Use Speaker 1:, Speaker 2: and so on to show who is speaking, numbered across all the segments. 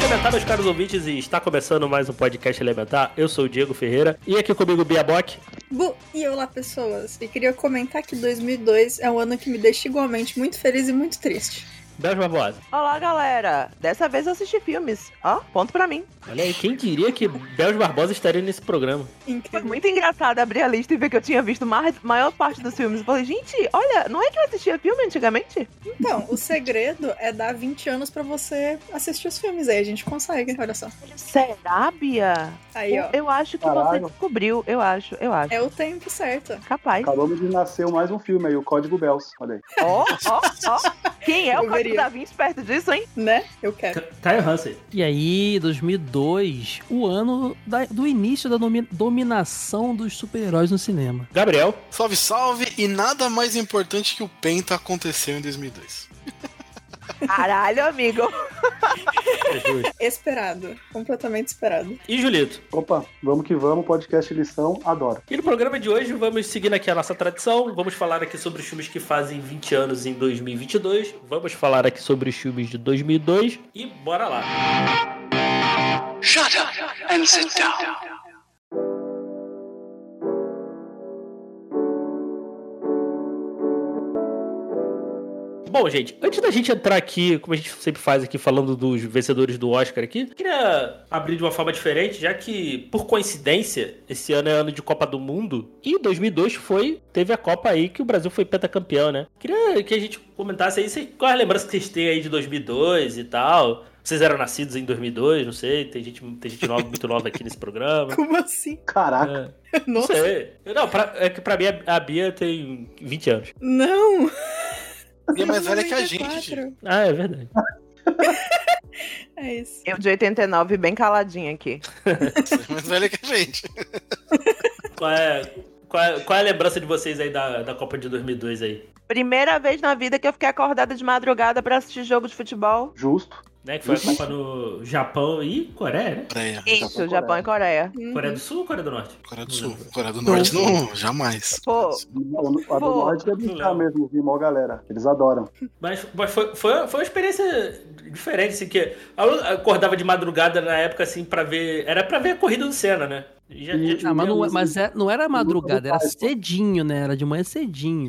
Speaker 1: Elementar, meus caros ouvintes, e está começando mais um podcast Elementar. Eu sou o Diego Ferreira e aqui comigo o Bia Bock.
Speaker 2: Bu e olá pessoas, e queria comentar que 2002 é um ano que me deixa igualmente muito feliz e muito triste.
Speaker 1: Beijo Barbosa.
Speaker 3: Olá, galera! Dessa vez eu assisti filmes. Ó, ponto pra mim.
Speaker 1: Olha aí, quem diria que Beljo Barbosa estaria nesse programa?
Speaker 3: Foi
Speaker 2: Incrível.
Speaker 3: muito engraçado abrir a lista e ver que eu tinha visto a maior parte dos filmes. Eu falei, gente, olha, não é que eu assistia filme antigamente?
Speaker 2: Então, o segredo é dar 20 anos pra você assistir os filmes aí, a gente consegue, olha só.
Speaker 3: Será, Bia?
Speaker 2: Aí, ó.
Speaker 3: Eu acho que você
Speaker 4: Caralho.
Speaker 3: descobriu, eu acho, eu acho.
Speaker 2: É o tempo certo.
Speaker 3: Capaz.
Speaker 4: Acabamos de nascer mais um filme aí, o Código Bells. Olha aí.
Speaker 3: Ó, ó, ó. Quem é o Código
Speaker 2: Deveria.
Speaker 3: da Vinci perto disso, hein?
Speaker 2: Né? Eu quero.
Speaker 1: Caio Hansen.
Speaker 5: E aí, 2002, o ano da- do início da domi- dominação dos super-heróis no cinema.
Speaker 1: Gabriel.
Speaker 6: Salve, salve! E nada mais importante que o Penta aconteceu em 2002.
Speaker 3: Caralho, amigo.
Speaker 2: Esperado. Completamente esperado.
Speaker 1: E Julito.
Speaker 4: Opa, vamos que vamos, podcast lição, adoro.
Speaker 1: E no programa de hoje vamos seguir aqui a nossa tradição. Vamos falar aqui sobre os filmes que fazem 20 anos em 2022. Vamos falar aqui sobre os filmes de 2002. E bora lá.
Speaker 7: Shut up and sit down.
Speaker 1: Bom, gente, antes da gente entrar aqui, como a gente sempre faz aqui, falando dos vencedores do Oscar aqui, queria abrir de uma forma diferente, já que, por coincidência, esse ano é ano de Copa do Mundo, e 2002 foi, teve a Copa aí que o Brasil foi pentacampeão, né? Queria que a gente comentasse aí, vocês- qual é a lembrança que vocês têm aí de 2002 e tal? Vocês eram nascidos em 2002, não sei, tem gente, tem gente nova, muito nova aqui nesse programa.
Speaker 2: Como assim?
Speaker 4: Caraca,
Speaker 1: É, não
Speaker 2: Nossa.
Speaker 1: sei. Não, pra, é que pra mim a- a Bia tem 20 anos.
Speaker 2: Não!
Speaker 6: E é mais velha que a gente.
Speaker 2: 94.
Speaker 1: Ah, é verdade.
Speaker 2: É isso.
Speaker 3: Eu de 89, bem caladinha aqui.
Speaker 6: Você é mais velha que a gente.
Speaker 1: Qual é, qual é, qual é a lembrança de vocês aí da, da Copa de 2002 aí?
Speaker 3: Primeira vez na vida que eu fiquei acordada de madrugada pra assistir jogo de futebol.
Speaker 4: justo.
Speaker 1: Né, que foi a Copa no Japão e Coreia, né?
Speaker 6: Coreia.
Speaker 3: Isso,
Speaker 4: Japão,
Speaker 3: Japão e Coreia.
Speaker 2: Uhum.
Speaker 1: Coreia do Sul ou Coreia do Norte?
Speaker 6: Coreia do Sul. Coreia do Norte, não, jamais.
Speaker 3: Pô,
Speaker 4: A do
Speaker 3: Pô,
Speaker 4: Norte é brincar mesmo, vi mó galera. Eles adoram.
Speaker 1: Mas, mas foi, foi, foi uma experiência diferente, assim, que eu acordava de madrugada na época, assim, pra ver... Era pra ver a corrida do Senna, né? E já- já tinha
Speaker 5: Ah, mas não,
Speaker 1: um-
Speaker 5: mas é- não era madrugada, era
Speaker 4: Luta do
Speaker 5: cedinho, né? Era de manhã cedinho.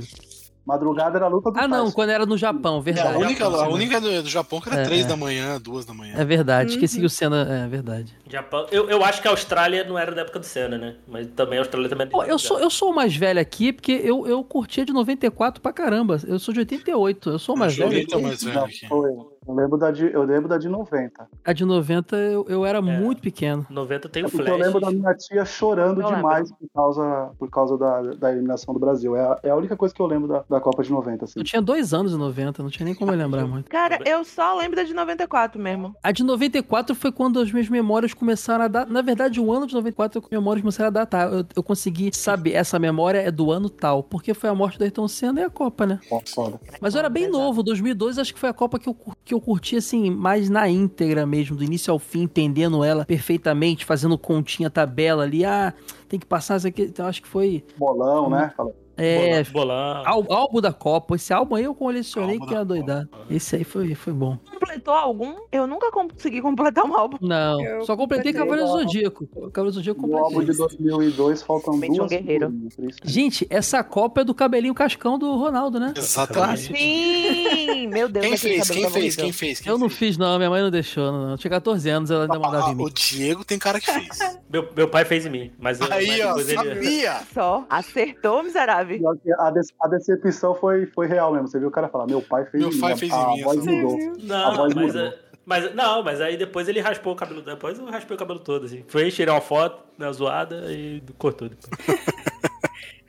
Speaker 4: Madrugada era a luta do
Speaker 5: Ah, não,
Speaker 4: Tyson.
Speaker 5: quando era no Japão,
Speaker 6: É, a
Speaker 5: verdade.
Speaker 6: única, a única do, do Japão que era
Speaker 5: tá É,
Speaker 6: 3
Speaker 5: é.
Speaker 6: da manhã, 2 da manhã.
Speaker 5: É verdade, esqueci que o Senna. É verdade.
Speaker 1: um Japão. Eu, eu acho que a Austrália não era da época do Senna, né? Mas também a Austrália também... é
Speaker 5: Pô, eu sou, eu sou o mais velho aqui, porque eu, eu curtia de 94 pra caramba. Eu sou de 88, eu sou o mais
Speaker 6: Julito
Speaker 5: velho.
Speaker 6: é o mais velho
Speaker 4: Não,
Speaker 6: aqui.
Speaker 4: sou eu. Eu lembro da de, eu lembro da de 90.
Speaker 5: A de 90 eu, eu era muito pequeno.
Speaker 1: 90 tem
Speaker 4: É
Speaker 1: o
Speaker 4: porque
Speaker 1: Flash.
Speaker 4: eu lembro da minha tia chorando
Speaker 3: Eu lembro.
Speaker 4: demais por causa, por causa da, da eliminação do Brasil. É a, é a única coisa que eu lembro da, da Copa de 90, assim.
Speaker 5: Eu tinha dois anos em 90, não tinha nem como eu lembrar muito.
Speaker 3: cara, eu só lembro da de 94 mesmo.
Speaker 5: A de 94 foi quando as minhas memórias começaram a dar. Na verdade, o ano de 94 é as memórias começaram a datar. Eu, eu consegui saber, essa memória é do ano tal, porque foi a morte do Ayrton Senna e a Copa, né?
Speaker 4: Pô, foda.
Speaker 5: Mas eu era bem
Speaker 3: Exato.
Speaker 5: novo, 2002 acho que foi a Copa que eu, cur- que eu curti, assim, mais na íntegra mesmo, do início ao fim, entendendo ela perfeitamente, fazendo continha, tabela ali. Ah, tem que passar isso aqui. Então acho que foi.
Speaker 4: Bolão,
Speaker 3: Hum.
Speaker 4: né? Fala-
Speaker 5: É.
Speaker 1: Bolão.
Speaker 5: al- Álbum da Copa. Esse álbum aí eu colecionei
Speaker 6: Álbum
Speaker 5: que
Speaker 6: da
Speaker 5: ia doidar. Esse aí foi, foi bom.
Speaker 3: Completou algum? Eu nunca consegui completar um álbum.
Speaker 5: Não,
Speaker 2: Eu
Speaker 5: só
Speaker 2: completei
Speaker 5: completei Cavaleiro
Speaker 4: o álbum.
Speaker 5: Zodíaco. Cavaleiro Zodíaco
Speaker 4: No álbum
Speaker 5: completei.
Speaker 4: de 2002 faltam
Speaker 3: Somente um
Speaker 4: duas
Speaker 3: guerreiro.
Speaker 4: figurinhas, por isso.
Speaker 5: Gente, essa Copa é do cabelinho cascão do Ronaldo, né?
Speaker 6: Exatamente.
Speaker 3: Sim! Meu Deus,
Speaker 6: Quem
Speaker 3: aquele
Speaker 6: fez?
Speaker 3: cabelo
Speaker 6: Quem
Speaker 3: tava
Speaker 6: fez? Quem
Speaker 3: horrível.
Speaker 6: fez? Quem
Speaker 5: Eu não
Speaker 6: fez?
Speaker 5: fiz, não. Minha mãe não deixou, não. Eu tinha 14 anos, ela ainda mandava
Speaker 6: Ah,
Speaker 5: em
Speaker 6: o
Speaker 5: mim.
Speaker 6: Diego tem cara que fez.
Speaker 1: Meu, meu pai fez em mim. Mas, eu- mas
Speaker 6: Aí, ó,
Speaker 1: depois ele-
Speaker 6: sabia!
Speaker 3: Só acertou, miserável.
Speaker 4: Pior que A, dece- a decepção foi, foi real mesmo. Você viu o cara falar, meu pai fez
Speaker 6: Meu
Speaker 4: mim,
Speaker 6: pai
Speaker 4: a-
Speaker 6: fez
Speaker 4: a
Speaker 6: em mim,
Speaker 4: voz
Speaker 6: essa
Speaker 4: mudou. A
Speaker 1: Não,
Speaker 4: voz
Speaker 1: mas,
Speaker 4: mudou.
Speaker 1: é- mas- não, mas aí depois ele raspou o cabelo. Depois eu né, raspei o cabelo todo, assim. Foi tirar uma foto na zoada e cortou depois.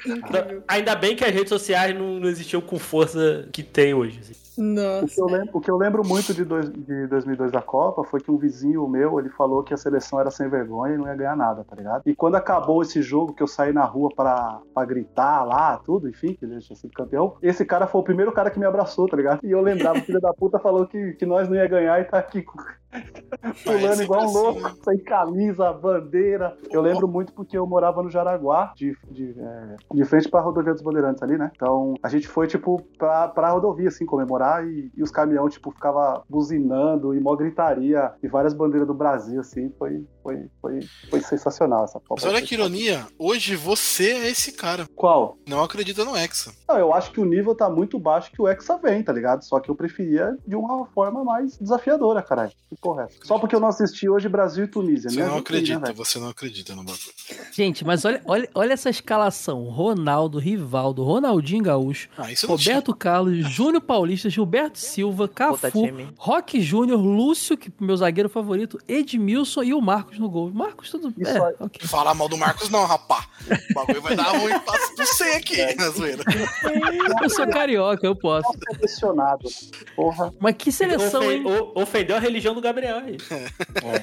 Speaker 2: Incrível.
Speaker 1: Ainda bem que as redes sociais não, não existiam com força que tem hoje. assim.
Speaker 4: O que,
Speaker 2: Nossa.
Speaker 4: eu lembro, o que eu lembro muito de, dois, de 2002 da Copa foi que um vizinho meu, ele falou que a seleção era sem vergonha e não ia ganhar nada, tá ligado? E quando acabou esse jogo, que eu saí na rua pra, pra gritar lá, tudo, enfim, que ele tinha sido campeão, esse cara foi o primeiro cara que me abraçou, tá ligado? E eu lembrava, o filho da puta falou que, que nós não ia ganhar e tá aqui com- pulando
Speaker 6: Parece
Speaker 4: igual um
Speaker 6: assim,
Speaker 4: louco,
Speaker 6: né?
Speaker 4: sem camisa, bandeira. Eu lembro muito porque eu morava no Jaraguá, de, de, é, de frente pra rodovia dos Bandeirantes ali, né? Então a gente foi, tipo, pra, pra rodovia, assim, comemorar e, e os caminhões, tipo, ficava buzinando e mó gritaria e várias bandeiras do Brasil, assim. Foi, foi, foi, foi sensacional essa Copa.
Speaker 6: Mas olha que ironia, hoje você é esse cara.
Speaker 4: Qual?
Speaker 6: Não acredita no Hexa.
Speaker 4: Não, eu acho que o nível tá muito baixo que o Hexa vem, tá ligado? Só que eu preferia de uma forma mais desafiadora, caralho. Que porra é essa? Só porque eu não assisti hoje Brasil e Tunísia,
Speaker 6: Você
Speaker 4: né?
Speaker 6: não
Speaker 4: Não tem, né,
Speaker 6: acredita,
Speaker 4: velho?
Speaker 6: você não acredita no bagulho.
Speaker 5: Gente, mas olha, olha, olha essa escalação: Ronaldo, Rivaldo, Ronaldinho Gaúcho,
Speaker 6: Ah, isso não tinha.
Speaker 5: Roberto Carlos, Júnior Paulista, Gilberto Silva,
Speaker 3: Puta
Speaker 5: Cafu,
Speaker 3: time.
Speaker 5: Roque Júnior, Lúcio, que é meu zagueiro favorito, Edmilson e o Marcos no gol. Marcos, tudo
Speaker 4: Isso
Speaker 5: é,
Speaker 4: aí.
Speaker 5: ok.
Speaker 6: Falar mal do Marcos não, rapá. O bagulho vai dar ruim pra você aqui, na zoeira.
Speaker 5: Eu sou carioca, eu posso.
Speaker 4: Selecionado. Porra.
Speaker 5: Mas que seleção,
Speaker 1: Ofen-
Speaker 5: hein?
Speaker 1: o- ofendeu a religião do Gabriel aí.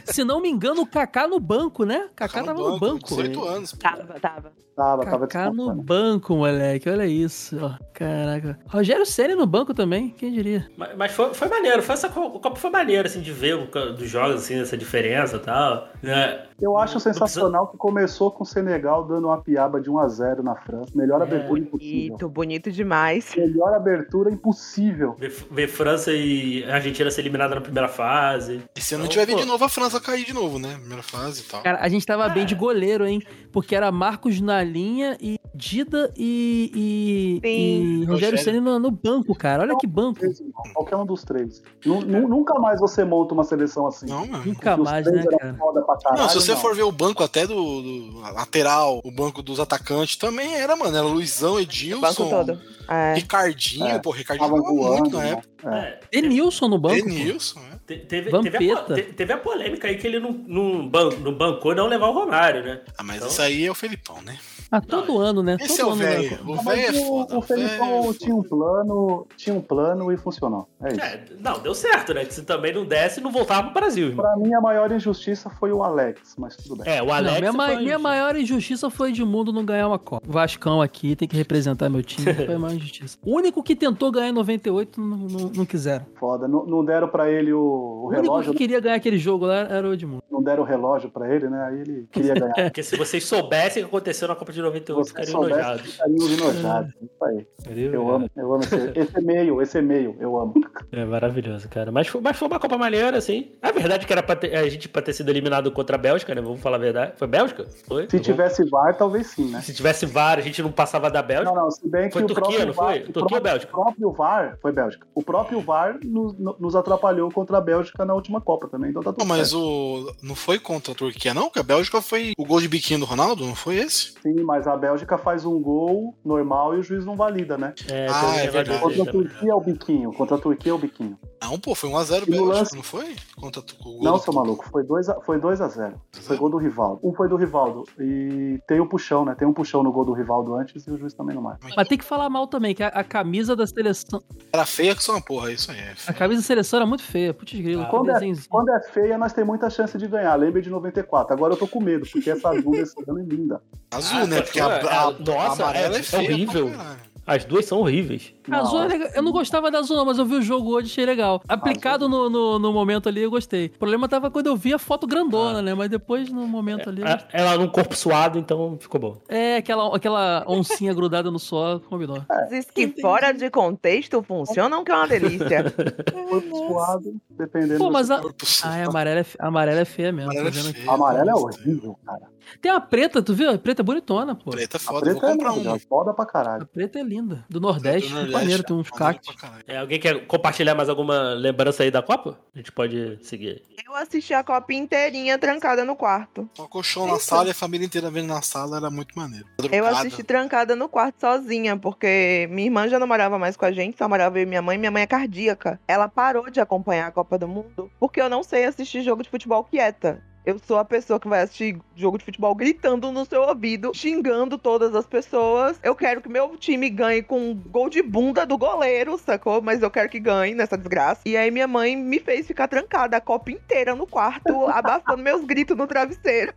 Speaker 5: Se não me engano, o Kaká no banco, né? Kaká
Speaker 6: Tá
Speaker 5: tava no banco.
Speaker 6: 18 anos. pô.
Speaker 3: Tava, tava.
Speaker 4: Tava, tava
Speaker 5: Kaká no
Speaker 4: descontando.
Speaker 5: banco, moleque. Olha isso. ó. Caraca. Rogério Ceni no banco também, quem diria?
Speaker 1: Mas, mas foi, foi maneiro, foi essa co- Copa foi maneiro, assim, de ver o ca- dos jogos, assim, essa diferença e tal. né?
Speaker 4: Eu acho
Speaker 1: Não
Speaker 4: sensacional que começou com o Senegal dando uma piaba de 1x0 na França.
Speaker 5: É,
Speaker 4: Melhor abertura impossível.
Speaker 3: Bonito, bonito demais.
Speaker 4: Melhor abertura impossível.
Speaker 1: Ver, ver França e Argentina ser eliminada na primeira fase.
Speaker 6: E se
Speaker 4: é
Speaker 6: não
Speaker 1: Então,
Speaker 6: tiver vir
Speaker 1: pô.
Speaker 6: de novo, a França cair de novo, né? Primeira fase e tal.
Speaker 5: Cara, a gente tava bem de goleiro, hein? Porque era Marcos na linha e Dida e, e,
Speaker 3: Sim.
Speaker 5: e Rogério
Speaker 6: Rogério.
Speaker 5: Ceni no, no banco, cara. Olha que banco.
Speaker 4: Três, irmão. Qualquer um dos três. Nu- nu- Nunca mais você monta uma seleção assim.
Speaker 6: Não, mano.
Speaker 5: Nunca
Speaker 4: Porque os
Speaker 5: mais,
Speaker 4: três
Speaker 5: né,
Speaker 4: eram
Speaker 5: cara?
Speaker 4: Foda pra caralho,
Speaker 6: Não, se você
Speaker 4: não.
Speaker 6: for ver o banco até do, do lateral, o banco dos atacantes também era, mano. Era
Speaker 5: É
Speaker 6: Luizão, Edilson,
Speaker 3: Banco todo. É.
Speaker 6: Ricardinho,
Speaker 4: É,
Speaker 6: pô, Ricardinho
Speaker 4: Tava
Speaker 6: tava muito
Speaker 4: voando,
Speaker 6: na
Speaker 4: né?
Speaker 6: época.
Speaker 4: É.
Speaker 1: É,
Speaker 5: Denilson no banco. pô.
Speaker 6: Denilson, né?
Speaker 1: te- teve,
Speaker 5: Vampeta.
Speaker 1: teve a, po- te- teve a polêmica aí que ele não, não, ban, não bancou não levar o Romário, né?
Speaker 6: Ah, mas
Speaker 1: Então-
Speaker 6: isso aí é o Felipão, né?
Speaker 5: Ah, todo ano, né?
Speaker 6: Esse é o
Speaker 5: todo ano. né?
Speaker 6: velho. O é velho
Speaker 4: Ah, Mas
Speaker 6: é
Speaker 4: o,
Speaker 6: foda.
Speaker 4: o Felipão tinha um plano, tinha um plano e funcionou. É isso.
Speaker 1: É, não, deu certo, né? Que se também não desse, não voltava pro Brasil, irmão.
Speaker 4: Pra mim, a maior injustiça foi o Alex, mas tudo bem.
Speaker 1: É, o
Speaker 5: Não,
Speaker 1: Alex.
Speaker 5: minha, ma-
Speaker 1: foi-
Speaker 5: minha maior injustiça foi Edmundo não ganhar uma Copa. Vascão aqui tem que representar meu time. Foi a maior injustiça. O único que tentou ganhar em 98 não, não, não quiseram.
Speaker 4: Foda. Não, não deram pra ele o, o
Speaker 5: O único
Speaker 4: relógio,
Speaker 5: que queria ganhar aquele jogo lá era o Edmundo.
Speaker 4: não deram o relógio pra ele, né? Aí ele queria ganhar.
Speaker 1: Porque se vocês soubessem o que aconteceu na Copa de 98,
Speaker 4: Você
Speaker 1: ficariam
Speaker 4: soubesse
Speaker 1: enojados.
Speaker 4: ficaríamos enojados. né? Isso aí. Eu amo, eu amo esse, esse e-mail, esse e-mail, eu amo.
Speaker 1: É maravilhoso, cara. Mas foi, mas foi uma Copa maneira, assim. A verdade é que era pra ter- a gente pra ter sido eliminado contra a Bélgica, né? Vamos falar a verdade. Foi Bélgica? Foi?
Speaker 4: Se
Speaker 1: Tá bom.
Speaker 4: tivesse VAR, talvez sim, né?
Speaker 1: Se tivesse VAR, a gente não passava da Bélgica.
Speaker 4: Não, não, se bem
Speaker 1: Foi Turquia,
Speaker 4: que o próprio
Speaker 1: não
Speaker 4: VAR,
Speaker 1: foi?
Speaker 4: o
Speaker 1: Turquia ou
Speaker 4: próprio-
Speaker 1: Bélgica?
Speaker 4: O próprio VAR foi Bélgica. O próprio VAR nos, nos atrapalhou contra a Bélgica na última Copa também, então tá tudo
Speaker 6: Não, mas
Speaker 4: certo.
Speaker 6: o. Não foi contra a Turquia, não? Que a Bélgica foi o gol de biquinho do Ronaldo, não foi esse?
Speaker 4: Sim, mas a Bélgica faz um gol normal e o juiz não valida, né?
Speaker 1: É,
Speaker 6: Ah,
Speaker 1: teve um
Speaker 6: é
Speaker 1: negócio
Speaker 6: verdade.
Speaker 1: desse
Speaker 4: Contra a
Speaker 1: também.
Speaker 4: Turquia é o biquinho, contra a Turquia é o biquinho.
Speaker 6: Não, pô, foi 1x0
Speaker 4: E no
Speaker 6: Bélgica,
Speaker 4: lance-
Speaker 6: não foi? Contra a Tu- o gol
Speaker 4: Não,
Speaker 6: do-
Speaker 4: seu maluco, foi 2 a, foi dois a 0 Foi gol do Rivaldo. Um foi do Rivaldo e tem o puxão, né? Tem um puxão no gol do Rivaldo antes e o juiz também não marca.
Speaker 5: Mas tem que falar mal também, que a, a camisa da seleção.
Speaker 6: Era feia que só uma porra, isso aí. É
Speaker 5: A
Speaker 6: feio.
Speaker 5: camisa da seleção era muito feia. Putz grilo, que
Speaker 4: Quando é,
Speaker 5: desenhozinho.
Speaker 4: quando é feia, nós temos muita chance de ganhar. Lembre de 94. Agora eu tô com medo, porque essa bunda esse ano é linda.
Speaker 6: Azul,
Speaker 1: Ah,
Speaker 6: né?
Speaker 1: tá
Speaker 6: Porque a,
Speaker 1: feio,
Speaker 6: a-
Speaker 1: é, nossa,
Speaker 6: a amarela é,
Speaker 1: é
Speaker 6: feia. pra
Speaker 1: horrível.
Speaker 6: caralho.
Speaker 1: As duas são horríveis.
Speaker 5: A Azul é legal. Ah, Eu não gostava da Azul, não, mas eu vi o jogo hoje, achei legal. Aplicado no, no, no momento ali, eu gostei. O problema tava quando eu vi a foto grandona, né? Mas depois, no momento ali. eu
Speaker 6: É,
Speaker 1: A- É, Ela num corpo suado, então ficou bom.
Speaker 5: É, aquela, aquela oncinha grudada no sol, combinou.
Speaker 3: Diz que fora de contexto funcionam, que é uma delícia.
Speaker 2: Ai, nossa.
Speaker 4: Suado, dependendo.
Speaker 5: Pô,
Speaker 4: do-
Speaker 5: mas a.
Speaker 6: Corpo sujo.
Speaker 5: Ah, é, a amarela é, fe- a amarela é feia mesmo.
Speaker 6: Amarela
Speaker 5: tô vendo
Speaker 6: é
Speaker 5: aqui.
Speaker 6: feia.
Speaker 4: A amarela é horrível, cara.
Speaker 5: Tem a preta, tu viu? A preta é bonitona, pô.
Speaker 6: Preta é
Speaker 4: A
Speaker 6: foda, vou
Speaker 4: preta é
Speaker 6: comprar uma.
Speaker 4: maravilhosa, foda pra
Speaker 5: A
Speaker 4: caralho.
Speaker 5: preta é linda. Do
Speaker 6: Do
Speaker 5: Nordeste, do
Speaker 6: Nordeste,
Speaker 5: maneiro, tem uns
Speaker 6: foda
Speaker 5: cactos.
Speaker 6: pra caralho.
Speaker 1: É, alguém quer compartilhar mais alguma lembrança aí da Copa? A gente pode seguir.
Speaker 3: Eu assisti a Copa inteirinha trancada no quarto.
Speaker 6: Só colchão
Speaker 4: é
Speaker 6: na
Speaker 2: Isso.
Speaker 6: sala e a família inteira vendo na sala era muito maneiro.
Speaker 3: Eu
Speaker 6: Madrugada.
Speaker 3: assisti trancada no quarto sozinha, porque minha irmã já não morava mais com a gente, só morava eu e minha mãe. Minha mãe é cardíaca. Ela parou de acompanhar a Copa do Mundo porque eu não sei assistir jogo de futebol quieta. Eu sou a pessoa que vai assistir jogo de futebol gritando no seu ouvido, xingando todas as pessoas. Eu quero que meu time ganhe com um gol de bunda do goleiro, sacou? Mas eu quero que ganhe nessa desgraça. E aí minha mãe me fez ficar trancada a copa inteira no quarto, abafando meus gritos no travesseiro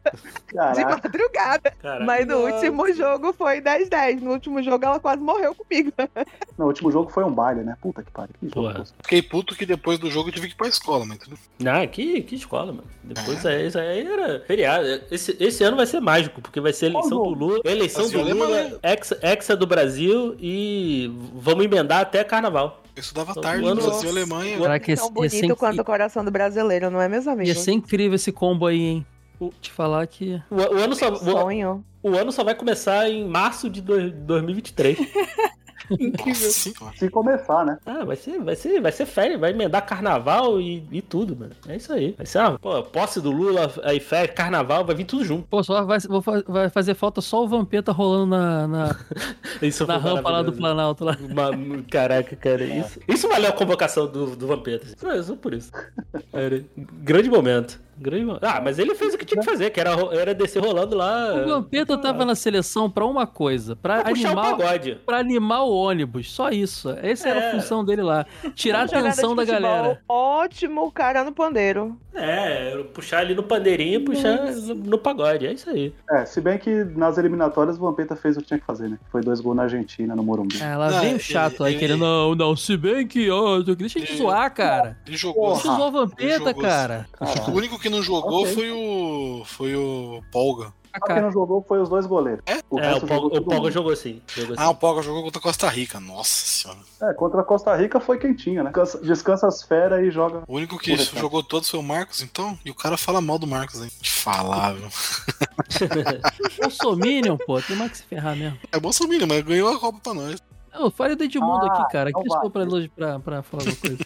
Speaker 3: de
Speaker 4: Caraca,
Speaker 3: madrugada.
Speaker 1: Caraca.
Speaker 3: Mas no
Speaker 2: Nossa.
Speaker 3: último jogo foi 10-10. No último jogo ela quase morreu comigo.
Speaker 4: não, o último jogo foi um baile, né? Puta que pariu. Que jogo
Speaker 1: Porra.
Speaker 4: gostoso.
Speaker 6: Fiquei puto que depois do jogo eu tive que ir pra escola, mas tudo
Speaker 1: Ah, que, que escola, mano. Depois aí, isso aí era feriado. Esse, esse ano vai ser mágico, porque vai ser eleição do Lula, eleição
Speaker 6: Assim,
Speaker 1: do
Speaker 6: alemão, né?
Speaker 1: Lula, ex, exa do Brasil e vamos emendar até carnaval.
Speaker 6: Eu estudava
Speaker 1: Todo
Speaker 6: tarde,
Speaker 1: ano-
Speaker 6: no Brasil e Alemanha.
Speaker 5: Caraca, esse,
Speaker 3: É Tão
Speaker 6: é
Speaker 5: esse
Speaker 3: bonito quanto o coração do brasileiro, não é, meus
Speaker 5: ia
Speaker 3: amigos?
Speaker 5: ser incrível esse combo aí, hein? Vou te falar que.
Speaker 1: O, o ano só, o,
Speaker 3: Um Sonho.
Speaker 1: o ano só vai começar em março de dois- 2023.
Speaker 6: Nossa
Speaker 2: Incrível.
Speaker 6: senhora.
Speaker 4: Se começar, né?
Speaker 1: Ah, vai ser, vai ser, vai ser férias, vai emendar carnaval e, e tudo, mano. É isso aí. Vai ser uma pô, posse do Lula, aí férias, carnaval, vai vir tudo junto.
Speaker 5: Pô, só vai, vou fa- vai fazer falta só o Vampeta rolando na, na,
Speaker 1: Isso
Speaker 5: na
Speaker 1: foi
Speaker 5: rampa lá do
Speaker 1: maravilhoso.
Speaker 5: Planalto lá.
Speaker 1: Uma- caraca, cara,
Speaker 4: É.
Speaker 1: isso, isso valeu a convocação do, do Vampeta. assim. Só, só por isso. Era- grande momento. Grande momento. Ah, mas ele fez o que tinha que fazer, que era, ro- era descer rolando lá.
Speaker 5: O Vampeta tava na seleção pra uma coisa, pra
Speaker 1: pra É. puxar o
Speaker 5: animar,
Speaker 1: pagode.
Speaker 5: pra animar o ônibus, só isso. Essa era
Speaker 1: É.
Speaker 5: a função dele lá, tirar a
Speaker 3: Jogada
Speaker 5: atenção
Speaker 3: de
Speaker 5: da
Speaker 3: futebol,
Speaker 5: galera.
Speaker 3: Ótimo o cara no pandeiro.
Speaker 1: É, era puxar ali no pandeirinho e puxar no, no pagode. É isso aí.
Speaker 4: É, se bem que nas eliminatórias o Vampeta fez o que tinha que fazer, né? Foi dois gols na Argentina, no Morumbi.
Speaker 5: Ah, lá
Speaker 6: Não,
Speaker 5: vem
Speaker 6: ele-
Speaker 5: o chato aí
Speaker 6: ele-
Speaker 5: querendo, não, não, se bem que, ó, deixa de
Speaker 6: Ele-
Speaker 5: zoar, cara.
Speaker 6: Ele jogou.
Speaker 5: Deixa de zoar o Vampeta,
Speaker 6: jogou-
Speaker 5: cara.
Speaker 6: O único que não jogou
Speaker 4: Ok.
Speaker 6: foi o. Foi o Polga.
Speaker 5: Ah,
Speaker 4: Só quem
Speaker 5: cara.
Speaker 4: não jogou foi os dois goleiros.
Speaker 1: é, o
Speaker 4: resto jogou
Speaker 1: Polga, o
Speaker 4: todo
Speaker 1: Polga
Speaker 4: mundo.
Speaker 1: jogou sim. Jogou sim.
Speaker 6: Ah, o Polga jogou contra a Costa Rica. Nossa senhora.
Speaker 4: É, contra a Costa Rica foi quentinha, né? Cansa- Descansa as feras e joga.
Speaker 6: O único que
Speaker 4: Porra,
Speaker 1: tá.
Speaker 4: cara.
Speaker 6: jogou todos foi o Marcos, então. E o cara fala mal do Marcos, hein? Te falar, viu?
Speaker 5: Bolsominion, pô, tem mais que se ferrar mesmo.
Speaker 6: É Bolsonaro, mas ganhou a Copa pra nós.
Speaker 5: Não, eu falei do
Speaker 4: Ah,
Speaker 5: Edmundo aqui, cara.
Speaker 4: então
Speaker 5: Que
Speaker 4: vai.
Speaker 5: estou pra longe pra, pra falar alguma coisa.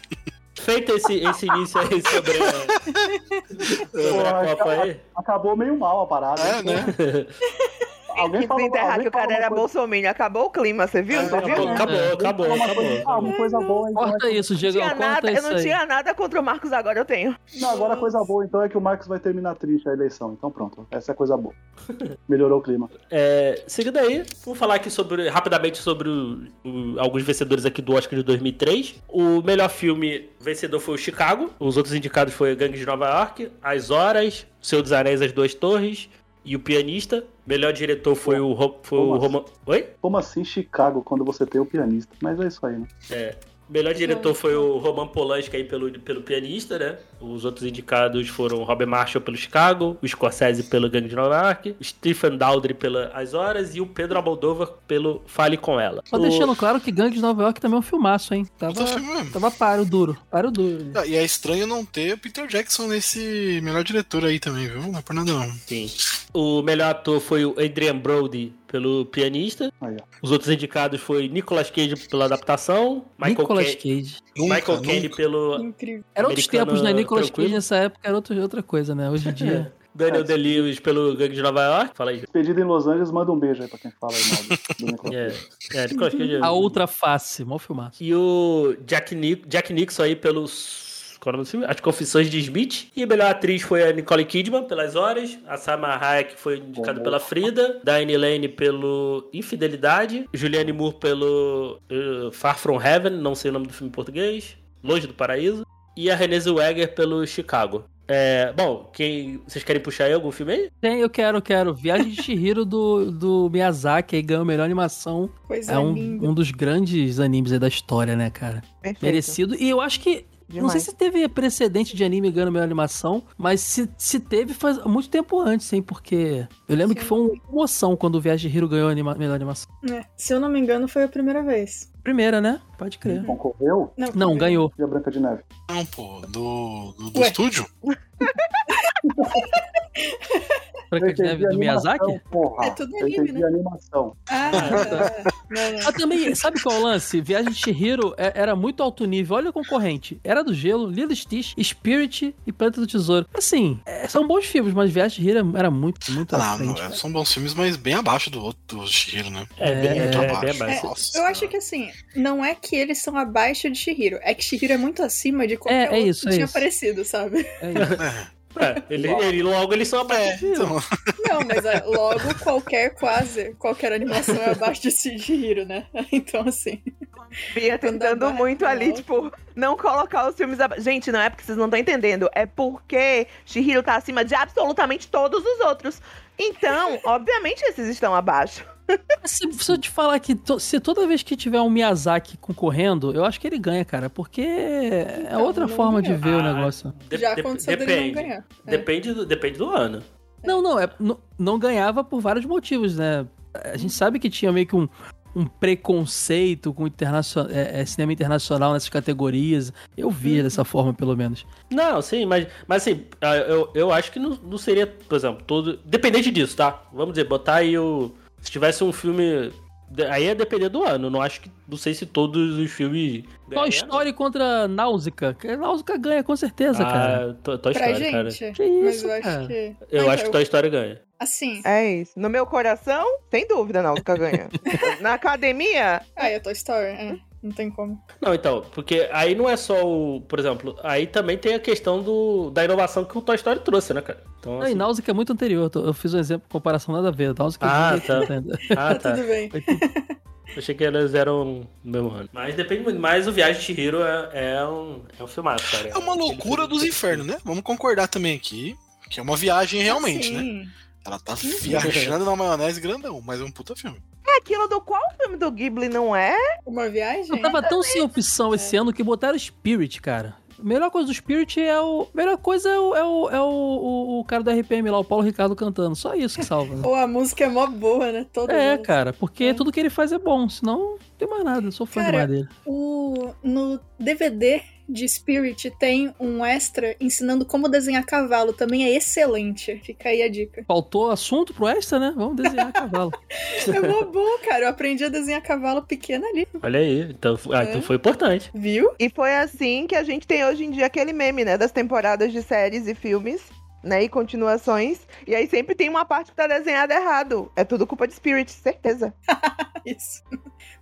Speaker 1: Feito esse, esse início aí sobre a, sobre
Speaker 4: Porra,
Speaker 1: a Copa aí.
Speaker 4: Acabou meio mal a parada.
Speaker 6: É,
Speaker 4: hein?
Speaker 6: né?
Speaker 3: Tem
Speaker 4: Alguém
Speaker 3: que
Speaker 4: falou,
Speaker 3: desenterrar
Speaker 4: alguém
Speaker 3: que o
Speaker 4: falou
Speaker 3: cara era
Speaker 4: uma coisa-
Speaker 3: bolsominion. Acabou o clima, você viu? Você
Speaker 1: Acabou,
Speaker 3: viu?
Speaker 1: acabou, acabou,
Speaker 4: Alguém falou né? uma coisa- Ah,
Speaker 1: acabou.
Speaker 4: uma coisa boa, então.
Speaker 5: Corta isso,
Speaker 3: Não
Speaker 5: Diego.
Speaker 3: tinha
Speaker 5: Corta
Speaker 3: nada, eu
Speaker 5: isso
Speaker 3: não
Speaker 5: aí.
Speaker 3: tinha nada contra o Marcos agora, eu tenho.
Speaker 4: Não, agora a coisa boa então é que o Marcos vai terminar triste a eleição. Então pronto, essa é a coisa boa. Melhorou o clima.
Speaker 1: É, seguindo aí, vamos falar aqui sobre rapidamente sobre o- o- alguns vencedores aqui do Oscar de 2003. O melhor filme vencedor foi o Chicago. Os outros indicados foi Gangue de Nova York, As Horas, O Senhor dos Anéis, As Duas Torres e O Pianista. Melhor diretor foi o, Ro- foi o
Speaker 4: Thomas.
Speaker 1: Roman. Oi?
Speaker 4: Como assim Chicago quando você tem o pianista? Mas é isso aí, né?
Speaker 1: Melhor diretor foi o Roman Polanski aí pelo, pelo pianista, né? Os outros indicados foram o Robert Marshall pelo Chicago, o Scorsese pelo Gangue de Nova York, o Stephen Daldry pela As Horas e o Pedro Almodóvar pelo Fale Com Ela.
Speaker 5: Só
Speaker 1: O-
Speaker 5: deixando claro que Gangue de Nova York também é um filmaço, hein? Tava,
Speaker 6: Puta filme mesmo.
Speaker 5: tava paro duro. Paro duro.
Speaker 6: Ah, E é estranho não ter o Peter Jackson nesse melhor diretor aí também, viu? Não é por nada não.
Speaker 1: Sim. O melhor ator foi o Adrian Brody pelo pianista.
Speaker 4: Aí, ó.
Speaker 1: Os outros indicados foi Nicolas Cage pela adaptação, Michael
Speaker 5: Nicolas
Speaker 1: Caine
Speaker 5: Cage.
Speaker 6: Nunca,
Speaker 1: Michael
Speaker 6: nunca.
Speaker 1: Caine pelo
Speaker 2: Incrível.
Speaker 5: Era outros
Speaker 1: Americano
Speaker 5: tempos, né? Nicolas
Speaker 1: tranquilo.
Speaker 5: Cage nessa época era outro- outra coisa, né? Hoje em dia.
Speaker 1: Daniel Day-Lewis pelo Gangue de Nova York. Fala aí.
Speaker 4: Despedido em Los Angeles, manda um beijo aí pra quem fala aí mal do- do Nicolas.
Speaker 1: É, é, Nicolas Cage. é-
Speaker 5: A outra face, mó filmaço.
Speaker 1: E o Jack, Ni Jack Nixon aí pelos. Qual é o nome do filme? As Confissões de Smith. E a melhor atriz foi a Nicole Kidman, pelas horas. A Sama Hayek foi indicada
Speaker 4: Bom.
Speaker 1: pela Frida. Diane Lane pelo Infidelidade. Julianne Moore pelo eh, Far From Heaven, não sei o nome do filme em português. Longe do Paraíso. E a Renée Zellweger pelo Chicago. É, bom, quem, vocês querem puxar aí algum filme aí?
Speaker 5: Tem, eu quero, eu quero. Viagem de Chihiro do, do Miyazaki aí ganhou a melhor animação.
Speaker 2: Coisa
Speaker 5: É um,
Speaker 2: linda.
Speaker 5: um dos grandes animes aí da história, né, cara?
Speaker 3: Perfeito.
Speaker 5: Merecido. E eu acho que Não
Speaker 3: Demais.
Speaker 5: sei se teve precedente de anime ganhando melhor animação, mas se, se teve faz muito tempo antes, hein? Porque eu lembro
Speaker 2: Sim.
Speaker 5: que foi uma emoção quando o Viagem de Hiro ganhou a anima- melhor animação.
Speaker 2: É, Se eu não me engano, foi a primeira vez.
Speaker 5: Primeira, né? Pode crer.
Speaker 4: Concorreu?
Speaker 5: Não, ganhou.
Speaker 4: E a Branca de Neve?
Speaker 6: Não, pô, do, do, do
Speaker 2: Ué.
Speaker 6: estúdio?
Speaker 5: Branca de
Speaker 4: Eu
Speaker 5: Neve
Speaker 4: entendi
Speaker 5: do
Speaker 4: animação,
Speaker 5: Miyazaki.
Speaker 4: Porra,
Speaker 2: É tudo
Speaker 4: eu
Speaker 2: anime,
Speaker 4: entendi
Speaker 2: né?
Speaker 4: animação.
Speaker 2: Ah, tá. não, não.
Speaker 5: Mas também, sabe qual é o lance? Viagem de Chihiro é- era muito alto nível. Olha o concorrente. Era do Gelo, Lilo e Stitch, Spirit e Planeta do Tesouro. Assim, é, são bons filmes, mas Viagem de Hiro era muito, muito à
Speaker 6: Ah, não,
Speaker 5: frente.
Speaker 6: é, são bons filmes, mas bem abaixo do outro do Shihiro, né?
Speaker 1: É, bem,
Speaker 5: é,
Speaker 1: é,
Speaker 6: Muito abaixo.
Speaker 1: bem abaixo.
Speaker 6: Nossa
Speaker 2: Eu
Speaker 6: senhora.
Speaker 2: acho que assim, não é que eles são abaixo de Shihiro, é que Shihiro é muito acima de qualquer
Speaker 5: É, é
Speaker 2: outro
Speaker 5: isso,
Speaker 2: que
Speaker 5: é
Speaker 2: tinha
Speaker 5: isso.
Speaker 2: aparecido, sabe?
Speaker 5: É isso.
Speaker 6: É.
Speaker 1: É, ele, ele- logo eles são
Speaker 6: É,
Speaker 1: abaixo de
Speaker 6: então,
Speaker 2: Não, mas ah, logo qualquer quase, qualquer animação é abaixo de Sugihiro, né? Então, assim.
Speaker 3: Bia
Speaker 2: Quando
Speaker 3: tentando
Speaker 2: abarca
Speaker 3: muito
Speaker 2: o
Speaker 3: ali,
Speaker 2: outro.
Speaker 3: tipo, não colocar os filmes aba... Gente, não é porque vocês não estão entendendo. É porque Shihiro tá acima de absolutamente todos os outros. Então, obviamente, esses estão abaixo.
Speaker 5: Se, se eu te falar que to- se toda vez que tiver um Miyazaki concorrendo, eu acho que ele ganha, cara, porque é
Speaker 2: Então,
Speaker 5: outra
Speaker 2: não
Speaker 5: forma
Speaker 2: ganhou.
Speaker 5: de ver o
Speaker 1: Ah,
Speaker 5: negócio.
Speaker 1: de-
Speaker 2: já
Speaker 1: de-
Speaker 2: aconteceu dele não
Speaker 1: depende.
Speaker 2: ganhar. É.
Speaker 1: Depende do, depende do ano.
Speaker 5: Não, não, é, não, não ganhava por vários motivos, né? A gente sabe que tinha meio que um, um preconceito com internacio- é, é, cinema internacional nessas categorias. Eu
Speaker 2: Uhum.
Speaker 5: via dessa forma, pelo menos.
Speaker 1: Não, sim, mas, mas assim, ah, eu, eu acho que não, não seria, por exemplo, todo. Dependente disso, tá? Vamos dizer, botar aí o. Se tivesse um filme. de- Aí ia depender do ano. Não acho que. Não sei se todos os filmes.
Speaker 5: Toy
Speaker 1: ganharam.
Speaker 5: Story contra Náusica. Que Náusica ganha, com certeza, é cara.
Speaker 1: Ah, to- Toy
Speaker 2: Pra
Speaker 1: Story, cara.
Speaker 2: gente.
Speaker 5: Que isso,
Speaker 2: Mas eu
Speaker 5: cara?
Speaker 2: acho que.
Speaker 1: Eu
Speaker 2: Mas
Speaker 1: acho que Toy Story ganha.
Speaker 2: Assim.
Speaker 3: É isso. No meu coração, sem dúvida, Náutica ganha. Na academia,
Speaker 2: Ah, é Toy Story? É. Não tem como.
Speaker 1: Não, então, porque aí não é só o. Por exemplo, aí também tem a questão do, da inovação que o Toy Story trouxe, né, cara? Então,
Speaker 5: Não, e
Speaker 1: assim,
Speaker 5: Náusica é muito anterior. tô- Eu fiz um exemplo, comparação nada a ver. Náusica
Speaker 1: Ah,
Speaker 5: é de-
Speaker 1: tá. ah,
Speaker 2: Tá,
Speaker 1: tá.
Speaker 2: tudo bem.
Speaker 1: Achei que elas eram no mesmo ano. Mas depende muito. Mas o Viagem de Hiro é, é um, é um filmaço, cara.
Speaker 6: é uma loucura dos infernos, né? Vamos concordar também aqui. Que é uma viagem realmente, né?
Speaker 2: Sim.
Speaker 6: Ela tá viajando na maionese grandão, mas é um puta filme.
Speaker 3: é aquilo do qual o filme do Ghibli não é?
Speaker 2: Uma
Speaker 5: Eu
Speaker 2: viagem?
Speaker 5: tava tão sem opção
Speaker 2: É.
Speaker 5: esse ano que botaram Spirit, cara. A melhor coisa do Spirit é o. A melhor coisa é o, é o, é o, o- o cara do RPM lá, o Paulo Ricardo cantando. Só isso que salva. né?
Speaker 2: Ou a música é mó boa, né? Todo
Speaker 5: É,
Speaker 2: mundo.
Speaker 5: cara, porque
Speaker 2: É.
Speaker 5: tudo que ele faz é bom, senão não tem mais nada. Eu sou fã
Speaker 2: Cara,
Speaker 5: demais dele.
Speaker 2: O... No DVD de Spirit tem um extra ensinando como desenhar cavalo. Também é excelente. Fica aí a dica.
Speaker 5: Faltou assunto pro extra, né? Vamos desenhar cavalo.
Speaker 2: É mó bom, cara. Eu aprendi a desenhar cavalo pequeno ali.
Speaker 1: Olha aí. Então, ah, então
Speaker 2: É.
Speaker 1: foi importante.
Speaker 2: Viu?
Speaker 3: E foi assim que a gente tem hoje em dia aquele meme, né? Das temporadas de séries e filmes, né? E continuações. E aí sempre tem uma parte que tá desenhada errado. É tudo culpa de Spirit, certeza.
Speaker 2: Isso.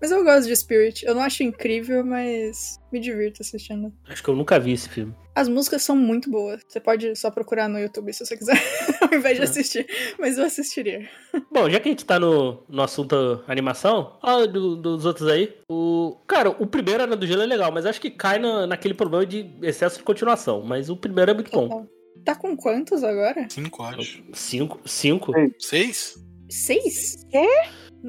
Speaker 2: Mas eu gosto de Spirit. Eu não acho incrível, mas me divirto assistindo.
Speaker 1: Acho que eu nunca vi esse filme.
Speaker 2: As músicas são muito boas. Você pode só procurar no YouTube se você quiser, ao invés de
Speaker 3: É.
Speaker 2: assistir. Mas eu assistiria.
Speaker 1: Bom, já que a gente tá no, no assunto animação, fala do- dos outros aí. O, cara, o primeiro era do gelo é legal, mas acho que cai na, naquele problema de excesso de continuação. Mas o primeiro é muito bom.
Speaker 2: Tá com quantos agora?
Speaker 6: Cinco, acho.
Speaker 1: Cinco? Cinco?
Speaker 6: Seis?
Speaker 2: Seis?
Speaker 3: Quê?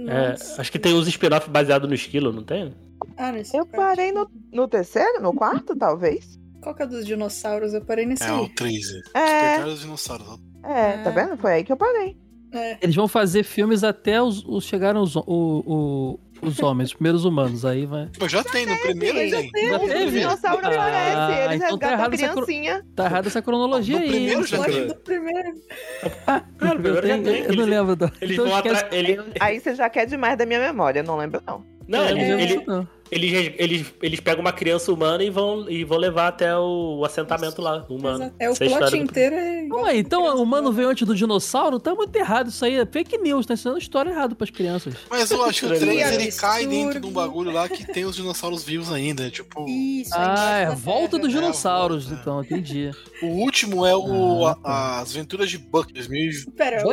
Speaker 1: É,
Speaker 2: Nossa.
Speaker 1: acho que tem uns spin-off baseados no esquilo, não tem?
Speaker 2: Ah, nesse
Speaker 3: Eu
Speaker 2: quarto.
Speaker 3: parei no, no terceiro, no quarto, talvez.
Speaker 2: Qual que é dos dinossauros? Eu parei nesse
Speaker 6: É,
Speaker 2: aí.
Speaker 6: o três. É.
Speaker 3: É,
Speaker 6: Despertar dos dinossauros.
Speaker 3: é, tá vendo? Foi aí que eu parei.
Speaker 2: É.
Speaker 5: Eles vão fazer filmes até os, os chegaram os, o- o- os homens, os primeiros humanos. Aí vai.
Speaker 6: Pô, Tipo, já tem, no primeiro
Speaker 3: Mas já
Speaker 6: tem.
Speaker 5: Já
Speaker 3: Os
Speaker 5: teve?
Speaker 3: dinossauros aparecem,
Speaker 5: Ah,
Speaker 3: eles
Speaker 5: então tá
Speaker 3: resgatam a
Speaker 5: errado essa cro-
Speaker 3: criancinha.
Speaker 5: Tá errada essa cronologia
Speaker 6: No
Speaker 5: aí.
Speaker 6: primeiro
Speaker 5: hein?
Speaker 6: já
Speaker 5: Pode-
Speaker 2: Logo do primeiro.
Speaker 1: Cara, o primeiro já
Speaker 5: eu,
Speaker 1: tem.
Speaker 5: tenho- eu não lembro. Tá?
Speaker 1: Eles
Speaker 5: Então
Speaker 1: vão
Speaker 5: esquece-
Speaker 1: atrás. ele-
Speaker 3: Aí você já quer demais da minha memória, eu não lembro, não.
Speaker 1: Não,
Speaker 5: É,
Speaker 1: eles,
Speaker 5: não lembro
Speaker 1: ele-
Speaker 5: disso, não.
Speaker 1: eles, eles, eles pegam uma criança humana e vão, e vão levar até o, assentamento lá, humano.
Speaker 2: É o
Speaker 1: Essa a história
Speaker 2: plot
Speaker 1: do-
Speaker 2: inteiro. É igual
Speaker 5: Calma aí,
Speaker 2: a
Speaker 5: então
Speaker 2: criança.
Speaker 5: o humano veio antes do dinossauro? Tá muito errado isso aí. É fake news, tá ensinando história errada pras crianças.
Speaker 6: Mas eu acho que o
Speaker 1: Que
Speaker 6: 3 ele cai
Speaker 2: absurdo.
Speaker 6: dentro de um bagulho lá que tem os dinossauros vivos ainda. Tipo,
Speaker 2: Isso. tá
Speaker 5: Ah, é
Speaker 2: embaixo da
Speaker 5: a volta
Speaker 2: terra.
Speaker 5: dos
Speaker 6: É a
Speaker 5: dinossauros,
Speaker 6: volta.
Speaker 5: então, entendi.
Speaker 6: o último é o
Speaker 5: Ah,
Speaker 6: a-
Speaker 5: tá.
Speaker 6: As Aventuras de Buck 2000,
Speaker 2: Pera, o,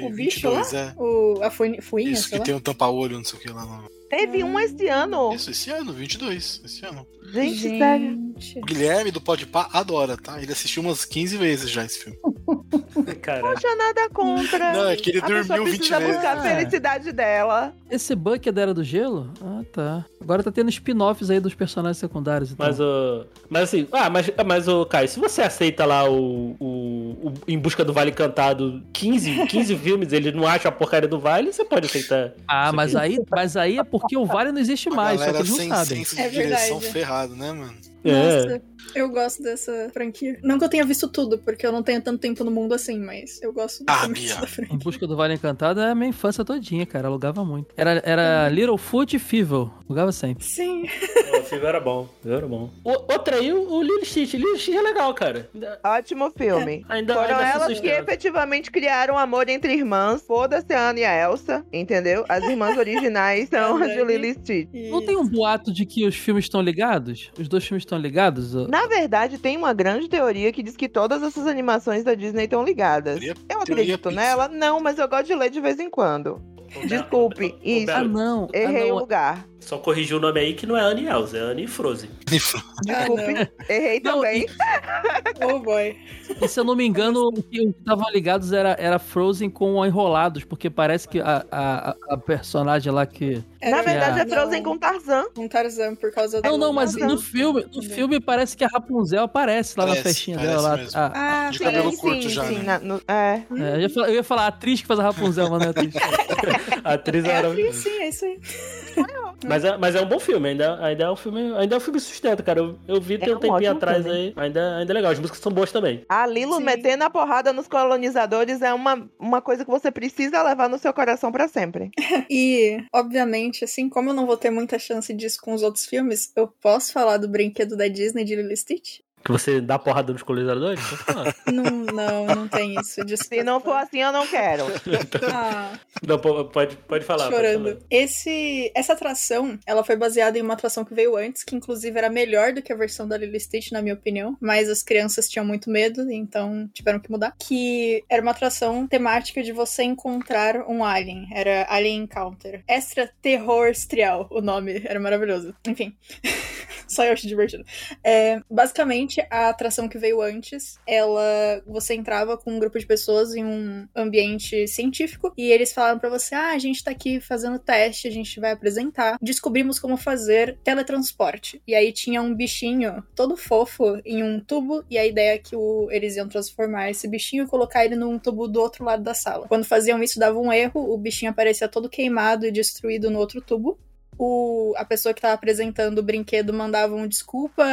Speaker 6: 2022, é.
Speaker 2: o, a fuinha, fuinha,
Speaker 6: Isso, que
Speaker 2: sei lá.
Speaker 6: tem um tampa-olho, não sei o que lá. No...
Speaker 3: Teve um esse ano.
Speaker 6: Isso, esse ano, 22, esse ano.
Speaker 3: Gente, sério.
Speaker 2: Gente.
Speaker 6: O Guilherme do Podpah adora, tá? Ele assistiu umas 15 vezes já esse filme.
Speaker 1: Caralho.
Speaker 3: Poxa, nada contra.
Speaker 6: Não, é que ele
Speaker 3: a pessoa
Speaker 6: dormiu 20
Speaker 3: precisa
Speaker 6: vezes.
Speaker 3: buscar a felicidade dela.
Speaker 5: Esse Bucket era do gelo? Ah, tá. Agora tá tendo spin-offs aí dos personagens secundários. Então.
Speaker 1: Mas, ô, mas assim, ah, mas, mas ô, Caio, se você aceita lá o, o, o Em Busca do Vale Cantado 15, 15 filmes, ele não acha a porcaria do Vale, você pode aceitar.
Speaker 5: ah,
Speaker 1: isso
Speaker 5: mas
Speaker 1: aqui.
Speaker 5: aí, mas aí é porque o Vale não existe
Speaker 6: A
Speaker 5: mais, só que
Speaker 6: galera
Speaker 5: eles não
Speaker 6: sem
Speaker 5: sabem.
Speaker 6: senso de
Speaker 2: É
Speaker 6: direção
Speaker 2: verdade.
Speaker 6: ferrado, né, mano?
Speaker 1: É.
Speaker 2: Nossa, eu gosto dessa franquia. Não que eu tenha visto tudo, porque eu não tenho tanto tempo no mundo assim, mas eu gosto do
Speaker 6: Ah,
Speaker 2: começo
Speaker 6: Bia.
Speaker 2: da franquia.
Speaker 5: Em Busca do Vale Encantado é a minha infância todinha, cara. Alugava muito. Era, era Littlefoot e Fievel. Alugava sempre.
Speaker 2: Sim,
Speaker 1: filme era bom. O filme Era bom. O, outra aí, o, o Lilo Stitch. Lilo Stitch é legal, cara. Ainda-
Speaker 3: Ótimo
Speaker 6: É.
Speaker 3: filme.
Speaker 1: Ainda,
Speaker 3: Foram
Speaker 1: ainda se
Speaker 3: elas que
Speaker 1: sustenta.
Speaker 3: efetivamente criaram um amor entre irmãs. Foda-se a Anne e a Elsa, entendeu? As irmãs originais são as de Lily Stitch.
Speaker 2: E-
Speaker 5: Não tem um boato de que os filmes estão ligados? Os dois filmes estão ligados? ô?
Speaker 3: Na verdade, tem uma grande teoria que diz que todas essas animações da Disney estão ligadas.
Speaker 6: Teoria-
Speaker 3: Eu
Speaker 6: teoria
Speaker 3: acredito
Speaker 6: pizza.
Speaker 3: nela, não, mas eu gosto de ler de vez em quando. Desculpe,
Speaker 1: Ô,
Speaker 3: isso.
Speaker 5: Ah,
Speaker 1: Belo,
Speaker 5: não. Ah,
Speaker 3: Errei um o
Speaker 5: não.
Speaker 3: lugar.
Speaker 1: Só corrigiu o nome aí que não é Annie e Elsa, é Annie e Frozen.
Speaker 2: Ah,
Speaker 3: Desculpe, errei
Speaker 5: Não,
Speaker 3: também.
Speaker 2: não. Oh boy.
Speaker 5: E se eu não me engano, o que o que estavam ligados era, era Frozen com a Enrolados, porque parece que a, a, a personagem lá que.
Speaker 3: Na
Speaker 2: Era-
Speaker 3: verdade, é
Speaker 2: não,
Speaker 3: Frozen com Tarzan.
Speaker 2: com Tarzan por causa do.
Speaker 5: Não, não, mas no
Speaker 2: Uhum.
Speaker 3: Não.
Speaker 5: filme, no filme parece que a Rapunzel aparece lá na
Speaker 6: Parece,
Speaker 5: festinha
Speaker 6: parece
Speaker 5: dela. lá.
Speaker 6: mesmo.
Speaker 5: Ah,
Speaker 2: Ah,
Speaker 6: De
Speaker 2: sim.
Speaker 6: cabelo
Speaker 3: sim,
Speaker 6: curto
Speaker 3: sim,
Speaker 6: já,
Speaker 3: sim.
Speaker 6: né?
Speaker 3: na- no- é.
Speaker 5: é, eu, ia falar, eu ia falar a atriz que faz a Rapunzel, mas não é a atriz.
Speaker 1: A atriz
Speaker 2: É,
Speaker 1: era.
Speaker 2: sim, sim, é isso aí.
Speaker 1: Mas é, mas é um bom filme, ainda, ainda é um filme. Ainda é um filme que sustenta, cara. Eu, eu vi tem
Speaker 3: É
Speaker 1: um
Speaker 3: um
Speaker 1: tempinho
Speaker 3: ótimo
Speaker 1: atrás
Speaker 3: filme.
Speaker 1: aí. Ainda, ainda é legal. As músicas são boas também.
Speaker 3: A Lilo
Speaker 2: Sim.
Speaker 3: metendo a porrada nos colonizadores é uma, uma coisa que você precisa levar no seu coração pra sempre.
Speaker 2: E, obviamente, assim, como eu não vou ter muita chance disso com os outros filmes, eu posso falar do brinquedo da Disney de Lilo e Stitch?
Speaker 1: Que você dá porrada nos colonizadores? Então, fala.
Speaker 2: Não, não, não tem isso. Desculpa.
Speaker 3: Se não for assim, eu não quero.
Speaker 2: Ah.
Speaker 1: Não, po- pode, pode falar. pode falar.
Speaker 2: chorando. Esse, essa atração, ela foi baseada em uma atração que veio antes, que inclusive era melhor do que a versão da Lily Stitch, na minha opinião. Mas as crianças tinham muito medo, então tiveram que mudar. Que era uma atração temática de você encontrar um alien. Era Alien Encounter. Extra Terrorstrial, o nome. Era maravilhoso. Enfim. Só eu acho divertido. É, basicamente, a atração que veio antes, ela. Você entrava com um grupo de pessoas em um ambiente científico e eles falaram pra você: ah, a gente tá aqui fazendo teste, a gente vai apresentar. Descobrimos como fazer teletransporte. E aí tinha um bichinho todo fofo em um tubo, e a ideia é que o, eles iam transformar esse bichinho e colocar ele num tubo do outro lado da sala. Quando faziam isso, dava um erro, o bichinho aparecia todo queimado e destruído no outro tubo o, a pessoa que tava apresentando o brinquedo mandava um desculpa,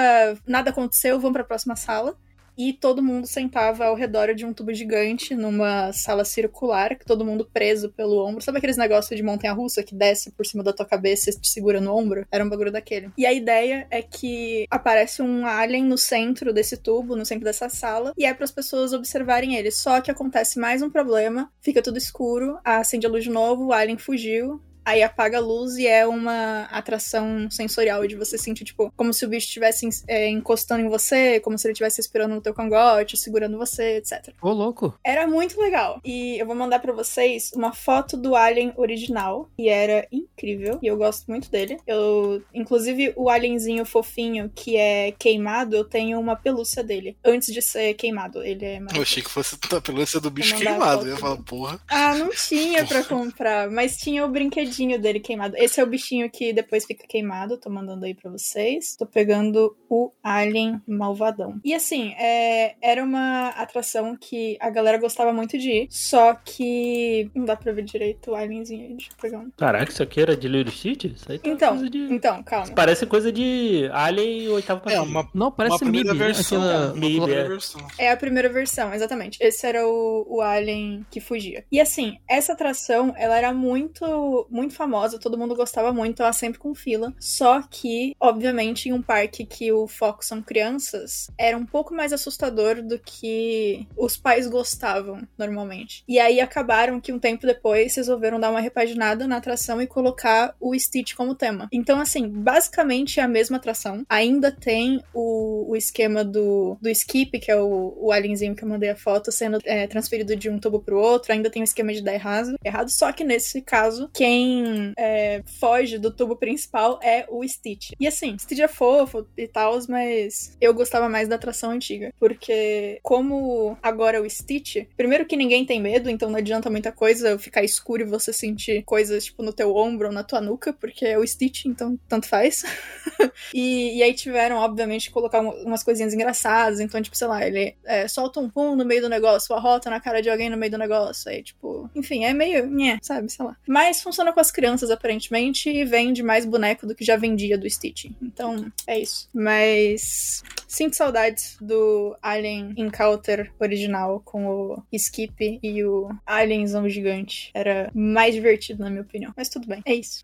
Speaker 2: nada aconteceu, vamos pra próxima sala. E todo mundo sentava ao redor de um tubo gigante, numa sala circular, que todo mundo preso pelo ombro. Sabe aqueles negócios de montanha-russa que desce por cima da tua cabeça e te segura no ombro? Era um bagulho daquele. E a ideia é que aparece um alien no centro desse tubo, no centro dessa sala, e é para as pessoas observarem ele. Só que acontece mais um problema, fica tudo escuro, acende a luz de novo, o alien fugiu, Aí apaga a luz e é uma atração sensorial de você sentir, tipo, como se o bicho estivesse é, encostando em você, como se ele estivesse respirando no teu cangote, segurando você, etc.
Speaker 5: Ô, louco.
Speaker 2: Era muito legal. E eu vou mandar pra vocês uma foto do Alien original, e era incrível, e eu gosto muito dele. Eu, inclusive, o alienzinho fofinho que é queimado, eu tenho uma pelúcia dele, antes de ser queimado. Ele é
Speaker 6: Eu
Speaker 2: maravilhoso.
Speaker 6: achei que fosse a pelúcia do bicho
Speaker 2: mandar a
Speaker 6: queimado.
Speaker 2: foto.
Speaker 6: Eu ia falar, porra.
Speaker 2: Ah, não tinha pra comprar, mas tinha o brinquedinho dele queimado. Esse é o bichinho que depois fica queimado, tô mandando aí pra vocês. Tô pegando o Alien Malvadão. E assim, é, era uma atração que a galera gostava muito de ir, só que não dá pra ver direito o Alienzinho aí, deixa eu pegar um.
Speaker 1: Caraca, isso aqui era de Little City? Isso aí tá
Speaker 2: Então,
Speaker 1: coisa de...
Speaker 2: Então, calma.
Speaker 1: Parece coisa de Alien e oitavo
Speaker 6: É,
Speaker 1: passageiro.
Speaker 6: uma, uma
Speaker 5: Não, parece Mib.
Speaker 6: primeira versão.
Speaker 5: Aquela...
Speaker 6: uma primeira
Speaker 1: Mib, é.
Speaker 6: versão.
Speaker 2: É a primeira versão, exatamente. Esse era o, o alien que fugia. E assim, essa atração, ela era muito, muito famosa, todo mundo gostava muito, ela sempre com fila. Só que, obviamente, em um parque que o foco são crianças, era um pouco mais assustador do que os pais gostavam normalmente. E aí acabaram que um tempo depois resolveram dar uma repaginada na atração e colocar o Stitch como tema. Então, assim, basicamente é a mesma atração. Ainda tem o, o esquema do, do skip, que é o, o alienzinho que eu mandei a foto, sendo é, transferido de um tubo pro outro. Ainda tem o esquema de dar errado, errado. Só que nesse caso, quem é, foge do tubo principal é o Stitch. E assim, Stitch é fofo e tal, mas eu gostava mais da atração antiga. Porque, como agora é o Stitch, primeiro que ninguém tem medo, então não adianta muita coisa ficar escuro e você sentir coisas, tipo, no teu ombro ou na tua nuca, porque é o Stitch, então tanto faz. E, e aí tiveram, obviamente, que colocar um- umas coisinhas engraçadas. Então, tipo, sei lá, ele é, solta um pum no meio do negócio, arrota na cara de alguém no meio do negócio. Aí, tipo, enfim, é meio, né, sabe, sei lá. Mas funciona com com as crianças, aparentemente, e vende mais boneco do que já vendia do Stitch. Então, é isso. Mas sinto saudades do Alien Encounter original com o Skip e o Alienzão gigante. Era mais divertido, na minha opinião. Mas tudo bem, é isso.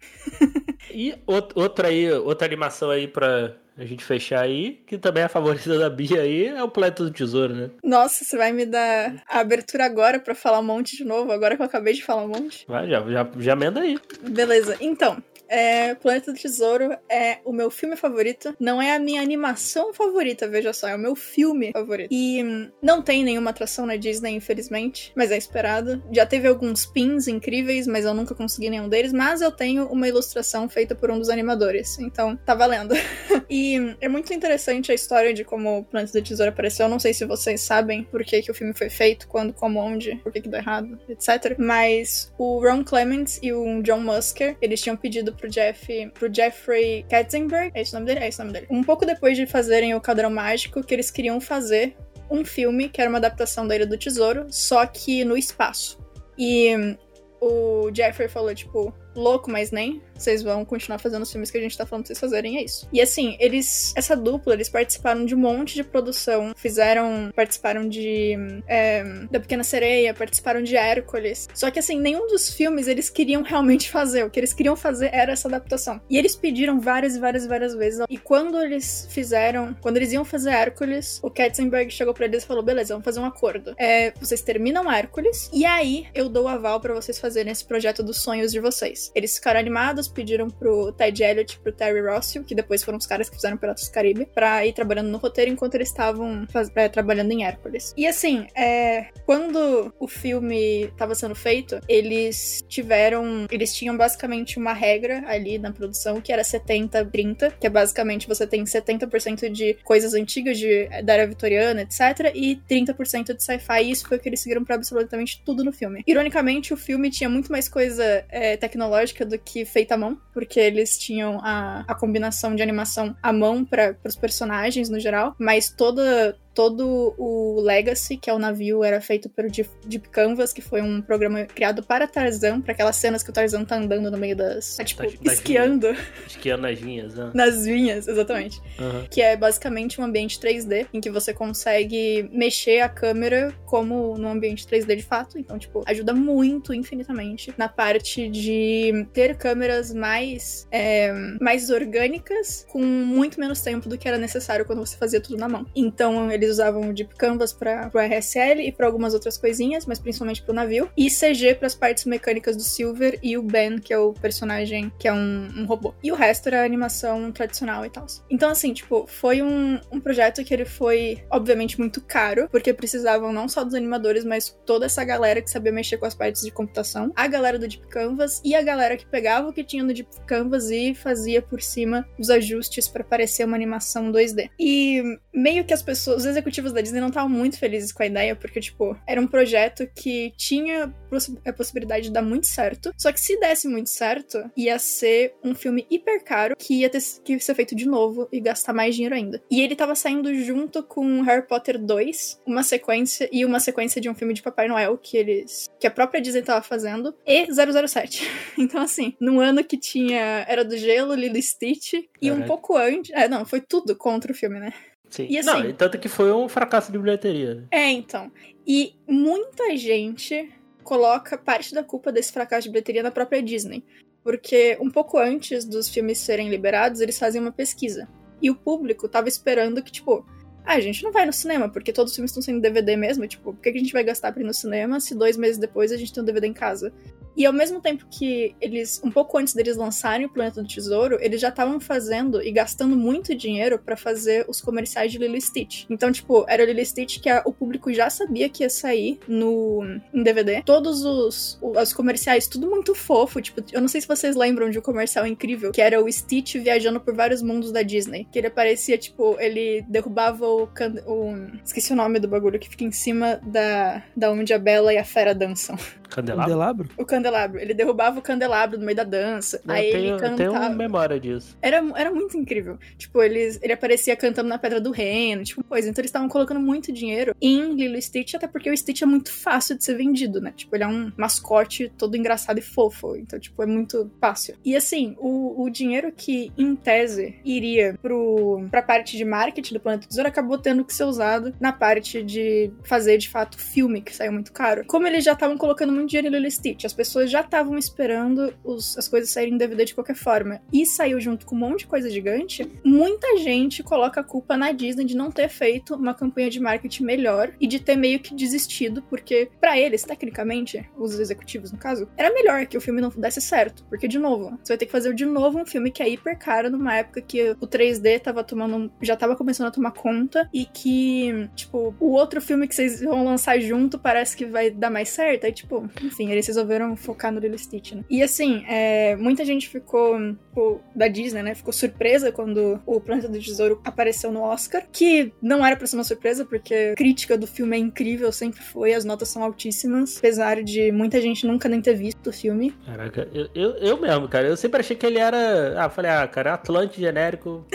Speaker 1: E out- outra aí, outra animação aí pra a gente fechar aí, que também é a favorita da Bia aí, é o Planeta do Tesouro, né?
Speaker 2: Nossa, você vai me dar a abertura agora pra falar um monte de novo, agora que eu acabei de falar um monte?
Speaker 1: Vai, já, já, já emenda aí.
Speaker 2: Beleza, então. é, Planeta do Tesouro é o meu filme favorito. Não é a minha animação favorita, veja só, é o meu filme favorito. E hum, não tem nenhuma atração na Disney, infelizmente, mas é esperado. Já teve alguns pins incríveis, mas eu nunca consegui nenhum deles. Mas eu tenho uma ilustração feita por um dos animadores, então tá valendo. E hum, é muito interessante a história de como o Planeta do Tesouro apareceu. Eu não sei se vocês sabem por que, que o filme foi feito, quando, como, onde, por que, que deu errado, etc. Mas o Ron Clements e o John Musker, eles tinham pedido pro Jeff, pro Jeffrey Katzenberg, é esse o nome dele? É esse o nome dele. Um pouco depois de fazerem o Cadrão Mágico, que eles queriam fazer um filme que era uma adaptação da Ilha do Tesouro, só que no espaço. E hum, o Jeffrey falou, tipo, louco, mas nem. Vocês vão continuar fazendo os filmes que a gente tá falando pra vocês fazerem, é isso. E assim, eles. Essa dupla, eles participaram de um monte de produção. Fizeram. Participaram de. é, da Pequena Sereia, participaram de Hércules. Só que assim, nenhum dos filmes eles queriam realmente fazer. O que eles queriam fazer era essa adaptação. E eles pediram várias e várias e várias vezes. E quando eles fizeram. Quando eles iam fazer Hércules, o Katzenberg chegou pra eles e falou: beleza, vamos fazer um acordo. É, vocês terminam Hércules. E aí eu dou o aval pra vocês fazerem esse projeto dos sonhos de vocês. Eles ficaram animados, pediram pro Ted Elliott e pro Terry Rossio, que depois foram os caras que fizeram Piratas do Caribe, pra ir trabalhando no roteiro enquanto eles estavam faz- é, trabalhando em Hércules. E assim, é, quando o filme tava sendo feito, eles tiveram. Eles tinham basicamente uma regra ali na produção que era 70-30, que é basicamente você tem 70% de coisas antigas de, da era vitoriana, etc., e 30% de sci-fi. E isso foi o que eles seguiram pra absolutamente tudo no filme. Ironicamente, o filme tinha muito mais coisa é, tecnológica do que feita à mão, porque eles tinham a, a combinação de animação à mão para os personagens no geral, mas toda todo o Legacy, que é o navio, era feito pelo Deep Deep Canvas, que foi um programa criado para Tarzan, para aquelas cenas que o Tarzan tá andando no meio das, tá, tipo,
Speaker 1: Das- das
Speaker 2: esquiando
Speaker 1: Esquiando nas vinhas, né?
Speaker 2: nas vinhas, exatamente
Speaker 1: Aham.
Speaker 2: que é basicamente um ambiente 3D, em que você consegue mexer a câmera como no ambiente 3D de fato. Então, tipo, ajuda muito, infinitamente, na parte de ter câmeras mais, é, mais orgânicas, com muito menos tempo do que era necessário quando você fazia tudo na mão. Então, eles usavam o Deep Canvas para o RSL e para algumas outras coisinhas, mas principalmente para o navio. E CG para as partes mecânicas do Silver e o Ben, que é o personagem que é um, um robô. E o resto era animação tradicional e tal. Então, assim, tipo, foi um, um projeto que ele foi, obviamente, muito caro, porque precisavam não só dos animadores, mas toda essa galera que sabia mexer com as partes de computação, a galera do Deep Canvas e a galera que pegava o que tinha no Deep Canvas e fazia por cima os ajustes para parecer uma animação 2D. E meio que as pessoas, os executivos da Disney não estavam muito felizes com a ideia, porque, tipo, era um projeto que tinha possi- a possibilidade de dar muito certo. Só que se desse muito certo, ia ser um filme hiper caro que ia ter que ia ser feito de novo e gastar mais dinheiro ainda. E ele tava saindo junto com Harry Potter 2, uma sequência, e uma sequência de um filme de Papai Noel que eles. que a própria Disney tava fazendo, e 007. Então, assim, num ano que tinha Era do Gelo, Lilo e Stitch, e um
Speaker 1: Caraca. pouco
Speaker 2: pouco antes. É, não, foi tudo contra o filme, né?
Speaker 1: Sim.
Speaker 2: E
Speaker 1: Não,
Speaker 2: assim-
Speaker 1: tanto que foi um fracasso de bilheteria. né?
Speaker 2: É, então. E muita gente coloca parte da culpa desse fracasso de bilheteria na própria Disney. Porque um pouco antes dos filmes serem liberados, eles fazem uma pesquisa. E o público tava esperando que, tipo, ah, a gente não vai no cinema, porque todos os filmes estão sendo DVD mesmo. Tipo, por que que a gente vai gastar pra ir no cinema se dois meses depois a gente tem um DVD em casa? E ao mesmo tempo que eles, um pouco antes deles lançarem o Planeta do Tesouro, eles já estavam fazendo e gastando muito dinheiro pra fazer os comerciais de Lily Stitch. Então, tipo, era Lily Stitch que a- o público já sabia que ia sair no em DVD. Todos os, o- os comerciais, tudo muito fofo. Tipo, eu não sei se vocês lembram de um comercial incrível, que era o Stitch viajando por vários mundos da Disney. Que ele aparecia, tipo, ele derrubava o, can- o- Esqueci o nome do bagulho que fica em cima da, da onde a Bela e a Fera dançam.
Speaker 1: Candelabro?
Speaker 5: Candelabro?
Speaker 2: O candelabro. Ele derrubava o candelabro no meio da dança.
Speaker 1: Eu
Speaker 2: aí
Speaker 1: tenho,
Speaker 2: ele
Speaker 1: eu tenho um-
Speaker 2: cantava.
Speaker 1: memória disso.
Speaker 2: Era, era muito incrível. Tipo, eles, ele aparecia cantando na Pedra do Reino, tipo, coisa. Então eles estavam colocando muito dinheiro em Lilo e Stitch, até porque o Stitch é muito fácil de ser vendido, né? Tipo, ele é um mascote todo engraçado e fofo. Então, tipo, é muito fácil. E assim, o, o dinheiro que, em tese, iria pro, pra parte de marketing do Planeta Tesouro acabou tendo que ser usado na parte de fazer, de fato, filme, que saiu muito caro. Como eles já estavam colocando muito dinheiro em Lilo e Stitch, as pessoas já estavam esperando os- as coisas saírem em DVD de qualquer forma. E saiu junto com um monte de coisa gigante. Muita gente coloca a culpa na Disney de não ter feito uma campanha de marketing melhor e de ter meio que desistido, porque pra eles, tecnicamente, os executivos no caso, era melhor que o filme não desse certo. Porque, de novo, você vai ter que fazer de novo um filme que é hiper caro numa época que o 3D tava tomando. um, já tava começando a tomar conta e que, tipo, o outro filme que vocês vão lançar junto parece que vai dar mais certo. Aí, tipo, enfim, eles resolveram focar no Lilo e Stitch, né? E assim, é, muita gente ficou tipo, da Disney, né? Ficou surpresa quando o Planeta do Tesouro apareceu no Oscar, que não era pra ser uma surpresa, porque a crítica do filme é incrível, sempre foi, as notas são altíssimas, apesar de muita gente nunca nem ter visto o filme.
Speaker 1: Caraca, eu, eu, eu mesmo, cara. Eu sempre achei que ele era. Ah, falei, ah, cara, Atlante genérico.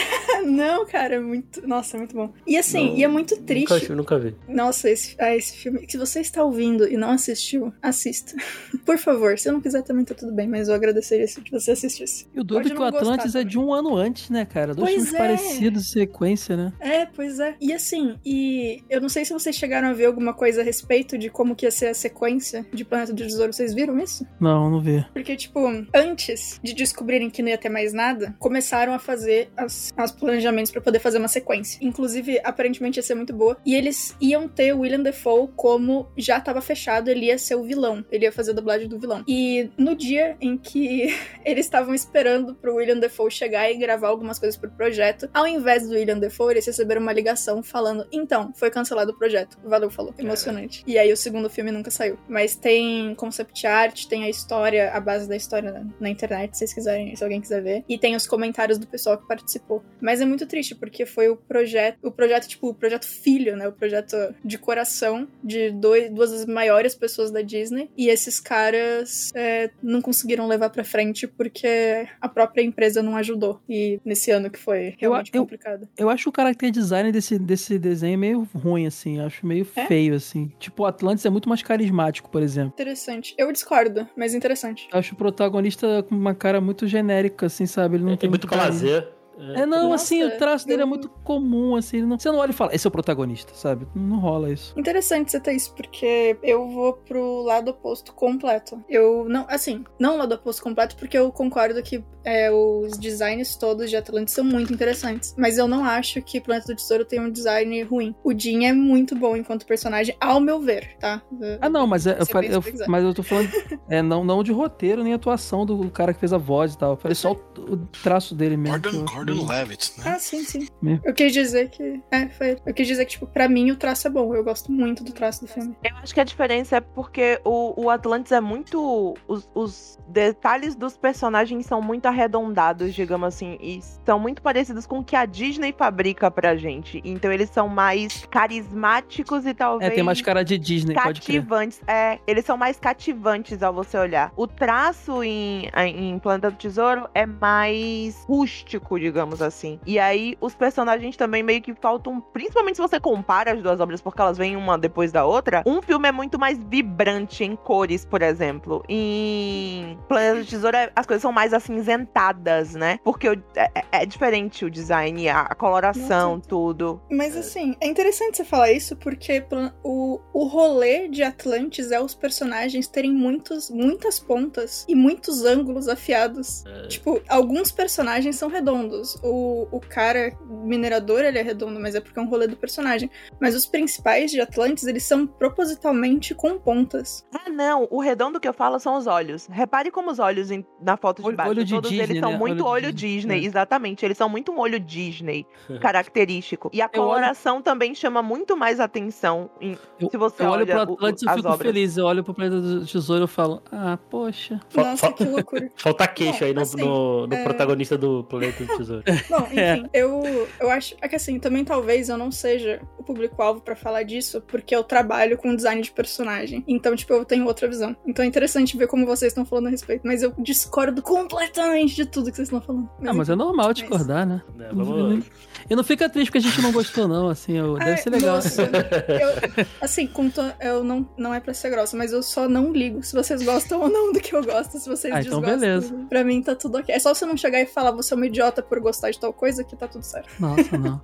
Speaker 2: não, cara, é muito. Nossa, é muito bom. E assim,
Speaker 1: Não,
Speaker 2: e é muito
Speaker 1: Nunca,
Speaker 2: triste.
Speaker 1: achei- nunca vi.
Speaker 2: Nossa, esse, ah, esse filme. Se você está ouvindo e não assistiu, assista. Por favor, se não quiser também tá tudo bem, mas eu agradeceria se você assistisse.
Speaker 5: E o doido
Speaker 2: Pode
Speaker 5: que o
Speaker 2: não gostar
Speaker 5: Atlantis é
Speaker 2: também.
Speaker 5: de um ano antes, né, cara? Dois
Speaker 2: Pois
Speaker 5: filmes
Speaker 2: é.
Speaker 5: parecidos, sequência, né?
Speaker 2: É, pois é. E assim, e eu não sei se vocês chegaram a ver alguma coisa a respeito de como que ia ser a sequência de Planeta do Tesouro. Vocês viram isso?
Speaker 5: Não, não vi.
Speaker 2: Porque, tipo, antes de descobrirem que não ia ter mais nada, começaram a fazer as, as planejamentos pra poder fazer uma sequência. Inclusive, aparentemente ia ser muito boa. E eles iam ter o William Defoe como já tava fechado, ele ia ser o vilão. Ele ia fazer a dublagem do vilão. E no dia em que eles estavam esperando pro William Defoe chegar e gravar algumas coisas pro projeto. Ao invés do William Defoe, eles receberam uma ligação falando: então, foi cancelado o projeto. Valeu, falou. Emocionante. E aí o segundo filme nunca saiu. Mas tem concept art, tem a história, a base da história na- na internet, se vocês quiserem, se alguém quiser ver. E tem os comentários do pessoal que participou. Mas é muito triste, porque foi o projeto, o projeto, tipo, o projeto filho, né? O projeto de coração de dois, duas das maiores pessoas da Disney. E esses caras é, não conseguiram levar pra frente porque a própria empresa não ajudou. E nesse ano que foi realmente
Speaker 5: eu-
Speaker 2: complicado.
Speaker 5: Eu acho o character design desse, desse desenho meio ruim, assim. Eu Acho meio
Speaker 2: É?
Speaker 5: feio, assim. Tipo, o Atlantis é muito mais carismático, por exemplo.
Speaker 2: Interessante. Eu discordo, mas interessante.
Speaker 5: Eu acho o protagonista com uma cara muito genérica, assim, sabe? Ele não
Speaker 1: É,
Speaker 5: tem
Speaker 1: muito né?
Speaker 5: carisma.
Speaker 1: prazer.
Speaker 5: É, não,
Speaker 2: Nossa, Uhum.
Speaker 5: assim, o traço dele é
Speaker 2: eu-
Speaker 5: muito comum, assim. ele não- Você não olha e fala, esse é o protagonista, sabe? Não rola isso.
Speaker 2: Interessante você ter isso, porque eu vou pro lado oposto completo. Eu não, assim, não o lado oposto completo, porque eu concordo que é, os designs todos de Atlantis são muito interessantes. Mas eu não acho que Planeta do Tesouro tem um design ruim. O Jim é muito bom enquanto personagem, ao meu ver, tá?
Speaker 5: Ah, não, mas é- eu,
Speaker 2: Você
Speaker 5: falei-
Speaker 2: pensa
Speaker 5: eu-
Speaker 2: que-
Speaker 5: mas eu tô falando. é, não, não de roteiro nem atuação do cara que fez a voz e tal. Eu falei só o, o traço dele mesmo. que
Speaker 6: Gordon,
Speaker 5: eu-
Speaker 6: Gordon Levitt, né?
Speaker 2: Ah, sim, sim.
Speaker 5: Né?
Speaker 2: Eu quis dizer que. É, foi. Eu quis dizer que, tipo, pra mim o traço é bom. Eu gosto muito do traço do filme.
Speaker 3: Eu acho que a diferença é porque o, o Atlantis é muito. Os, os detalhes dos personagens são muito arredondados, digamos assim, e são muito parecidos com o que a Disney fabrica pra gente. Então eles são mais carismáticos e
Speaker 5: É,
Speaker 3: talvez.
Speaker 5: tem mais cara de Disney, pode crer.
Speaker 3: Cativantes, é. Eles são mais cativantes ao você olhar. O traço em, em Planeta do Tesouro é mais rústico, digamos assim. E aí, os personagens também meio que faltam. Principalmente se você compara as duas obras, porque elas vêm uma depois da outra. Um filme é muito mais vibrante em cores, por exemplo. Em Planeta do Tesouro, é- as coisas são mais acinzentadas, né? Porque o- é, é- é diferente o design, a, a coloração,
Speaker 2: Nossa.
Speaker 3: tudo.
Speaker 2: Mas assim, é interessante você falar isso porque plan- o, o rolê de Atlantis é os personagens terem muitos, muitas pontas e muitos ângulos afiados.
Speaker 1: É.
Speaker 2: Tipo, alguns personagens são redondos. O, o cara minerador, ele é redondo, mas é porque é um rolê do personagem. Mas os principais de Atlantis, eles são propositalmente com pontas.
Speaker 3: Ah, não. O redondo que eu falo são os olhos. Repare como os olhos em- na foto de
Speaker 5: Olho-
Speaker 3: baixo.
Speaker 5: olho de
Speaker 3: Todos
Speaker 5: Disney,
Speaker 3: eles são
Speaker 5: né?
Speaker 3: muito
Speaker 5: Olho de
Speaker 3: olho
Speaker 5: Disney,
Speaker 3: Disney,
Speaker 5: é.
Speaker 3: exatamente. Eles são muito um olho Disney característico. E a
Speaker 5: Eu olho-
Speaker 3: coloração também chama muito mais atenção. em-
Speaker 5: Eu-
Speaker 3: se você
Speaker 5: Eu olho
Speaker 3: olha
Speaker 5: pro
Speaker 3: o-
Speaker 5: Atlantis e
Speaker 3: as
Speaker 5: fico
Speaker 3: obras.
Speaker 5: feliz. Eu olho pro Planeta do Tesouro e falo, ah, poxa.
Speaker 1: Fa-
Speaker 2: Nossa,
Speaker 1: fa-
Speaker 2: que loucura.
Speaker 1: Falta queixo
Speaker 2: Não,
Speaker 1: aí no,
Speaker 2: assim,
Speaker 1: no- no
Speaker 2: é-
Speaker 1: protagonista do Planeta do tesouro.
Speaker 2: Bom, enfim, eu, eu acho é que assim, também talvez eu não seja o público-alvo pra falar disso, porque eu trabalho com design de personagem. Então, tipo, eu tenho outra visão. Então é interessante ver como vocês estão falando a respeito, mas eu discordo completamente de tudo que vocês estão falando.
Speaker 5: Ah, mas é
Speaker 2: enfim.
Speaker 5: normal
Speaker 2: mas-
Speaker 5: discordar, né?
Speaker 3: É,
Speaker 1: Né, vamos-
Speaker 5: E não fica triste porque a gente não gostou, não, assim. eu- Deve
Speaker 2: Ai,
Speaker 5: ser legal.
Speaker 2: nossa, eu- assim, com to- eu não, não é pra ser grossa, mas eu só não ligo se vocês gostam ou não do que eu gosto, se vocês
Speaker 5: Ah, então
Speaker 2: desgostam.
Speaker 5: beleza.
Speaker 2: Pra mim tá tudo ok. É só você não chegar e falar, você é um idiota por gostar de tal coisa, que tá tudo certo.
Speaker 5: Nossa, não.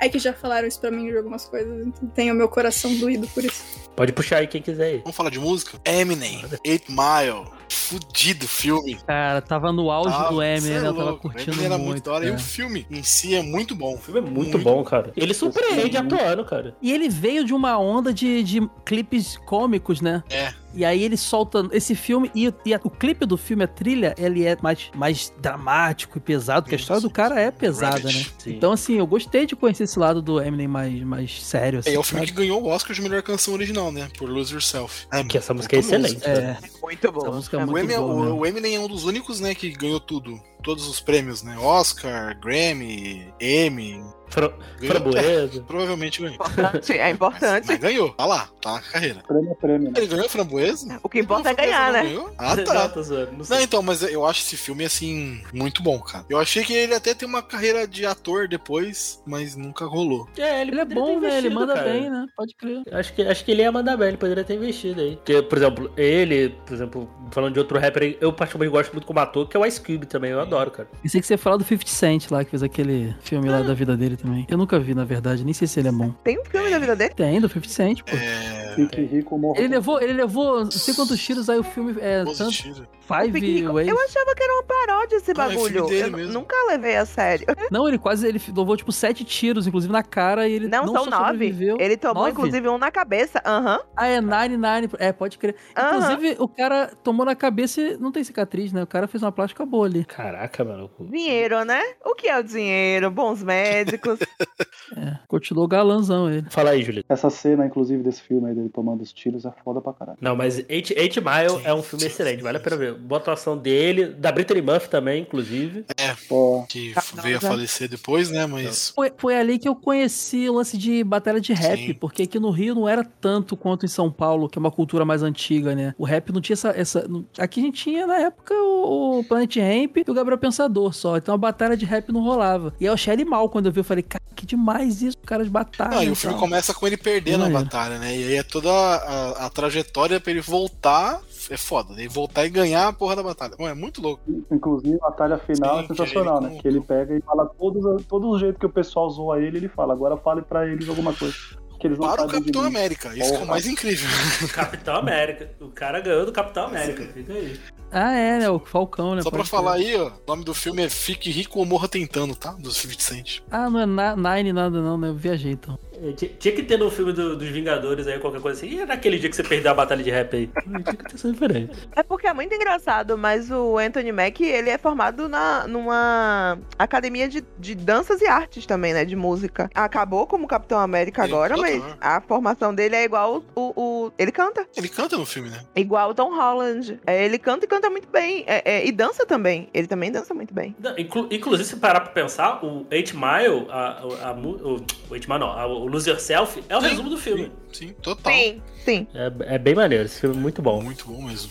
Speaker 2: É que já falaram isso pra mim de algumas coisas, então tem o meu coração doído por isso.
Speaker 1: Pode puxar aí quem quiser aí.
Speaker 6: Vamos falar de música? Eminem, Eight Mile. Fudido filme.
Speaker 5: Cara, tava no auge
Speaker 6: Tava-
Speaker 5: do Eminem,
Speaker 6: cê é
Speaker 5: né? Eu tava
Speaker 6: louco.
Speaker 5: curtindo
Speaker 6: Eminem era muito da hora. E o
Speaker 5: cara.
Speaker 6: filme em si é muito bom.
Speaker 1: O filme é muito,
Speaker 6: Muito.
Speaker 1: bom, cara. Ele surpreende atuando, cara.
Speaker 5: E ele veio de uma onda de, de clipes cômicos, né?
Speaker 6: É.
Speaker 5: E aí ele solta esse filme e, e a- o clipe do filme, a trilha, ele é mais, mais dramático e pesado, porque a história do cara é pesada, né?
Speaker 6: Rabbit.
Speaker 1: Sim.
Speaker 5: Então, assim, eu gostei de conhecer esse lado do Eminem mais, mais sério, assim.
Speaker 6: É, é o filme
Speaker 5: sabe?
Speaker 6: que ganhou o Oscar de melhor canção original, né? Por Lose Yourself. É,
Speaker 1: Que essa música é
Speaker 6: puta
Speaker 1: excelente.
Speaker 5: É,
Speaker 3: Muito
Speaker 5: essa
Speaker 3: bom.
Speaker 5: música é
Speaker 6: o,
Speaker 5: muito
Speaker 6: Eminem,
Speaker 5: boa.
Speaker 6: o-
Speaker 5: mesmo.
Speaker 6: o Eminem é um dos únicos, né, que ganhou tudo. Todos os prêmios, né? Oscar, Grammy, Emmy.
Speaker 5: É.
Speaker 1: Fra-
Speaker 6: Ganhou,
Speaker 1: Framboesa.
Speaker 6: provavelmente ganhou.
Speaker 3: Importante, é
Speaker 6: Mas,
Speaker 3: importante.
Speaker 6: mas ganhou. Tá lá, tá na carreira.
Speaker 4: Prêmio é prêmio, né?
Speaker 6: Ele ganhou framboesa?
Speaker 3: O que importa é ganhar, né?
Speaker 6: Ganhou? Ah,
Speaker 1: Não,
Speaker 6: tá.
Speaker 1: tô zoando, não sei.
Speaker 6: Não, então, mas eu acho esse filme, assim, muito bom, cara. Eu achei que ele até tem uma carreira de ator depois, mas nunca rolou.
Speaker 1: É,
Speaker 5: Ele é
Speaker 1: poderia ter
Speaker 5: bom, né? Ele
Speaker 1: investido,
Speaker 5: manda
Speaker 1: cara.
Speaker 5: bem, né? Pode crer.
Speaker 1: Acho que, acho que ele ia mandar bem, ele poderia ter investido aí. Porque, por exemplo, ele, por exemplo, falando de outro rapper, eu particularmente gosto muito como ator, que é o Ice Cube também, eu adoro, cara.
Speaker 5: Pensei que você ia falar do 50 Cent lá, que fez aquele filme
Speaker 3: Ah.
Speaker 5: lá da vida dele também. Eu nunca vi, na verdade, nem sei se ele é bom.
Speaker 3: Tem um filme da vida dele?
Speaker 5: Tem, do 50 Cent, pô.
Speaker 6: É.
Speaker 4: Fique rico, morro.
Speaker 5: Ele levou, ele levou não sei quantos tiros, aí o filme é tanto
Speaker 6: Positivo.
Speaker 5: Five
Speaker 3: Piquenico.
Speaker 5: Ways.
Speaker 3: Eu achava que era uma paródia esse
Speaker 6: Não, é filme
Speaker 3: bagulho.
Speaker 6: dele
Speaker 3: eu n-
Speaker 6: mesmo.
Speaker 3: nunca levei a sério.
Speaker 5: Não, ele quase ele levou tipo sete tiros, inclusive na cara, e ele
Speaker 3: Não,
Speaker 5: não
Speaker 3: são
Speaker 5: só
Speaker 3: nove.
Speaker 5: sobreviveu.
Speaker 3: Ele tomou,
Speaker 5: Nove?
Speaker 3: inclusive, um na cabeça. Aham.
Speaker 5: Ah, é nine, nine. É, pode crer.
Speaker 3: Aham.
Speaker 5: Inclusive, o cara tomou na cabeça e não tem cicatriz, né? O cara fez uma plástica boa ali.
Speaker 1: Caraca, maluco.
Speaker 3: Dinheiro, né? O que é o dinheiro? Bons médicos.
Speaker 5: É, continuou galanzão ele.
Speaker 1: Fala aí, Julieta.
Speaker 4: Essa cena, inclusive, desse filme aí dele tomando os tiros é foda pra caralho.
Speaker 1: Não, mas Eight, Eight Mile é um filme
Speaker 6: sim,
Speaker 1: excelente,
Speaker 6: sim,
Speaker 1: vale a pena
Speaker 6: sim.
Speaker 1: ver. Boa atuação dele, da Brittany Murphy também, inclusive.
Speaker 4: Pô,
Speaker 6: Que
Speaker 3: Tá,
Speaker 6: veio a
Speaker 3: tá.
Speaker 6: falecer depois, né? Mas.
Speaker 5: Foi, foi ali que eu conheci o lance de batalha de rap,
Speaker 6: Sim.
Speaker 5: porque aqui no Rio não era tanto quanto em São Paulo, que é uma cultura mais antiga, né? O rap não tinha essa. essa não- Aqui a gente tinha na época o, o Planet Ramp e o Gabriel Pensador só. Então a batalha de rap não rolava. E eu achei ele mal quando eu vi, eu falei, cara, que demais isso, cara de
Speaker 1: Ah,
Speaker 5: batalha.
Speaker 6: Não, e
Speaker 5: e
Speaker 6: o filme
Speaker 5: tal."
Speaker 1: então.
Speaker 6: começa com ele perdendo a
Speaker 5: Maneiro.
Speaker 6: batalha, né? E aí é toda a, a trajetória pra ele voltar. É foda, né? Ele voltar e ganhar a porra da batalha. Mano, é muito louco.
Speaker 4: Inclusive, a batalha final
Speaker 6: Sim,
Speaker 4: é sensacional,
Speaker 6: que ele-
Speaker 4: né? Que ele pega e fala todos, todo o jeito que o pessoal zoa ele, ele fala. Agora fale pra eles alguma coisa. Que eles não
Speaker 6: Para o
Speaker 4: sabem de
Speaker 6: Capitão
Speaker 4: mim.
Speaker 6: América. Isso que é o
Speaker 4: Porra.
Speaker 6: mais incrível.
Speaker 1: Capitão América. O cara ganhou do Capitão América. Fica aí.
Speaker 5: Ah, é, né? O Falcão, né?
Speaker 6: Só pra
Speaker 5: Pode
Speaker 6: falar
Speaker 5: crer.
Speaker 6: aí, ó. O nome do filme é Fique Rico ou Morra Tentando, tá? Dos 50 Cent.
Speaker 5: Ah, não é na- Nine nada, não, né? Eu viajei então.
Speaker 1: É, ti- Tinha que ter no filme do- dos Vingadores aí, qualquer coisa assim. E é naquele dia que você perdeu a batalha de rap aí. Tinha que ter sido diferente.
Speaker 3: é porque é muito engraçado, mas o Anthony Mack, ele é formado na, numa academia de, de danças e artes também, né? De música. Acabou como Capitão América
Speaker 6: Ele
Speaker 3: agora,
Speaker 6: canta,
Speaker 3: mas
Speaker 6: né?
Speaker 3: a formação dele é igual o- o... Ele canta. é
Speaker 6: Ele canta no filme, né?
Speaker 3: Igual o Tom Holland. É, ele canta e canta muito bem. É, é, e dança também. Ele também dança muito bem.
Speaker 1: Não, inclu- inclusive, se parar pra pensar, o Eight Mile, a, a, a mu- o, o Eight Mile não, a- o Lose Yourself é o
Speaker 6: Sim,
Speaker 1: resumo do filme.
Speaker 6: Sim, total.
Speaker 3: Sim, sim.
Speaker 1: É, é bem maneiro, esse filme é muito bom.
Speaker 6: Muito bom mesmo.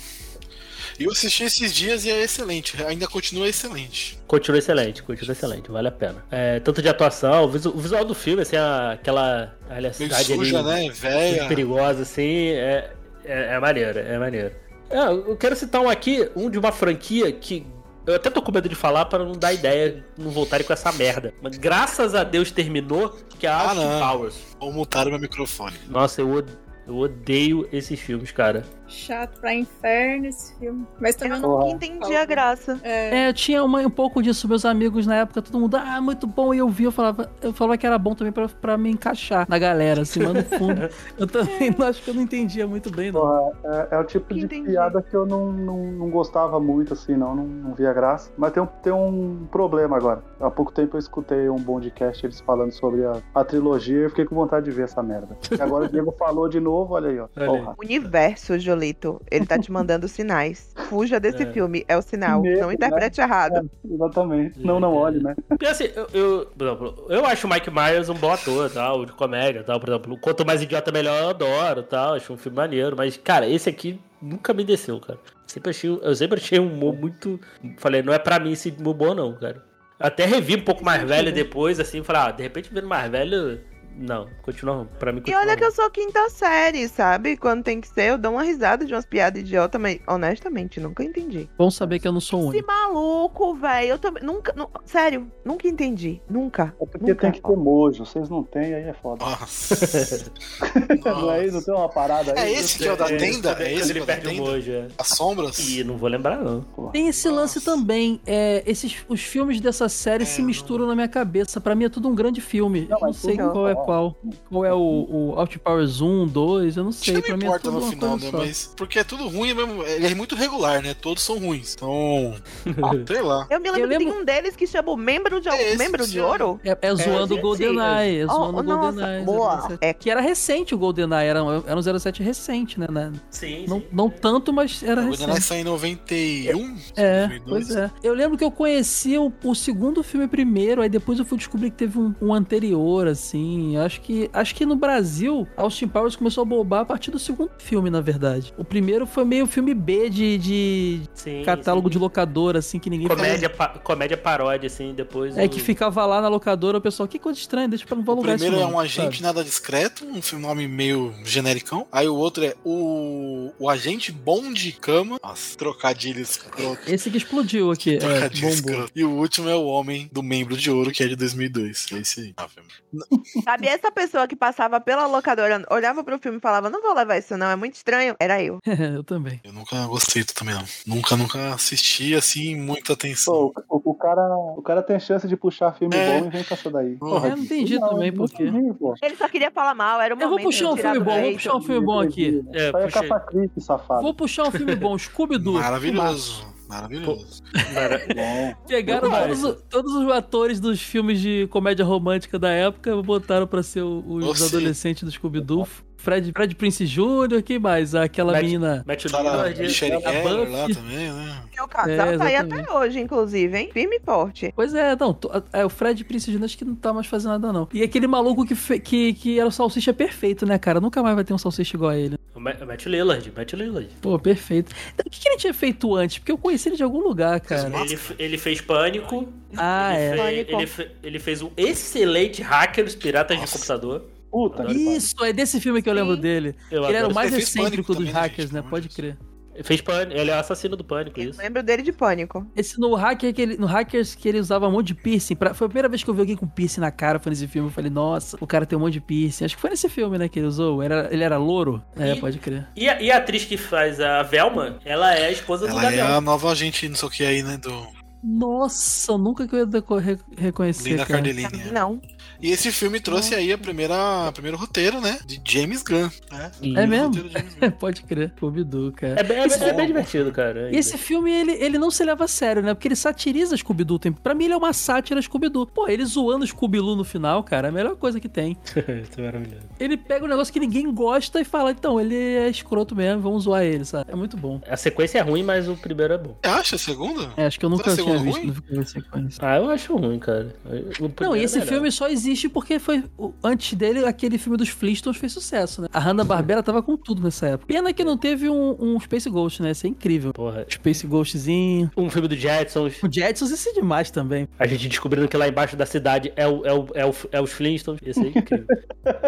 Speaker 6: Eu assisti esses dias e é excelente. Ainda continua excelente.
Speaker 1: Continua excelente, continua excelente, vale a pena. É, tanto de atuação, o visu- o visual do filme, assim, a- aquela olha, a
Speaker 6: Meio
Speaker 1: cidade
Speaker 6: suja,
Speaker 1: ali,
Speaker 6: né? Véia.
Speaker 1: perigosa, assim, é, é, é maneiro, é maneiro. É, eu quero citar um aqui, um de uma franquia que eu até tô com medo de falar para não dar ideia, não voltarem com essa merda. Mas graças a Deus terminou, que é a
Speaker 6: Ah,
Speaker 1: Austin
Speaker 6: não.
Speaker 1: Powers.
Speaker 6: Ou mutaram meu microfone.
Speaker 1: Nossa, eu, od- eu odeio esses filmes, cara.
Speaker 2: Chato pra inferno esse filme. Mas
Speaker 3: Eu
Speaker 2: também não.
Speaker 3: nunca entendi a graça.
Speaker 5: É, eu tinha uma- um pouco disso, meus amigos na época, todo mundo, ah, muito bom. E eu vi, eu falava, eu falava que era bom também pra, pra me encaixar na galera, assim, lá no fundo. eu também não- acho que eu não entendia muito bem, não.
Speaker 4: Porra, é, é o tipo de
Speaker 3: Entendi.
Speaker 4: piada que eu não, não, não gostava muito, assim, não, não, não via graça. Mas tem um, tem um problema agora. Há pouco tempo eu escutei um podcast eles falando sobre a, a trilogia e eu fiquei com vontade de ver essa merda. E agora o Diego falou de novo, olha aí, ó.
Speaker 1: Olha aí.
Speaker 4: Porra.
Speaker 3: Universo de Lito. Ele tá te mandando sinais. Fuja desse
Speaker 1: É.
Speaker 3: filme, é o sinal.
Speaker 4: Medo,
Speaker 3: não interprete errado.
Speaker 4: É, exatamente. Não, não olhe, né?
Speaker 1: Porque assim, eu, eu, por exemplo, eu acho o Mike Myers um bom ator, tal, de comédia, tal, por exemplo. Quanto mais idiota, melhor eu adoro, tal. Acho um filme maneiro. Mas, cara, esse aqui nunca me desceu, cara. Sempre achei, eu sempre achei um humor muito. Falei, não é pra mim esse humor bom, não, cara. Até revi um pouco mais velho depois, assim, falei, ah, de repente vendo mais velho. Não, continua. ruim. Pra mim
Speaker 3: E
Speaker 1: continua.
Speaker 3: olha que eu
Speaker 1: ruim.
Speaker 3: sou quinta série, sabe? Quando tem que ser, eu dou uma risada de umas piadas idiota, mas honestamente, nunca entendi.
Speaker 5: Bom saber que eu não sou o
Speaker 3: Esse
Speaker 5: único.
Speaker 3: maluco, velho, eu também. Nunca. nu- sério, nunca entendi. Nunca.
Speaker 4: É porque
Speaker 3: Nunca.
Speaker 4: tem que ter mojo. Vocês não têm, aí é foda.
Speaker 6: Nossa.
Speaker 4: Não é isso? Não tem uma parada aí?
Speaker 6: É esse que é o da tenda? É esse que é
Speaker 1: ele
Speaker 6: o da
Speaker 1: perde
Speaker 5: tá
Speaker 1: o
Speaker 6: tenda?
Speaker 1: mojo, é.
Speaker 6: As sombras?
Speaker 1: Ih, não vou lembrar, não.
Speaker 5: Tem esse lance também. é, esses, os filmes dessa série
Speaker 6: É,
Speaker 5: se misturam na minha cabeça. Pra mim é tudo um grande filme.
Speaker 4: Não,
Speaker 5: eu não
Speaker 4: mas
Speaker 5: sei
Speaker 3: tudo-
Speaker 5: qual é qual. Qual é o, o Out Powers 1, 2, eu não
Speaker 6: Isso
Speaker 5: sei.
Speaker 6: não
Speaker 5: Pra mim é
Speaker 6: importa
Speaker 5: tudo
Speaker 6: no
Speaker 5: uma
Speaker 6: final, né?
Speaker 5: coisa só.
Speaker 6: Mas. Porque é tudo ruim mesmo. Ele é muito regular, né? Todos são ruins. Então. sei lá.
Speaker 3: Eu me lembro,
Speaker 5: Eu
Speaker 3: que
Speaker 5: lembro-
Speaker 3: tem um deles que chama o membro de,
Speaker 6: É esse,
Speaker 3: membro de
Speaker 6: sim.
Speaker 3: ouro.
Speaker 5: É, é zoando o
Speaker 4: gente,
Speaker 5: GoldenEye. É zoando
Speaker 3: Oh,
Speaker 5: o
Speaker 3: nossa,
Speaker 5: GoldenEye.
Speaker 3: boa.
Speaker 5: 007.
Speaker 3: É.
Speaker 5: Que era recente o GoldenEye. Era, um- era um 07 recente, né? né?
Speaker 1: Sim.
Speaker 5: Não, não tanto, mas era
Speaker 6: É, O GoldenEye
Speaker 5: recente.
Speaker 6: saiu em 91?
Speaker 5: É,
Speaker 6: 92?
Speaker 5: pois é. Eu lembro que eu conheci o, o segundo filme primeiro, aí depois eu fui descobrir que teve um, um anterior, assim. Acho que, acho que no Brasil, Austin Powers começou a bombar a partir do segundo filme, na verdade. O primeiro foi meio filme B de, de
Speaker 1: Sim,
Speaker 5: catálogo
Speaker 1: sim.
Speaker 5: de locadora, assim, que ninguém
Speaker 1: Comédia, pa- comédia paródia, assim, depois.
Speaker 5: É
Speaker 1: o-
Speaker 5: que ficava lá na locadora, o pessoal, que coisa estranha, deixa pra não vou
Speaker 6: O
Speaker 5: alugar
Speaker 6: primeiro
Speaker 5: isso
Speaker 6: é
Speaker 5: não",
Speaker 6: um agente
Speaker 5: sabe?
Speaker 6: nada discreto, um filme- nome meio genericão. Aí o outro é o, o agente bom de cama. Nossa, trocadilho escroto.
Speaker 5: Esse que explodiu aqui, é,
Speaker 6: Trocadilho
Speaker 5: bombou.
Speaker 6: escroto. E o último é o homem do membro de ouro, que é de 2002. É esse aí. Ah, filme.
Speaker 3: Sabe, essa pessoa que passava pela locadora, olhava pro filme e falava, não vou levar isso não, é muito estranho. Era eu.
Speaker 5: eu também.
Speaker 6: Eu nunca gostei do também, não. Nunca, nunca assisti assim, muita atenção.
Speaker 4: Pô, o, o cara, o cara tem chance de puxar filme
Speaker 6: É.
Speaker 4: bom e vem com essa daí.
Speaker 6: Porra,
Speaker 5: É, não entendi
Speaker 4: Não,
Speaker 5: também
Speaker 4: não
Speaker 5: por quê.
Speaker 4: entendi, pô.
Speaker 3: Ele só queria falar mal, era o
Speaker 5: Eu
Speaker 3: momento.
Speaker 5: vou puxar
Speaker 3: de
Speaker 5: um
Speaker 3: tirar
Speaker 5: filme
Speaker 3: do
Speaker 5: bom, vou
Speaker 3: leito.
Speaker 5: puxar um filme bom aqui.
Speaker 1: É,
Speaker 4: Sai a
Speaker 1: puxei.
Speaker 4: capa crítica, safado.
Speaker 5: Vou puxar um filme bom, Scooby-Doo.
Speaker 6: Maravilhoso. Maravilhoso.
Speaker 1: Mara-
Speaker 4: Bom,
Speaker 5: Pegaram
Speaker 1: Não,
Speaker 5: todos, o- todos os atores dos filmes de comédia romântica da época e botaram pra ser o- os
Speaker 6: Você.
Speaker 5: adolescentes do Scooby-Doo. Fred, Fred Prince Jr., quem mais? Aquela
Speaker 1: Matt-
Speaker 5: menina...
Speaker 1: Matt
Speaker 6: Sarah
Speaker 1: Lillard,
Speaker 6: Michelle
Speaker 5: a
Speaker 6: Gellar lá
Speaker 5: Buffy.
Speaker 6: também, né?
Speaker 3: O casal
Speaker 5: É,
Speaker 3: tá aí
Speaker 5: exatamente.
Speaker 3: até hoje, inclusive, hein? Firme e forte.
Speaker 5: Pois é, não, to- é o Fred Prince Jr. acho que não tá mais fazendo nada não. E aquele maluco que, fe- que, que era o salsicha perfeito, né, cara? Nunca mais vai ter um salsicha igual a ele.
Speaker 1: O Ma- o Matt Lillard, Matt Lillard.
Speaker 5: Pô, perfeito. Então, O que, que ele tinha feito antes? Porque eu conheci ele de algum lugar, cara.
Speaker 1: Ele, fe- ele fez Pânico.
Speaker 5: Ah,
Speaker 1: ele,
Speaker 5: é.
Speaker 1: fe-
Speaker 3: Pânico.
Speaker 1: ele fe- ele fez um excelente hacker, os piratas de
Speaker 6: Nossa.
Speaker 1: computador.
Speaker 4: puta que pariu.
Speaker 5: Isso, é desse filme que eu lembro
Speaker 3: Sim.
Speaker 5: dele.
Speaker 1: Eu
Speaker 5: Ele era
Speaker 1: adoro
Speaker 5: o mais
Speaker 6: Ele fez Pânico
Speaker 5: excêntrico dos
Speaker 6: também, né,
Speaker 5: hackers,
Speaker 6: gente?
Speaker 5: né?
Speaker 6: Pelo
Speaker 5: Pode
Speaker 6: amor de
Speaker 5: crer.
Speaker 1: esse- Fez Pânico, ele é o assassino do Pânico,
Speaker 3: Eu
Speaker 1: isso.
Speaker 3: lembro dele de pânico.
Speaker 5: Esse no hacker que ele, no hackers que ele usava um monte de piercing. pra- foi a primeira vez que eu vi alguém com piercing na cara, foi nesse filme. Eu falei, nossa, o cara tem um monte de piercing. Acho que foi nesse filme, né, que ele usou. Era, ele era louro? É,
Speaker 1: E-
Speaker 5: pode crer.
Speaker 1: E a, e a atriz que faz a Velma, ela é a esposa do
Speaker 6: Ela é
Speaker 1: Gabriel.
Speaker 6: a nova agente, não sei o que aí, né? Do
Speaker 5: Nossa, nunca que eu ia deco- re- reconhecer.
Speaker 6: Linda
Speaker 5: cara.
Speaker 6: Cardellini. é.
Speaker 3: Não.
Speaker 6: E esse filme trouxe aí a primeira, o primeiro roteiro, né? De James Gunn. né?
Speaker 5: É
Speaker 6: O
Speaker 5: mesmo?
Speaker 6: roteiro de James Gunn.
Speaker 5: pode crer. Scooby-Doo, cara.
Speaker 1: É bem, é bem- é bem divertido, cara. É
Speaker 5: E
Speaker 1: ainda.
Speaker 5: esse filme, ele, ele não se leva a sério, né? Porque ele satiriza Scooby-Doo. o tempo- Pra mim, ele é uma sátira Scooby-Doo. Pô, ele zoando Scooby-Doo no final, cara, é a melhor coisa que tem.
Speaker 1: Isso é maravilhoso.
Speaker 5: Ele pega um negócio que ninguém gosta e fala, então, ele é escroto mesmo, vamos zoar ele, sabe? É muito bom.
Speaker 1: A sequência é ruim, mas o primeiro é bom.
Speaker 6: Você acha a segunda?
Speaker 5: É, acho que eu nunca
Speaker 6: Será que
Speaker 5: tinha
Speaker 6: segundo
Speaker 5: visto
Speaker 6: ruim?
Speaker 5: no filme em sequência.
Speaker 1: Ah, eu acho ruim, cara. O primeiro
Speaker 5: Não, e esse
Speaker 1: é melhor.
Speaker 5: filme só existe porque foi. o- Antes dele, aquele filme dos Flintstones fez sucesso, né? A Hanna-Barbera tava com tudo nessa época. Pena que não teve um, um Space Ghost, né? Isso é incrível.
Speaker 1: Porra. tipo,
Speaker 5: Space Ghostzinho.
Speaker 1: Um filme do Jetsons,
Speaker 5: O Jetsons, isso é demais também.
Speaker 1: a gente descobrindo que lá embaixo da cidade é, o, é, o, é, o, é os Flintstones. Ia ser incrível.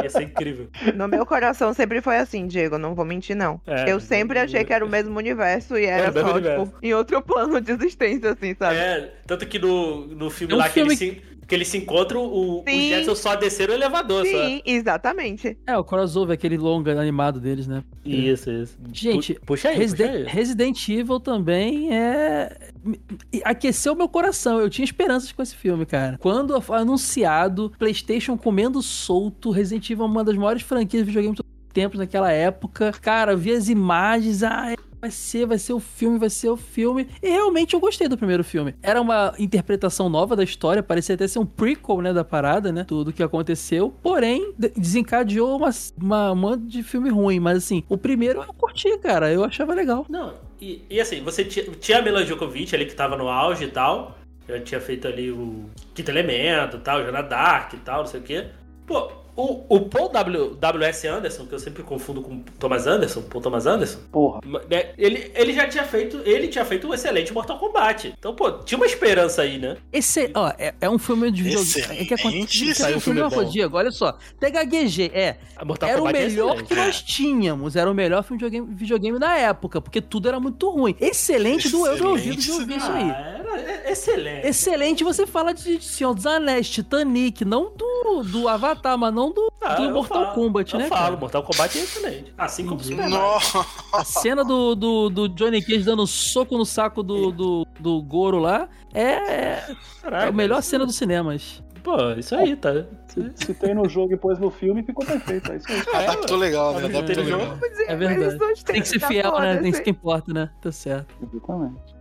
Speaker 1: Ia ser incrível.
Speaker 3: No meu coração sempre foi assim, Diego, não vou mentir, não.
Speaker 1: É,
Speaker 3: eu sempre achei que era o mesmo universo e era
Speaker 1: o mesmo
Speaker 3: só,
Speaker 1: universo.
Speaker 3: tipo, em outro plano de existência, assim, sabe?
Speaker 1: É, tanto que no, no filme
Speaker 5: É um
Speaker 1: lá
Speaker 5: filme
Speaker 1: que, eles se, que eles se encontram, o, os
Speaker 3: Sim.
Speaker 1: Jetsons só desceram o elevador.
Speaker 3: Sim, exatamente.
Speaker 5: É, o crossover, aquele longa animado deles, né?
Speaker 1: Só. Isso, isso.
Speaker 5: Gente,
Speaker 1: Pu- puxa aí, puxa
Speaker 5: Resident,
Speaker 1: aí.
Speaker 5: Resident Evil também é. me- Aqueceu meu coração. Eu tinha esperanças com esse filme, cara. Quando foi anunciado, PlayStation comendo solto, Resident Evil é uma das maiores franquias de videogame de todos os tempos naquela época. Cara, eu vi as imagens, ah, é- vai vai ser, vai ser o filme, vai ser o filme. E realmente eu gostei do primeiro filme. Era uma interpretação nova da história, parecia até ser um prequel, né, da parada, né, tudo que aconteceu. Porém, de- desencadeou uma, uma mão de filme ruim, mas assim, o primeiro eu curti, cara, eu achava legal.
Speaker 1: Não, e, e assim, você tinha, tinha a Mila Djokovic ali que tava no auge e tal. Já tinha feito ali o Quinto Elemento e tal, Jana Dark e tal, não sei o quê. Pô, o, o Paul w, W.S. Anderson, que eu sempre confundo com Thomas Anderson, Paul Thomas Anderson,
Speaker 4: Porra.
Speaker 1: né, ele, ele já tinha feito. Ele tinha feito um excelente Mortal Kombat. Então, pô, tinha uma esperança aí, né?
Speaker 5: Esse, ó, é, é um filme de videogame. É que
Speaker 6: Excelente
Speaker 5: acontece. Saiu o filme
Speaker 6: filme
Speaker 5: do
Speaker 6: bom.
Speaker 5: Diego, olha só. Até gaguejei. É,
Speaker 1: A Mortal
Speaker 5: era o
Speaker 1: Kombat é
Speaker 5: melhor
Speaker 1: excelente.
Speaker 5: que nós tínhamos. Era o melhor filme de videogame, videogame da época, porque tudo era muito ruim. Excelente, doeu meu ouvido de ouvir isso aí.
Speaker 1: Ah, era é- excelente.
Speaker 5: Excelente, você fala de Senhor dos Anéis, Titanic, não do, do Avatar, mas não do,
Speaker 1: Ah,
Speaker 5: do
Speaker 1: eu
Speaker 5: Mortal
Speaker 1: falo,
Speaker 5: Kombat,
Speaker 1: eu
Speaker 5: né?
Speaker 1: falo,
Speaker 5: cara?
Speaker 1: Mortal Kombat é excelente. Assim como
Speaker 5: Entendi.
Speaker 1: Super Mario.
Speaker 6: Uhum. Nossa,
Speaker 5: A cena do, do, do Johnny Cage dando soco no saco do, do, do Goro lá é, é,
Speaker 1: Caraca.
Speaker 5: é a melhor cena dos cinemas.
Speaker 1: Pô, isso aí, tá?
Speaker 4: Se, se tem no jogo e pôs no filme, ficou perfeito. É isso aí.
Speaker 1: Ah, é,
Speaker 6: adaptou legal, né?
Speaker 1: Tá no
Speaker 6: Adaptou
Speaker 1: jogo.
Speaker 6: legal.
Speaker 3: Mas,
Speaker 5: É verdade.
Speaker 3: eles dois têm
Speaker 5: Tem que ser
Speaker 3: dar
Speaker 5: fiel,
Speaker 3: foda,
Speaker 5: né? Tem que
Speaker 3: assim.
Speaker 5: ser que importa, né? Tá certo.
Speaker 4: Exatamente.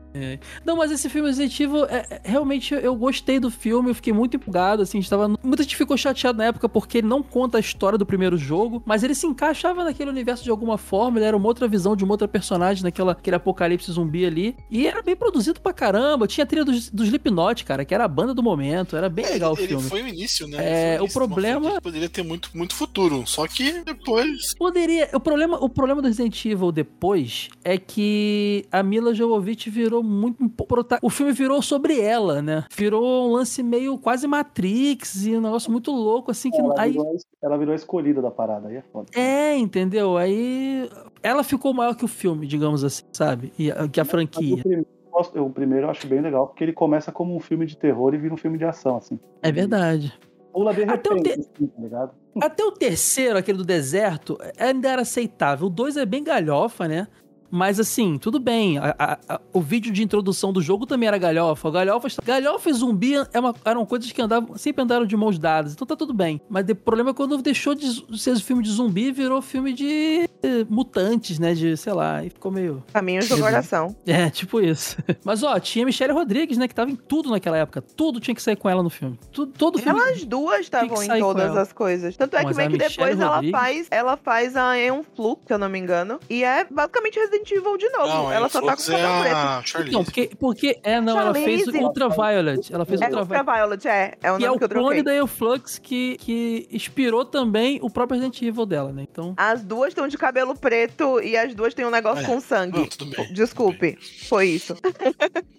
Speaker 5: Não, mas esse filme executivo, é, é- realmente eu gostei do filme, eu fiquei muito empolgado, assim, a gente tava... Muita gente ficou chateado na época porque ele não conta a história do primeiro jogo, mas ele se encaixava naquele universo de alguma forma, ele era uma outra visão de uma outra personagem naquela aquele apocalipse zumbi ali, e era bem produzido pra caramba, tinha a trilha dos do Slipknot, cara, que era a banda do momento, era bem
Speaker 6: É,
Speaker 5: legal o
Speaker 6: ele
Speaker 5: filme.
Speaker 6: foi o início, né?
Speaker 5: É,
Speaker 6: Ele foi
Speaker 5: o
Speaker 6: início de uma
Speaker 5: problema-
Speaker 6: franquia que Poderia ter muito, muito futuro, só que depois.
Speaker 5: Poderia. O problema, o problema do Resident Evil depois é que a Mila Jovovich virou muito. um pouco prota- O filme virou sobre ela, né? Virou um lance meio quase Matrix e um negócio muito louco, assim que.
Speaker 4: Ela
Speaker 5: Aí,
Speaker 4: virou, a- ela virou a escolhida da parada, aí é foda.
Speaker 5: é, entendeu? Aí. Ela ficou maior que o filme, digamos assim, sabe? E, a- que a
Speaker 4: Mas O
Speaker 5: franquia.
Speaker 4: primeiro, eu gosto- o primeiro eu acho bem legal, porque ele começa como um filme de terror e vira um filme de ação, assim.
Speaker 5: É verdade.
Speaker 4: Pula de
Speaker 5: Até o
Speaker 4: repente, assim, tá ligado?
Speaker 5: Até o terceiro, aquele do deserto, ainda era aceitável. O dois é bem galhofa, né? Mas assim, tudo bem. A- a- a- o vídeo de introdução do jogo também era galhofa. Galhofa, galhofa e zumbi é uma- eram coisas que andavam, sempre andaram de mãos dadas. Então tá tudo bem. Mas o problema é quando deixou de z- ser filme de zumbi e virou filme de eh, mutantes, né? De, sei lá, e ficou meio.
Speaker 3: Caminhos do
Speaker 5: Uhum.
Speaker 3: coração.
Speaker 5: É, tipo isso. Mas ó, tinha Michelle Rodrigues, né? Que tava em tudo naquela época. Tudo tinha que sair com ela no filme. Tudo, todo filme.
Speaker 3: Elas duas estavam em
Speaker 5: sair com
Speaker 3: todas
Speaker 5: ela.
Speaker 3: as coisas. Tanto é
Speaker 5: Mas
Speaker 3: que meio
Speaker 5: a
Speaker 3: que
Speaker 5: Michelle
Speaker 3: depois ela
Speaker 5: Rodrigues-
Speaker 3: faz, ela faz a Eon Flux, se eu não me engano. E é basicamente Resident Evil de novo.
Speaker 6: Não,
Speaker 3: ela
Speaker 6: ele
Speaker 3: só tá
Speaker 6: falou
Speaker 3: com
Speaker 6: que
Speaker 3: o cabelo
Speaker 6: é
Speaker 3: preto.
Speaker 6: a Charlize.
Speaker 5: Não, porque, porque é, não, ela fez
Speaker 3: Charlize.
Speaker 5: Ultraviolet. Ela fez
Speaker 3: É
Speaker 5: Ultraviolet.
Speaker 3: Ultraviolet, é. É o
Speaker 5: E é
Speaker 3: nome
Speaker 5: o
Speaker 3: que eu
Speaker 5: clone
Speaker 3: troquei.
Speaker 5: da Euflux que, que inspirou também o próprio Resident Evil dela, né? Então.
Speaker 3: As duas estão de cabelo preto e as duas têm um negócio
Speaker 6: É.
Speaker 3: com sangue.
Speaker 6: Não, tudo bem.
Speaker 3: Desculpe, foi isso.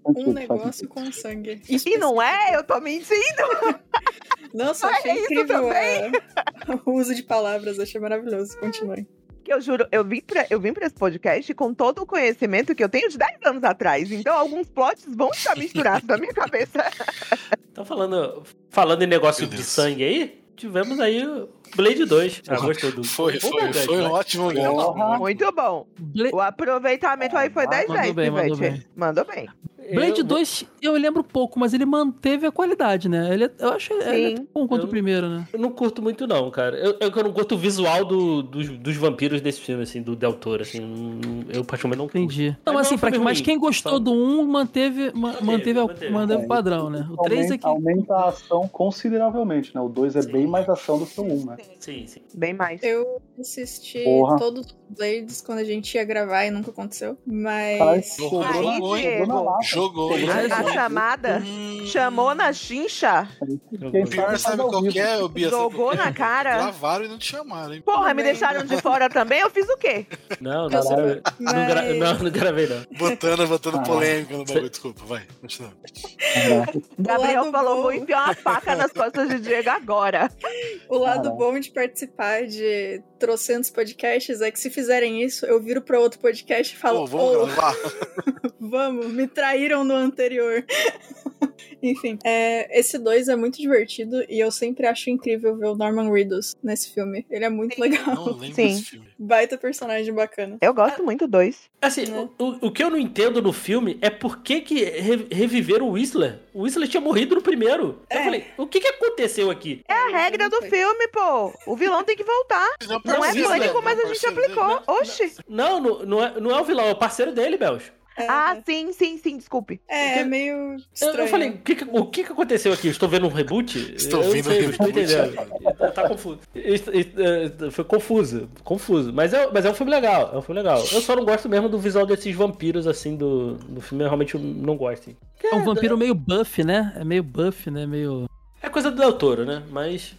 Speaker 2: Um negócio com sangue. Isso
Speaker 3: E não é? Eu tô mentindo.
Speaker 2: Nossa, eu achei incrível a- o uso de palavras, achei maravilhoso. Continue.
Speaker 3: Que eu juro, eu vim, pra, eu vim pra esse podcast com todo o conhecimento que eu tenho de 10 anos atrás. Então, alguns plots vão estar misturados na minha cabeça.
Speaker 1: Então, falando, falando em negócio
Speaker 6: Meu
Speaker 1: de
Speaker 6: Deus.
Speaker 1: sangue aí, tivemos aí o Blade 2. Ah, gostou do.
Speaker 6: Foi,
Speaker 1: Bom
Speaker 6: foi,
Speaker 1: gancho,
Speaker 6: foi
Speaker 1: né?
Speaker 6: um ótimo
Speaker 4: Porra.
Speaker 6: gancho.
Speaker 3: Muito bom.
Speaker 5: Bla-
Speaker 3: O aproveitamento aí foi 10
Speaker 5: mandou
Speaker 3: reais,
Speaker 5: bem, mandou
Speaker 3: Pivete.
Speaker 5: bem.
Speaker 3: Mandou bem.
Speaker 5: Blade
Speaker 1: Eu-
Speaker 5: 2, eu lembro pouco, mas ele manteve a qualidade, né? Ele é- eu acho que ele é
Speaker 3: Sim.
Speaker 5: tão bom quanto
Speaker 1: Eu-
Speaker 5: o primeiro, né?
Speaker 1: Eu não curto muito, não, cara. Eu, eu, eu não curto o visual do- dos, dos vampiros desse filme, assim, do Del Toro, assim. não- Eu, particularmente, não curto.
Speaker 5: Entendi.
Speaker 1: Mas
Speaker 5: Não,
Speaker 1: não
Speaker 5: mas
Speaker 1: é
Speaker 5: assim,
Speaker 1: um
Speaker 5: pra,
Speaker 1: filme
Speaker 5: mas
Speaker 1: ruim,
Speaker 5: quem gostou
Speaker 1: só-
Speaker 5: do 1 manteve, ma-
Speaker 1: Manteve,
Speaker 5: manteve, a-
Speaker 1: manteve.
Speaker 5: manteve, o padrão, né? O 3
Speaker 4: aumenta,
Speaker 5: é que.
Speaker 4: aumenta a ação consideravelmente, né? O 2 é
Speaker 1: Sim.
Speaker 4: bem mais ação do que o 1, um, né?
Speaker 1: Sim, sim.
Speaker 3: Bem mais.
Speaker 2: Eu assisti
Speaker 4: Porra.
Speaker 2: todos os Blades quando a gente ia gravar e nunca aconteceu.
Speaker 4: Caralho,
Speaker 2: Mas.
Speaker 6: Jogou,
Speaker 3: Aí,
Speaker 6: jogou, hein?
Speaker 3: Diego.
Speaker 4: na lata.
Speaker 6: Jogou.
Speaker 1: Tem
Speaker 6: hein?
Speaker 3: A, a
Speaker 1: Jogou.
Speaker 3: chamada
Speaker 6: Hum.
Speaker 3: chamou na chincha. é.
Speaker 4: Quem
Speaker 6: O pior
Speaker 4: faz,
Speaker 6: sabe
Speaker 4: faz ao
Speaker 6: qual
Speaker 4: vivo.
Speaker 6: que é, ô, Bia? Sabe
Speaker 3: Jogou
Speaker 6: qual que é?
Speaker 3: na cara.
Speaker 6: Gravaram e não te chamaram, hein?
Speaker 3: Porra, me
Speaker 2: Também.
Speaker 3: deixaram de fora também? Eu fiz o quê?
Speaker 1: Não, não,
Speaker 2: Eu sou-
Speaker 1: não, não, gra-
Speaker 2: mas-
Speaker 1: não, não gravei, não.
Speaker 6: Botando, botando
Speaker 4: Ah.
Speaker 6: polêmica no bagulho. Desculpa, vai. Continua. um.
Speaker 4: Caraca,
Speaker 3: Gabriel
Speaker 2: lado
Speaker 3: falou:
Speaker 2: bom-
Speaker 3: vou enfiar uma faca nas costas de Diego agora.
Speaker 2: O lado
Speaker 4: Caralho.
Speaker 2: bom de participar de trocentos podcasts é que se fizerem isso, eu viro pra outro podcast e falo,
Speaker 6: Pô, vamos
Speaker 2: "Ô,
Speaker 6: gravar.
Speaker 2: vamos, me traíram. viram no anterior. Enfim, é, esse dois é muito divertido e eu sempre acho incrível ver o Norman Reedus nesse filme. Ele é muito legal.
Speaker 6: Não lembro
Speaker 3: Sim.
Speaker 6: desse filme.
Speaker 2: Baita personagem bacana.
Speaker 3: Eu gosto muito do dois.
Speaker 1: Assim,
Speaker 2: Né?
Speaker 1: o, o- o que eu não entendo no filme é por que, que re- reviveram o Whistler. O Whistler tinha morrido no primeiro. Eu
Speaker 2: É.
Speaker 1: falei, o que, que aconteceu aqui?
Speaker 3: É a regra do filme, pô. O vilão tem que voltar. Não é
Speaker 6: Parceiro,
Speaker 3: pânico,
Speaker 6: né?
Speaker 3: mas a gente
Speaker 6: Parceiro
Speaker 3: aplicou.
Speaker 6: dele, né?
Speaker 3: Oxi.
Speaker 1: Não, não, não é, não é o vilão, é o parceiro dele, Belch.
Speaker 2: É,
Speaker 3: Ah, sim, sim, sim, desculpe.
Speaker 2: é, é meio
Speaker 1: Eu,
Speaker 2: estranho.
Speaker 1: eu
Speaker 5: né?
Speaker 1: falei, o que, que- o que, que aconteceu aqui? Estou vendo um reboot?
Speaker 6: Estou
Speaker 1: Eu não
Speaker 6: vendo
Speaker 1: sei,
Speaker 6: um
Speaker 1: eu Estou
Speaker 6: reboot.
Speaker 1: entendendo. tá confuso. Isso- isso, é, Foi confuso, confuso. Mas é, mas é um filme legal, é um filme legal. Eu só não gosto mesmo do visual desses vampiros, assim, do, do filme. Eu realmente não gosto. assim.
Speaker 5: É um vampiro meio buff, né? É meio buff, né? Meio.
Speaker 1: É coisa do Del Toro, né? Mas...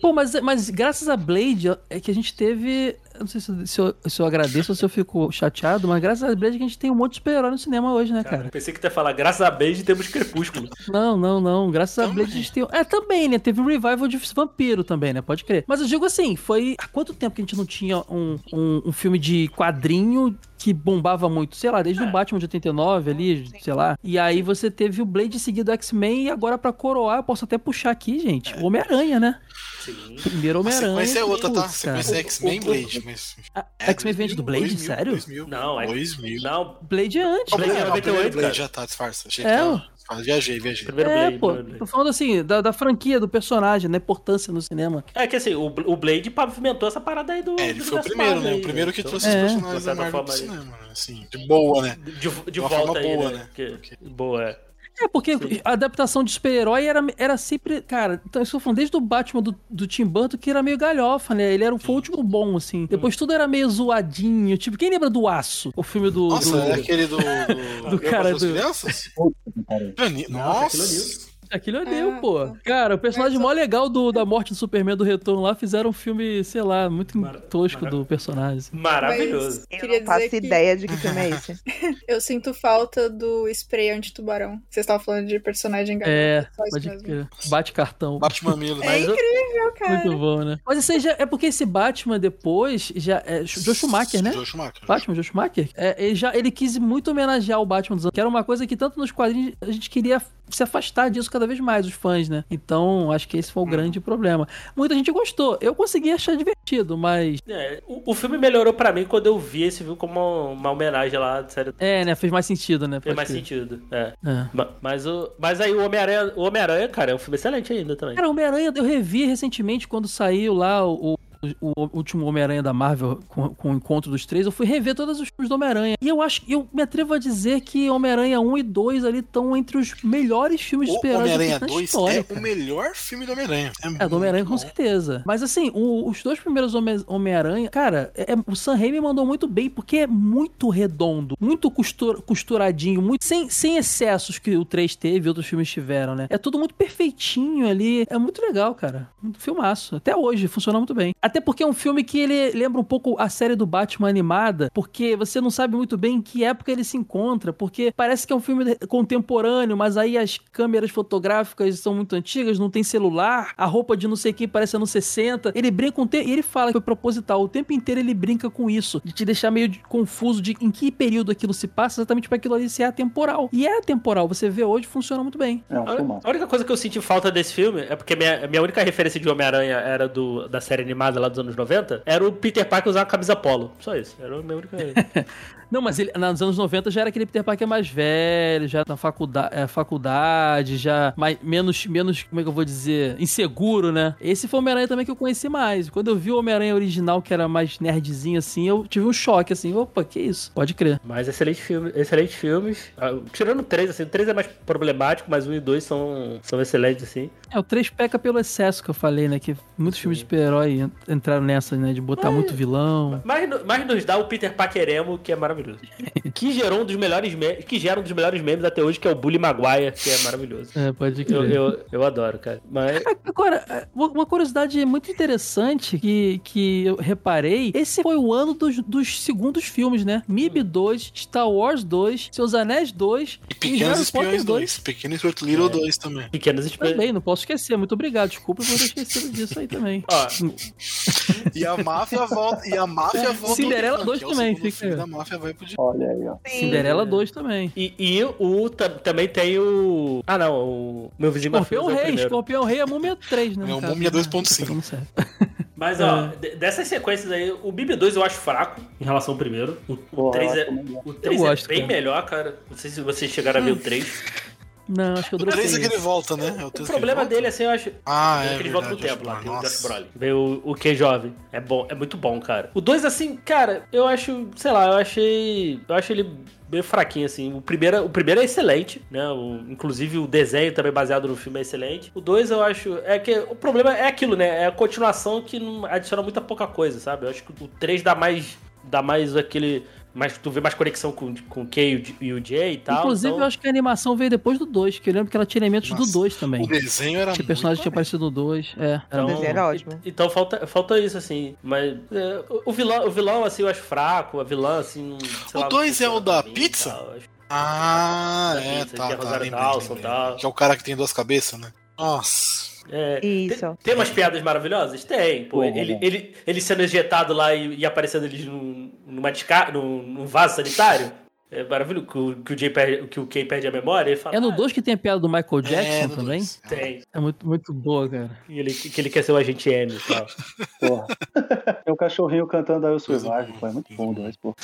Speaker 5: Pô, mas, mas graças a Blade é que a gente teve. eu Não sei se, se eu, se eu agradeço ou se eu fico chateado, mas graças a Blade é que a gente tem um monte de super-herói no cinema hoje, né, cara?
Speaker 1: Cara, pensei que tu ia falar, graças a Blade temos Crepúsculo.
Speaker 5: Não, não, não. Graças a
Speaker 6: Também.
Speaker 5: Blade a gente tem. É, também, né? Teve um revival de vampiro também, né? Pode crer. Mas eu digo assim, foi. Há quanto tempo que a gente não tinha um, um, um filme de quadrinho que bombava muito? Sei lá,
Speaker 6: É.
Speaker 5: desde o Batman de 89 ali, sei lá. E aí você teve o Blade em seguida do X-Men e agora pra coroar, eu posso até puxar aqui, gente. O Homem-Aranha, né?
Speaker 1: Sim.
Speaker 6: É.
Speaker 5: Primeiro
Speaker 6: A
Speaker 5: Homem-Aranha.
Speaker 6: sequência é outra, tá? A
Speaker 5: Putz, cara.
Speaker 6: sequência é X-Men
Speaker 1: O- o-
Speaker 6: Blade, mas.
Speaker 5: Ah,
Speaker 6: É,
Speaker 5: X-Men vem antes do
Speaker 6: 2000,
Speaker 5: Blade,
Speaker 6: 2000,
Speaker 5: sério?
Speaker 6: 2000.
Speaker 1: Não, é-
Speaker 6: 2000.
Speaker 1: Não,
Speaker 5: Blade é antes.
Speaker 6: Ah,
Speaker 1: Blade é
Speaker 6: não, o
Speaker 1: 98, cara.
Speaker 6: Blade já tá, disfarça. Achei
Speaker 5: É,
Speaker 6: que tava-
Speaker 5: ó.
Speaker 6: disfarça. Viajei, viajei.
Speaker 1: primeiro
Speaker 5: é,
Speaker 1: Blade,
Speaker 5: pô.
Speaker 1: primeiro Blade.
Speaker 5: Tô falando assim, da, da franquia, do personagem, da importância no cinema.
Speaker 1: É que assim, o, Bl- o Blade pavimentou essa parada aí do.
Speaker 6: É, ele
Speaker 1: do
Speaker 6: foi o
Speaker 1: universo
Speaker 6: primeiro, né?
Speaker 1: Marvel
Speaker 6: O
Speaker 1: aí,
Speaker 6: primeiro que
Speaker 1: então,
Speaker 6: trouxe
Speaker 5: É.
Speaker 6: os
Speaker 1: De
Speaker 6: personagens da
Speaker 1: certa
Speaker 6: Marvel pro
Speaker 1: forma,
Speaker 6: cinema, né? Assim, de boa, né?
Speaker 1: De, de, de
Speaker 6: uma
Speaker 1: volta
Speaker 6: forma
Speaker 1: aí,
Speaker 6: boa,
Speaker 1: né?
Speaker 6: né?
Speaker 1: Que-
Speaker 6: Ok.
Speaker 1: Boa, é.
Speaker 5: É, porque
Speaker 1: Sim.
Speaker 5: a adaptação de super-herói era, era sempre. Cara, então eu estou falando desde o Batman do, do Tim Burton, que era meio galhofa, né? Ele era o foi o último bom, assim. Depois tudo era meio zoadinho. Tipo, quem lembra do Aço? O filme do.
Speaker 6: Nossa,
Speaker 5: do-
Speaker 6: é aquele do. Do,
Speaker 5: Do cara
Speaker 6: das
Speaker 5: do-
Speaker 6: Crianças?
Speaker 4: Cara,
Speaker 6: Jani-
Speaker 1: aquilo ali.
Speaker 6: Nossa!
Speaker 5: Aquilo ali,
Speaker 2: Ah,
Speaker 5: pô. Cara, É. o personagem
Speaker 2: Mas
Speaker 5: mó legal do, da morte do Superman do Retorno lá fizeram um filme, sei lá, muito
Speaker 1: Mara-
Speaker 5: tosco
Speaker 1: mara-
Speaker 5: do personagem. assim.
Speaker 1: Maravilhoso.
Speaker 2: Mas
Speaker 3: Eu
Speaker 2: queria
Speaker 3: não faço
Speaker 2: dizer que
Speaker 3: ideia de que filme é esse.
Speaker 2: eu sinto falta do spray anti-tubarão. Vocês estavam falando de personagem galhofa.
Speaker 5: É,
Speaker 2: só isso
Speaker 5: pode
Speaker 2: mesmo.
Speaker 5: crer. Bate cartão.
Speaker 6: Bate mamilo.
Speaker 2: É incrível, cara.
Speaker 5: Muito bom, né? Mas isso aí já, é porque esse Batman depois já é Joe Schumacher, né?
Speaker 6: Joe Schumacher.
Speaker 5: Batman, Joe Schumacher, é, ele, já, ele quis muito homenagear o Batman dos anos, que era uma coisa que tanto nos quadrinhos a gente queria se afastar disso cada vez mais, os fãs, né? Então, acho que esse
Speaker 1: Hum.
Speaker 5: foi o grande problema. Muita gente gostou, eu consegui achar divertido, mas...
Speaker 1: É, o, o filme melhorou pra mim quando eu vi esse filme como uma, uma homenagem lá, sério.
Speaker 5: É, né? Fez mais sentido, né?
Speaker 1: Fez
Speaker 5: Pode
Speaker 1: mais
Speaker 5: crer.
Speaker 1: sentido. É.
Speaker 5: É.
Speaker 1: Ma- Mas, o, mas aí o Homem-Aranha, o Homem-Aranha, cara, é um filme excelente ainda também.
Speaker 5: Cara, Homem-Aranha, eu revi recentemente quando saiu lá o, o- o último Homem-Aranha da Marvel com, com o encontro dos três. Eu fui rever todos os filmes do Homem-Aranha. E eu acho, eu me atrevo a dizer que Homem-Aranha 1 e 2 ali estão entre os melhores filmes de
Speaker 6: O
Speaker 5: super-herói que
Speaker 6: Homem-Aranha
Speaker 5: tem na
Speaker 6: 2
Speaker 5: história.
Speaker 6: é o
Speaker 5: cara.
Speaker 6: melhor filme do Homem-Aranha.
Speaker 5: É, do Homem-Aranha com
Speaker 6: muito bom.
Speaker 5: certeza. Mas assim, o- os dois primeiros Home- Homem-Aranha, cara, é- é- o Sam Raimi mandou muito bem, porque é muito redondo, muito costur- costuradinho, muito sem, sem excessos que o 3 teve e outros filmes tiveram, né? É tudo muito perfeitinho ali. É muito legal, cara. Um filmaço. Até hoje, funciona muito bem. Até porque é um filme que ele lembra um pouco a série do Batman animada, porque você não sabe muito bem em que época ele se encontra, porque parece que é um filme contemporâneo, mas aí as câmeras fotográficas são muito antigas, não tem celular, a roupa de não sei quem parece anos 60. Ele brinca um te... e ele fala que foi proposital. O tempo inteiro ele brinca com isso, de te deixar meio de- confuso de em que período aquilo se passa, exatamente para aquilo ali ser atemporal. E é atemporal, você vê hoje, funciona muito bem.
Speaker 4: É um
Speaker 1: A
Speaker 4: filmão.
Speaker 1: a única coisa que eu senti falta desse filme é porque minha, minha única referência de Homem-Aranha era do, da série animada lá dos anos 90, era o Peter Parker usar uma camisa polo. Só isso. Era a minha única.
Speaker 5: Não, mas ele, nos anos 90 já era aquele Peter Parker mais velho, já na faculdade, faculdade já mais, menos, menos, como é que eu vou dizer, inseguro, né? Esse foi o Homem-Aranha também que eu conheci mais. Quando eu vi o Homem-Aranha original, que era mais nerdzinho assim, eu tive um choque assim, opa, que isso? Pode crer.
Speaker 1: Mas excelente filme, excelentes filmes. Ah, Tirando três, assim, três é mais problemático, mas um e dois são, são excelentes, assim.
Speaker 5: É, o 3 peca pelo excesso que eu falei, né? Que muitos filmes de super-herói en- entraram nessa, né? De botar muito vilão.
Speaker 1: Mas, no- mas nos dá o Peter Paqueremo, que é maravilhoso. que gerou um dos melhores memes, que gera um dos melhores memes até hoje, que é o Bully Maguire, que é maravilhoso.
Speaker 5: É, pode crer.
Speaker 1: Eu, eu, eu adoro, cara. Mas
Speaker 5: Agora, é, uma- uma curiosidade muito interessante que, que eu reparei: esse foi o ano dos, dos segundos filmes, né?
Speaker 1: Hum.
Speaker 5: MIB 2, Star Wars 2, Seus Anéis 2
Speaker 6: E Pequenos
Speaker 5: Harry
Speaker 6: Espiões
Speaker 5: Potter É.
Speaker 6: 2. Pequenos Espiões Little 2 também.
Speaker 1: pequenos espe-
Speaker 5: Também, não posso esquecer. Muito obrigado. Desculpa por ter esquecido disso aí também.
Speaker 1: Ó,
Speaker 6: E a máfia volta. E a máfia volta. ao
Speaker 5: Cinderela
Speaker 6: Titã,
Speaker 5: 2
Speaker 6: que é o
Speaker 5: também,
Speaker 6: segundo
Speaker 5: fica-
Speaker 6: filme da máfia vai pro Titã.
Speaker 4: Olha aí, ó.
Speaker 5: Cinderela 2 também.
Speaker 1: E, e o, ta- também tem o. Ah, não, o meu vizinho
Speaker 5: Escorpião
Speaker 1: mafioso é o
Speaker 5: Rei,
Speaker 1: primeiro.
Speaker 5: Escorpião Rei é Múmia 3, né? Tá
Speaker 6: É o
Speaker 5: cara?
Speaker 6: Múmia 2.5.
Speaker 5: Não serve. É.
Speaker 1: Mas, ó, de- dessas sequências aí, o BB 2 eu acho fraco em relação ao primeiro. O, o
Speaker 4: Porra,
Speaker 1: 3
Speaker 4: eu
Speaker 1: é,
Speaker 4: acho melhor.
Speaker 1: o 3
Speaker 5: Eu
Speaker 1: é
Speaker 5: gosto,
Speaker 1: bem
Speaker 5: cara. Hum.
Speaker 1: melhor, cara. Não sei se vocês chegaram a ver o 3.
Speaker 5: Não, acho que eu
Speaker 6: O 3 é que
Speaker 5: dropei.
Speaker 6: ele volta, né? É o,
Speaker 1: O
Speaker 6: três que
Speaker 1: problema
Speaker 6: ele volta.
Speaker 1: dele, assim, eu acho.
Speaker 6: Ah,
Speaker 1: é
Speaker 6: é.
Speaker 1: que eles voltam no
Speaker 6: verdade,
Speaker 1: tempo lá, tem o Josh
Speaker 6: Nossa.
Speaker 1: Brolin. Veio o que jovem. É bom, é muito bom, cara. O 2, assim, cara, eu acho, sei lá, eu achei. Eu acho ele meio fraquinho, assim. O primeiro, o primeiro é excelente, né? O- inclusive o desenho também baseado no filme é excelente. O 2, eu acho. É que o problema é aquilo, né? É a continuação que não adiciona muita pouca coisa, sabe? Eu acho que o 3 dá mais. dá mais aquele. Mas tu vê mais conexão com, com o K e o J e tal.
Speaker 5: Inclusive,
Speaker 1: então-
Speaker 5: eu acho que a animação veio depois do 2, que eu lembro que ela tinha elementos do
Speaker 6: Nossa.
Speaker 5: 2 também.
Speaker 6: O desenho era
Speaker 5: Que
Speaker 6: muito
Speaker 5: personagem tinha aparecido no 2. É.
Speaker 3: O desenho era ótimo.
Speaker 1: Então, e- Então falta, falta isso, assim. Mas é, o- o, vilão, o vilão, assim, eu acho fraco. A vilã, assim. não- sei
Speaker 6: O
Speaker 1: lá,
Speaker 6: dois
Speaker 1: não
Speaker 6: é o da
Speaker 1: funciona pra mim e
Speaker 6: pizza?
Speaker 1: tal, acho.
Speaker 6: Ah,
Speaker 1: Da
Speaker 6: é,
Speaker 1: pizza,
Speaker 6: tá,
Speaker 1: que é
Speaker 6: tá,
Speaker 1: Rosário
Speaker 6: lembrei,
Speaker 1: Dawson,
Speaker 6: lembrei.
Speaker 1: tá.
Speaker 6: Que é o cara que tem duas cabeças, né? Nossa.
Speaker 1: É,
Speaker 3: Isso.
Speaker 1: Tem umas piadas maravilhosas? Tem, pô.
Speaker 4: Porra,
Speaker 1: ele,
Speaker 4: né?
Speaker 1: ele, ele sendo ejetado lá e, e aparecendo eles num, numa desca, num, num vaso sanitário. É maravilhoso que o, que o, Jay perde, que o Kay perde a memória. Ele fala,
Speaker 5: É no
Speaker 1: "Ah,
Speaker 5: 2 que tem a piada do Michael
Speaker 6: É,
Speaker 5: Jackson
Speaker 6: no
Speaker 5: também.
Speaker 6: dois.
Speaker 1: Tem.
Speaker 5: É muito, muito boa, cara.
Speaker 1: E ele, que ele quer ser o agente M e tal.
Speaker 5: é
Speaker 4: Porra. Tem o cachorrinho cantando aí o
Speaker 6: Coisa
Speaker 4: Survive,
Speaker 6: boa.
Speaker 4: pô. É muito bom, dois, pô.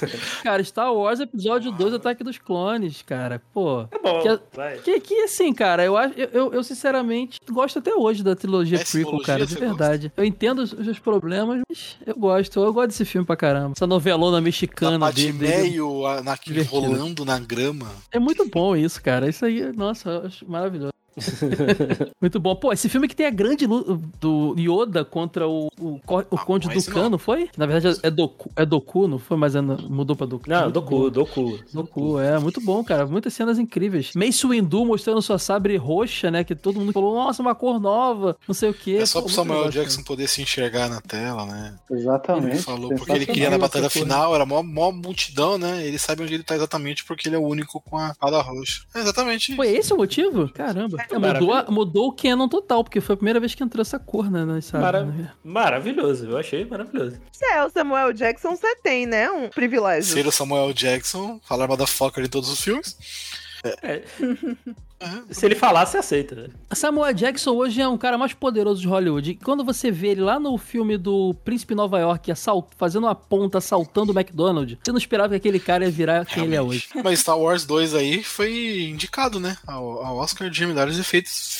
Speaker 5: Cara, Star Wars Episódio 2, Ataque dos Clones, cara. Pô.
Speaker 1: Tá bom,
Speaker 5: Que-
Speaker 1: vai.
Speaker 5: Que, que assim, cara, eu, acho- eu, eu, eu sinceramente gosto até hoje da trilogia
Speaker 6: É
Speaker 5: prequel,
Speaker 6: simbologia,
Speaker 5: cara, de
Speaker 6: você
Speaker 5: verdade. Eu entendo os, os problemas, mas eu gosto. Eu gosto desse filme pra caramba. Essa novelona
Speaker 6: A
Speaker 5: mexicana dele,
Speaker 6: Padmé
Speaker 5: dele.
Speaker 6: e o Anakin
Speaker 5: Divertido.
Speaker 6: rolando na grama.
Speaker 5: É muito bom isso, cara. Isso aí, nossa, eu acho maravilhoso. muito bom. Pô, esse filme que tem a grande luta do Yoda contra o, o, co- o
Speaker 6: Ah,
Speaker 5: Conde
Speaker 6: mas esse
Speaker 5: do Khan,
Speaker 6: não.
Speaker 5: não foi? Na verdade é Doku, é Doku não foi? Mas é no- mudou pra Doku.
Speaker 1: Não,
Speaker 5: Muito
Speaker 1: do
Speaker 5: bom.
Speaker 1: cu, do cu.
Speaker 5: No cu, é, muito bom, cara. Muitas cenas incríveis. Mace Windu mostrando sua sabre roxa, né? Que todo mundo falou, nossa, uma cor nova, não sei o quê.
Speaker 6: É só
Speaker 5: Pô,
Speaker 6: pro
Speaker 5: muito
Speaker 6: Samuel
Speaker 5: legal, cara.
Speaker 6: Jackson poder se enxergar na tela, né? Ele
Speaker 4: Exatamente.
Speaker 6: falou porque ele queria na
Speaker 5: Sensacional
Speaker 6: batalha
Speaker 5: essa porra.
Speaker 6: final, era mó, mó multidão, né? Ele sabe onde ele tá exatamente porque ele é o único com a espada roxa. É exatamente.
Speaker 5: Foi esse o motivo? Caramba. É, mudou, a- mudou o canon total, porque foi a primeira vez que entrou essa cor, né? Nas sabres,
Speaker 1: Mara-
Speaker 5: né?
Speaker 1: Maravilhoso, eu achei maravilhoso.
Speaker 3: É, o Samuel Jackson você tem, né? Um privilégio.
Speaker 6: Ser o Samuel Jackson, falar motherfucker em todos os filmes. É.
Speaker 1: É. Se ele falar, você aceita. né?
Speaker 5: Samuel Jackson hoje é um cara mais poderoso de Hollywood. E quando você vê ele lá no filme do Príncipe de Nova York assal- fazendo uma ponta, assaltando o McDonald's, você não esperava que aquele cara ia virar quem ele é hoje.
Speaker 6: Mas Star Wars 2 aí foi indicado, né? Ao, ao Oscar de melhores efeitos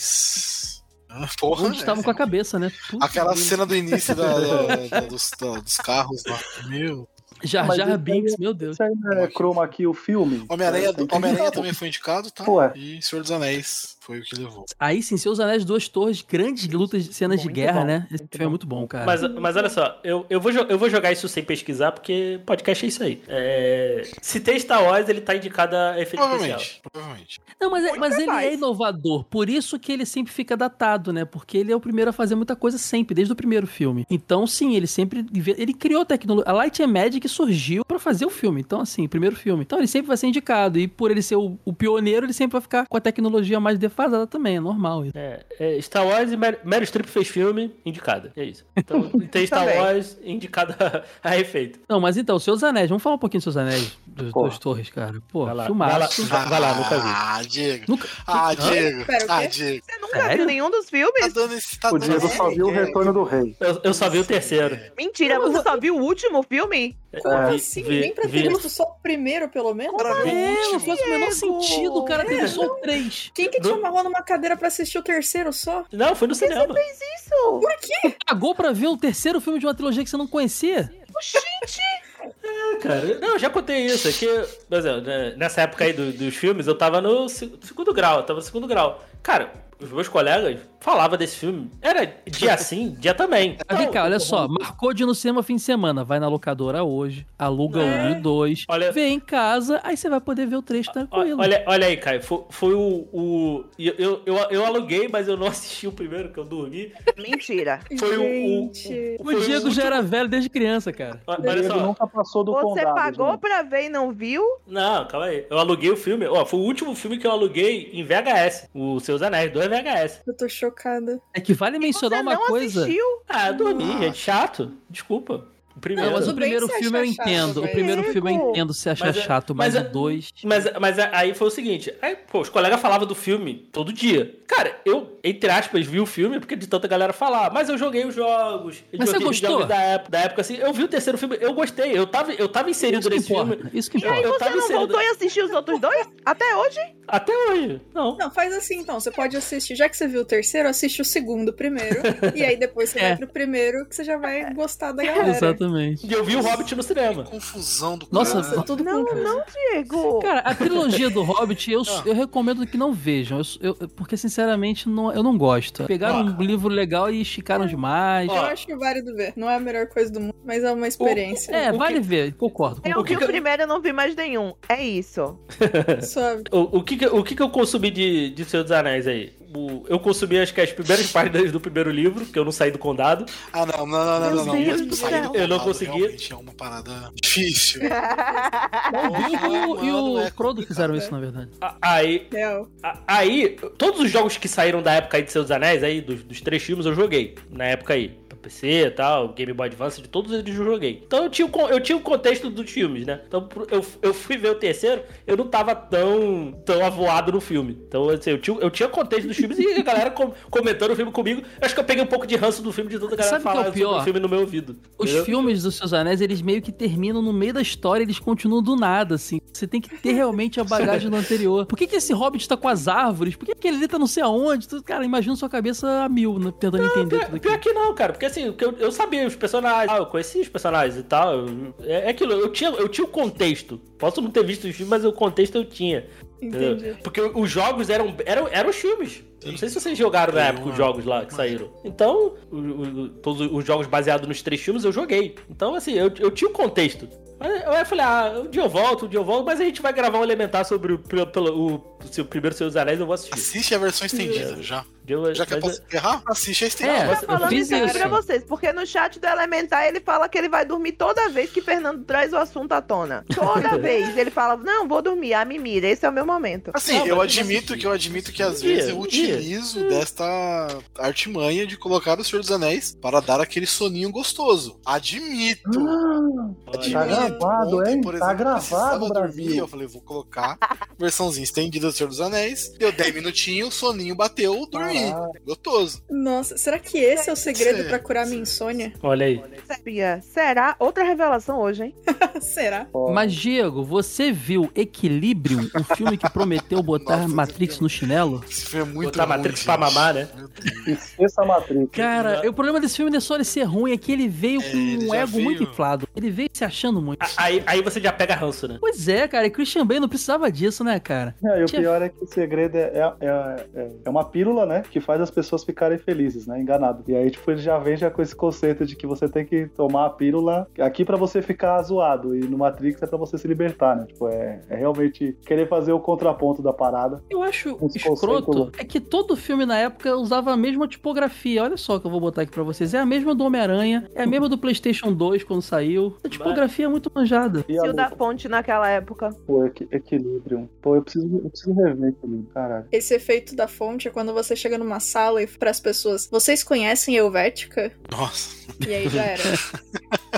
Speaker 6: visuais. Ah, Porra,
Speaker 5: Onde estavam
Speaker 6: né?
Speaker 5: com a cabeça, né? Puta
Speaker 6: Aquela
Speaker 5: vida.
Speaker 6: cena do início da- da- da- dos, da- dos carros lá. Meu.
Speaker 5: Jar
Speaker 4: Mas
Speaker 5: Jar
Speaker 4: isso
Speaker 5: Binks, meu Deus.
Speaker 4: Isso aí não é chroma aqui o filme. É,
Speaker 6: Homem-Aranha
Speaker 4: Tem que-
Speaker 6: Homem também foi indicado, tá?
Speaker 4: Ué.
Speaker 6: E Senhor dos Anéis foi o que levou.
Speaker 5: Aí sim, Seus Anéis, Duas Torres, grandes lutas, cenas de
Speaker 3: Muito
Speaker 5: guerra,
Speaker 3: bom,
Speaker 5: né? Esse
Speaker 3: muito
Speaker 5: filme é
Speaker 3: bom.
Speaker 5: muito bom, cara.
Speaker 1: Mas, mas olha só, eu, eu, vou, jo- eu vou jogar isso sem pesquisar, porque podcast é isso aí. É, se tem Star Wars, ele tá indicado a efeito especial.
Speaker 6: Provavelmente, provavelmente.
Speaker 5: Não, mas, é-
Speaker 3: Muito
Speaker 5: mas ele
Speaker 3: capaz.
Speaker 5: é inovador, por isso que ele sempre fica datado, né? Porque ele é o primeiro a fazer muita coisa sempre, desde o primeiro filme. Então, sim, ele sempre. inve- Ele criou tecnologia. A Light and Magic surgiu pra fazer o filme. Então, assim, primeiro filme. Então, ele sempre vai ser indicado. E por ele ser o, o pioneiro, ele sempre vai ficar com a tecnologia mais defasada também. É normal isso.
Speaker 1: É, é, Star Wars e Mer- Meryl Streep fez filme, indicado. É isso. Então tem Star
Speaker 3: Também.
Speaker 1: Wars indicado a, a efeito.
Speaker 5: Não, mas então, Seus Anéis. Vamos falar um pouquinho dos Seus Anéis, dos
Speaker 4: Porra.
Speaker 5: Duas Torres, cara. Pô,
Speaker 1: Vai lá,
Speaker 5: filmaço.
Speaker 1: vai lá, vai lá, nunca vi.
Speaker 6: Ah, Diego.
Speaker 5: Nunca-
Speaker 6: Ah, Diego.
Speaker 2: Pera, o quê?
Speaker 6: Ah, Diego.
Speaker 3: Você nunca
Speaker 5: Sério?
Speaker 3: viu nenhum dos
Speaker 6: Tá
Speaker 3: filmes?
Speaker 6: dando esse. Tá
Speaker 4: O
Speaker 6: dando
Speaker 4: Diego
Speaker 6: esse-
Speaker 4: só viu o
Speaker 6: é,
Speaker 4: retorno do rei.
Speaker 1: Eu, eu só vi o terceiro.
Speaker 3: Mentira, você só viu o último filme?
Speaker 4: É,
Speaker 1: Vi-
Speaker 2: Assim,
Speaker 1: vi-
Speaker 2: nem pra
Speaker 1: vi-
Speaker 2: ter visto só o primeiro, pelo menos.
Speaker 6: Agora vem o
Speaker 5: É, não
Speaker 6: último.
Speaker 5: faz o menor
Speaker 3: Diego!
Speaker 5: sentido, o cara teve só o três.
Speaker 2: Quem que te
Speaker 1: Não.
Speaker 2: amarrou numa cadeira pra assistir o terceiro só?
Speaker 1: Não, foi no cinema.
Speaker 3: Isso!
Speaker 2: Por quê?
Speaker 5: pagou pra ver o terceiro filme de uma trilogia que você não conhecia?
Speaker 1: Cara, não, eu já contei isso. É que, por exemplo, né, nessa época aí do- dos filmes, eu tava no se- segundo grau, eu tava no segundo grau. Cara, os meus colegas falavam desse filme. Era dia sim, dia também.
Speaker 5: Mas Vem
Speaker 1: Então,
Speaker 5: cá, olha só, marcou de ir no cinema fim de semana, vai na locadora hoje, aluga um e o dois,
Speaker 1: Olha-
Speaker 5: vê em casa, aí você vai poder ver o três
Speaker 1: ó-
Speaker 5: tranquilo.
Speaker 1: É. Olha, olha aí, Caio, foi, foi o. o eu, eu, eu, eu aluguei, mas eu não assisti o primeiro, que eu dormi.
Speaker 3: Mentira.
Speaker 1: Foi o-
Speaker 2: Gente.
Speaker 1: o.
Speaker 5: o
Speaker 1: foi
Speaker 5: Diego já
Speaker 1: último-
Speaker 5: era velho desde criança, cara.
Speaker 1: Ó,
Speaker 4: O
Speaker 1: Olha
Speaker 4: Diego
Speaker 1: só.
Speaker 4: nunca passou do
Speaker 3: Você
Speaker 4: condado.
Speaker 3: pagou
Speaker 4: gente.
Speaker 3: pra ver e não viu?
Speaker 1: Não, calma aí. Eu aluguei o filme. Ó, foi o último filme que eu aluguei em VHS, o Seus Anéis, duas VHS.
Speaker 2: Eu tô chocada.
Speaker 5: É que vale mencionar
Speaker 3: Você
Speaker 5: uma
Speaker 3: não
Speaker 5: coisa.
Speaker 3: assistiu?
Speaker 1: Ah, eu dormi,
Speaker 6: Ah.
Speaker 1: gente. Chato. Desculpa. O primeiro.
Speaker 5: Não, mas
Speaker 2: Tudo
Speaker 5: o
Speaker 2: bem
Speaker 5: primeiro
Speaker 2: se
Speaker 5: filme eu
Speaker 2: achar chato,
Speaker 5: entendo. O
Speaker 2: mas-
Speaker 5: primeiro filme eu
Speaker 3: Amigo.
Speaker 5: entendo se achar
Speaker 1: Mas é-
Speaker 5: chato, mas,
Speaker 1: mas
Speaker 5: o
Speaker 1: é-
Speaker 5: dois.
Speaker 1: Mas, mas a- aí foi o seguinte, aí, pô, os colegas falavam do filme todo dia. Cara, eu, entre aspas, vi o filme porque de tanta galera falar, mas eu joguei os jogos. eu
Speaker 5: Mas você
Speaker 1: joguei os
Speaker 5: gostou?
Speaker 1: jogos Da época, da época, assim, eu vi o terceiro filme, eu gostei, eu tava, eu tava inserido
Speaker 5: Isso que
Speaker 1: nesse
Speaker 5: importa.
Speaker 1: filme
Speaker 5: Isso que
Speaker 3: E aí
Speaker 5: importa.
Speaker 1: Eu
Speaker 3: você
Speaker 1: tava
Speaker 3: não
Speaker 1: inserido.
Speaker 3: voltou e assistiu os outros dois? Até hoje?
Speaker 1: até hoje. Não.
Speaker 2: Não, faz assim então. Você pode assistir, já que você viu o terceiro, assiste o segundo primeiro. e aí depois você
Speaker 5: É.
Speaker 2: vai pro primeiro, que você já
Speaker 1: É.
Speaker 2: vai gostar da galera.
Speaker 5: Exatamente.
Speaker 1: E eu vi o Hobbit no cinema.
Speaker 6: Confusão do
Speaker 5: Nossa,
Speaker 6: cara.
Speaker 2: Nossa, tudo
Speaker 3: Não,
Speaker 2: com-
Speaker 3: não, Diego.
Speaker 5: Cara, a trilogia do Hobbit eu,
Speaker 6: Ah.
Speaker 5: eu recomendo que não vejam. Eu- eu- porque, sinceramente, não- eu não gosto. Pegaram
Speaker 1: Ó.
Speaker 5: um livro legal e esticaram demais.
Speaker 2: Eu acho válido ver. Não é a melhor coisa do mundo, mas é uma experiência.
Speaker 5: É,
Speaker 1: o É
Speaker 5: vale ver, concordo.
Speaker 3: Eu
Speaker 1: o que
Speaker 3: vi
Speaker 1: que
Speaker 3: o
Speaker 1: eu-
Speaker 3: primeiro, eu não vi mais nenhum. É isso.
Speaker 2: Só
Speaker 1: O, é. o que, que- o que que eu consumi de, de Senhor dos Anéis aí? O- eu consumi acho que as primeiras páginas do primeiro livro, que eu não saí do condado.
Speaker 6: Ah, não, não, não, não,
Speaker 3: Meu
Speaker 6: não. não.
Speaker 3: Deus do
Speaker 6: Sair
Speaker 3: céu.
Speaker 6: do
Speaker 1: Eu não
Speaker 6: lado
Speaker 1: consegui.
Speaker 6: realmente É uma parada difícil. É
Speaker 5: O Bilbo e o,
Speaker 6: Mano, é
Speaker 5: Frodo
Speaker 6: complicado.
Speaker 5: fizeram isso, na verdade.
Speaker 1: A- Aí,
Speaker 2: real.
Speaker 1: a- aí, todos os jogos que saíram da época aí de Senhor dos Anéis, aí, dos, dos três filmes, eu joguei. Na época aí, pra PC e tal, Game Boy Advance, de todos eles eu joguei. Então eu tinha, o con- eu tinha o contexto dos filmes, né? Então pro- eu, eu fui ver o terceiro, eu não tava tão, tão avoado no filme. Então, assim, eu tinha, eu tinha o contexto dos filmes e a galera com- comentando o filme comigo. Acho que eu peguei um pouco de ranço do filme de toda a galera
Speaker 5: Sabe o que é o
Speaker 1: falar sobre
Speaker 5: pior?
Speaker 1: o filme no meu ouvido.
Speaker 5: Os
Speaker 1: entendeu?
Speaker 5: filmes dos Seus Anéis, eles meio que terminam no meio da história, eles continuam do nada, assim. Você tem que ter realmente a bagagem do anterior. Por que, que esse Hobbit tá com as árvores? Por que, que ele ali tá não sei aonde? Tudo- Cara, imagina sua cabeça a mil, né, tentando entender tudo
Speaker 1: Pior,
Speaker 5: aquilo.
Speaker 1: pior que não, cara, porque assim, o que eu, eu sabia os personagens, ah, eu conhecia os personagens e tal. eu- é, é aquilo, eu tinha, eu tinha o contexto. Posso não ter visto os filmes, mas o contexto eu tinha. entendeu?
Speaker 2: Entendi.
Speaker 1: Porque os jogos eram, eram, eram os filmes. Eu não sei se vocês jogaram na
Speaker 6: Tem
Speaker 1: época os
Speaker 6: uma-
Speaker 1: jogos lá que
Speaker 6: uma-
Speaker 1: saíram. Então, o- o- o- todos os jogos baseados nos três filmes eu joguei. Então, assim, eu, eu tinha o contexto. Mas eu- eu falei, ah, um dia eu volto, um dia eu volto, mas a gente vai gravar um elementar sobre o, pelo, pelo- o, seu primeiro Senhor dos Anéis, eu vou assistir.
Speaker 6: Assiste a versão estendida já.
Speaker 1: Um dia eu-
Speaker 6: Já que é
Speaker 1: mas
Speaker 6: pra
Speaker 1: eu-
Speaker 6: se errar, assiste a
Speaker 5: É,
Speaker 6: estendida.
Speaker 3: Tá falando
Speaker 5: fiz
Speaker 3: isso aqui
Speaker 5: isso.
Speaker 3: pra vocês, porque no chat do Elementar ele fala que ele vai dormir toda vez que Fernando traz o assunto à tona. Toda vez ele fala, não, vou dormir, a mimira, esse é o meu momento.
Speaker 6: Assim,
Speaker 1: Não, mas
Speaker 6: eu
Speaker 1: eu
Speaker 6: admito
Speaker 1: assisti.
Speaker 6: que eu admito que às
Speaker 1: Ia,
Speaker 6: vezes eu
Speaker 1: ia.
Speaker 6: utilizo desta artimanha de colocar o Senhor dos Anéis para dar aquele soninho gostoso. Admito.
Speaker 1: Olha.
Speaker 4: Tá gravado, hein?
Speaker 6: por
Speaker 4: Tá
Speaker 6: exemplo,
Speaker 4: gravado,
Speaker 6: precisava
Speaker 4: Brasil.
Speaker 6: dormir, Eu falei, vou colocar versãozinha estendida do Senhor dos Anéis. Deu 10 minutinhos, soninho bateu, dormi. Gostoso.
Speaker 2: Nossa, será que esse é o segredo
Speaker 6: Sim,
Speaker 2: pra curar minha
Speaker 6: sim.
Speaker 2: insônia?
Speaker 1: Olha aí.
Speaker 3: Sabia? Será? Outra revelação hoje, hein?
Speaker 2: será?
Speaker 5: Mas, Diego, você viu Equilibrium, o filme que prometeu botar
Speaker 6: Nossa,
Speaker 5: Matrix no chinelo?
Speaker 6: Esse filme é muito
Speaker 1: Botar
Speaker 6: ruim,
Speaker 1: Matrix
Speaker 6: gente.
Speaker 1: pra mamar, né?
Speaker 6: Meu Deus.
Speaker 4: Esqueça a Matrix.
Speaker 5: Cara, o problema desse filme não é só ele ser ruim, é que ele veio
Speaker 6: É,
Speaker 5: com
Speaker 6: ele
Speaker 5: um
Speaker 6: já
Speaker 5: ego muito
Speaker 6: veio. Ah,
Speaker 5: inflado. Ele veio se achando muito.
Speaker 1: A- Aí, aí você já pega ranço, né?
Speaker 5: Pois é, cara, e Christian Bale não precisava disso, né, cara?
Speaker 4: Não, e o
Speaker 3: Tipo-
Speaker 5: Tinha-
Speaker 4: pior é que o segredo é, é, é, é- é uma pílula, né? Que faz as pessoas ficarem felizes, né? Enganado. E aí, tipo, ele já vem já com esse conceito de que você tem que tomar a pílula aqui pra você ficar zoado. E no Matrix é pra você se libertar, né? Tipo, é, é realmente querer fazer o contraponto da parada.
Speaker 5: Eu acho
Speaker 4: Esse
Speaker 5: escroto
Speaker 4: conceito-
Speaker 5: é que todo filme na época usava a mesma tipografia. Olha só o que eu vou botar aqui pra vocês. É a mesma do Homem-Aranha, é a mesma do PlayStation 2 quando saiu. A tipografia é muito manjada.
Speaker 4: E a
Speaker 3: Sil da
Speaker 4: luta,
Speaker 3: Ponte naquela época.
Speaker 4: pô, equi- equilíbrio. Pô, eu preciso, eu preciso rever equilíbrio, caralho.
Speaker 2: Esse efeito da fonte é quando você chega numa sala e para as pessoas, vocês conhecem Helvética?
Speaker 6: Nossa.
Speaker 2: E aí já era.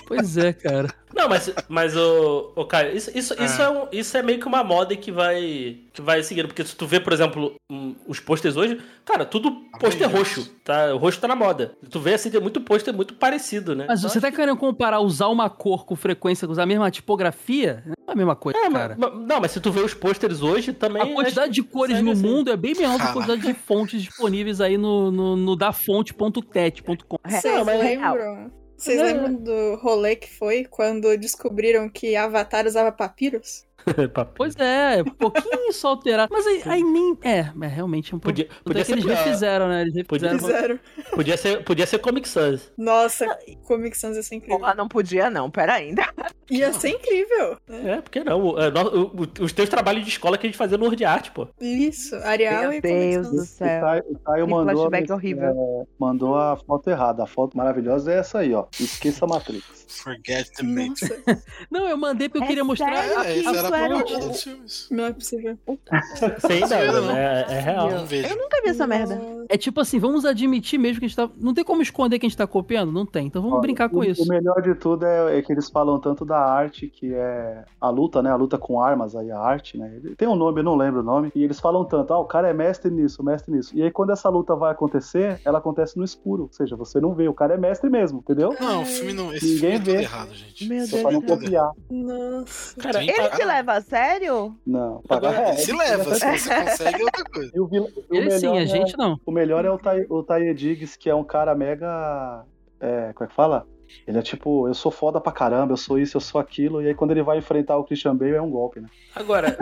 Speaker 5: Pois é, cara.
Speaker 1: Não, mas, mas o, o cara, isso, isso,
Speaker 6: É.
Speaker 1: Isso, é um- isso é meio que uma moda que vai, que vai seguindo. Porque se tu vê, por exemplo, um, os posters hoje, cara, tudo pôster
Speaker 6: Amém.
Speaker 1: roxo. Tá? O roxo tá na moda. Tu vê assim, tem muito pôster muito parecido, né?
Speaker 5: Mas você tá querendo comparar usar uma cor com frequência, usar a mesma tipografia? Não é a mesma coisa,
Speaker 1: É, mas-
Speaker 5: cara.
Speaker 1: mas- não, mas se tu vê os pôsteres hoje também. é
Speaker 5: A quantidade de cores
Speaker 1: segue
Speaker 5: no
Speaker 1: assim.
Speaker 5: mundo é bem menor do que a
Speaker 6: Caraca.
Speaker 5: quantidade de fontes disponíveis aí no, no, no dafonte.tet.com.
Speaker 2: Vocês
Speaker 1: mas- é
Speaker 2: lembram? Vocês
Speaker 1: Não.
Speaker 2: lembram do rolê que foi quando descobriram que Avatar usava papiros?
Speaker 1: acho- Papo.
Speaker 5: Pois é, um pouquinho só alterado. Mas aí, aí nem. É, mas realmente é um pouco.
Speaker 1: Podia, podia,
Speaker 5: Até que
Speaker 1: ser,
Speaker 5: eles refizeram, né? Eles
Speaker 1: Podia-
Speaker 5: refizeram.
Speaker 2: Fizeram.
Speaker 1: podia, ser, podia ser Comic Sans.
Speaker 2: Nossa, Comic Sans ia ser incrível.
Speaker 3: Porra, não podia não, pera ainda.
Speaker 2: Ia ser incrível. né?
Speaker 1: É, por que não? O- é, no- o- os teus trabalhos de escola que a gente fazia no Word Art, pô.
Speaker 2: Isso, Arial
Speaker 3: Meu
Speaker 2: e Comic
Speaker 3: Deus do
Speaker 2: Sans.
Speaker 4: O
Speaker 3: céu.
Speaker 4: Caio, o Caio
Speaker 3: Que
Speaker 4: Tá, mandou,
Speaker 3: É, flashback horrível.
Speaker 4: é, mandou a foto errada. A foto maravilhosa é essa aí, ó. Esqueça a Matrix.
Speaker 6: Forget the Matrix.
Speaker 2: Nossa,
Speaker 4: Hum.
Speaker 5: Não, eu mandei porque eu
Speaker 3: É
Speaker 5: queria mostrar.
Speaker 3: sério?
Speaker 5: a-
Speaker 6: É, isso
Speaker 5: a
Speaker 6: era
Speaker 3: eu era
Speaker 6: não,
Speaker 3: o-
Speaker 6: todos os filmes.
Speaker 2: Não é possível.
Speaker 1: Sem
Speaker 6: Zoeira,
Speaker 1: nada,
Speaker 6: não.
Speaker 1: né? É real.
Speaker 6: Não vejo.
Speaker 3: Eu nunca vi essa merda.
Speaker 5: É tipo assim, vamos admitir mesmo que a gente tá. Não tem como esconder que a gente tá copiando? Não tem. Então vamos
Speaker 4: Ó,
Speaker 5: brincar com
Speaker 4: o,
Speaker 5: isso.
Speaker 4: O melhor de tudo é, é que eles falam tanto da arte, que é a luta, né? A luta com armas aí, a arte, né? Ele- Tem um nome, eu não lembro o nome. E eles falam tanto, ah, o cara é mestre nisso, mestre nisso. E aí quando essa luta vai acontecer, ela acontece no escuro. Ou seja, você não vê, o cara é mestre mesmo, entendeu?
Speaker 6: Não, o filme não. Esse
Speaker 4: Ninguém
Speaker 6: filme é tudo
Speaker 4: vê.
Speaker 6: errado, gente.
Speaker 3: Meu
Speaker 4: Só
Speaker 3: Deus
Speaker 4: pra não
Speaker 3: do céu.
Speaker 4: copiar.
Speaker 2: Nossa.
Speaker 1: Cara,
Speaker 6: Sim.
Speaker 3: Ele te leva a sério?
Speaker 4: Não.
Speaker 6: Agora,
Speaker 4: É,
Speaker 6: se leva, se você consegue, é outra coisa.
Speaker 4: E o, vil- o
Speaker 5: Ele
Speaker 4: melhor
Speaker 5: sim, a
Speaker 4: é-
Speaker 5: gente não.
Speaker 4: O melhor é o Tai- o Taye Diggs, que é um cara mega. É, como é que fala? Ele é tipo, eu sou foda pra caramba, eu sou isso, eu sou aquilo. E aí quando ele vai enfrentar o Christian Bale é um golpe, né?
Speaker 1: Agora,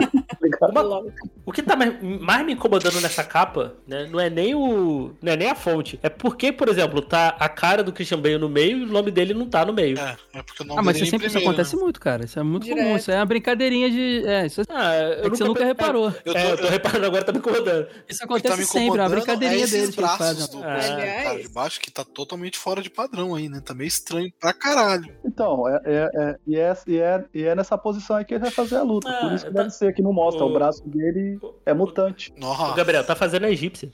Speaker 1: uma- o que tá mais, mais me incomodando nessa capa, né, não é nem o. não é nem a fonte. É porque, por exemplo, tá a cara do Christian Bale no meio e o nome dele não tá no meio.
Speaker 6: É, é porque o nome
Speaker 5: Ah, mas
Speaker 6: dele
Speaker 5: isso
Speaker 6: é em
Speaker 5: sempre isso
Speaker 6: primeiro,
Speaker 5: acontece muito, cara. Isso é muito comum.
Speaker 2: Direto.
Speaker 5: Isso é uma brincadeirinha de. É, isso é,
Speaker 1: Ah, eu
Speaker 5: é que você nunca reparou.
Speaker 6: né? Eu tô,
Speaker 1: É, eu tô
Speaker 6: eu-
Speaker 1: reparando agora, tá me incomodando.
Speaker 6: o
Speaker 5: Isso
Speaker 6: que tá me
Speaker 5: acontece sempre, é uma
Speaker 6: incomodando
Speaker 5: brincadeirinha
Speaker 6: é esses
Speaker 5: deles que eles
Speaker 6: braços
Speaker 5: fazem.
Speaker 6: do
Speaker 1: É.
Speaker 6: personagem, cara de
Speaker 2: Aliás.
Speaker 6: baixo que tá totalmente fora de padrão aí, né? Tá meio estranho pra caralho.
Speaker 4: Então, é, é- é- e, é, e, é, e é nessa posição aí que ele vai fazer a luta. Por
Speaker 1: Ah,
Speaker 4: isso que
Speaker 1: tá-
Speaker 4: deve ser que não mostra.
Speaker 1: o-
Speaker 4: O braço dele é mutante.
Speaker 1: O
Speaker 6: Nossa.
Speaker 1: Gabriel, tá fazendo a egípcia.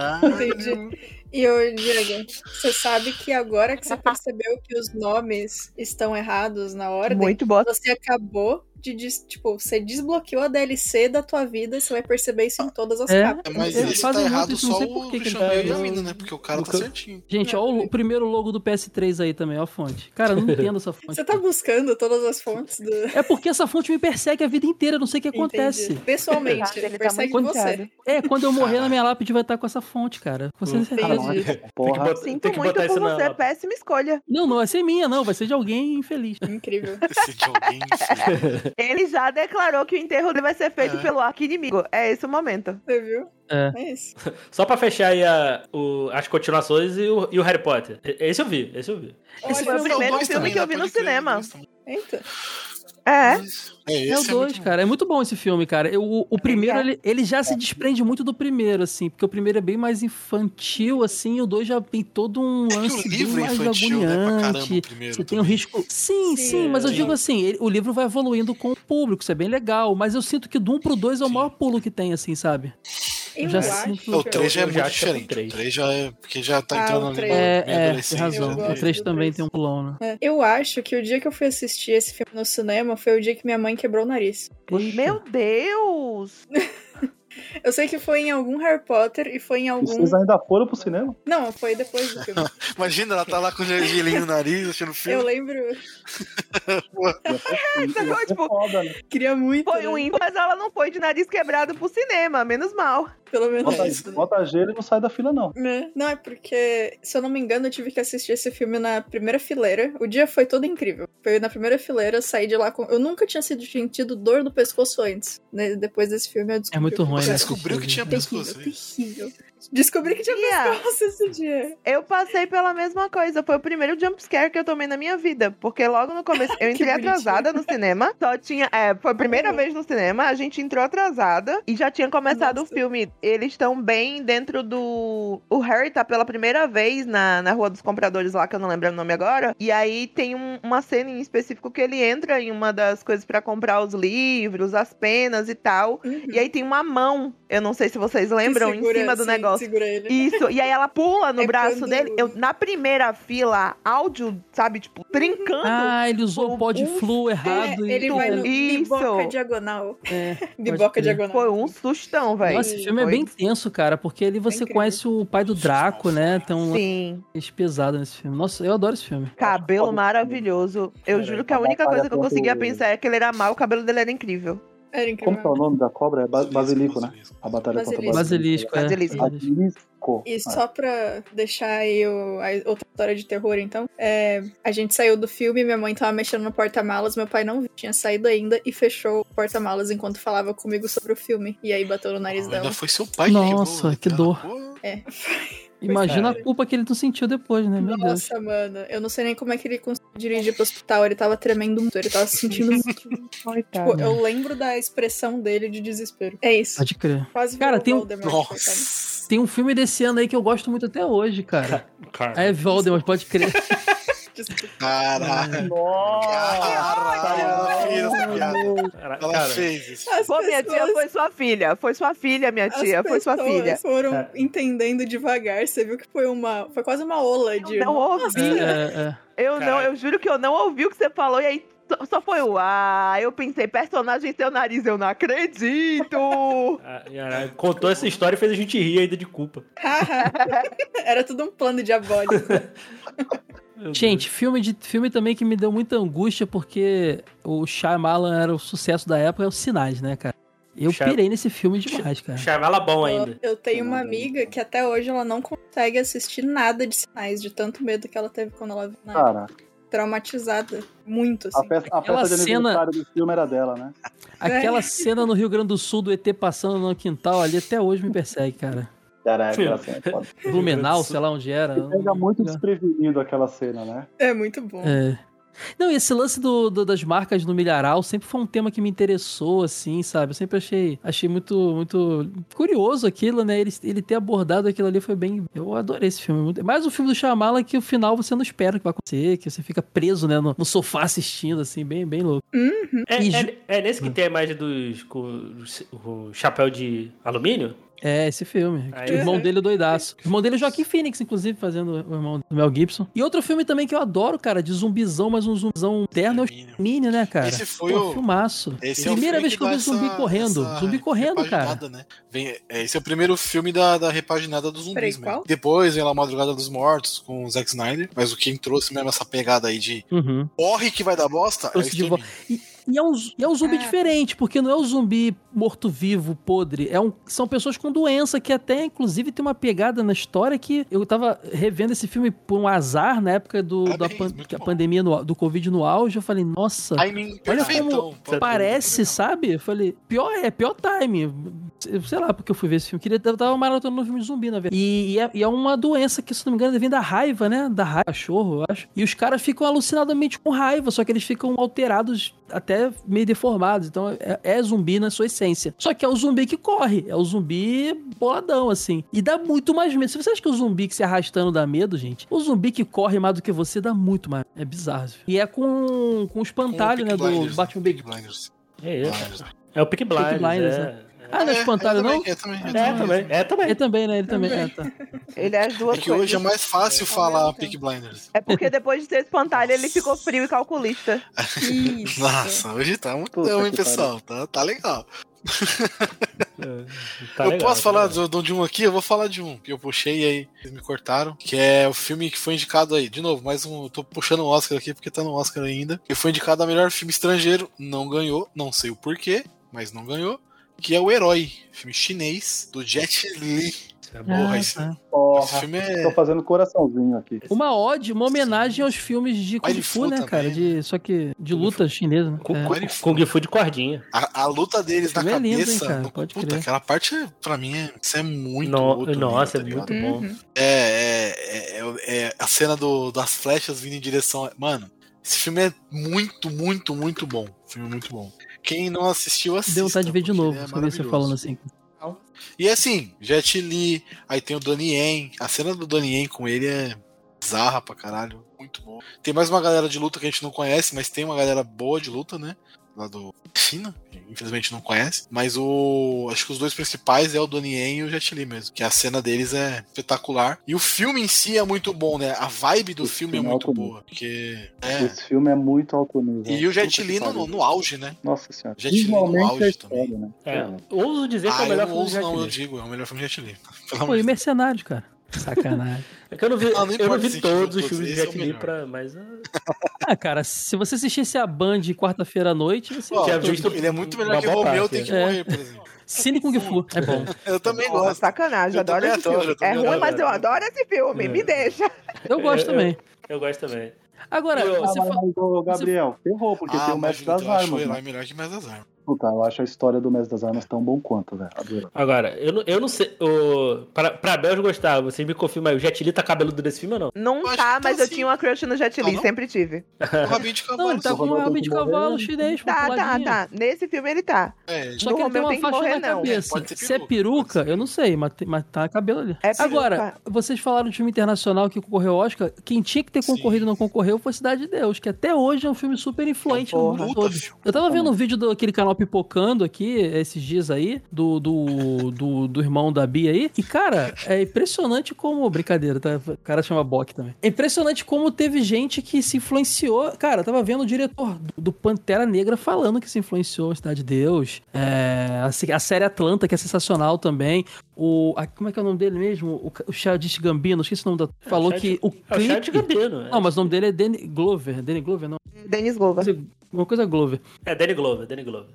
Speaker 6: Caralho.
Speaker 2: E o Diego, você sabe que agora que você percebeu que os nomes estão errados na ordem,
Speaker 3: Muito bom.
Speaker 2: você acabou de, des- tipo, você desbloqueou a DLC da tua vida e você vai perceber isso em todas as
Speaker 5: É.
Speaker 2: capas.
Speaker 6: É, mas
Speaker 5: Eles
Speaker 6: esse tá
Speaker 5: fazem muito
Speaker 6: errado
Speaker 5: isso, não
Speaker 6: só
Speaker 5: sei por
Speaker 6: o
Speaker 5: que que
Speaker 6: Christian
Speaker 5: tá-
Speaker 6: Bale e a mina, né? Porque o cara tá
Speaker 5: Nunca-
Speaker 6: certinho.
Speaker 5: Gente, olha o primeiro logo do PS3 aí também, ó a fonte. Cara, eu não entendo essa fonte.
Speaker 2: Você tá buscando todas as fontes do.
Speaker 5: É porque essa fonte me persegue a vida inteira, eu não sei o que acontece.
Speaker 2: Entendi. Pessoalmente,
Speaker 3: Ele tá
Speaker 2: persegue
Speaker 3: muito
Speaker 2: você.
Speaker 3: chateado.
Speaker 5: É, quando eu morrer na minha lápide vai estar com essa fonte, cara. Com
Speaker 6: Hum.
Speaker 5: certeza.
Speaker 2: Entendi.
Speaker 4: Porra.
Speaker 1: botar-
Speaker 3: Sinto muito por
Speaker 1: na-
Speaker 3: você, péssima escolha.
Speaker 5: Não, não vai ser minha, não. Vai ser de alguém infeliz.
Speaker 2: Incrível.
Speaker 6: Esse de alguém. enfim.
Speaker 3: Ele já declarou que o enterro dele vai ser feito
Speaker 6: É.
Speaker 3: pelo arco inimigo. É esse o momento.
Speaker 2: Você viu?
Speaker 5: É.
Speaker 2: É isso.
Speaker 1: Só pra fechar aí a- o- as continuações e o, e o Harry Potter. E- Esse eu vi, esse eu vi.
Speaker 3: Esse
Speaker 6: Olha,
Speaker 3: foi o
Speaker 6: não,
Speaker 3: primeiro
Speaker 6: dois
Speaker 3: filme
Speaker 6: também,
Speaker 3: que eu
Speaker 6: né?
Speaker 3: vi no
Speaker 6: Pode crer,
Speaker 3: cinema.
Speaker 6: dois também.
Speaker 2: Eita.
Speaker 3: É.
Speaker 6: É, esse
Speaker 5: É o dois,
Speaker 6: muito
Speaker 5: cara. É muito bom esse filme, cara. Eu- o, o primeiro, ele, ele já se desprende muito do primeiro, assim. Porque o primeiro é bem mais infantil, assim. E o dois já tem todo um
Speaker 6: É que o
Speaker 5: lance bem
Speaker 6: livro é
Speaker 5: mais
Speaker 6: infantil, né? Pra caramba,
Speaker 5: agoniante.
Speaker 6: o primeiro.
Speaker 5: Você tem um
Speaker 6: também.
Speaker 5: risco. Sim, sim,
Speaker 2: Sim,
Speaker 5: mas eu
Speaker 1: sim.
Speaker 5: digo assim, ele- o livro vai evoluindo com o público, isso é bem legal. Mas eu sinto que do 1 pro 2 é o
Speaker 6: Sim.
Speaker 5: maior pulo que tem, assim, sabe?
Speaker 2: Eu
Speaker 5: já
Speaker 2: acho.
Speaker 5: sinto.
Speaker 6: O 3 já é
Speaker 1: Eu já
Speaker 6: muito
Speaker 1: acho que é o
Speaker 6: diferente.
Speaker 1: três.
Speaker 6: O 3 já é. Porque já tá
Speaker 2: Ah,
Speaker 6: entrando
Speaker 2: o
Speaker 6: ali
Speaker 2: três.
Speaker 6: na-
Speaker 5: É,
Speaker 6: na
Speaker 5: é, tem
Speaker 6: adolescência,
Speaker 5: razão.
Speaker 6: né?
Speaker 2: gosto
Speaker 5: O 3
Speaker 2: do
Speaker 5: também
Speaker 2: três.
Speaker 5: tem um pulão, né?
Speaker 2: É. Eu acho que o dia que eu fui assistir esse filme no cinema foi o dia que minha mãe quebrou o nariz.
Speaker 3: Meu Deus!
Speaker 2: Eu sei que foi em algum Harry Potter e foi em
Speaker 4: E
Speaker 2: algum.
Speaker 4: vocês ainda foram pro cinema?
Speaker 2: Não, foi depois do filme.
Speaker 6: Imagina, ela tá lá com o gelinho no nariz, achando
Speaker 2: Eu
Speaker 6: filme.
Speaker 2: lembro.
Speaker 6: É,
Speaker 4: Ia ser- ia
Speaker 6: então,
Speaker 3: Sacou,
Speaker 4: ser
Speaker 3: tipo,
Speaker 4: foda, né?
Speaker 2: Queria muito.
Speaker 3: Foi um
Speaker 2: né?
Speaker 3: ímpar, mas ela não foi de nariz quebrado pro cinema, menos mal.
Speaker 2: Pelo menos
Speaker 5: tá
Speaker 4: Bota-
Speaker 2: isso. né?
Speaker 4: Bota gelo e não sai da fila, não.
Speaker 2: Né? Não, é porque, se eu não me engano, eu tive que assistir esse filme na primeira fileira. O dia foi todo incrível. Foi na primeira fileira, eu saí de lá com. Eu nunca tinha sido- sentido dor no pescoço antes. né? Depois desse filme eu descobri.
Speaker 5: É muito ruim,
Speaker 6: Você
Speaker 5: né?
Speaker 6: descobriu que tinha pescoço.
Speaker 2: Terrível, terrível. Descobri que tinha
Speaker 3: Tia.
Speaker 2: pescoço esse dia.
Speaker 3: Eu passei pela mesma coisa. Foi o primeiro jumpscare que eu tomei na minha vida. Porque logo no começo eu
Speaker 2: bonitinho.
Speaker 3: entrei
Speaker 2: Uhum.
Speaker 3: atrasada no cinema. Só tinha. É, foi a primeira vez no cinema. A gente entrou atrasada e já tinha começado
Speaker 2: Nossa.
Speaker 3: o filme. Eles estão bem dentro do. O Harry tá pela primeira vez na, na Rua dos Compradores lá, que eu não lembro o nome agora. E aí tem um- uma cena em específico que ele entra em uma das coisas pra comprar os livros, as penas e tal. E aí tem uma mão. Eu não sei se vocês Uhum. lembram,
Speaker 2: Uhum. segura,
Speaker 3: em cima do
Speaker 2: sim,
Speaker 3: negócio.
Speaker 2: Segura ele.
Speaker 3: Isso, e aí ela pula no
Speaker 2: É
Speaker 3: braço
Speaker 2: quando-
Speaker 3: dele. Eu, na primeira fila, áudio, sabe, tipo, trincando.
Speaker 5: Ah, ele usou
Speaker 3: Um-
Speaker 5: o pó de
Speaker 3: um-
Speaker 5: flu errado.
Speaker 2: É,
Speaker 5: e-
Speaker 2: ele vai no
Speaker 3: Isso.
Speaker 2: biboca diagonal.
Speaker 5: É.
Speaker 2: Biboca
Speaker 5: crer.
Speaker 2: diagonal.
Speaker 3: Foi um sustão, velho.
Speaker 5: Nossa, esse filme é
Speaker 3: Foi.
Speaker 5: bem tenso, cara, porque ali você
Speaker 2: incrível.
Speaker 5: conhece o pai do Draco, né? Tem um
Speaker 3: Sim,
Speaker 5: lance pesado nesse filme. Nossa, eu adoro esse filme.
Speaker 3: cabelo maravilhoso. Eu juro que a única coisa que eu conseguia pensar é que ele era mau, o cabelo dele era incrível.
Speaker 2: Era
Speaker 4: Como
Speaker 2: incrível.
Speaker 4: que é o nome da cobra? É ba- Basilico, né? A batalha
Speaker 2: Basilisco.
Speaker 4: contra o
Speaker 5: Basilisco, é.
Speaker 3: Basilisco.
Speaker 5: Basilisco.
Speaker 4: Basilisco.
Speaker 2: E só pra deixar aí o- a outra história de terror, então, é, a gente saiu do filme, minha mãe tava mexendo no porta-malas, meu pai não tinha saído ainda e fechou o porta-malas enquanto falava comigo sobre o filme. E aí bateu no nariz
Speaker 6: Ainda
Speaker 2: dela.
Speaker 6: foi seu pai que quebrou,
Speaker 5: Nossa,
Speaker 6: né,
Speaker 5: que
Speaker 6: cara?
Speaker 5: dor.
Speaker 6: Pô,
Speaker 5: Imagina
Speaker 1: cara.
Speaker 5: a culpa que ele não sentiu depois, né? Meu Deus.
Speaker 2: Nossa, mano, eu não sei nem como é que ele conseguiu dirigir pro hospital, ele tava tremendo muito, ele tava se sentindo. tipo,
Speaker 3: Coitado.
Speaker 2: eu lembro da expressão dele de desespero. É isso.
Speaker 5: Pode crer.
Speaker 2: Quase
Speaker 5: Cara,
Speaker 2: virou
Speaker 5: tem um-
Speaker 2: Voldemort, coitado.
Speaker 6: Nossa.
Speaker 5: Tem um filme desse ano aí que eu gosto muito até hoje, cara.
Speaker 1: Cara,
Speaker 5: É Voldemort, pode crer.
Speaker 2: Desculpa.
Speaker 6: Caraca.
Speaker 3: Nossa!
Speaker 6: Caraca, ela fez essa piada.
Speaker 5: É.
Speaker 1: Caraca,
Speaker 6: Ela
Speaker 1: cara,
Speaker 6: fez isso.
Speaker 2: As
Speaker 3: Pô, minha tia foi sua filha. Foi sua filha, minha
Speaker 2: as
Speaker 3: tia. Foi sua
Speaker 2: pessoas
Speaker 3: filha.
Speaker 2: foram
Speaker 1: É.
Speaker 2: entendendo devagar. Você viu que foi uma. Foi quase uma ola de.
Speaker 3: não
Speaker 2: Nossa,
Speaker 3: ouvi.
Speaker 5: É, é, é.
Speaker 3: Eu não,
Speaker 1: Caraca.
Speaker 3: eu juro que eu não ouvi o que você falou e aí só, só foi o ah, eu pensei, personagem seu nariz, eu não acredito.
Speaker 1: a- caralho, Contou essa história e fez a gente rir ainda de culpa.
Speaker 2: haha. Era tudo um plano diabólico.
Speaker 1: Meu
Speaker 5: Gente, filme, de, filme também que me deu muita angústia, porque o Shyamalan era o sucesso da época, é os sinais, né, cara? Eu
Speaker 1: Shy-
Speaker 5: pirei nesse filme demais, cara.
Speaker 1: Deus. Chamar ela bom
Speaker 2: Eu-
Speaker 1: ainda.
Speaker 2: Eu tenho uma amiga que até hoje ela não consegue assistir nada de sinais, de tanto medo que ela teve quando ela viu na
Speaker 3: Ah.
Speaker 2: época.
Speaker 4: Cara,
Speaker 2: traumatizada. Muito,
Speaker 4: a
Speaker 2: assim.
Speaker 4: festa, a
Speaker 5: Aquela
Speaker 4: festa de
Speaker 5: cena-
Speaker 4: aniversário do filme era dela, né?
Speaker 5: Aquela cena no Rio Grande do Sul do ET passando no quintal ali até hoje me persegue, cara.
Speaker 4: Caraca,
Speaker 1: aquela
Speaker 4: cena
Speaker 5: Blumenau, sei lá onde era.
Speaker 4: Pega muito desprevenido aquela cena, né?
Speaker 2: É muito bom.
Speaker 5: É. Não, e esse lance do, do- das marcas no milharal sempre foi um tema que me interessou, assim, sabe? Eu sempre achei, achei muito, muito curioso aquilo, né? Ele, ele ter abordado aquilo ali foi bem. Eu adorei esse filme. muito- Mas o filme do Shyamalan que o final você não espera que vai acontecer, que você fica preso, né, no, no sofá assistindo, assim, bem, bem louco.
Speaker 1: É,
Speaker 5: E
Speaker 1: é-
Speaker 5: ju-
Speaker 1: é nesse
Speaker 6: Ah.
Speaker 1: que tem a imagem dos. com o chapéu de alumínio?
Speaker 5: É, esse filme.
Speaker 1: Aí-
Speaker 5: o irmão dele é doidaço. O irmão dele é Joaquim Phoenix, inclusive, fazendo o irmão do Mel Gibson. E outro filme também que eu adoro, cara, de zumbizão, mas um zumbizão terno é o
Speaker 6: Extermínio.
Speaker 5: Mini, né, cara?
Speaker 6: Esse foi o-
Speaker 5: filmaço.
Speaker 6: Esse é o
Speaker 5: Primeira
Speaker 6: filme
Speaker 5: vez que eu
Speaker 6: dá
Speaker 5: vi um zumbi
Speaker 6: essa-
Speaker 5: correndo.
Speaker 6: essa
Speaker 5: Zumbi correndo, cara.
Speaker 6: repaginada, Né? Vem, é, esse é o primeiro filme da, da repaginada dos
Speaker 2: Peraí,
Speaker 6: zumbis. mesmo.
Speaker 2: qual?
Speaker 6: Depois vem lá Madrugada dos Mortos com o Zack Snyder. Mas o que trouxe mesmo essa pegada aí de
Speaker 5: Uhum.
Speaker 6: corre que vai dar bosta é o
Speaker 5: Trouxe de
Speaker 6: Extermínio.
Speaker 5: E é um, zu- e é um zumbi
Speaker 2: Ah.
Speaker 5: diferente, porque não é um zumbi morto-vivo, podre. É um, são pessoas com doença que até, inclusive, tem uma pegada na história que eu tava revendo esse filme por um azar na época do, da
Speaker 6: Parabéns,
Speaker 5: pan-
Speaker 6: muito
Speaker 5: que a
Speaker 6: bom.
Speaker 5: pandemia no au- do Covid no auge. Eu falei, nossa.
Speaker 6: Timing
Speaker 5: Olha
Speaker 6: perfeitão.
Speaker 5: como parece, sabe? Eu falei, pior é, pior time. Sei lá porque eu fui ver esse filme. Queria eu tava maratonando um filme de zumbi, na verdade. E, e é, e é uma doença que, se não me engano, vem da raiva, né? Da raiva, cachorro, eu acho. E os caras ficam alucinadamente com raiva, só que eles ficam alterados, até meio deformados. Então é, é zumbi na sua essência. Só que é o zumbi que corre, é o zumbi boladão, assim. E dá muito mais medo. Se você acha que o zumbi que se arrastando dá medo, gente, o zumbi que corre mais do que você dá muito mais. É bizarro. E é com, com o espantalho, né? Do Batman Big
Speaker 6: Blinders.
Speaker 1: É isso.
Speaker 6: Blinders.
Speaker 1: É o Pick Blinders.
Speaker 5: Blinders,
Speaker 1: é.
Speaker 5: Ah, não é espantalho,
Speaker 6: eu
Speaker 5: não?
Speaker 6: também- eu também- eu
Speaker 1: É,
Speaker 6: também-
Speaker 1: também. É também.
Speaker 5: Ele também, né? Ele também. É, tá.
Speaker 3: Ele é as duas
Speaker 6: É que
Speaker 3: coisas.
Speaker 6: hoje é mais fácil falar Peak Blinders.
Speaker 3: É porque depois de ter espantalho, ele ficou frio e calculista.
Speaker 2: Isso.
Speaker 6: Nossa, hoje tá muito
Speaker 4: Puta
Speaker 6: bom, hein,
Speaker 4: que
Speaker 6: pessoal? Tá, tá legal.
Speaker 1: Tá
Speaker 6: eu
Speaker 1: legal,
Speaker 6: posso
Speaker 1: tá
Speaker 6: falar do-
Speaker 1: legal.
Speaker 6: do- de um aqui? Eu vou falar de um que eu puxei e aí eles me cortaram. Que é o filme que foi indicado aí. De novo, mais um. Eu tô puxando o Oscar aqui porque tá no Oscar ainda. Que foi indicado a melhor filme estrangeiro. Não ganhou, não sei o porquê, mas não ganhou. Que é O Herói, filme chinês do Jet Li.
Speaker 1: Tá bom.
Speaker 6: Porra, esse,
Speaker 5: Ah, tá.
Speaker 6: esse
Speaker 4: Porra,
Speaker 6: filme é.
Speaker 4: tô fazendo coraçãozinho aqui.
Speaker 5: Uma ode, uma homenagem aos filmes de
Speaker 6: Mas
Speaker 5: Kung
Speaker 6: de
Speaker 5: Fu,
Speaker 6: Fu
Speaker 5: né,
Speaker 6: também,
Speaker 5: cara? De, só que de luta chinesa, né?
Speaker 1: Kung,
Speaker 5: É.
Speaker 6: Agora ele
Speaker 1: Kung- Kung Fu de cordinha.
Speaker 6: A, a luta deles na
Speaker 5: Filme é lindo, hein,
Speaker 6: cabeça.
Speaker 5: cara?
Speaker 6: no-
Speaker 5: Pode
Speaker 6: puta,
Speaker 5: crer.
Speaker 6: aquela parte, é- pra mim, é, isso é muito.
Speaker 1: No-
Speaker 6: outro
Speaker 1: nossa, é
Speaker 6: nível, tá
Speaker 1: muito
Speaker 6: ligado?
Speaker 1: bom.
Speaker 2: Uhum.
Speaker 6: É, é, é- é a cena do- das flechas vindo em direção. Mano, esse filme é muito, muito, muito bom. Filme muito bom. Quem não assistiu, assista.
Speaker 5: Deu vontade de ver de
Speaker 6: porque ele
Speaker 5: novo.
Speaker 6: é
Speaker 5: quando você
Speaker 6: maravilhoso.
Speaker 5: falando assim.
Speaker 6: E assim, Jet Li, aí tem o Donnie Yen. A cena do Donnie Yen com ele é bizarra pra caralho. Muito bom. Tem mais uma galera de luta que a gente não conhece, mas tem uma galera boa de luta, né? Lá do China, que infelizmente não conhece. Mas o. Acho que os dois principais é o Donnie Yen e o Jet Li mesmo. Que a cena deles é espetacular. E o filme em si é muito bom, né? A vibe do
Speaker 4: Esse
Speaker 6: filme é
Speaker 4: final
Speaker 6: muito
Speaker 4: também.
Speaker 6: boa. Porque. É.
Speaker 4: Esse filme é muito alto nível.
Speaker 6: E o Jet
Speaker 4: Puta que
Speaker 6: Li no,
Speaker 4: pariu.
Speaker 6: no auge, né?
Speaker 4: Nossa senhora.
Speaker 6: Jet Li no
Speaker 4: Visualmente
Speaker 6: auge
Speaker 4: é história, né?
Speaker 1: É, ouso dizer que é
Speaker 6: Ah,
Speaker 1: o
Speaker 6: eu
Speaker 1: melhor
Speaker 6: não
Speaker 1: filme do
Speaker 6: ouso,
Speaker 1: Jet
Speaker 6: não, eu
Speaker 1: Li.
Speaker 6: digo. É o melhor filme do Jet Li. Pelo
Speaker 5: Pô,
Speaker 6: amor
Speaker 5: e
Speaker 6: de Deus.
Speaker 5: mercenário, cara. Sacanagem.
Speaker 1: É que eu não vi,
Speaker 6: Ah, não
Speaker 1: eu não
Speaker 6: importa se
Speaker 1: vi
Speaker 6: a gente
Speaker 1: todos
Speaker 6: viu
Speaker 1: os filmes
Speaker 6: todos,
Speaker 1: do
Speaker 6: esse é o
Speaker 1: Jet Li,
Speaker 6: melhor.
Speaker 1: pra, mas... ah,
Speaker 5: Ah, cara, se você assistisse a Band quarta-feira à noite, você
Speaker 6: Ó,
Speaker 1: Tinha
Speaker 6: tipo,
Speaker 1: visto
Speaker 6: ele é muito melhor
Speaker 1: uma
Speaker 6: que o
Speaker 1: boa
Speaker 6: Romeu
Speaker 1: parte,
Speaker 6: tem que
Speaker 5: é.
Speaker 6: morrer, por exemplo.
Speaker 5: Cine Kung Fu. É bom.
Speaker 6: Eu também
Speaker 3: Porra,
Speaker 6: gosto.
Speaker 3: sacanagem,
Speaker 6: Eu
Speaker 3: adoro
Speaker 6: também
Speaker 3: esse
Speaker 6: adoro,
Speaker 3: filme.
Speaker 6: eu
Speaker 3: É
Speaker 6: também
Speaker 3: ruim,
Speaker 1: adoro.
Speaker 3: mas eu adoro esse filme.
Speaker 1: É.
Speaker 3: Me deixa.
Speaker 5: Eu gosto
Speaker 1: É,
Speaker 5: também.
Speaker 1: Eu gosto também.
Speaker 5: Agora,
Speaker 1: eu-
Speaker 5: você
Speaker 4: Ah, mas,
Speaker 5: fala.
Speaker 4: mas, ô, Gabriel, ferrou, porque tem o
Speaker 6: Magno,
Speaker 4: mestre das
Speaker 6: eu Ah, então, acho o
Speaker 4: armas.
Speaker 6: herói
Speaker 4: Né?
Speaker 6: melhor que o mestre das armas.
Speaker 4: Puta, eu acho a história do Mestre das Armas tão bom quanto, velho. Adorei.
Speaker 1: Agora, eu não, eu não sei. O, pra, pra Belge gostar, vocês me confirmam aí. O Jet Li tá cabeludo nesse filme ou não?
Speaker 3: Não
Speaker 6: Acho
Speaker 3: tá,
Speaker 6: que tá
Speaker 3: mas eu
Speaker 6: sim.
Speaker 3: tinha uma crush no Jet Li,
Speaker 6: Tá, não?
Speaker 3: sempre tive.
Speaker 6: O rabinho de
Speaker 5: Não,
Speaker 6: cavalo.
Speaker 5: ele tá
Speaker 4: Nossa,
Speaker 5: com
Speaker 4: o
Speaker 5: um
Speaker 4: Romeu
Speaker 5: rabo
Speaker 4: tem
Speaker 5: de
Speaker 4: que morrer,
Speaker 5: cavalo
Speaker 4: né?
Speaker 5: chinês,
Speaker 3: Tá, tá,
Speaker 5: populadinho.
Speaker 3: tá. Nesse filme ele tá.
Speaker 6: É,
Speaker 3: No
Speaker 5: Só que ele tem
Speaker 3: Romeu
Speaker 5: uma
Speaker 3: tem que
Speaker 5: faixa
Speaker 3: morrer,
Speaker 5: na
Speaker 3: não.
Speaker 5: cabeça.
Speaker 6: É, pode ser
Speaker 5: Se é
Speaker 6: peruca,
Speaker 5: peruca,
Speaker 6: pode ser.
Speaker 5: eu não sei, mas, tem- mas tá cabelo ali.
Speaker 3: É peruca.
Speaker 5: Agora, vocês falaram de filme internacional que concorreu ao Oscar. Quem tinha que ter
Speaker 6: Sim.
Speaker 5: concorrido e não concorreu foi Cidade de Deus, que até hoje é um filme super influente no
Speaker 3: Porra.
Speaker 5: mundo
Speaker 6: Puta,
Speaker 5: todo.
Speaker 6: filme.
Speaker 5: Eu tava vendo um vídeo daquele canal Pipocando aqui, esses dias aí, do, do, do, do irmão da Bia aí. E, cara, é impressionante como. Brincadeira, tá? O cara chama Bock também. É impressionante como teve gente que se influenciou. Cara, eu tava vendo o diretor do, do Pantera Negra falando que se influenciou em Cidade de Deus. É, a, se- a série Atlanta, que é sensacional também. O. a- como é que é o nome dele mesmo? O, ca- o Childish Gambino, esqueci o nome da. Falou
Speaker 1: Chad-
Speaker 5: que o
Speaker 1: É o Chad
Speaker 5: clipe.
Speaker 1: Gambino. é.
Speaker 5: Não, mas o nome dele é Danny Glover. Danny Glover, não.
Speaker 3: Dennis Glover.
Speaker 5: Uma coisa Glover.
Speaker 1: É Danny Glover, Danny Glover.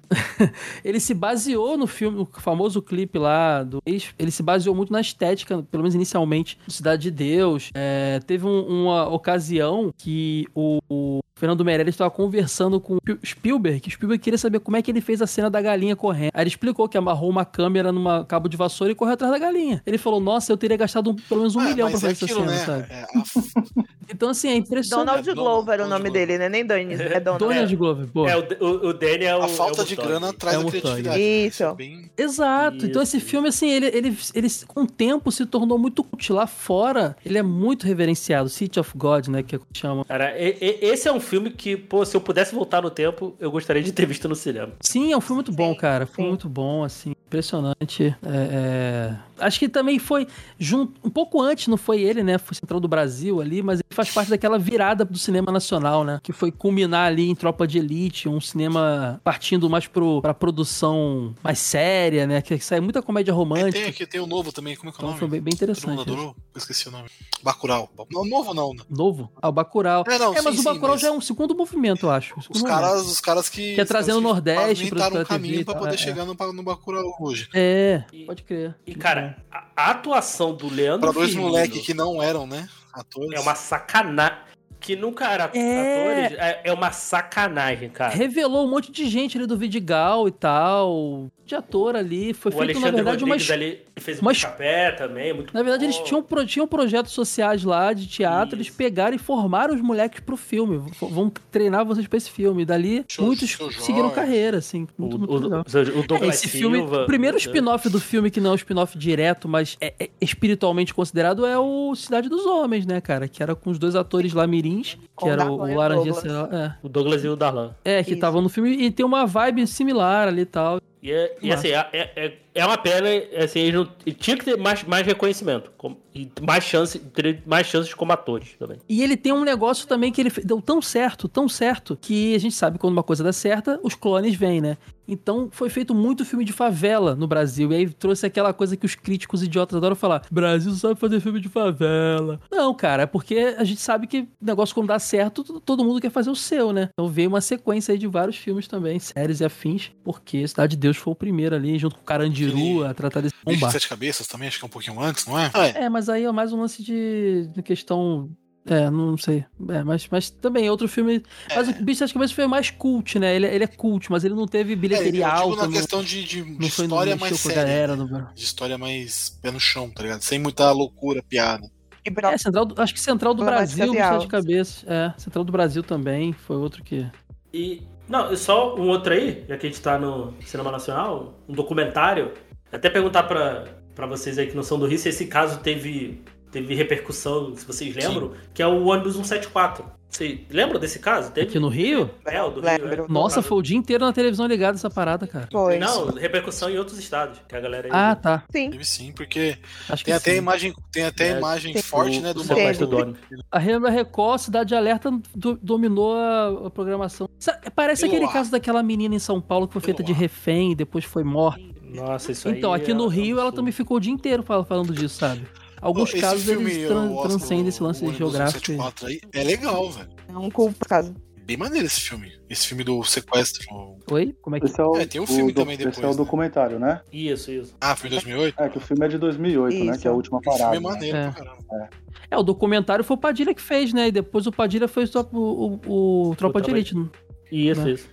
Speaker 5: Ele se baseou no filme, no famoso clipe lá do ex. Ele se baseou muito na estética, pelo menos inicialmente, do Cidade de Deus. É, teve um- uma ocasião que o, o Fernando Meirelles estava conversando com o Spiel- Spielberg, que o Spielberg queria saber como é que ele fez a cena da galinha correndo. Aí ele explicou que amarrou uma câmera numa cabo de vassoura e correu atrás da galinha. Ele falou: Nossa, eu teria gastado um- pelo menos um
Speaker 6: Ah,
Speaker 5: milhão pra
Speaker 6: mas
Speaker 5: fazer
Speaker 6: é
Speaker 5: essa
Speaker 6: aquilo,
Speaker 5: cena,
Speaker 6: né?
Speaker 5: sabe?
Speaker 6: É, a-
Speaker 5: Então, assim, é impressionante.
Speaker 3: Donald
Speaker 6: Donald-
Speaker 3: Glover é o nome
Speaker 6: Donald
Speaker 3: dele, né? Nem Dennis. É Donald.
Speaker 5: Donald Glover, pô.
Speaker 1: É, o, o, o Danny é o.
Speaker 6: a, falta
Speaker 1: é o
Speaker 6: de
Speaker 1: Murtaugh.
Speaker 6: grana atrás
Speaker 5: É um
Speaker 6: da
Speaker 5: Murtaugh.
Speaker 6: criatividade.
Speaker 3: Isso.
Speaker 6: É bem-
Speaker 5: Exato. Então
Speaker 1: Isso,
Speaker 5: esse
Speaker 1: isso.
Speaker 5: filme, assim, ele, ele, ele com o tempo se tornou muito cult. Lá fora, ele é muito reverenciado. City of God, né, que é como chama.
Speaker 1: Cara, e- e- esse é um filme que, pô, se eu pudesse voltar no tempo, eu gostaria de ter visto no cinema.
Speaker 5: Sim, é um filme muito bom,
Speaker 3: Sim,
Speaker 5: cara. Foi
Speaker 3: sim.
Speaker 5: muito bom, assim, impressionante. É, é, Acho que também foi junto, um pouco antes, não foi ele, né? Foi Central do Brasil ali, mas ele faz parte daquela virada do cinema nacional, né? Que foi culminar ali em Tropa de Elite, um cinema partindo mais pro, pra produção mais séria, né? Que sai muita comédia
Speaker 6: Aí É, tem
Speaker 5: romântica.
Speaker 6: aqui, tem o novo também, como é que é o
Speaker 5: Então
Speaker 6: nome?
Speaker 5: foi bem, bem
Speaker 6: Todo mundo
Speaker 5: interessante. né?
Speaker 6: adorou? Eu esqueci o nome. Bacurau. Não, novo não, né?
Speaker 5: Novo? Ah, o Bacurau.
Speaker 6: É, não,
Speaker 5: mas
Speaker 6: sim,
Speaker 5: o
Speaker 6: sim,
Speaker 5: Bacurau
Speaker 6: mas
Speaker 5: já é um segundo movimento, eu acho.
Speaker 6: Os
Speaker 5: Segundo movimento.
Speaker 6: caras, os caras que.
Speaker 5: Que é trazendo
Speaker 6: os
Speaker 5: o Nordeste pra-
Speaker 6: pavimentaram
Speaker 5: pra
Speaker 6: um caminho
Speaker 5: TV e
Speaker 6: pra
Speaker 5: tal,
Speaker 6: poder
Speaker 5: é,
Speaker 6: chegar no, no Bacurau hoje.
Speaker 5: É, pode crer.
Speaker 1: E,
Speaker 5: Uhum.
Speaker 1: cara, a, a atuação do Leandro.
Speaker 6: Pra dois
Speaker 1: Firmino
Speaker 6: moleques que não eram, né? Atores.
Speaker 1: É uma sacanagem. Que nunca era
Speaker 5: É.
Speaker 1: atores. É, é uma sacanagem, cara.
Speaker 5: Revelou um monte de gente ali do Vidigal e tal, de ator ali. Foi
Speaker 1: o
Speaker 5: feito,
Speaker 1: Alexandre
Speaker 5: na verdade, uma...
Speaker 1: Rodrigues ali fez
Speaker 5: uma
Speaker 1: um
Speaker 5: es-
Speaker 1: capé também, muito
Speaker 5: Na verdade,
Speaker 1: bom.
Speaker 5: eles tinham, pro- tinham projetos sociais lá de teatro,
Speaker 1: Isso.
Speaker 5: eles pegaram e formaram os moleques pro filme. V- Vão treinar vocês pra esse filme. E dali,
Speaker 6: Show-
Speaker 5: muitos
Speaker 6: show joia.
Speaker 5: seguiram carreira, assim. Muito,
Speaker 1: O,
Speaker 5: muito
Speaker 1: o,
Speaker 5: legal.
Speaker 1: o, o
Speaker 5: É,
Speaker 1: Douglas
Speaker 5: esse filme,
Speaker 1: Silva.
Speaker 5: o primeiro
Speaker 1: meu Deus.
Speaker 5: spin-off do filme, que não é um spin-off direto, mas é, é espiritualmente considerado, é o Cidade dos Homens, né, cara? Que era com os dois atores lá mirins, que
Speaker 3: Com
Speaker 5: era o,
Speaker 3: Darlan e
Speaker 5: o
Speaker 3: o
Speaker 5: Laranjinha
Speaker 3: Douglas.
Speaker 5: Cereal-
Speaker 1: O Douglas e o Darlan.
Speaker 5: É, é, que
Speaker 3: Isso.
Speaker 5: tava no filme e tem uma vibe similar ali e tal.
Speaker 1: E, é, e
Speaker 5: Massa.
Speaker 1: assim, é, é, é uma pena, assim, eles não, e tinha que ter mais, mais reconhecimento. como- e mais chance, ter mais chances como atores também.
Speaker 5: E ele tem um negócio também que ele fe- deu tão certo, tão certo, que a gente sabe quando uma coisa dá certa, os clones vêm, né? Então foi feito muito filme de favela no Brasil. E aí trouxe aquela coisa que os críticos idiotas adoram falar: Brasil só sabe fazer filme de favela. Não, cara, é porque a gente sabe que negócio quando dá certo, t- todo mundo quer fazer o seu, né? Então veio uma sequência aí de vários filmes também, séries e afins, porque Cidade de Deus foi o primeiro ali, junto com Carandiru,
Speaker 6: Aquele-
Speaker 5: a tratar desse
Speaker 6: Bicho de
Speaker 5: bombar.
Speaker 6: Sete Cabeças também, acho que é um pouquinho antes, não é? Ah, é.
Speaker 5: É, mas aí é mais um lance de, de questão. É, não sei. É, mas, mas também outro filme.
Speaker 6: É.
Speaker 5: Mas o Bicho das Cabeças foi mais cult, né? Ele, ele é cult, mas ele não teve bilheteria
Speaker 6: É, eu digo
Speaker 5: alta.
Speaker 6: na
Speaker 5: Não,
Speaker 6: questão de, de, de
Speaker 5: não foi
Speaker 6: história
Speaker 5: não mexeu
Speaker 6: mais
Speaker 5: com a
Speaker 6: séria.
Speaker 5: galera.
Speaker 6: né?
Speaker 5: não-
Speaker 6: De história mais pé no chão, tá ligado? Sem muita loucura, piada.
Speaker 3: E Bra-
Speaker 5: É, Central do- acho que Central do
Speaker 3: Problemática
Speaker 5: Brasil, Bicho das
Speaker 3: real.
Speaker 5: Cabeças. É, Central do Brasil também. Foi outro que.
Speaker 1: E. Não, e só um outro aí, já que a gente tá no Cinema Nacional, um documentário. Até perguntar pra, pra vocês aí que não são do Rio se esse caso teve, teve repercussão, se vocês lembram, que é o ônibus 174. Vocês lembram desse caso? Teve?
Speaker 5: Aqui no Rio?
Speaker 1: É, o do Rio.
Speaker 3: Lembro.
Speaker 1: é.
Speaker 5: Nossa, foi o dia inteiro na televisão ligada essa parada, cara.
Speaker 3: Foi.
Speaker 1: Não, repercussão em outros estados, que a galera aí.
Speaker 5: Ah, tá.
Speaker 3: Sim.
Speaker 6: Teve sim, porque
Speaker 5: Acho que
Speaker 6: tem até a
Speaker 5: sim.
Speaker 6: imagem, tem até a
Speaker 1: É,
Speaker 6: imagem
Speaker 3: tem
Speaker 6: forte,
Speaker 1: o-
Speaker 6: né,
Speaker 1: o
Speaker 6: do
Speaker 1: sequestro do
Speaker 6: maluco.
Speaker 1: ônibus.
Speaker 5: A Renda Record, Cidade de Alerta, do- dominou a, a programação. Sa- Parece
Speaker 6: Pelo
Speaker 5: aquele
Speaker 6: ar.
Speaker 5: caso daquela menina em São Paulo que foi
Speaker 6: Pelo
Speaker 5: feita de
Speaker 6: ar.
Speaker 5: refém e depois foi morta.
Speaker 1: Nossa, isso aí.
Speaker 5: Então, aqui
Speaker 1: é
Speaker 5: no
Speaker 1: um
Speaker 5: Rio, ela
Speaker 1: absurdo.
Speaker 5: também ficou o dia inteiro fal- falando disso, sabe? Alguns
Speaker 6: Esse
Speaker 5: casos
Speaker 6: filme,
Speaker 5: eles
Speaker 6: o
Speaker 5: tran-
Speaker 6: Oscar,
Speaker 5: transcendem esse
Speaker 6: o
Speaker 5: lance
Speaker 6: ônibus
Speaker 5: geográfico. e-
Speaker 6: 174 aí, É legal, velho.
Speaker 3: É um culpa, por causa.
Speaker 6: Bem maneiro esse filme. Esse filme do sequestro.
Speaker 5: Oi? Como é que.
Speaker 4: Esse é o,
Speaker 6: É, tem um filme
Speaker 4: o do-
Speaker 6: também depois,
Speaker 4: Esse é o
Speaker 6: né?
Speaker 4: documentário, né?
Speaker 1: Isso, isso.
Speaker 6: Ah, foi em 2008?
Speaker 4: É, que o filme é de 2008, né?
Speaker 3: Isso.
Speaker 4: Que é a última
Speaker 6: Esse
Speaker 4: parada.
Speaker 6: filme é
Speaker 4: né?
Speaker 6: maneiro
Speaker 5: É.
Speaker 6: pra caramba.
Speaker 5: É, o documentário foi o Padilha que fez, né? E depois o Padilha fez o, o, o- o Tropa de
Speaker 1: Tropa
Speaker 5: Elite, não
Speaker 1: Isso,
Speaker 5: Né?
Speaker 2: Ah,
Speaker 1: isso.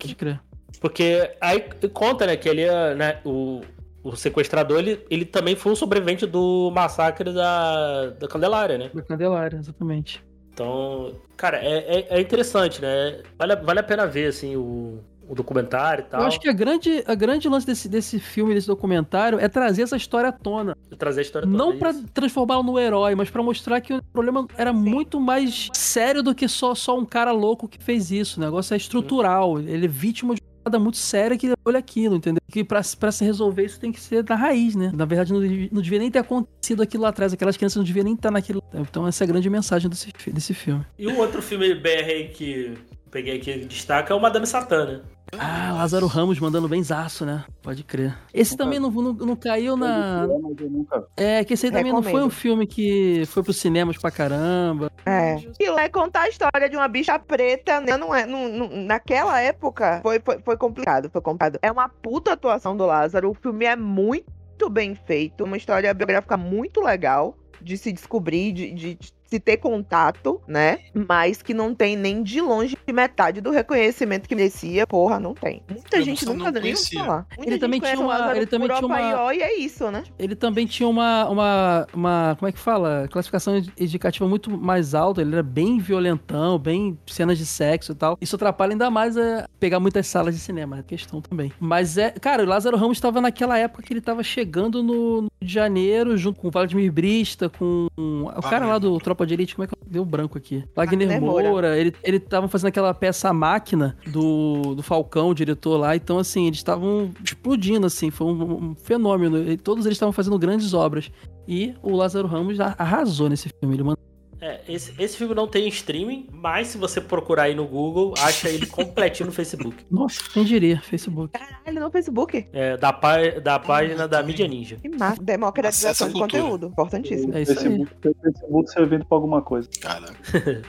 Speaker 5: pode crer.
Speaker 1: Porque aí conta, né, que ele, é, né, o, o sequestrador, ele, ele também foi um sobrevivente do massacre da, da Candelária, né?
Speaker 5: Da Candelária, exatamente.
Speaker 1: Então, cara, é, é, é interessante, né? Vale, a- vale a pena ver, assim, o, o documentário e tal.
Speaker 5: Eu acho que a grande, a grande lance desse, desse filme, desse documentário, é trazer essa história à tona.
Speaker 1: Trazer a história
Speaker 5: Não
Speaker 1: toda,
Speaker 5: pra
Speaker 1: isso.
Speaker 5: transformá-lo no herói, mas pra mostrar que o problema era muito mais sério do que só, só um cara louco que fez isso. O negócio é estrutural. Ele é vítima de uma parada muito séria que olha aquilo, entendeu? Que pra, pra se resolver isso tem que ser da raiz, né? Na verdade, não, devia- não devia nem ter acontecido aquilo lá atrás. Aquelas crianças não deviam nem estar naquele. Então, essa é a grande mensagem desse, fi- desse filme.
Speaker 1: E um outro filme BR aí que peguei aqui que destaca é o Madame Satã, né?
Speaker 5: Ah, Lázaro Ramos mandando benzaço, né? Pode crer. Esse também não, não, não caiu na.
Speaker 4: Eu mas eu nunca vi.
Speaker 5: É, que esse aí também não foi um
Speaker 3: Recomendo.
Speaker 5: filme que foi pros cinemas pra caramba.
Speaker 3: É. E lá é contar a história de uma bicha preta, né? Não é, não, não- naquela época foi, foi, foi complicado, foi complicado. É uma puta atuação do Lázaro. O filme é muito bem feito, uma história biográfica muito legal de se descobrir, de, de- de se ter contato, né? Mas que não tem nem de longe metade do reconhecimento que merecia. Porra, não tem. Muita
Speaker 6: Eu
Speaker 3: gente
Speaker 6: não-
Speaker 3: nunca
Speaker 6: não
Speaker 3: nem ouviu
Speaker 6: conhecia.
Speaker 3: falar. Muita
Speaker 5: Ele
Speaker 3: gente
Speaker 5: também
Speaker 3: conhece
Speaker 5: tinha
Speaker 3: o
Speaker 5: uma-
Speaker 3: Lázaro
Speaker 5: ele também
Speaker 3: por
Speaker 5: tinha uma-
Speaker 3: Opaió E é isso, né?
Speaker 5: Ele também tinha uma, uma, uma. Como é que fala? Classificação indicativa muito mais alta. Ele era bem violentão, bem cenas de sexo e tal. Isso atrapalha ainda mais a pegar muitas salas de cinema, é questão também. Mas é. Cara, o Lázaro Ramos estava naquela época que ele estava chegando no, no Rio de Janeiro, junto com o Vladimir Brista, com. O cara lá do Tropa de Elite, como é que deu branco aqui? Wagner
Speaker 3: Wagner Moura.
Speaker 5: Moura. Moura, ele, ele tava fazendo aquela peça A Máquina do, do Falcão, o diretor lá, então assim, eles estavam explodindo, assim, foi um, um fenômeno. E todos eles estavam fazendo grandes obras. E o Lázaro Ramos a- arrasou nesse filme. Ele mandou
Speaker 1: É, esse, esse filme não tem streaming, mas se você procurar aí no Google, acha ele completinho no Facebook.
Speaker 5: Nossa, quem diria? Facebook.
Speaker 3: Caralho, no Facebook.
Speaker 1: É, da, pá- da página da Mídia Ninja.
Speaker 3: Que massa.
Speaker 6: Acesso à
Speaker 3: Democratização de
Speaker 6: cultura.
Speaker 3: conteúdo. Importantíssimo.
Speaker 5: É isso
Speaker 4: Esse
Speaker 5: aí.
Speaker 4: mundo- esse mundo servindo pra alguma coisa.
Speaker 6: Caraca.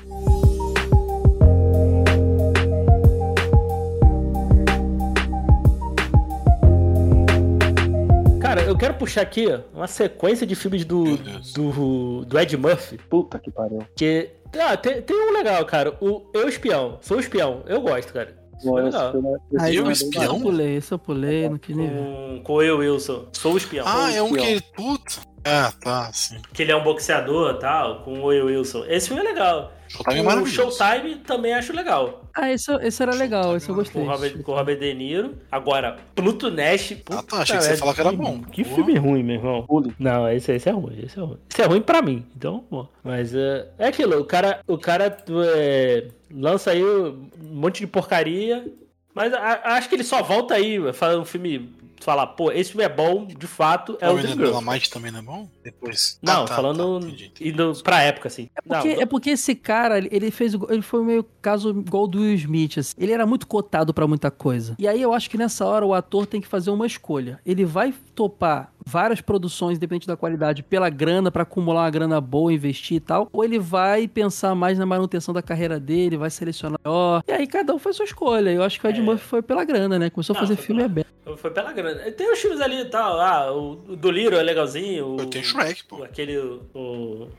Speaker 1: Cara, eu quero puxar aqui uma sequência de filmes do,
Speaker 6: Meu Deus.
Speaker 1: do, do Ed Murphy,
Speaker 4: Puta que pariu.
Speaker 6: É
Speaker 1: que... Ah, tem, tem um legal, cara. O Eu Espião. Sou Espião. Eu gosto, cara. Esse
Speaker 4: Bom,
Speaker 1: foi
Speaker 4: esse
Speaker 1: legal.
Speaker 4: filme é- esse
Speaker 6: Ah,
Speaker 4: filme
Speaker 6: eu
Speaker 4: é bem
Speaker 6: espião?
Speaker 5: Eu
Speaker 4: bacana.
Speaker 5: pulei, esse eu pulei, não quis nem ver.
Speaker 1: Com, com o Will Wilson. Sou o Espião.
Speaker 6: Ah, é um
Speaker 4: Pior.
Speaker 6: que ele. Puta. Ah, tá, sim.
Speaker 1: Que ele é um boxeador e tal, com o Will Wilson. Esse filme é legal.
Speaker 6: Showtime é
Speaker 1: o
Speaker 6: maravilhoso.
Speaker 1: Showtime também acho legal.
Speaker 5: Ah, esse, esse era legal, esse eu
Speaker 1: Com
Speaker 5: gostei.
Speaker 1: o Robert, com o Robert De Niro. Agora, Pluto Nash.
Speaker 6: Ah,
Speaker 1: puta
Speaker 6: tá. Achei que você ia
Speaker 1: merda,
Speaker 6: falar que era bom.
Speaker 1: Que
Speaker 6: Pô.
Speaker 1: filme ruim, meu irmão.
Speaker 4: Bullying.
Speaker 1: Não, esse, esse é ruim, esse é ruim. Esse é ruim pra mim, então, bom. Mas é, é aquilo, o cara, o cara é, lança aí um monte de porcaria, mas a- acho que ele só volta aí, faz um filme, falar, pô, esse filme é bom, de fato, é o
Speaker 6: Homem da
Speaker 1: Dreamgirls.
Speaker 6: Dolomite também não é bom? Depois.
Speaker 1: Não,
Speaker 6: Ah, tá,
Speaker 1: falando
Speaker 6: tá, entendi, entendi.
Speaker 1: indo pra época, assim. Não,
Speaker 5: Porque- é porque esse cara, ele- ele fez, igual- ele foi meio caso igual do Will Smith, assim. Ele era muito cotado pra muita coisa. E aí eu acho que nessa hora o ator tem que fazer uma escolha. Ele vai topar várias produções, independente da qualidade, pela grana, pra acumular uma grana boa, investir e tal, ou ele vai pensar mais na manutenção da carreira dele, vai selecionar melhor. E aí cada um faz sua escolha. Eu acho que o Ed
Speaker 1: É.
Speaker 5: Murphy foi pela grana, né? Começou a
Speaker 1: Não,
Speaker 5: fazer
Speaker 1: foi
Speaker 5: filme
Speaker 1: pela-
Speaker 5: aberto.
Speaker 4: é-
Speaker 1: Foi pela grana. Tem os filmes ali e tal, ah, o, o do Liro é legalzinho. O,
Speaker 6: Eu tenho Shrek, pô.
Speaker 1: Aquele, o...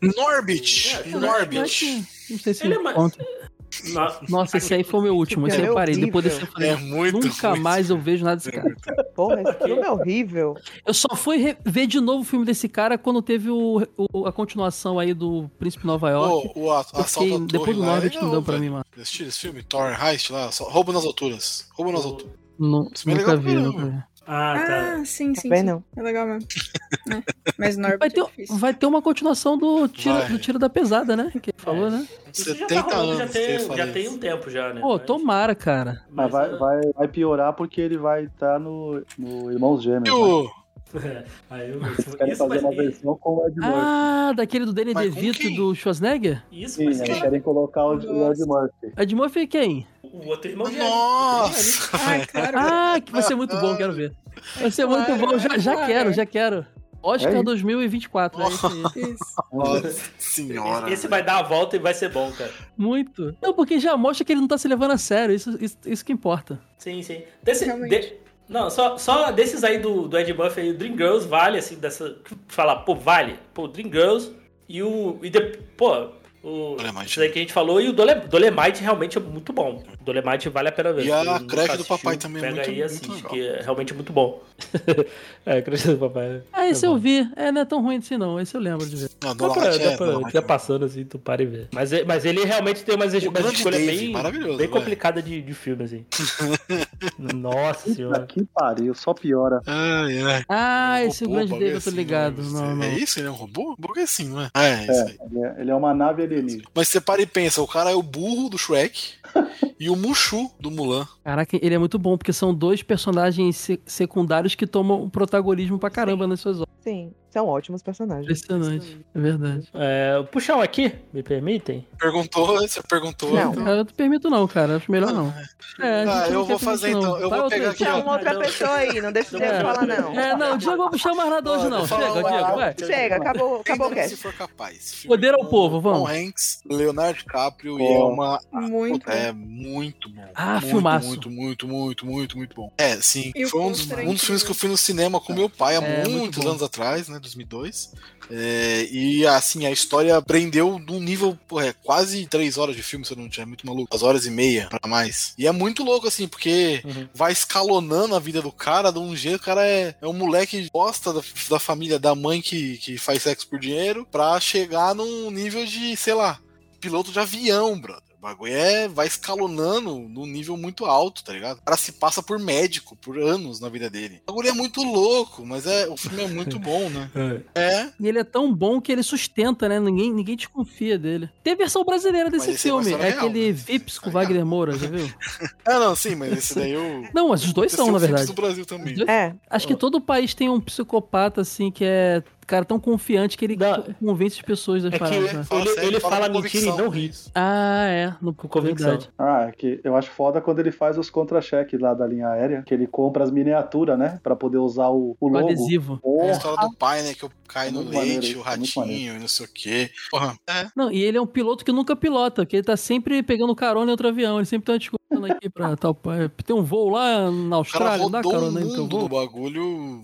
Speaker 6: Norbit!
Speaker 1: É,
Speaker 5: Eu acho
Speaker 6: Norbit!
Speaker 5: que- Não sei se
Speaker 1: Ele é mais-
Speaker 5: conta.
Speaker 1: Na-
Speaker 5: Nossa, esse aí foi o meu último. Esse aí eu
Speaker 3: É
Speaker 5: parei. Depois
Speaker 3: horrível.
Speaker 5: desse eu falei,
Speaker 6: É muito
Speaker 5: nunca
Speaker 6: ruim.
Speaker 5: mais eu vejo nada desse cara.
Speaker 3: Porra, esse filme é horrível.
Speaker 5: Eu só fui re- ver de novo o filme desse cara quando teve o- o- a continuação aí do Príncipe Nova York.
Speaker 6: Pô, o a-
Speaker 5: Eu
Speaker 6: assalto à
Speaker 5: fiquei-
Speaker 6: torre
Speaker 5: depois do
Speaker 6: lá é
Speaker 5: Norbit não
Speaker 6: legal,
Speaker 5: deu pra
Speaker 6: velho.
Speaker 5: mim, mano.
Speaker 6: Vocês assistiram esse filme? Thor Heist lá? só- Roubo nas alturas. Roubo nas alturas.
Speaker 5: Nu-
Speaker 6: Isso é
Speaker 5: nunca
Speaker 6: legal
Speaker 5: vi,
Speaker 6: pra
Speaker 5: nunca vi.
Speaker 1: Ah, tá.
Speaker 2: Ah, sim, sim.
Speaker 3: Também
Speaker 2: sim.
Speaker 3: não.
Speaker 2: É legal mesmo. É. Mas Norbit
Speaker 5: Vai ter,
Speaker 2: é difícil.
Speaker 5: vai ter uma continuação do tiro,
Speaker 6: Vai. É.
Speaker 5: do tiro da Pesada, né? Que ele falou, né?
Speaker 4: Ah,
Speaker 1: Isso já
Speaker 6: 70
Speaker 1: tá rolando,
Speaker 6: anos.
Speaker 1: já
Speaker 6: que
Speaker 1: tem,
Speaker 6: eu
Speaker 1: já
Speaker 6: falei
Speaker 1: tem
Speaker 6: isso.
Speaker 1: um tempo já, né?
Speaker 5: Pô,
Speaker 1: Mas-
Speaker 5: tomara, cara.
Speaker 4: Mas vai,
Speaker 6: é-
Speaker 1: ah,
Speaker 4: vai, vai piorar porque ele vai estar no, no Irmãos Gêmeos.
Speaker 6: E
Speaker 4: né?
Speaker 6: o.
Speaker 1: aí ah, eu-
Speaker 4: Eles querem
Speaker 1: isso,
Speaker 4: fazer uma
Speaker 1: vai,
Speaker 4: versão com o Ed Murphy.
Speaker 5: Ah, daquele do Danny
Speaker 6: Mas com
Speaker 5: DeVito
Speaker 6: quem?
Speaker 5: e do Schwarzenegger?
Speaker 1: isso
Speaker 4: Sim, né?
Speaker 1: vai
Speaker 4: eles
Speaker 1: ser
Speaker 4: querem colocar o, o Ed
Speaker 2: Nossa.
Speaker 4: Murphy.
Speaker 5: Ed Murphy é quem?
Speaker 1: o outro irmão é. dele.
Speaker 6: Nossa!
Speaker 2: Ah, claro.
Speaker 5: Ah, que vai ser muito bom, quero ver. Vai ser muito bom, já, já
Speaker 2: claro.
Speaker 5: quero, já quero.
Speaker 4: É
Speaker 5: Oscar
Speaker 4: isso.
Speaker 5: 2024, é isso aí.
Speaker 2: Isso.
Speaker 6: Nossa senhora.
Speaker 1: Esse
Speaker 6: velho.
Speaker 1: vai dar a volta e vai ser bom, cara.
Speaker 5: Muito. Não, porque já mostra que ele não tá se levando a sério, isso, isso, isso que importa.
Speaker 1: Sim, sim. Desse,
Speaker 2: Realmente.
Speaker 1: de- não, só, só desses aí do, do Ed Buff aí, Dream Girls vale, assim, dessa. Falar, pô, vale. Pô, Dream Girls e o. E de, pô, O,
Speaker 6: Dolemite.
Speaker 1: esse daí que a gente falou, e o Dole- Dolemite realmente é muito bom. Dolemite vale a pena ver.
Speaker 6: E a
Speaker 1: Quem nunca
Speaker 6: creche do papai também é
Speaker 1: Pega
Speaker 6: muito-
Speaker 1: aí e
Speaker 6: muito
Speaker 1: assiste,
Speaker 6: legal.
Speaker 1: que é realmente muito bom. é, a creche do papai.
Speaker 5: Ah, esse
Speaker 6: Tá
Speaker 1: é
Speaker 5: eu
Speaker 1: bom.
Speaker 5: vi. É, não é tão ruim assim, não. Esse eu lembro de ver.
Speaker 6: Não,
Speaker 1: Dá pra,
Speaker 6: Dolemite
Speaker 1: dá
Speaker 6: é,
Speaker 1: pra-
Speaker 6: Dolemite
Speaker 1: tá
Speaker 6: é
Speaker 1: passando assim, tu para e vê. Mas, é- mas ele realmente tem umas, umas
Speaker 6: grande
Speaker 1: escolhas
Speaker 6: Dave,
Speaker 1: bem,
Speaker 6: maravilhoso,
Speaker 1: bem
Speaker 6: né?
Speaker 1: complicadas de, de filme, assim. Nossa senhora.
Speaker 4: Aqui pariu, só piora.
Speaker 6: Ai, ai.
Speaker 5: Ah, esse
Speaker 6: Robô,
Speaker 5: grande
Speaker 6: bagulho
Speaker 5: David, eu tô
Speaker 6: assim,
Speaker 5: ligado.
Speaker 6: né?
Speaker 5: Não, não.
Speaker 6: É isso? Ele é um robô? Porque assim, não é? Ah, é, isso aí.
Speaker 4: Ele é, ele é uma nave alienígena.
Speaker 6: Mas você para e pensa, o cara é o burro do Shrek e o Mushu do Mulan.
Speaker 5: Caraca, ele é muito bom, porque são dois personagens se- secundários que tomam o protagonismo pra caramba nas suas obras.
Speaker 3: Sim, são ótimos personagens.
Speaker 5: Impressionante. É verdade.
Speaker 1: É, o puxão aqui, me permitem?
Speaker 6: Perguntou, você perguntou.
Speaker 3: Não.
Speaker 6: então-
Speaker 5: Cara, eu não permito não, cara. Acho melhor não. É,
Speaker 6: Ah,
Speaker 5: a gente
Speaker 6: eu
Speaker 5: não
Speaker 6: vou
Speaker 5: tem
Speaker 6: fazer
Speaker 5: permissão,
Speaker 6: então.
Speaker 5: não.
Speaker 6: Eu
Speaker 5: Vai
Speaker 6: vou
Speaker 5: outra
Speaker 6: pegar
Speaker 5: aí,
Speaker 6: aqui,
Speaker 3: Chama
Speaker 6: ó.
Speaker 1: Não,
Speaker 3: uma outra
Speaker 1: não.
Speaker 3: pessoa aí, não deixa o Diego
Speaker 5: É.
Speaker 3: falar, não.
Speaker 5: É, não, o Diego vai puxar mais nada hoje, não.
Speaker 6: Vou falar
Speaker 5: Chega,
Speaker 6: uma-
Speaker 5: Diego, vai.
Speaker 3: Chega, acabou, acabou o
Speaker 6: Ainda Se
Speaker 3: cast.
Speaker 6: for capaz. Filme
Speaker 5: Poder ao
Speaker 6: com
Speaker 5: povo, vamos.
Speaker 6: Tom Hanks, Leonardo DiCaprio e
Speaker 4: Bom.
Speaker 6: é uma.
Speaker 2: Muito.
Speaker 6: É muito bom.
Speaker 5: Ah,
Speaker 6: muito,
Speaker 5: filmaço.
Speaker 6: Muito, muito, muito, muito, muito bom. É, sim.
Speaker 2: E o
Speaker 6: foi um dos,
Speaker 2: pôster é
Speaker 6: um dos filmes
Speaker 2: incrível.
Speaker 6: que eu fui no cinema com meu pai há
Speaker 5: É, muito
Speaker 6: muitos
Speaker 5: bom.
Speaker 6: anos atrás, né? 2002. É, e assim, a história prendeu num nível, porra, é quase três horas de filme, se eu não tinha, é muito maluco. Duas horas e meia pra mais. E é muito louco, assim, porque
Speaker 5: Uhum.
Speaker 6: vai escalonando a vida do cara de um jeito. O cara é, é um moleque que gosta da, da família da mãe que, que faz sexo por dinheiro pra chegar num nível de, sei lá, piloto de avião, brother. O bagulho é, vai escalonando num nível muito alto, tá ligado? O cara se passa por médico por anos na vida dele. O bagulho é muito louco, mas é, o filme é muito bom, né? É,
Speaker 5: E ele é tão bom que ele sustenta, né? Ninguém, ninguém desconfia dele. Tem versão brasileira desse
Speaker 6: Mas esse é uma
Speaker 5: filme. É,
Speaker 6: história real,
Speaker 5: aquele
Speaker 6: né?
Speaker 5: Vips com
Speaker 6: Tá
Speaker 5: Wagner Moura, já viu?
Speaker 6: Ah, não, sim, mas esse daí eu.
Speaker 5: Não, mas os dois
Speaker 6: esse
Speaker 5: são,
Speaker 6: é um
Speaker 5: na
Speaker 6: filme
Speaker 5: verdade.
Speaker 6: do Brasil também.
Speaker 3: É,
Speaker 5: Acho que todo país tem um psicopata, assim, que é, cara, tão confiante que ele
Speaker 1: Não.
Speaker 5: co- convence as pessoas das
Speaker 1: É que-
Speaker 5: paradas. né?
Speaker 1: Ele-
Speaker 6: sério,
Speaker 1: ele fala
Speaker 6: com
Speaker 1: mentira e
Speaker 6: convicção,
Speaker 1: não ri.
Speaker 6: isso.
Speaker 5: Ah, é. No,
Speaker 1: Com convicção.
Speaker 5: Verdade.
Speaker 4: Ah, é que eu acho foda quando ele faz os contra-cheques lá da linha aérea, que ele compra as miniaturas, né? Pra poder usar o, o
Speaker 5: O
Speaker 4: logo.
Speaker 6: Tem
Speaker 5: adesivo.
Speaker 6: a
Speaker 4: Porra,
Speaker 6: história do pai, né? Que eu caio
Speaker 1: É
Speaker 6: no
Speaker 4: Muito maneiro
Speaker 6: leite,
Speaker 4: isso,
Speaker 6: o
Speaker 4: muito
Speaker 6: ratinho, e não sei o quê. Porra, é.
Speaker 5: Não, e ele é um piloto que nunca pilota, que ele tá sempre pegando carona em outro avião. Ele sempre tá descontando aqui pra tal. pa- Tem um voo lá na
Speaker 6: O cara
Speaker 5: Austrália, não dá
Speaker 6: rodou o
Speaker 5: carona aí no teu
Speaker 6: mundo do
Speaker 5: voo.
Speaker 6: bagulho.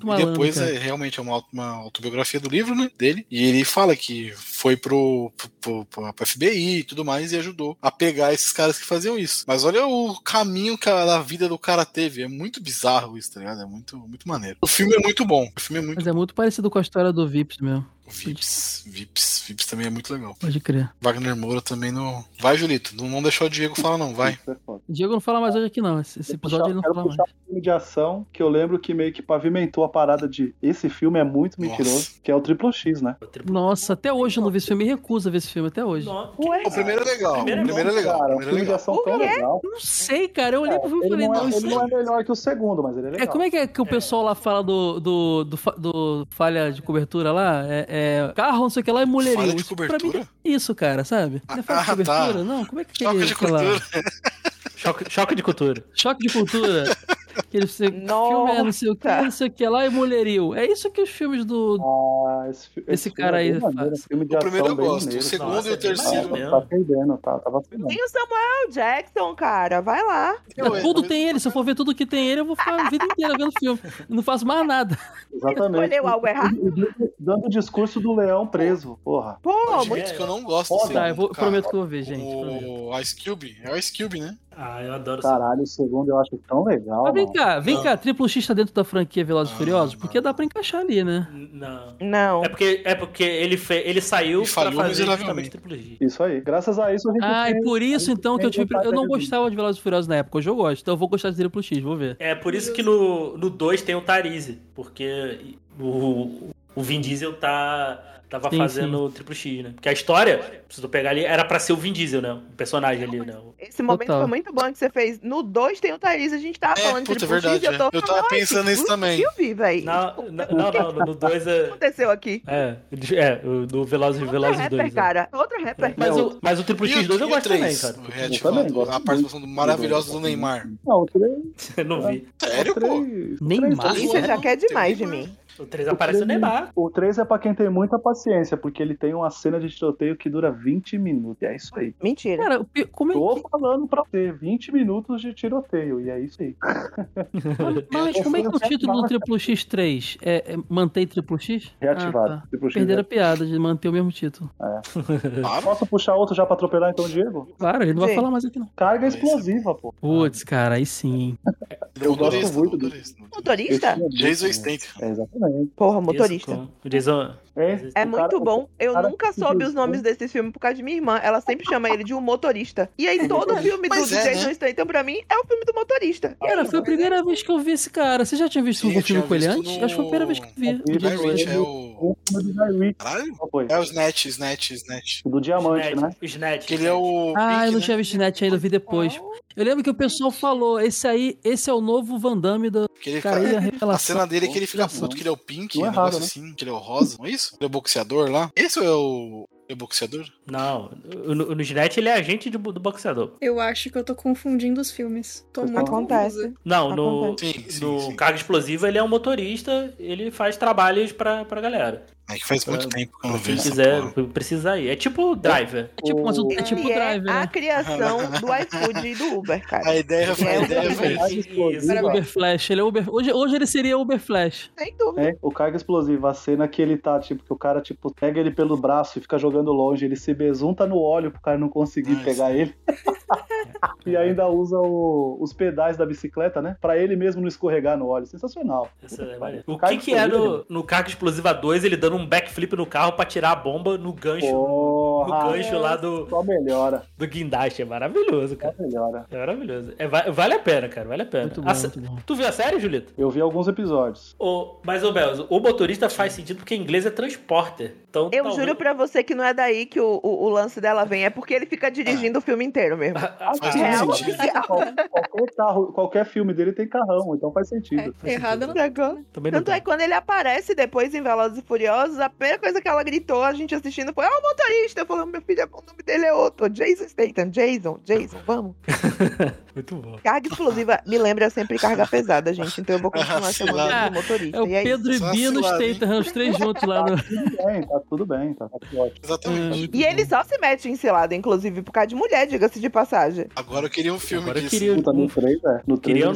Speaker 6: e
Speaker 5: malandro,
Speaker 6: depois
Speaker 5: cara.
Speaker 6: é realmente é uma, auto- uma autobiografia do livro, né? Dele. E ele fala que foi pro, pro, pro- pro- pro FBI e tudo mais e ajudou a pegar esses caras que faziam isso. Mas olha o caminho que a, a vida do cara teve. É muito bizarro isso, tá ligado? É muito, muito maneiro. O filme é muito bom. O filme é muito
Speaker 5: Mas é muito parecido com a história do Vips mesmo,
Speaker 6: Vips, Vips, Vips também é muito legal.
Speaker 5: pode crer.
Speaker 6: Wagner Moura também não. Vai, Julito. Não, não deixou o Diego falar, não. Vai.
Speaker 4: Isso é foda.
Speaker 5: O Diego não fala mais hoje aqui, não. Esse, esse
Speaker 4: Vou puxar-
Speaker 5: episódio ele não
Speaker 4: quero
Speaker 5: fala mais.
Speaker 4: puxar um filme de ação que eu lembro que meio que pavimentou a parada de esse filme é muito
Speaker 6: Nossa.
Speaker 4: mentiroso, que é o Triplo X, né?
Speaker 5: Nossa, até hoje eu não vi esse filme. Me recuso a ver esse filme, até hoje.
Speaker 1: Nossa,
Speaker 3: ué,
Speaker 6: O primeiro é legal. O
Speaker 1: Primeiro é
Speaker 6: primeiro é legal.
Speaker 4: Cara,
Speaker 6: O
Speaker 4: um
Speaker 6: primeiro é
Speaker 4: filme de
Speaker 6: legal.
Speaker 4: ação
Speaker 3: O
Speaker 4: tão
Speaker 3: quê?
Speaker 4: legal.
Speaker 5: Não sei, cara. Eu olhei pro filme e
Speaker 4: Ele
Speaker 5: falei,
Speaker 4: não, é,
Speaker 5: não, isso
Speaker 4: ele não é melhor que o segundo, mas ele é legal.
Speaker 5: É, como é que é que o pessoal lá fala do, do, do, fa- do falha de cobertura lá? É, é carro, não sei o que lá, e mulherinho.
Speaker 6: Falha de
Speaker 5: Isso pra
Speaker 6: cobertura?
Speaker 5: mim é isso, cara, sabe? Não é falha de
Speaker 6: Ah, tá.
Speaker 5: cobertura? Não, como é que
Speaker 6: Choque
Speaker 5: é
Speaker 6: de
Speaker 5: aquela-
Speaker 6: cultura.
Speaker 1: Choque, choque de cultura.
Speaker 5: Choque de cultura. Aquele fi- filme é não sei o que,
Speaker 3: Nossa.
Speaker 5: não sei o que lá, e mulherio. É isso que os filmes do...
Speaker 4: Ah, esse, fi-
Speaker 5: Esse cara
Speaker 4: filme é
Speaker 5: aí
Speaker 4: bem
Speaker 5: faz.
Speaker 4: maneiro, esse filme de
Speaker 6: O
Speaker 4: ação
Speaker 6: primeiro eu
Speaker 4: bem
Speaker 6: gosto. O
Speaker 4: maneiro.
Speaker 6: segundo
Speaker 1: Nossa,
Speaker 6: e
Speaker 1: é
Speaker 6: o terceiro.
Speaker 1: demais, né?
Speaker 4: Ah, tá perdendo, tá, tava perdendo.
Speaker 3: tem o Samuel Jackson, cara. Vai lá.
Speaker 6: eu-
Speaker 5: É, tudo
Speaker 6: eu-
Speaker 5: tem ele. Se eu for ver tudo que tem ele, eu vou ficar a vida inteira vendo filme. Eu Não faço mais nada.
Speaker 4: Exatamente.
Speaker 3: Escolheu algo errado.
Speaker 4: Dando o discurso do leão preso, porra.
Speaker 3: Pô,
Speaker 6: Admito
Speaker 3: muito
Speaker 1: muito-
Speaker 6: que eu não gosto
Speaker 4: Tá,
Speaker 6: do segundo,
Speaker 5: Tá, eu vou-
Speaker 6: cara.
Speaker 5: prometo que eu vou ver, gente. prometo.
Speaker 6: O Ice Cube. É o Ice Cube, né?
Speaker 1: Ah, eu adoro
Speaker 4: Caralho, o segundo eu acho tão legal.
Speaker 5: Mas vem
Speaker 4: mano.
Speaker 5: cá, vem
Speaker 6: Não.
Speaker 5: cá, Triplo X tá dentro da franquia Velozes e
Speaker 6: Não,
Speaker 5: Furiosos?
Speaker 6: não.
Speaker 5: Porque dá pra encaixar ali, né?
Speaker 1: Não.
Speaker 3: Não.
Speaker 1: É porque, é porque ele, fe, ele saiu
Speaker 6: E falhou
Speaker 1: pra fazer justamente
Speaker 6: miseravelmente.
Speaker 1: triplo G.
Speaker 4: Isso aí. Graças a isso a gente.
Speaker 5: Ah,
Speaker 4: tem-
Speaker 5: e por isso
Speaker 4: tem-
Speaker 5: então que eu
Speaker 4: tem
Speaker 5: tive. Eu não
Speaker 4: vontade de-
Speaker 5: gostava de Velozes e Furiosos na época, hoje eu gosto, então eu vou gostar de Triplo X, vou ver.
Speaker 1: É por isso que no 2 dois tem o Tarize, porque o, o Vin Diesel tá, tava
Speaker 5: Sim,
Speaker 1: fazendo o triplo X, né? Porque a história, se tu pegar ali, era pra ser o Vin Diesel, né? O personagem ali, né? O-
Speaker 3: Esse momento
Speaker 5: Total.
Speaker 3: foi muito bom que você fez. No 2 tem o Thaís, a gente tava
Speaker 6: É,
Speaker 3: falando
Speaker 6: puta,
Speaker 3: de
Speaker 6: é
Speaker 3: Triple X,
Speaker 6: verdade, é. Eu tava
Speaker 3: "Nossa,
Speaker 6: pensando nisso
Speaker 3: puta
Speaker 6: também."
Speaker 3: que Eu vi, velho.
Speaker 1: Na-
Speaker 3: O
Speaker 1: na- Não, não, no 2
Speaker 3: que
Speaker 1: é.
Speaker 3: aconteceu aqui?
Speaker 1: É, é, o- do Velozes e
Speaker 3: Outra
Speaker 1: Velozes
Speaker 3: rapper,
Speaker 1: 2. né?
Speaker 3: cara. Outra rapper.
Speaker 1: Mas o, mas o Triplo
Speaker 6: E o-
Speaker 1: X2 eu
Speaker 6: e o
Speaker 1: gosto também,
Speaker 6: três,
Speaker 1: cara.
Speaker 6: o reativado,
Speaker 4: também gosto
Speaker 6: a participação maravilhosa do Neymar.
Speaker 4: Não, o três.
Speaker 1: Eu não vi.
Speaker 6: Sério,
Speaker 4: o
Speaker 6: pô?
Speaker 4: três- o
Speaker 5: Neymar?
Speaker 4: três- é
Speaker 3: Isso já
Speaker 6: Não,
Speaker 3: quer
Speaker 6: tem
Speaker 3: demais de
Speaker 6: Neymar.
Speaker 3: mim.
Speaker 1: O 3 aparece o Neymar.
Speaker 4: O 3 é pra quem tem muita paciência, porque ele tem uma cena de tiroteio que dura 20 minutos. E é isso aí.
Speaker 3: Mentira.
Speaker 5: Cara, o pi- como é
Speaker 4: Tô
Speaker 5: que.
Speaker 4: falando pra ter 20 minutos de tiroteio, e é isso aí.
Speaker 5: Mas como é que é o título do Triplo X3 é, é manter Triplo X?
Speaker 4: Reativado.
Speaker 5: Ah, tá.
Speaker 4: Tipo,
Speaker 5: Perderam a piada de manter o mesmo título.
Speaker 6: Ah,
Speaker 4: Posso puxar outro já pra atropelar então, Diego?
Speaker 5: Claro, ele não vai
Speaker 3: Sim.
Speaker 5: falar mais aqui não.
Speaker 4: Carga explosiva, pô.
Speaker 5: Putz, cara, aí sim.
Speaker 4: Eu gosto muito do-
Speaker 3: Motorista?
Speaker 4: Esse é
Speaker 6: Jason
Speaker 4: bom,
Speaker 6: Statham.
Speaker 4: né? É, exatamente.
Speaker 3: Porra, motorista.
Speaker 1: Isso, com- O Jason.
Speaker 4: É,
Speaker 3: É
Speaker 4: O
Speaker 3: muito
Speaker 4: cara-
Speaker 3: bom. Eu
Speaker 4: cara-
Speaker 3: nunca soube os nomes desses filmes por causa de minha irmã. Ela sempre chama ele de um motorista. E aí todo filme do
Speaker 6: Mas é,
Speaker 4: né?
Speaker 3: Jason Statham pra mim é o filme do motorista. E
Speaker 5: Cara,
Speaker 3: aí,
Speaker 5: foi a primeira vez que eu vi esse cara. Você já tinha visto
Speaker 6: Sim,
Speaker 5: algum
Speaker 6: eu tinha
Speaker 5: filme com ele
Speaker 6: visto
Speaker 5: antes?
Speaker 6: no-
Speaker 5: Acho que foi a primeira vez que eu vi.
Speaker 4: No
Speaker 6: Guy
Speaker 4: Jason
Speaker 6: Ritchie é
Speaker 4: Statham.
Speaker 6: o.
Speaker 4: O filme do Guy Ritchie,
Speaker 6: Caralho?
Speaker 4: qual foi?
Speaker 6: É o Snatch, Snatch, Snatch.
Speaker 4: Do diamante, né?
Speaker 1: O Snatch.
Speaker 6: Que ele é o.
Speaker 5: Ah,
Speaker 6: Pink,
Speaker 5: eu não
Speaker 6: né?
Speaker 5: tinha visto Net ainda, eu vi depois. Eu lembro que o pessoal falou, esse aí, esse é o novo Van Damme da
Speaker 6: Que ele tá
Speaker 5: cara,
Speaker 6: fica-
Speaker 5: aí a
Speaker 6: A
Speaker 5: revelação.
Speaker 6: cena dele é que ele fica
Speaker 5: Revelação.
Speaker 6: puto, que ele é o Pink,
Speaker 4: Não
Speaker 6: um
Speaker 4: é
Speaker 6: negócio
Speaker 4: errado, né?
Speaker 6: assim, que ele é o Rosa, não é isso? Ele é o boxeador lá. Esse é o. É o boxeador?
Speaker 1: Não, no, no Snatch ele é agente de bo- do boxeador.
Speaker 2: Eu acho que eu tô confundindo os filmes. Tô
Speaker 4: Vocês
Speaker 2: muito
Speaker 4: estão-
Speaker 2: confusa.
Speaker 3: Acontece.
Speaker 1: Não, no,
Speaker 6: Sim, sim,
Speaker 1: no
Speaker 6: sim.
Speaker 1: carga explosiva ele é um motorista, ele faz trabalhos pra, pra galera.
Speaker 6: É que faz muito tempo que eu não
Speaker 1: Se
Speaker 6: vejo essa
Speaker 1: quiser,
Speaker 6: porra.
Speaker 1: precisar ir. É tipo o Driver.
Speaker 5: É tipo, mas o- é tipo
Speaker 3: ele
Speaker 5: o Driver,
Speaker 3: é a
Speaker 5: né?
Speaker 3: criação do iFood e do Uber, cara.
Speaker 6: A ideia foi. A
Speaker 3: É,
Speaker 6: ideia foi.
Speaker 4: Carga
Speaker 1: Isso.
Speaker 4: explosiva, né?
Speaker 2: Parabéns.
Speaker 5: Uber Flash, ele é Uber... Hoje, hoje ele seria Uber Flash.
Speaker 3: Sem dúvida.
Speaker 4: É, o carga explosiva, a cena que ele tá, tipo, que o cara, tipo, pega ele pelo braço e fica jogando longe, ele se besunta no óleo pro cara não conseguir
Speaker 6: Nice.
Speaker 4: pegar ele. e
Speaker 6: É.
Speaker 4: ainda usa o- os pedais da bicicleta, né? Pra ele mesmo não escorregar no óleo. Sensacional.
Speaker 1: Isso é maneiro. O
Speaker 4: Carga
Speaker 1: que que é
Speaker 4: explosiva,
Speaker 1: no, no Carga Explosiva 2 ele dando um backflip no carro pra tirar a bomba no gancho, no
Speaker 4: Porra,
Speaker 1: gancho lá do,
Speaker 4: só melhora,
Speaker 1: do guindaste? É maravilhoso,
Speaker 4: só
Speaker 1: cara.
Speaker 4: melhora.
Speaker 1: É maravilhoso. É, va- vale a pena, cara, vale a
Speaker 6: É.
Speaker 1: pena.
Speaker 5: Muito bom,
Speaker 1: A se-
Speaker 5: muito bom.
Speaker 1: Tu viu a série, Julito?
Speaker 4: Eu vi alguns episódios.
Speaker 1: Ô, mas, ô Belzo, o motorista faz sentido porque em inglês é transporter. Então,
Speaker 3: Eu
Speaker 1: talvez-
Speaker 3: juro pra você que não é daí que o, o- o lance dela vem. É porque ele fica dirigindo o filme inteiro mesmo.
Speaker 1: Ah,
Speaker 6: Faz
Speaker 1: ah,
Speaker 6: todo
Speaker 3: Real
Speaker 6: sentido.
Speaker 3: oficial.
Speaker 4: Qual- Qualquer, carro, qualquer filme dele tem carrão, então faz sentido.
Speaker 2: É,
Speaker 5: Tá
Speaker 2: errada não.
Speaker 3: Sacou?
Speaker 1: Também não
Speaker 3: Tanto é
Speaker 1: tem.
Speaker 3: que quando ele aparece depois em Velozes e Furiosos, a primeira coisa que ela gritou, a gente assistindo, foi: Ah, o motorista! Eu falei: Meu filho, o nome dele é outro. Jason Statham. Jason, Jason, vamos.
Speaker 1: Muito bom.
Speaker 3: Carga explosiva me lembra sempre carga pesada, gente. Então eu vou continuar
Speaker 6: Ah, sei
Speaker 3: chamando
Speaker 6: lá.
Speaker 3: ele de motorista.
Speaker 5: É o
Speaker 3: e aí,
Speaker 5: Pedro e
Speaker 6: Só
Speaker 5: Bino
Speaker 6: cilada, hein?
Speaker 5: Statham, os três juntos lá no...
Speaker 4: Tudo bem, tá tudo bem, tá, tá ótimo.
Speaker 6: Exatamente.
Speaker 1: Hum.
Speaker 3: e ele só se mete em cilada, inclusive, por causa de mulher, diga-se de passagem.
Speaker 6: Agora eu queria um filme
Speaker 1: Agora eu
Speaker 6: disso.
Speaker 1: queria
Speaker 4: Puta,
Speaker 1: um
Speaker 4: no 3, é. No 3,
Speaker 1: Queria-
Speaker 4: ele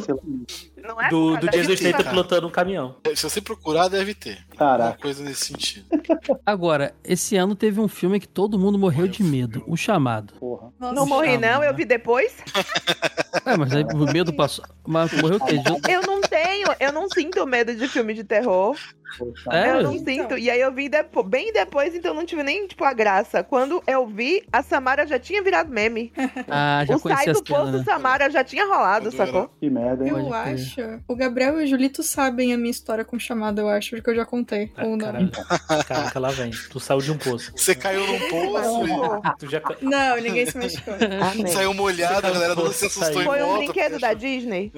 Speaker 4: se-
Speaker 3: Não é
Speaker 1: do,
Speaker 3: por
Speaker 1: do Jason
Speaker 3: causa de
Speaker 6: Statham.
Speaker 1: Statham
Speaker 3: cilada.
Speaker 1: pilotando um caminhão.
Speaker 6: Se você procurar, deve ter.
Speaker 4: Caraca.
Speaker 6: Alguma coisa nesse sentido.
Speaker 5: Agora, esse ano teve um filme que todo mundo morreu de medo, O Chamado.
Speaker 4: Porra.
Speaker 2: Nossa,
Speaker 3: Não
Speaker 6: Ah,
Speaker 3: morri, não,
Speaker 6: né?
Speaker 3: eu vi depois.
Speaker 5: É, mas aí o medo passou... Mas morreu três juntos.
Speaker 3: Eu não tenho, eu não sinto medo de filme de terror.
Speaker 4: poxa.
Speaker 3: Eu
Speaker 5: É,
Speaker 3: não
Speaker 2: Então.
Speaker 3: sinto. E aí eu vi depo- bem depois, então não tive nem, tipo, a graça. Quando eu vi, a Samara já tinha virado meme.
Speaker 5: ah, já
Speaker 3: o sai
Speaker 5: conheci a
Speaker 3: do
Speaker 5: cena,
Speaker 3: poço
Speaker 5: né?
Speaker 3: Samara já tinha rolado,
Speaker 6: Quando
Speaker 3: sacou?
Speaker 4: Que merda, hein?
Speaker 5: Pode
Speaker 2: Eu
Speaker 5: crer.
Speaker 2: acho. O Gabriel e o Julito sabem a minha história com chamada, eu acho, porque eu já contei.
Speaker 1: Ah,
Speaker 2: ou não.
Speaker 1: caralho. Caraca, lá vem. Tu saiu de um poço.
Speaker 6: Você caiu num poço e
Speaker 5: Ah,
Speaker 2: Ah.
Speaker 1: Tu já... ca-
Speaker 2: Não, ninguém se machucou.
Speaker 3: Amém.
Speaker 6: saiu molhado, a galera não se assustou em
Speaker 1: Saiu.
Speaker 3: Foi um
Speaker 6: volta,
Speaker 3: brinquedo
Speaker 6: porque
Speaker 3: da
Speaker 6: achou-
Speaker 3: Disney?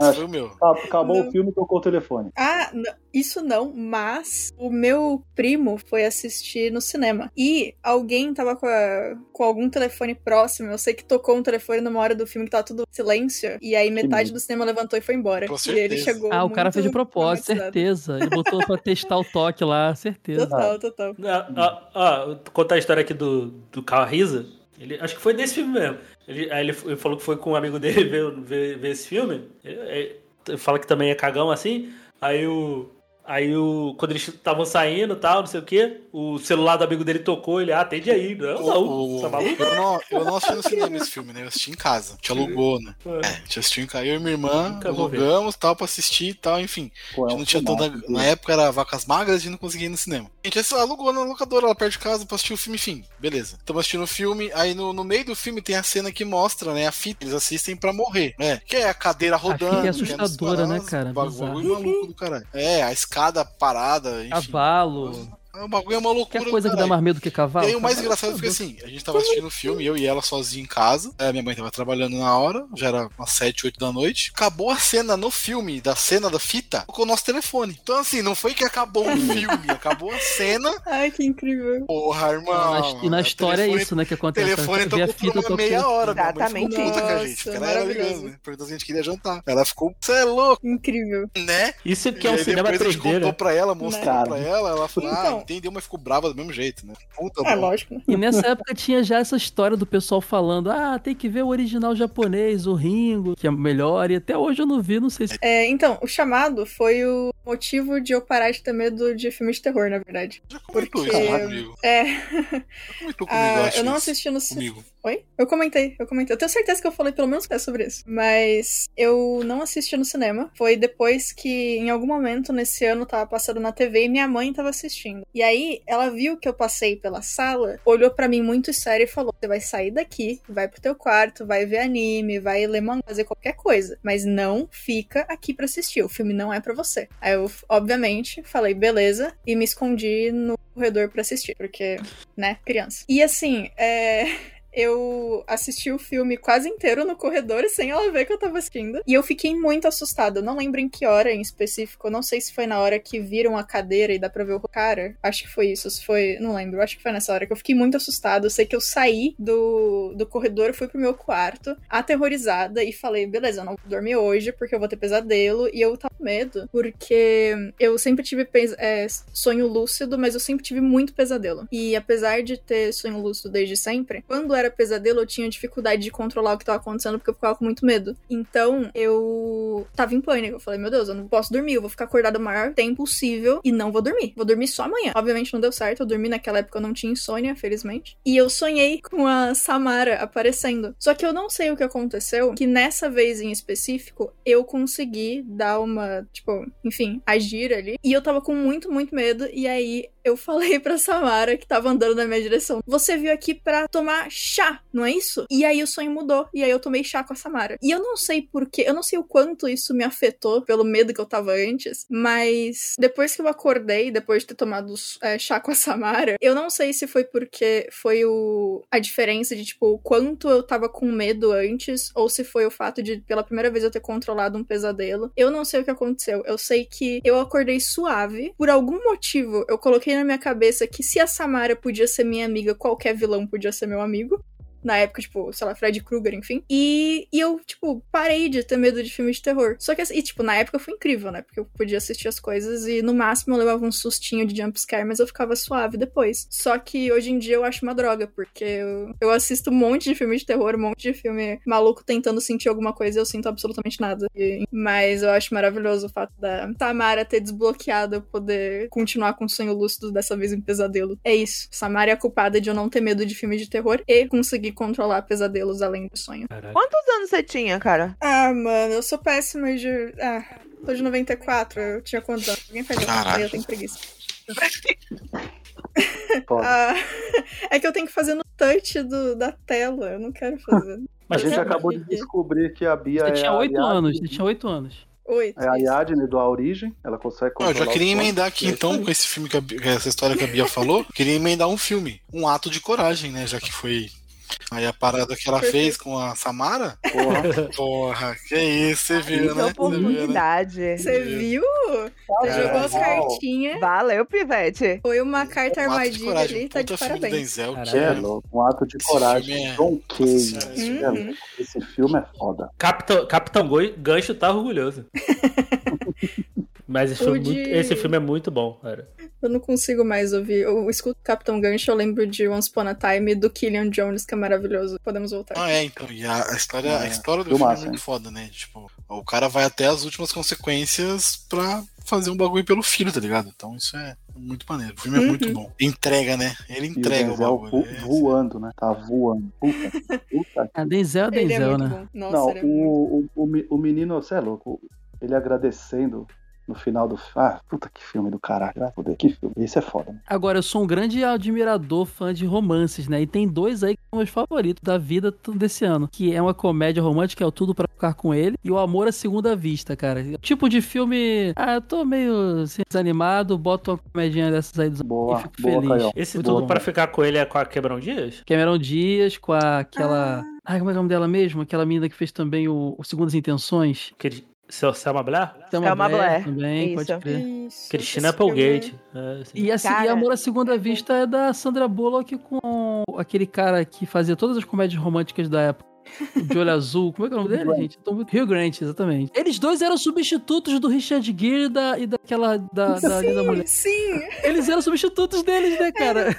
Speaker 6: É. Foi o meu.
Speaker 4: Ah, Acabou
Speaker 2: Não.
Speaker 4: o filme, tocou o telefone.
Speaker 2: Ah, n- isso não, mas o meu primo foi assistir no cinema. E alguém tava com, a- com algum telefone próximo. Eu sei que tocou um telefone numa hora do filme que tava tudo silêncio. E aí metade
Speaker 4: medo.
Speaker 2: do cinema levantou e foi embora.
Speaker 6: Com
Speaker 2: e ele
Speaker 6: certeza.
Speaker 2: chegou.
Speaker 5: Ah, o cara
Speaker 2: muito
Speaker 5: fez de propósito,
Speaker 2: traumatizado.
Speaker 5: certeza. Ele botou pra testar o toque lá, certeza.
Speaker 2: Total, total.
Speaker 1: Ah, ah, ah, eu vou contar a história aqui do, do Carl Risa. Ele, acho que foi desse filme mesmo. Ele, aí ele, f- ele falou que foi com um amigo dele ver, ver, ver esse filme. Ele, ele fala que também é cagão assim. Aí o. Aí o. Quando eles estavam saindo e tal, não sei o quê, o celular do amigo dele tocou, ele, ah, atende aí. Não, não.
Speaker 6: O-
Speaker 1: Você é
Speaker 6: o-
Speaker 1: maluco?
Speaker 6: eu, não, eu não assisti no cinema esse filme, né? Eu assisti em casa. Te alugou, né? É, a gente assistiu em casa. Eu e minha irmã
Speaker 1: Nunca vou ver.
Speaker 6: alugamos tal pra assistir e tal, enfim.
Speaker 4: Pô,
Speaker 6: A gente
Speaker 4: é um
Speaker 6: não tinha tanta.
Speaker 4: filmaço,
Speaker 6: Na época era vacas magras, a gente não conseguia ir no cinema. A gente alugou na locadora lá perto de casa pra assistir o filme, enfim. Beleza. Estamos assistindo o filme, aí no, no meio do filme tem a cena que mostra, né? A fita, eles assistem pra morrer, né? Que é a cadeira
Speaker 5: fita é
Speaker 6: rodando. que nos
Speaker 5: assustadora, né,
Speaker 6: paradas,
Speaker 5: cara?
Speaker 6: Bagulho
Speaker 5: Bizarro.
Speaker 6: maluco do caralho. É, a escada parada, enfim.
Speaker 5: Cavalo.
Speaker 6: O bagulho é uma loucura.
Speaker 5: Quer coisa que dá
Speaker 6: caralho.
Speaker 5: mais medo que
Speaker 6: E
Speaker 5: cavalo?
Speaker 6: aí o um mais
Speaker 5: Cavalo,
Speaker 6: engraçado foi
Speaker 5: meu Deus.
Speaker 6: assim, a gente tava assistindo o filme, eu e ela sozinha em casa. É, minha mãe tava trabalhando na hora, já era umas 7, 8 da noite. Acabou a cena no filme, da cena da fita, com o nosso telefone. Então assim, não foi que acabou o filme, acabou a cena.
Speaker 2: Ai, que incrível.
Speaker 6: Porra, irmão.
Speaker 5: Na- E na
Speaker 6: o
Speaker 5: história é
Speaker 6: telefone-
Speaker 5: isso, né,
Speaker 6: O
Speaker 5: que acontece.
Speaker 6: telefone
Speaker 5: Eu vi a
Speaker 6: tocou
Speaker 5: fita, eu
Speaker 6: por uma
Speaker 5: toquei.
Speaker 6: meia hora, minha mãe
Speaker 3: Exatamente
Speaker 6: ficou puta com a
Speaker 2: isso.
Speaker 6: gente, porque ela era
Speaker 2: Maravilhoso.
Speaker 6: ligando, né? Perguntou se a gente queria jantar. Ela ficou, você é louco,
Speaker 2: Incrível.
Speaker 6: né?
Speaker 1: Isso que é
Speaker 6: E
Speaker 1: um
Speaker 6: aí
Speaker 1: cinema
Speaker 6: depois a gente
Speaker 1: 3D,
Speaker 6: contou
Speaker 1: né?
Speaker 6: pra ela, mostrou
Speaker 4: Cara.
Speaker 6: pra ela, ela falou,
Speaker 2: Então.
Speaker 6: ah, entendeu, mas ficou brava do mesmo jeito, né? Puta,
Speaker 2: É
Speaker 6: bom.
Speaker 2: lógico, né?
Speaker 5: E nessa época tinha já essa história do pessoal falando: ah, tem que ver o original japonês, o Ringo, que é melhor. E até hoje eu não vi, não sei se.
Speaker 2: É, então, o chamado foi o motivo de eu parar de ter medo de filme de terror, na verdade.
Speaker 6: Já comentou
Speaker 2: Porque-
Speaker 6: isso comigo.
Speaker 2: É.
Speaker 6: Já comentou comigo,
Speaker 2: ah,
Speaker 6: eu
Speaker 2: eu
Speaker 6: acho
Speaker 2: não
Speaker 6: isso.
Speaker 2: assisti no cinema.
Speaker 6: Comigo.
Speaker 2: Oi? Eu comentei, eu comentei. Eu tenho certeza que eu falei pelo menos um pé sobre isso. Mas eu não assisti no cinema. Foi depois que, em algum momento nesse ano, tava passando na TV e minha mãe tava assistindo. E aí, ela viu que eu passei pela sala, olhou pra mim muito sério e falou: Você vai sair daqui, vai pro teu quarto, vai ver anime, vai ler mangá, fazer qualquer coisa. Mas não fica aqui pra assistir. O filme não é pra você. Aí eu, obviamente, falei: Beleza, e me escondi no corredor pra assistir. Porque, né, criança. E assim, é. Eu assisti o filme quase inteiro no corredor e sem ela ver que eu tava assistindo. E eu fiquei muito assustada. Eu não lembro em que hora em específico. Eu não sei se foi na hora que viram a cadeira e dá pra ver o cara. Acho que foi isso. se foi. Não lembro. Acho que foi nessa hora que eu fiquei muito assustada. Eu sei que eu saí do, do corredor, fui pro meu quarto, aterrorizada, e falei: beleza, eu não vou dormir hoje porque eu vou ter pesadelo. E eu tava com medo. Porque eu sempre tive pes- é, sonho lúcido, mas eu sempre tive muito pesadelo. E apesar de ter sonho lúcido desde sempre, quando era pesadelo eu tinha dificuldade de controlar o que tava acontecendo porque eu ficava com muito medo. Então eu tava em pânico. Eu falei, meu Deus, eu não posso dormir, eu vou ficar acordada o maior tempo possível e não vou dormir. Vou dormir só amanhã. Obviamente não deu certo, eu dormi naquela época, eu não tinha insônia, felizmente. E eu sonhei com a Samara aparecendo. Só que eu não sei o que aconteceu, que nessa vez em específico eu consegui dar uma, tipo, enfim, agir ali. E eu tava com muito, muito medo. E aí eu falei pra Samara, que tava andando na minha direção: Você veio aqui pra tomar chá, não é isso? E aí o sonho mudou. E aí eu tomei chá com a Samara. E eu não sei porquê, eu não sei o quanto isso me afetou pelo medo que eu tava antes, mas depois que eu acordei, depois de ter tomado é, chá com a Samara, eu não sei se foi porque foi o a diferença de tipo o quanto eu tava com medo antes ou se foi o fato de pela primeira vez eu ter controlado um pesadelo. Eu não sei o que aconteceu. Eu sei que eu acordei suave. Por algum motivo, eu coloquei na minha cabeça que se a Samara podia ser minha amiga, qualquer vilão podia ser meu amigo na época, tipo, sei lá, Fred Krueger, enfim. E, e eu, tipo, parei de ter medo de filmes de terror. Só que, assim, e, tipo, na época foi incrível, né? Porque eu podia assistir as coisas e no máximo eu levava um sustinho de jumpscare, mas eu ficava suave depois. Só que hoje em dia eu acho uma droga, porque eu, eu assisto um monte de filme de terror, um monte de filme maluco tentando sentir alguma coisa e eu sinto absolutamente nada. E- mas eu acho maravilhoso o fato da Tamara ter desbloqueado eu poder continuar com o sonho lúcido, dessa vez em pesadelo. É isso. Samara é a culpada de eu não ter medo de filmes de terror e conseguir controlar pesadelos além do sonho.
Speaker 6: é.
Speaker 1: Caraca.
Speaker 3: Quantos anos você tinha, cara?
Speaker 2: Ah, mano, eu sou péssima de. Ah, tô de 94, eu tinha quantos anos? Ninguém faz
Speaker 6: Caralho.
Speaker 2: isso, eu tenho preguiça.
Speaker 4: Foda.
Speaker 2: Ah, é que eu tenho que fazer no touch do, da tela, eu não quero fazer.
Speaker 4: A
Speaker 1: Mas
Speaker 4: gente
Speaker 2: você-
Speaker 4: acabou de descobrir que a Bia
Speaker 5: Você
Speaker 4: é
Speaker 5: tinha
Speaker 4: a
Speaker 5: oito
Speaker 4: Ariadne-
Speaker 5: anos, você tinha oito anos.
Speaker 2: Oi.
Speaker 4: É a Ariadne do A Origem, ela consegue
Speaker 6: Não, eu
Speaker 4: controlar
Speaker 6: Ah, já queria
Speaker 4: os sonhos.
Speaker 6: emendar aqui então com esse filme que a Bia- essa história que a Bia falou, queria emendar um filme, um ato de coragem, né, já que foi aí a parada que ela fez com a Samara.
Speaker 4: Porra,
Speaker 6: Porra, que isso,
Speaker 2: Ah,
Speaker 6: você viu,
Speaker 3: Isso
Speaker 6: né? Você viu,
Speaker 3: é
Speaker 6: né?
Speaker 3: oportunidade.
Speaker 2: Você viu? Você
Speaker 6: Caralho.
Speaker 2: jogou as cartinhas.
Speaker 3: Valeu, Pivete.
Speaker 2: Foi uma carta
Speaker 6: Um ato de
Speaker 2: armadilha ali,
Speaker 6: coragem,
Speaker 2: tá de
Speaker 6: puta filme do
Speaker 2: parabéns.
Speaker 6: Denzel,
Speaker 5: Caralho.
Speaker 6: que
Speaker 4: é
Speaker 6: é
Speaker 4: louco, um ato de
Speaker 6: Esse
Speaker 4: coragem.
Speaker 6: filme é-
Speaker 4: John Cage.
Speaker 6: Nossa
Speaker 4: Esse, é louco. Esse filme é foda.
Speaker 1: Capitão, Capitão Goi- Gancho tá orgulhoso. Mas esse
Speaker 2: O
Speaker 1: filme, é
Speaker 2: de-
Speaker 1: muito, esse filme é muito bom, cara.
Speaker 2: Eu não consigo mais ouvir. Eu escuto Capitão Gancho, eu lembro de Once Upon a Time e do Killian Jones, que é maravilhoso. Podemos voltar.
Speaker 6: Ah, é, então. E a, a história, a
Speaker 4: É,
Speaker 6: história do
Speaker 4: filmaço,
Speaker 6: filme é muito foda, né? Tipo, o cara vai até as últimas consequências pra fazer um bagulho pelo filho, tá ligado? Então isso é muito maneiro. O filme é muito bom. Entrega, né? Ele
Speaker 4: Uhum. E
Speaker 6: entrega
Speaker 4: o
Speaker 6: o
Speaker 4: Denzel vo-
Speaker 6: bagulho. né?
Speaker 4: voando, né? Tá voando. Puta, puta.
Speaker 5: A Denzel é
Speaker 2: ele é
Speaker 5: Denzel,
Speaker 2: muito
Speaker 5: né?
Speaker 2: bom. Nossa,
Speaker 4: Não,
Speaker 2: ele é muito
Speaker 4: o, o, o me- o menino, você é louco. Ele agradecendo no final do. fi- Ah, puta que filme do caralho. Vai foder, que filme. Esse é foda, né?
Speaker 5: Agora, eu sou um grande admirador, fã de romances, né? E tem dois aí que são meus favoritos da vida t- desse ano. Que é uma comédia romântica, é o Tudo Pra Ficar Com Ele. E o Amor à Segunda Vista, cara. Tipo de filme... Ah, eu tô meio assim, desanimado, boto uma comedinha dessas aí dos
Speaker 4: Boa,
Speaker 5: e fico
Speaker 4: boa,
Speaker 5: feliz.
Speaker 4: Caião.
Speaker 1: Esse
Speaker 4: Boa.
Speaker 1: tudo pra ficar com ele é com a Quebrão Dias?
Speaker 5: Cameron Dias com a-
Speaker 3: Ah.
Speaker 5: aquela... Ai, como é o nome dela mesmo? Aquela menina que fez também o, o Segundas Intenções.
Speaker 1: Que ele- Seu Selma Blair?
Speaker 5: Thelma
Speaker 3: Thelma Blair,
Speaker 5: Também, pode
Speaker 3: isso.
Speaker 5: crer.
Speaker 2: Isso,
Speaker 1: Cristina
Speaker 2: esse filme-
Speaker 1: Applegate. É, assim.
Speaker 5: E, assim, e
Speaker 3: Cara.
Speaker 5: Amor à Segunda Vista é da Sandra Bullock com aquele cara que fazia todas as comédias românticas da época. De olho azul. Como é que é o nome dele, gente? Eu Tô muito... Rio Grant, exatamente. Eles dois eram substitutos do Richard Gere e da, e daquela. Da, da linda mulher.
Speaker 2: Sim!
Speaker 5: Eles eram substitutos deles, né, cara?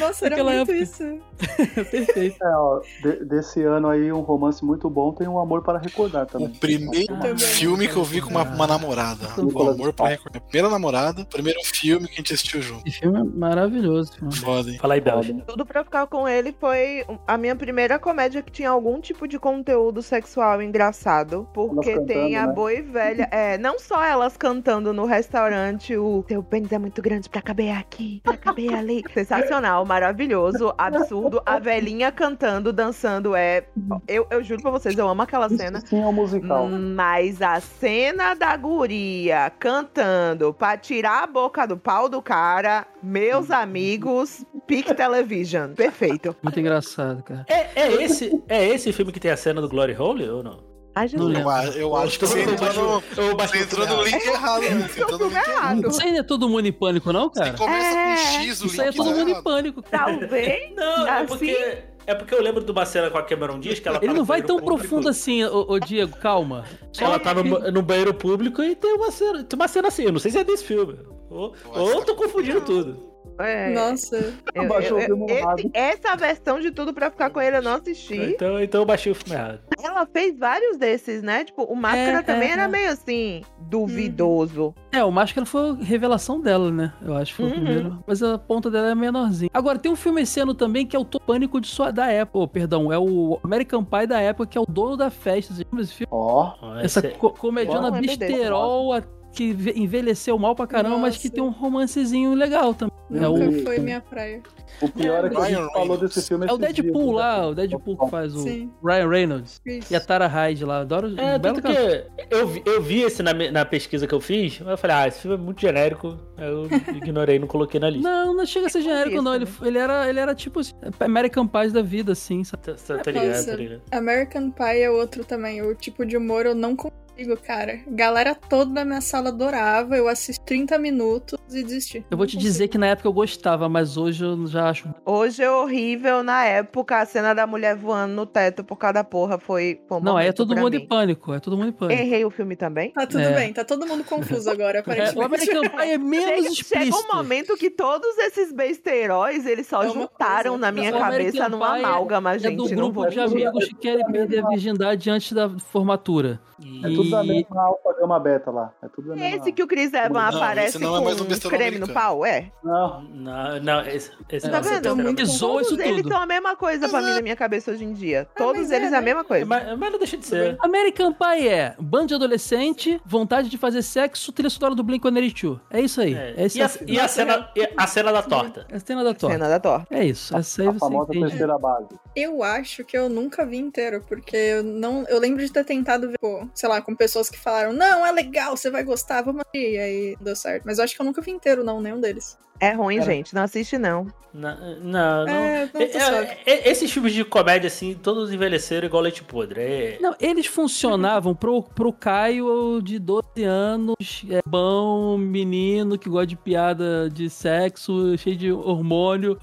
Speaker 2: Nossa, era
Speaker 5: Naquela
Speaker 2: muito
Speaker 5: época.
Speaker 2: isso.
Speaker 5: Perfeito.
Speaker 4: É, ó, de- desse ano aí, um romance muito bom tem um amor para recordar
Speaker 6: O
Speaker 4: também.
Speaker 6: primeiro
Speaker 5: Também.
Speaker 6: filme que eu vi com uma, uma
Speaker 4: Ah.
Speaker 6: namorada.
Speaker 5: Também.
Speaker 6: O amor pra recordar. Primeira namorada, primeiro filme que a gente assistiu junto.
Speaker 5: Esse filme é maravilhoso. esse filme.
Speaker 6: Foda, hein?
Speaker 1: Fala aí, Bel.
Speaker 3: Tudo pra ficar com ele foi a minha primeira comédia que tinha algum tipo de conteúdo sexual engraçado. Porque
Speaker 4: Elas
Speaker 3: tem
Speaker 4: cantando,
Speaker 3: a
Speaker 4: né?
Speaker 3: boa e velha. É, não só elas cantando no restaurante, o teu pênis é muito grande pra caber aqui, pra caber ali. Sensacional, maravilhoso, absurdo. A velhinha cantando, dançando. É. Eu, eu juro pra vocês, eu amo aquela cena.
Speaker 4: Uhum. Isso sim é um musical.
Speaker 5: Hum.
Speaker 3: Mas a cena da guria cantando pra tirar a boca do pau do cara, meus amigos, Peak Television. Perfeito.
Speaker 5: Muito engraçado, cara.
Speaker 1: É, é esse, é esse filme que tem a cena do Glory Hole ou não?
Speaker 3: Ai,
Speaker 5: Não
Speaker 3: Jesus.
Speaker 5: lembro.
Speaker 6: Eu, a- eu acho que você entrou no,
Speaker 1: Eu baixei
Speaker 6: você
Speaker 1: o
Speaker 6: entrou
Speaker 1: filme
Speaker 6: no link errado.
Speaker 4: Então
Speaker 6: né? Você entrou no link errado.
Speaker 3: errado.
Speaker 5: Isso aí não é todo mundo em pânico, não,
Speaker 6: Você
Speaker 5: cara?
Speaker 6: começa
Speaker 3: É,
Speaker 6: com X, o link
Speaker 5: Isso aí é todo
Speaker 6: tá
Speaker 5: mundo em
Speaker 6: errado.
Speaker 5: pânico.
Speaker 3: Talvez.
Speaker 1: Não,
Speaker 3: Ah,
Speaker 1: é porque. É porque eu lembro de uma cena com a Cameron Diaz que ela tá
Speaker 5: Ele
Speaker 1: no
Speaker 5: não vai
Speaker 1: banheiro
Speaker 5: tão
Speaker 1: público.
Speaker 5: profundo assim, ô, ô, Diego, calma.
Speaker 1: Ela tá no, ba- no banheiro público e tem uma cena. Tem uma cena assim, eu não sei se é desse filme. Ou, ou eu tô confundindo tudo.
Speaker 3: É,
Speaker 2: Nossa.
Speaker 3: eu- eu-
Speaker 4: Abaixou o
Speaker 3: eu-
Speaker 4: filme no
Speaker 3: esse-
Speaker 4: rádio.
Speaker 3: essa versão de tudo pra ficar com ele eu não assisti.
Speaker 1: Então, então eu baixei o filme errado.
Speaker 3: Ela fez vários desses, né? Tipo, o Máscara
Speaker 5: É,
Speaker 3: também
Speaker 5: é,
Speaker 3: era
Speaker 5: é.
Speaker 3: meio assim, duvidoso.
Speaker 5: É, o Máscara foi a revelação dela, né? Eu acho que foi
Speaker 3: Uhum.
Speaker 5: o primeiro. Mas a ponta dela é menorzinha. Agora, tem um filme esse ano também que é o Tô Pânico de sua, da época. Oh, perdão, é o American Pie da época, que é o dono da festa. Vocês lembram desse filme?
Speaker 4: Ó,
Speaker 1: Ó,
Speaker 5: Essa
Speaker 1: Então, esse-
Speaker 5: co- comediana
Speaker 3: Não, é verdade.
Speaker 5: besterol a- que ve- envelheceu mal pra caramba, mas que
Speaker 2: Nossa.
Speaker 5: tem um romancezinho legal também. É
Speaker 4: Não,
Speaker 5: o,
Speaker 2: Nunca foi minha praia.
Speaker 4: o pior é que a
Speaker 6: Ryan
Speaker 4: gente falou desse filme
Speaker 5: é o
Speaker 4: esses dias,
Speaker 5: Deadpool
Speaker 4: né?
Speaker 5: lá, o Deadpool que faz o
Speaker 2: Sim.
Speaker 5: Ryan Reynolds.
Speaker 2: Isso.
Speaker 5: E a Tara Hyde lá, adoro.
Speaker 1: É,
Speaker 5: um belo
Speaker 1: tanto que eu, vi- eu vi esse na, me- na pesquisa que eu fiz, mas eu falei, ah, esse filme é muito genérico, aí eu ignorei, não coloquei na lista.
Speaker 5: Não, não chega a ser genérico, não. Ele, ele, era, ele era tipo assim, American Pies da vida, assim, sabe?
Speaker 1: Tá, tá- tá ligado, tá
Speaker 2: pausa.
Speaker 1: ligado.
Speaker 2: American Pie é outro também. O tipo de humor eu não consigo, cara. Galera toda da minha sala adorava. Eu assisti 30 minutos e desisti.
Speaker 5: Eu vou te dizer que na época eu gostava, mas hoje eu já acho.
Speaker 3: Hoje é horrível, na época, a cena da mulher voando no teto por causa da porra foi. foi um
Speaker 5: Não, aí é
Speaker 3: momento
Speaker 5: todo
Speaker 3: pra
Speaker 5: mundo
Speaker 3: mim.
Speaker 5: em pânico. É todo mundo em pânico.
Speaker 3: Errei o filme também?
Speaker 2: Tá tudo
Speaker 5: É.
Speaker 2: bem, tá todo mundo confuso agora,
Speaker 5: É, o
Speaker 2: aparentemente.
Speaker 5: American Pie é menos
Speaker 3: Chega, chega
Speaker 5: explícito.
Speaker 3: um momento que todos esses besteiróis, eles só
Speaker 2: É uma
Speaker 3: juntaram
Speaker 2: coisa.
Speaker 3: na minha
Speaker 5: O
Speaker 3: cabeça
Speaker 5: American
Speaker 3: numa
Speaker 5: Pie é-
Speaker 3: amálgama,
Speaker 5: É do
Speaker 3: gente. Não vou
Speaker 5: grupo de
Speaker 3: mentir.
Speaker 5: amigos que querem perder a virgindade antes da formatura.
Speaker 4: É tudo da
Speaker 5: E-
Speaker 4: mesma alfa, gama, beta lá. É tudo da
Speaker 3: É
Speaker 4: mesma.
Speaker 3: esse que o Chris Evans
Speaker 6: esse
Speaker 3: aparece
Speaker 6: não é mais um
Speaker 3: com
Speaker 6: besteirol
Speaker 3: creme no
Speaker 6: americano.
Speaker 3: pau, é?
Speaker 4: Não,
Speaker 1: Não, não, esse, esse
Speaker 3: Tá
Speaker 1: não, esse
Speaker 3: vendo?
Speaker 1: é terceiro.
Speaker 2: muito
Speaker 5: Pisou isso
Speaker 3: Todos eles
Speaker 5: tudo.
Speaker 3: são a mesma coisa pra mim na minha cabeça hoje em dia. Todos
Speaker 2: mas é,
Speaker 3: eles a
Speaker 2: né?
Speaker 3: mesma coisa.
Speaker 1: mas, mas não deixa de ser.
Speaker 5: American Pie é bando de adolescente, vontade de fazer sexo, trilha sonora do Blink-182. É isso aí.
Speaker 1: É.
Speaker 5: Essa
Speaker 1: E, a,
Speaker 5: é
Speaker 1: e a cena, e a cena da torta?
Speaker 5: a cena da torta.
Speaker 3: Cena da torre.
Speaker 5: É isso. Essa aí
Speaker 4: a
Speaker 5: você
Speaker 4: famosa
Speaker 5: entende.
Speaker 4: terceira base.
Speaker 2: Eu acho que eu nunca vi inteiro, porque eu não. Eu lembro de ter tentado ver, pô, sei lá, com pessoas que falaram, não, é legal, você vai gostar, vamos assistir. E aí deu certo. Mas eu acho que eu nunca vi inteiro, não, nenhum deles.
Speaker 3: É ruim, gente. Não assiste, não.
Speaker 1: Não, não. não.
Speaker 2: É, não tô
Speaker 1: É,
Speaker 2: suave.
Speaker 1: é, é, esses filmes de comédia, assim, todos envelheceram igual leite podre. É,
Speaker 5: Não, eles funcionavam pro, pro Caio de 12 anos, é, bom, menino, que gosta de piada de sexo, cheio de hormônio.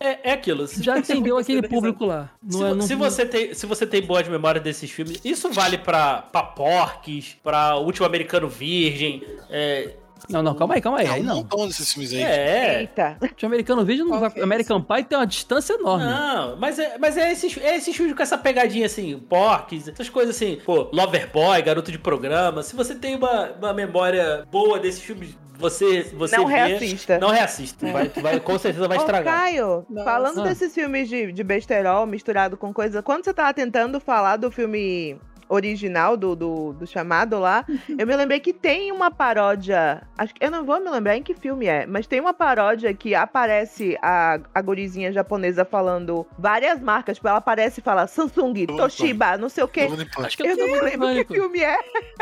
Speaker 1: é, é aquilo. Se,
Speaker 5: Já atendeu aquele
Speaker 2: Gostei da
Speaker 5: público lá.
Speaker 1: se,
Speaker 5: Não é, não-
Speaker 1: se você tem, se você tem boas memórias desses filmes, isso vale pra, pra Porques, pra O Último Americano Virgem. É,
Speaker 5: Não, não, calma aí, calma aí.
Speaker 6: É
Speaker 5: aí
Speaker 6: um
Speaker 5: não.
Speaker 6: montão desses filmes aí.
Speaker 1: é.
Speaker 3: Eita.
Speaker 5: O americano vídeo não
Speaker 2: Qual
Speaker 5: vai.
Speaker 2: que é
Speaker 5: American Pie tem uma distância enorme.
Speaker 1: Não, mas é, mas é esses, é esses filmes com essa pegadinha assim, porques, essas coisas assim, pô, Loverboy, garoto de programa. Se você tem uma, uma memória boa desses filmes, você, você
Speaker 3: Não
Speaker 1: vê,
Speaker 3: reassista.
Speaker 1: Não reassista. Vai, tu vai- com certeza vai
Speaker 3: Ô,
Speaker 1: estragar.
Speaker 3: Caio,
Speaker 2: Nossa.
Speaker 3: falando
Speaker 5: Ah.
Speaker 3: desses filmes de, de besterol misturado com coisa, quando você tava tentando falar do filme original do, do, do chamado lá, eu me lembrei que tem uma paródia. Acho que eu não vou me lembrar em que filme é, mas tem uma paródia que aparece a, a gurizinha japonesa falando várias marcas. Tipo, ela aparece e fala Samsung, Toshiba, não sei o quê.
Speaker 6: Todo mundo em pânico.
Speaker 5: Acho que é
Speaker 3: Eu não
Speaker 5: todo
Speaker 3: me
Speaker 5: mundo em
Speaker 3: lembro que
Speaker 5: pânico.
Speaker 3: filme é.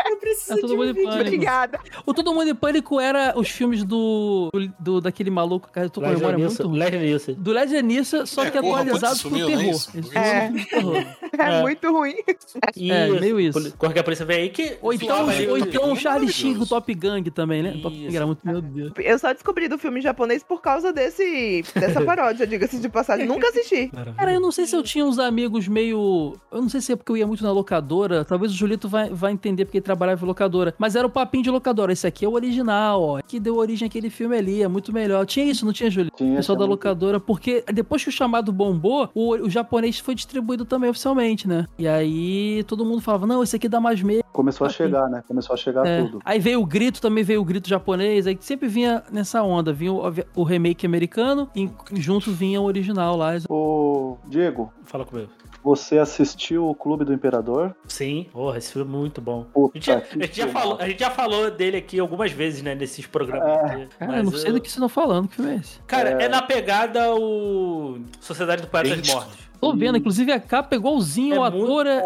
Speaker 2: Eu preciso
Speaker 5: É
Speaker 2: de
Speaker 5: todo
Speaker 2: um
Speaker 5: mundo em
Speaker 2: vídeo.
Speaker 5: pânico.
Speaker 3: Obrigada.
Speaker 5: O Todo Mundo em Pânico era os filmes do, do, do- daquele maluco, cara, eu tô com a
Speaker 1: Leslie
Speaker 5: memória é muito
Speaker 1: Nielsen,
Speaker 5: ruim.
Speaker 1: Leslie Nielsen.
Speaker 5: Do Legendista, só
Speaker 6: É,
Speaker 5: que
Speaker 6: porra,
Speaker 5: atualizado
Speaker 6: quanto
Speaker 5: pro
Speaker 6: sumiu,
Speaker 5: terror.
Speaker 6: né, isso?
Speaker 5: Eles
Speaker 3: É.
Speaker 5: fizeram pro terror.
Speaker 3: É,
Speaker 1: É.
Speaker 3: muito ruim.
Speaker 1: E
Speaker 5: É, meio isso.
Speaker 1: poli- Corre que a polícia vem aí que.
Speaker 5: Ou então,
Speaker 1: Suava ali,
Speaker 5: ou
Speaker 6: Top
Speaker 5: então
Speaker 6: Gun
Speaker 5: o
Speaker 6: é
Speaker 5: Charlie Sheen do
Speaker 6: maravilhoso.
Speaker 5: Top Gang também, né? Top Gang
Speaker 1: Isso.
Speaker 5: era muito. Meu Deus.
Speaker 3: Eu só descobri do filme japonês por causa desse dessa paródia, diga-se de passagem. Nunca assisti.
Speaker 5: Cara, eu não sei se eu tinha uns amigos meio. Eu não sei se é porque eu ia muito na locadora. Talvez o Julito vai, vai entender porque ele trabalhava em locadora. Mas era o papinho de locadora. Esse aqui é o original, ó. Que deu origem àquele filme ali. É muito melhor. Tinha isso, não tinha, Julito?
Speaker 4: Tinha,
Speaker 5: pessoal da
Speaker 4: tinha muito.
Speaker 5: locadora, porque depois que o chamado bombou, o, o japonês foi distribuído também oficialmente, né? E aí todo mundo falava, não, esse aqui dá mais medo.
Speaker 4: Começou a chegar, né? Começou a chegar
Speaker 5: É.
Speaker 4: tudo.
Speaker 5: Aí veio o grito, também veio o grito japonês, aí sempre vinha nessa onda, vinha o, o remake americano e junto vinha o original lá.
Speaker 4: Ô, Diego,
Speaker 1: Fala comigo.
Speaker 4: você assistiu o Clube do Imperador?
Speaker 1: Sim, porra, esse filme é muito bom. A
Speaker 4: Puta,
Speaker 1: gente, já-
Speaker 4: Ah, que
Speaker 1: a gente já
Speaker 4: filme.
Speaker 1: falou, a gente já falou dele aqui algumas vezes, né, nesses programas.
Speaker 4: É.
Speaker 1: aqui.
Speaker 5: Cara,
Speaker 1: Mas
Speaker 5: eu não sei
Speaker 1: eu-
Speaker 5: do que vocês estão falando, que filme é esse?
Speaker 1: Cara, é, na pegada o. Sociedade do Poeta das
Speaker 6: Idêntico.
Speaker 1: Mortes.
Speaker 5: Tô vendo, inclusive a capa é igualzinho,
Speaker 1: É
Speaker 5: o
Speaker 1: muito-
Speaker 5: ator é...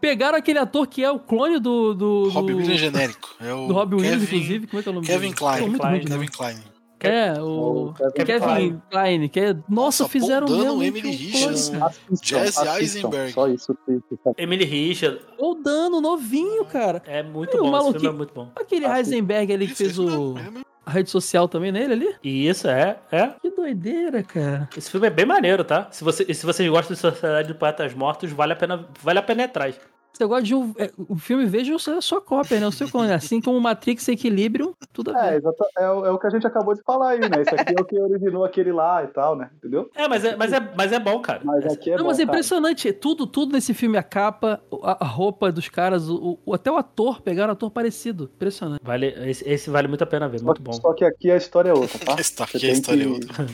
Speaker 5: Pegaram aquele ator que é o clone do... do, do...
Speaker 6: Robbie Williams genérico. É o
Speaker 5: do Robin
Speaker 6: Kevin,
Speaker 5: Williams, inclusive, como é que é o nome
Speaker 6: Kevin
Speaker 5: dele?
Speaker 6: Klein.
Speaker 5: Pô, muito
Speaker 1: Klein,
Speaker 5: ruim de
Speaker 4: né?
Speaker 5: nome.
Speaker 6: Kevin Klein.
Speaker 5: É, o
Speaker 4: Kevin
Speaker 5: Kevin, Klein, que é... Nossa,
Speaker 6: Nossa,
Speaker 5: fizeram
Speaker 6: Paul Dano,
Speaker 5: mesmo. um
Speaker 6: Emily Richards.
Speaker 4: Assistam,
Speaker 6: Jesse
Speaker 4: assistam.
Speaker 6: Eisenberg.
Speaker 4: Só isso que, que tá
Speaker 1: Emily Richard
Speaker 5: Ou dano, novinho, cara.
Speaker 1: é muito
Speaker 5: É,
Speaker 1: bom,
Speaker 5: o
Speaker 1: esse
Speaker 5: maluquinho.
Speaker 1: filme é muito bom.
Speaker 5: Aquele
Speaker 4: Ah,
Speaker 5: Heisenberg ali que
Speaker 6: Isso,
Speaker 5: fez
Speaker 6: isso
Speaker 5: o...
Speaker 6: mesmo, é mesmo.
Speaker 5: a rede social também nele ali.
Speaker 1: E isso é, é.
Speaker 5: Que doideira, cara.
Speaker 1: Esse filme é bem maneiro, tá? Se, você, e se vocês gostam de Sociedade do Poetas Mortos, vale a pena, vale a pena ir atrás.
Speaker 5: Você gosta de um. é, o filme veja a sua cópia, né? O seu clone. Assim como Matrix Equilibrium, tudo a
Speaker 4: É,
Speaker 5: ver.
Speaker 4: exata- é, o- é o que a gente acabou de falar aí, né? Isso aqui é o que originou aquele lá e tal, né? Entendeu?
Speaker 1: É, mas é, mas é, mas é bom, cara.
Speaker 4: Mas aqui é
Speaker 5: Não,
Speaker 4: bom,
Speaker 5: mas é
Speaker 4: cara.
Speaker 5: impressionante. é Tudo, tudo nesse filme, a capa, a, a roupa dos caras, o, o- até o ator, pegaram um ator parecido. Impressionante.
Speaker 1: Vale, esse, esse vale muito a pena ver,
Speaker 4: Só
Speaker 1: muito
Speaker 4: que,
Speaker 1: bom.
Speaker 4: só que aqui a história é outra, tá?
Speaker 6: Essa
Speaker 4: Você
Speaker 6: aqui é a
Speaker 4: tem
Speaker 6: história
Speaker 4: que-
Speaker 6: outra.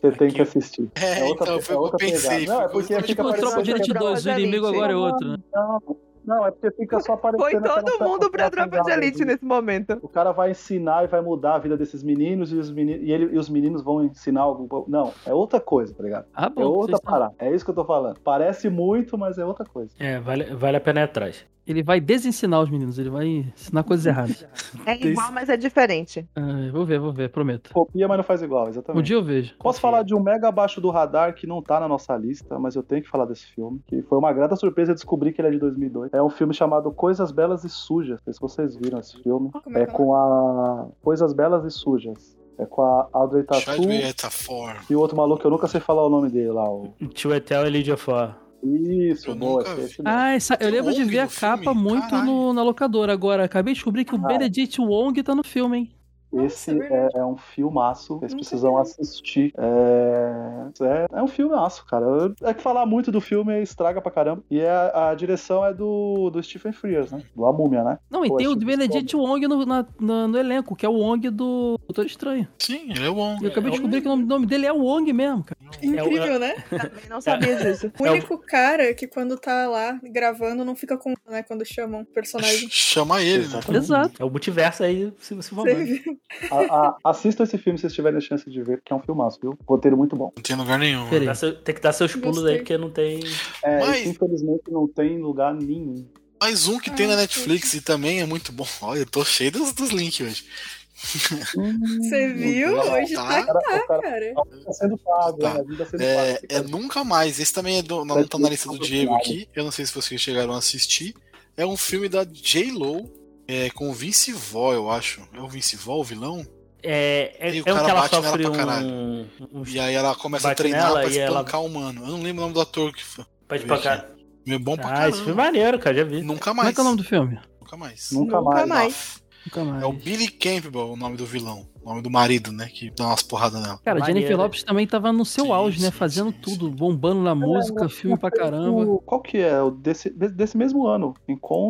Speaker 4: Você tem
Speaker 1: Aqui-
Speaker 4: que assistir.
Speaker 6: É,
Speaker 4: outra-
Speaker 6: então, foi
Speaker 4: é
Speaker 6: o que
Speaker 4: outra
Speaker 6: eu pensei.
Speaker 4: pegada. Não, é
Speaker 6: foi
Speaker 4: porque
Speaker 6: justamente
Speaker 4: fica
Speaker 5: Tipo, a tropa
Speaker 4: parecendo
Speaker 5: de
Speaker 4: que é
Speaker 5: elite 2, o
Speaker 3: Brother
Speaker 5: inimigo
Speaker 3: Elite.
Speaker 5: agora é outro, né?
Speaker 4: Não, não, é porque fica só
Speaker 3: Foi
Speaker 4: aparecendo. aquela-
Speaker 3: todo mundo pra
Speaker 4: aquela
Speaker 3: tropa de
Speaker 4: pegada
Speaker 3: elite
Speaker 4: do-
Speaker 3: nesse momento.
Speaker 4: O cara vai ensinar e vai mudar a vida desses meninos e os, meni- e ele- e os meninos vão ensinar algo. Não, é outra coisa, tá ligado?
Speaker 5: Ah,
Speaker 4: É
Speaker 5: bom. vocês
Speaker 4: outra
Speaker 5: estão-
Speaker 4: parada. É isso que eu tô falando. Parece muito, mas é outra coisa.
Speaker 1: É, vale, vale a pena ir atrás.
Speaker 5: Ele vai desensinar os meninos, ele vai ensinar coisas erradas.
Speaker 3: É igual, mas é diferente.
Speaker 5: Ah, vou ver, vou ver, prometo.
Speaker 4: Copia, mas não faz igual,
Speaker 5: Um
Speaker 4: exatamente.
Speaker 5: dia eu vejo.
Speaker 4: Posso falar de um mega abaixo do radar que não tá na nossa lista, mas eu tenho que falar desse filme, que foi uma grata surpresa descobrir que ele é de 2002. É um filme chamado Coisas Belas e Sujas, não sei se vocês viram esse filme.
Speaker 2: Como é
Speaker 4: É
Speaker 2: que é?
Speaker 4: com a Coisas Belas e Sujas. É com a Audrey Tatu
Speaker 6: Chadwick Etafor.
Speaker 4: e o outro maluco, que eu nunca sei falar o nome dele lá. o-
Speaker 1: Tio Etel e Lydia Fó.
Speaker 4: Isso,
Speaker 6: Eu
Speaker 4: boa,
Speaker 6: nunca
Speaker 4: esse-
Speaker 6: vi.
Speaker 4: esse mesmo.
Speaker 5: Ah, essa- eu
Speaker 6: Tem
Speaker 5: lembro de
Speaker 6: Wong
Speaker 5: ver a
Speaker 6: no filme?
Speaker 5: capa muito
Speaker 6: Caralho.
Speaker 5: no- na locadora agora. Acabei de descobrir que
Speaker 4: Ah.
Speaker 5: o Benedict Wong tá no filme, hein?
Speaker 2: Nossa,
Speaker 4: Esse
Speaker 2: é
Speaker 4: é,
Speaker 2: verdade.
Speaker 4: é um filmaço, vocês
Speaker 2: Nunca
Speaker 4: precisam
Speaker 2: vi.
Speaker 4: assistir. É... É, é um filmaço, cara. Eu- É que falar muito do filme estraga pra caramba. E é- a direção é do, do Stephen Frears, né? Do A Múmia, né?
Speaker 5: Não, e
Speaker 4: Pô,
Speaker 5: tem o
Speaker 4: achei
Speaker 5: Benedict Wong no, na- na- no elenco, que é o Wong do Doutor Estranho.
Speaker 6: Sim, ele é bom.
Speaker 5: E eu
Speaker 1: é
Speaker 5: acabei de descobrir que o nome, nome dele é o Wong mesmo, cara.
Speaker 2: Incrível, né?
Speaker 3: Também não sabia disso.
Speaker 2: O único cara que quando tá lá gravando não fica com, né? Quando chamam o personagem.
Speaker 6: Chamar ele, né?
Speaker 4: Exatamente.
Speaker 5: Exato.
Speaker 1: É o multiverso aí se, se
Speaker 2: Você
Speaker 1: formando.
Speaker 2: viu?
Speaker 4: A- a- assistam esse filme se vocês tiverem a chance de ver, porque é um filmaço, viu? Roteiro muito bom.
Speaker 6: Não tem lugar nenhum.
Speaker 5: Peraí.
Speaker 1: Dá seu- tem que dar seus pulos
Speaker 2: Gostei.
Speaker 1: aí, porque não tem.
Speaker 4: É,
Speaker 6: Mas-
Speaker 4: isso, infelizmente não tem em lugar nenhum.
Speaker 6: Mais um que
Speaker 2: Ah,
Speaker 6: tem na
Speaker 2: sim.
Speaker 6: Netflix e também é muito bom. Olha, eu tô cheio dos, dos links hoje.
Speaker 2: Você viu?
Speaker 6: Deus.
Speaker 2: Hoje tá,
Speaker 4: Cara, o
Speaker 2: tá,
Speaker 4: cara-
Speaker 2: cara.
Speaker 4: Tá sendo pago,
Speaker 6: Tá.
Speaker 4: né? A vida tá sendo paga.
Speaker 6: É,
Speaker 4: Esse
Speaker 6: é
Speaker 4: cara-
Speaker 6: Nunca Mais. Esse também é do, não tá na lista do Diego aqui. Eu não sei se vocês chegaram a assistir. É um filme da J-Lo é, com o Vince Vaughn, eu acho. É o Vince Vaughn, o vilão?
Speaker 1: É, é,
Speaker 6: E o
Speaker 1: é um
Speaker 6: cara
Speaker 1: que ela
Speaker 6: bate nela
Speaker 1: sofre
Speaker 6: pra caralho.
Speaker 1: um. um
Speaker 6: E aí ela começa
Speaker 1: Bate
Speaker 6: a treinar
Speaker 1: nela
Speaker 6: pra
Speaker 1: e ela-
Speaker 6: espancar o mano. Eu não lembro o nome do ator que foi.
Speaker 1: pode pagar.
Speaker 6: É bom pra
Speaker 1: Ah,
Speaker 6: caralho.
Speaker 1: esse filme é maneiro, cara, já vi.
Speaker 6: Nunca mais.
Speaker 5: Como é que é o nome do filme?
Speaker 6: Nunca mais.
Speaker 4: Nunca,
Speaker 3: Nunca
Speaker 4: mais.
Speaker 3: mais.
Speaker 5: Nunca mais.
Speaker 6: É o Billy Campbell, o nome do vilão. O nome do marido, né? Que dá umas porradas nela.
Speaker 5: Cara,
Speaker 1: Maneiro.
Speaker 5: Jennifer Lopes também tava no seu
Speaker 6: Sim,
Speaker 5: auge, né?
Speaker 6: sim,
Speaker 5: Fazendo
Speaker 6: sim,
Speaker 5: tudo, bombando na música,
Speaker 4: é
Speaker 5: filme pra caramba.
Speaker 4: O- Qual que é? O desse, desse mesmo ano.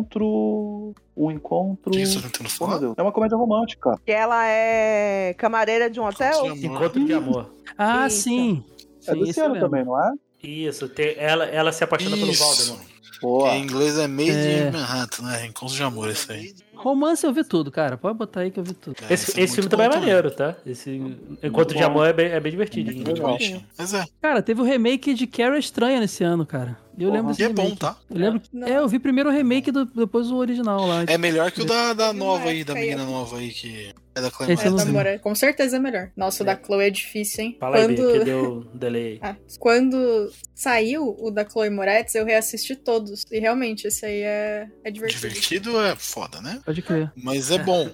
Speaker 4: Encontro. Um encontro.
Speaker 6: O que você tá tentando
Speaker 4: Oh, meu
Speaker 6: falar?
Speaker 4: Deus. É uma comédia romântica.
Speaker 3: Que ela é camareira de um hotel?
Speaker 6: Encontro de amor.
Speaker 1: Encontro de amor.
Speaker 5: Ah,
Speaker 3: Isso.
Speaker 5: sim.
Speaker 4: é
Speaker 5: Sim,
Speaker 4: desse
Speaker 5: esse
Speaker 4: ano
Speaker 5: mesmo.
Speaker 4: também, não é?
Speaker 1: Isso, tem- ela, ela se apaixona pelo
Speaker 6: Isso.
Speaker 1: Voldemort.
Speaker 4: Boa.
Speaker 6: Em inglês é Made
Speaker 5: É.
Speaker 6: in Manhattan, né? Encontro de amor, isso aí.
Speaker 5: Romance eu vi tudo, cara. Pode botar aí que eu vi tudo.
Speaker 6: É,
Speaker 1: Esse,
Speaker 6: é
Speaker 1: esse filme
Speaker 6: muito
Speaker 1: também é
Speaker 6: bom
Speaker 1: maneiro, tá? Esse Encontro de
Speaker 4: bom.
Speaker 1: Amor é bem, é bem divertido.
Speaker 6: Muito
Speaker 4: Legal.
Speaker 6: bonitinho. Mas é,
Speaker 5: Cara, teve o remake de Carrie Estranha nesse ano, cara. E Eu
Speaker 4: Porra.
Speaker 6: e
Speaker 5: lembro desse
Speaker 6: é
Speaker 5: remake.
Speaker 6: bom, tá?
Speaker 5: Eu lembro que-
Speaker 2: Não.
Speaker 5: É, eu vi primeiro o remake, do- depois o original lá.
Speaker 6: É melhor que o da, da nova aí, da
Speaker 2: Caiu.
Speaker 6: menina nova aí, que é da
Speaker 5: Esse eu
Speaker 6: Clemence.
Speaker 5: não
Speaker 2: É,
Speaker 5: vi.
Speaker 2: Tamora, com certeza é melhor. Nossa, o da Chloe é difícil, hein?
Speaker 1: Fala aí, B,
Speaker 2: Quando-
Speaker 1: que deu um delay aí.
Speaker 2: Ah, quando saiu o da Chloe Moretz, eu reassisti todos. E realmente, esse aí é, é divertido.
Speaker 6: Divertido é foda, né?
Speaker 5: Pode crer.
Speaker 6: Mas é bom.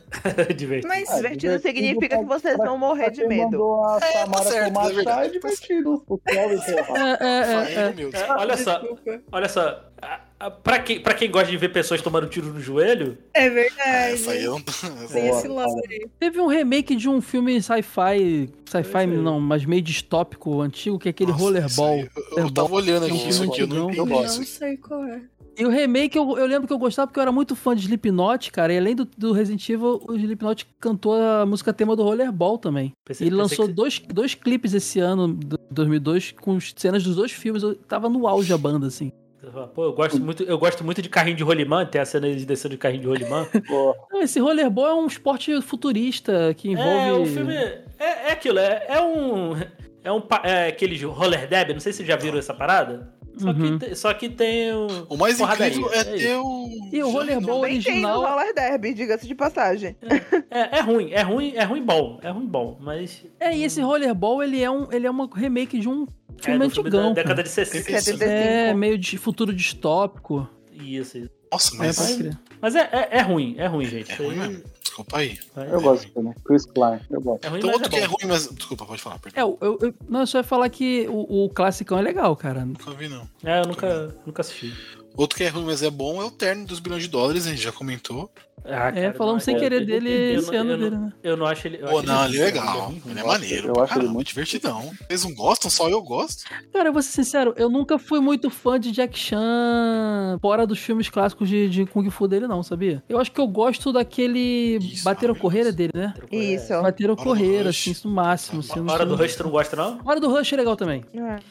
Speaker 1: divertido.
Speaker 2: Mas
Speaker 4: É,
Speaker 3: Divertido significa que vocês
Speaker 4: pra-
Speaker 3: vão morrer
Speaker 4: pra
Speaker 3: de
Speaker 4: quem
Speaker 3: medo.
Speaker 4: mandou a
Speaker 6: tá
Speaker 4: Samara
Speaker 6: certo,
Speaker 4: tomar
Speaker 6: é verdade,
Speaker 4: chá é
Speaker 6: tá
Speaker 4: divertido. O Kelly, porra.
Speaker 5: É, é, é,
Speaker 6: Ele
Speaker 5: é.
Speaker 6: mesmo.
Speaker 1: Olha só,
Speaker 2: desculpa.
Speaker 1: olha só. a- a- Pra quem, pra quem gosta de ver pessoas tomando tiro no joelho,
Speaker 2: É
Speaker 6: É,
Speaker 2: verdade.
Speaker 6: Essa aí eu
Speaker 2: Tem
Speaker 6: não.
Speaker 2: esse lado aí.
Speaker 5: Teve um remake de um filme sci-fi.
Speaker 1: É
Speaker 5: Sci-fi não, mas meio distópico, antigo, que é aquele
Speaker 6: Nossa,
Speaker 5: rollerball.
Speaker 6: isso aí, eu-
Speaker 1: é
Speaker 6: Eu tava olhando aqui
Speaker 5: Rollerball.
Speaker 6: isso aqui, eu não
Speaker 5: Eu
Speaker 6: entendi
Speaker 2: Não
Speaker 6: isso.
Speaker 2: sei qual é.
Speaker 5: E o remake eu, eu lembro que eu gostava porque eu era muito fã de Slipknot, cara. E além do, do Resident Evil, o Slipknot cantou a música tema do Rollerball também.
Speaker 1: pensei-
Speaker 5: Ele
Speaker 1: pensei
Speaker 5: lançou
Speaker 1: que-
Speaker 5: dois, dois clipes esse ano, do- 2002, com as cenas dos dois filmes. Eu tava no auge a banda, assim.
Speaker 1: Pô, eu gosto muito, eu gosto muito de carrinho de rolimã, tem a cena de descendo de carrinho de rolimã.
Speaker 4: Pô,
Speaker 5: Não, esse Rollerball é um esporte futurista que envolve...
Speaker 1: É, o filme é, é aquilo, é, é um é um pa- é aqueles roller derby, não sei se vocês já viram essa parada. Só,
Speaker 5: Uhum.
Speaker 1: que, tem- só que tem um
Speaker 6: O mais
Speaker 1: Porradaria,
Speaker 6: incrível
Speaker 1: é
Speaker 6: é
Speaker 1: isso.
Speaker 6: ter o.
Speaker 5: E o Rollerball
Speaker 3: Bem tem no
Speaker 5: original...
Speaker 3: Roller Derby, diga-se de passagem.
Speaker 1: é, é ruim, é ruim, é ruim bom, é ruim bom, mas
Speaker 5: É, e esse Rollerball, ele é, um, ele é uma remake de um
Speaker 1: é
Speaker 5: filme
Speaker 1: do filme da
Speaker 5: antigão.
Speaker 1: década
Speaker 5: cara.
Speaker 1: de 60.
Speaker 6: Isso, né?
Speaker 3: 75.
Speaker 5: É, meio de futuro distópico.
Speaker 1: Isso, isso.
Speaker 6: Nossa,
Speaker 5: É,
Speaker 6: mas.
Speaker 5: pode crer.
Speaker 1: Mas é, é, é ruim, é ruim, gente.
Speaker 6: É ruim mesmo. Desculpa aí.
Speaker 1: Mas-
Speaker 4: eu gosto também. Chris Klein, eu gosto.
Speaker 1: É ruim,
Speaker 6: Então,
Speaker 1: mas
Speaker 6: outro que é
Speaker 1: é bom.
Speaker 6: ruim, mas. Desculpa, pode falar, perdão.
Speaker 5: É, eu, eu, não, eu só ia falar que o, o classicão é legal, cara.
Speaker 6: Nunca vi, não.
Speaker 1: É, eu nunca, nunca assisti.
Speaker 6: Outro que é ruim, mas é bom é o terno dos bilhões de dólares, a gente já comentou.
Speaker 1: Ah,
Speaker 5: É,
Speaker 1: cara,
Speaker 5: falamos
Speaker 1: não,
Speaker 5: sem
Speaker 1: eu-
Speaker 5: querer
Speaker 1: eu-
Speaker 5: dele
Speaker 1: eu não-
Speaker 5: esse ano
Speaker 1: eu não-
Speaker 5: dele, né?
Speaker 1: Eu não acho ele. né? eu
Speaker 6: Pô,
Speaker 1: acho
Speaker 6: não, ele é
Speaker 1: ruim, cara,
Speaker 6: legal.
Speaker 1: ele ruim.
Speaker 6: Ele é
Speaker 4: Eu acho-
Speaker 6: maneiro.
Speaker 4: eu
Speaker 6: pra
Speaker 4: acho ele
Speaker 6: caramba,
Speaker 4: muito-
Speaker 6: divertidão. Vocês não gostam? Só eu gosto.
Speaker 5: Cara, eu vou ser sincero, eu nunca fui muito fã de Jack Chan fora dos filmes clássicos de, de Kung Fu dele, não, sabia? Eu acho que eu gosto daquele
Speaker 6: Isso,
Speaker 5: Bater ou
Speaker 6: maravilhoso.
Speaker 5: Correr dele, né?
Speaker 1: É,
Speaker 3: Isso.
Speaker 5: Bater ou
Speaker 6: Hora do
Speaker 5: Correr,
Speaker 6: Rush.
Speaker 5: assim, isso no máximo. Assim, eu não
Speaker 1: Hora
Speaker 5: sei-
Speaker 1: do Rush, tu não gosta, não?
Speaker 5: Hora do Rush é legal também.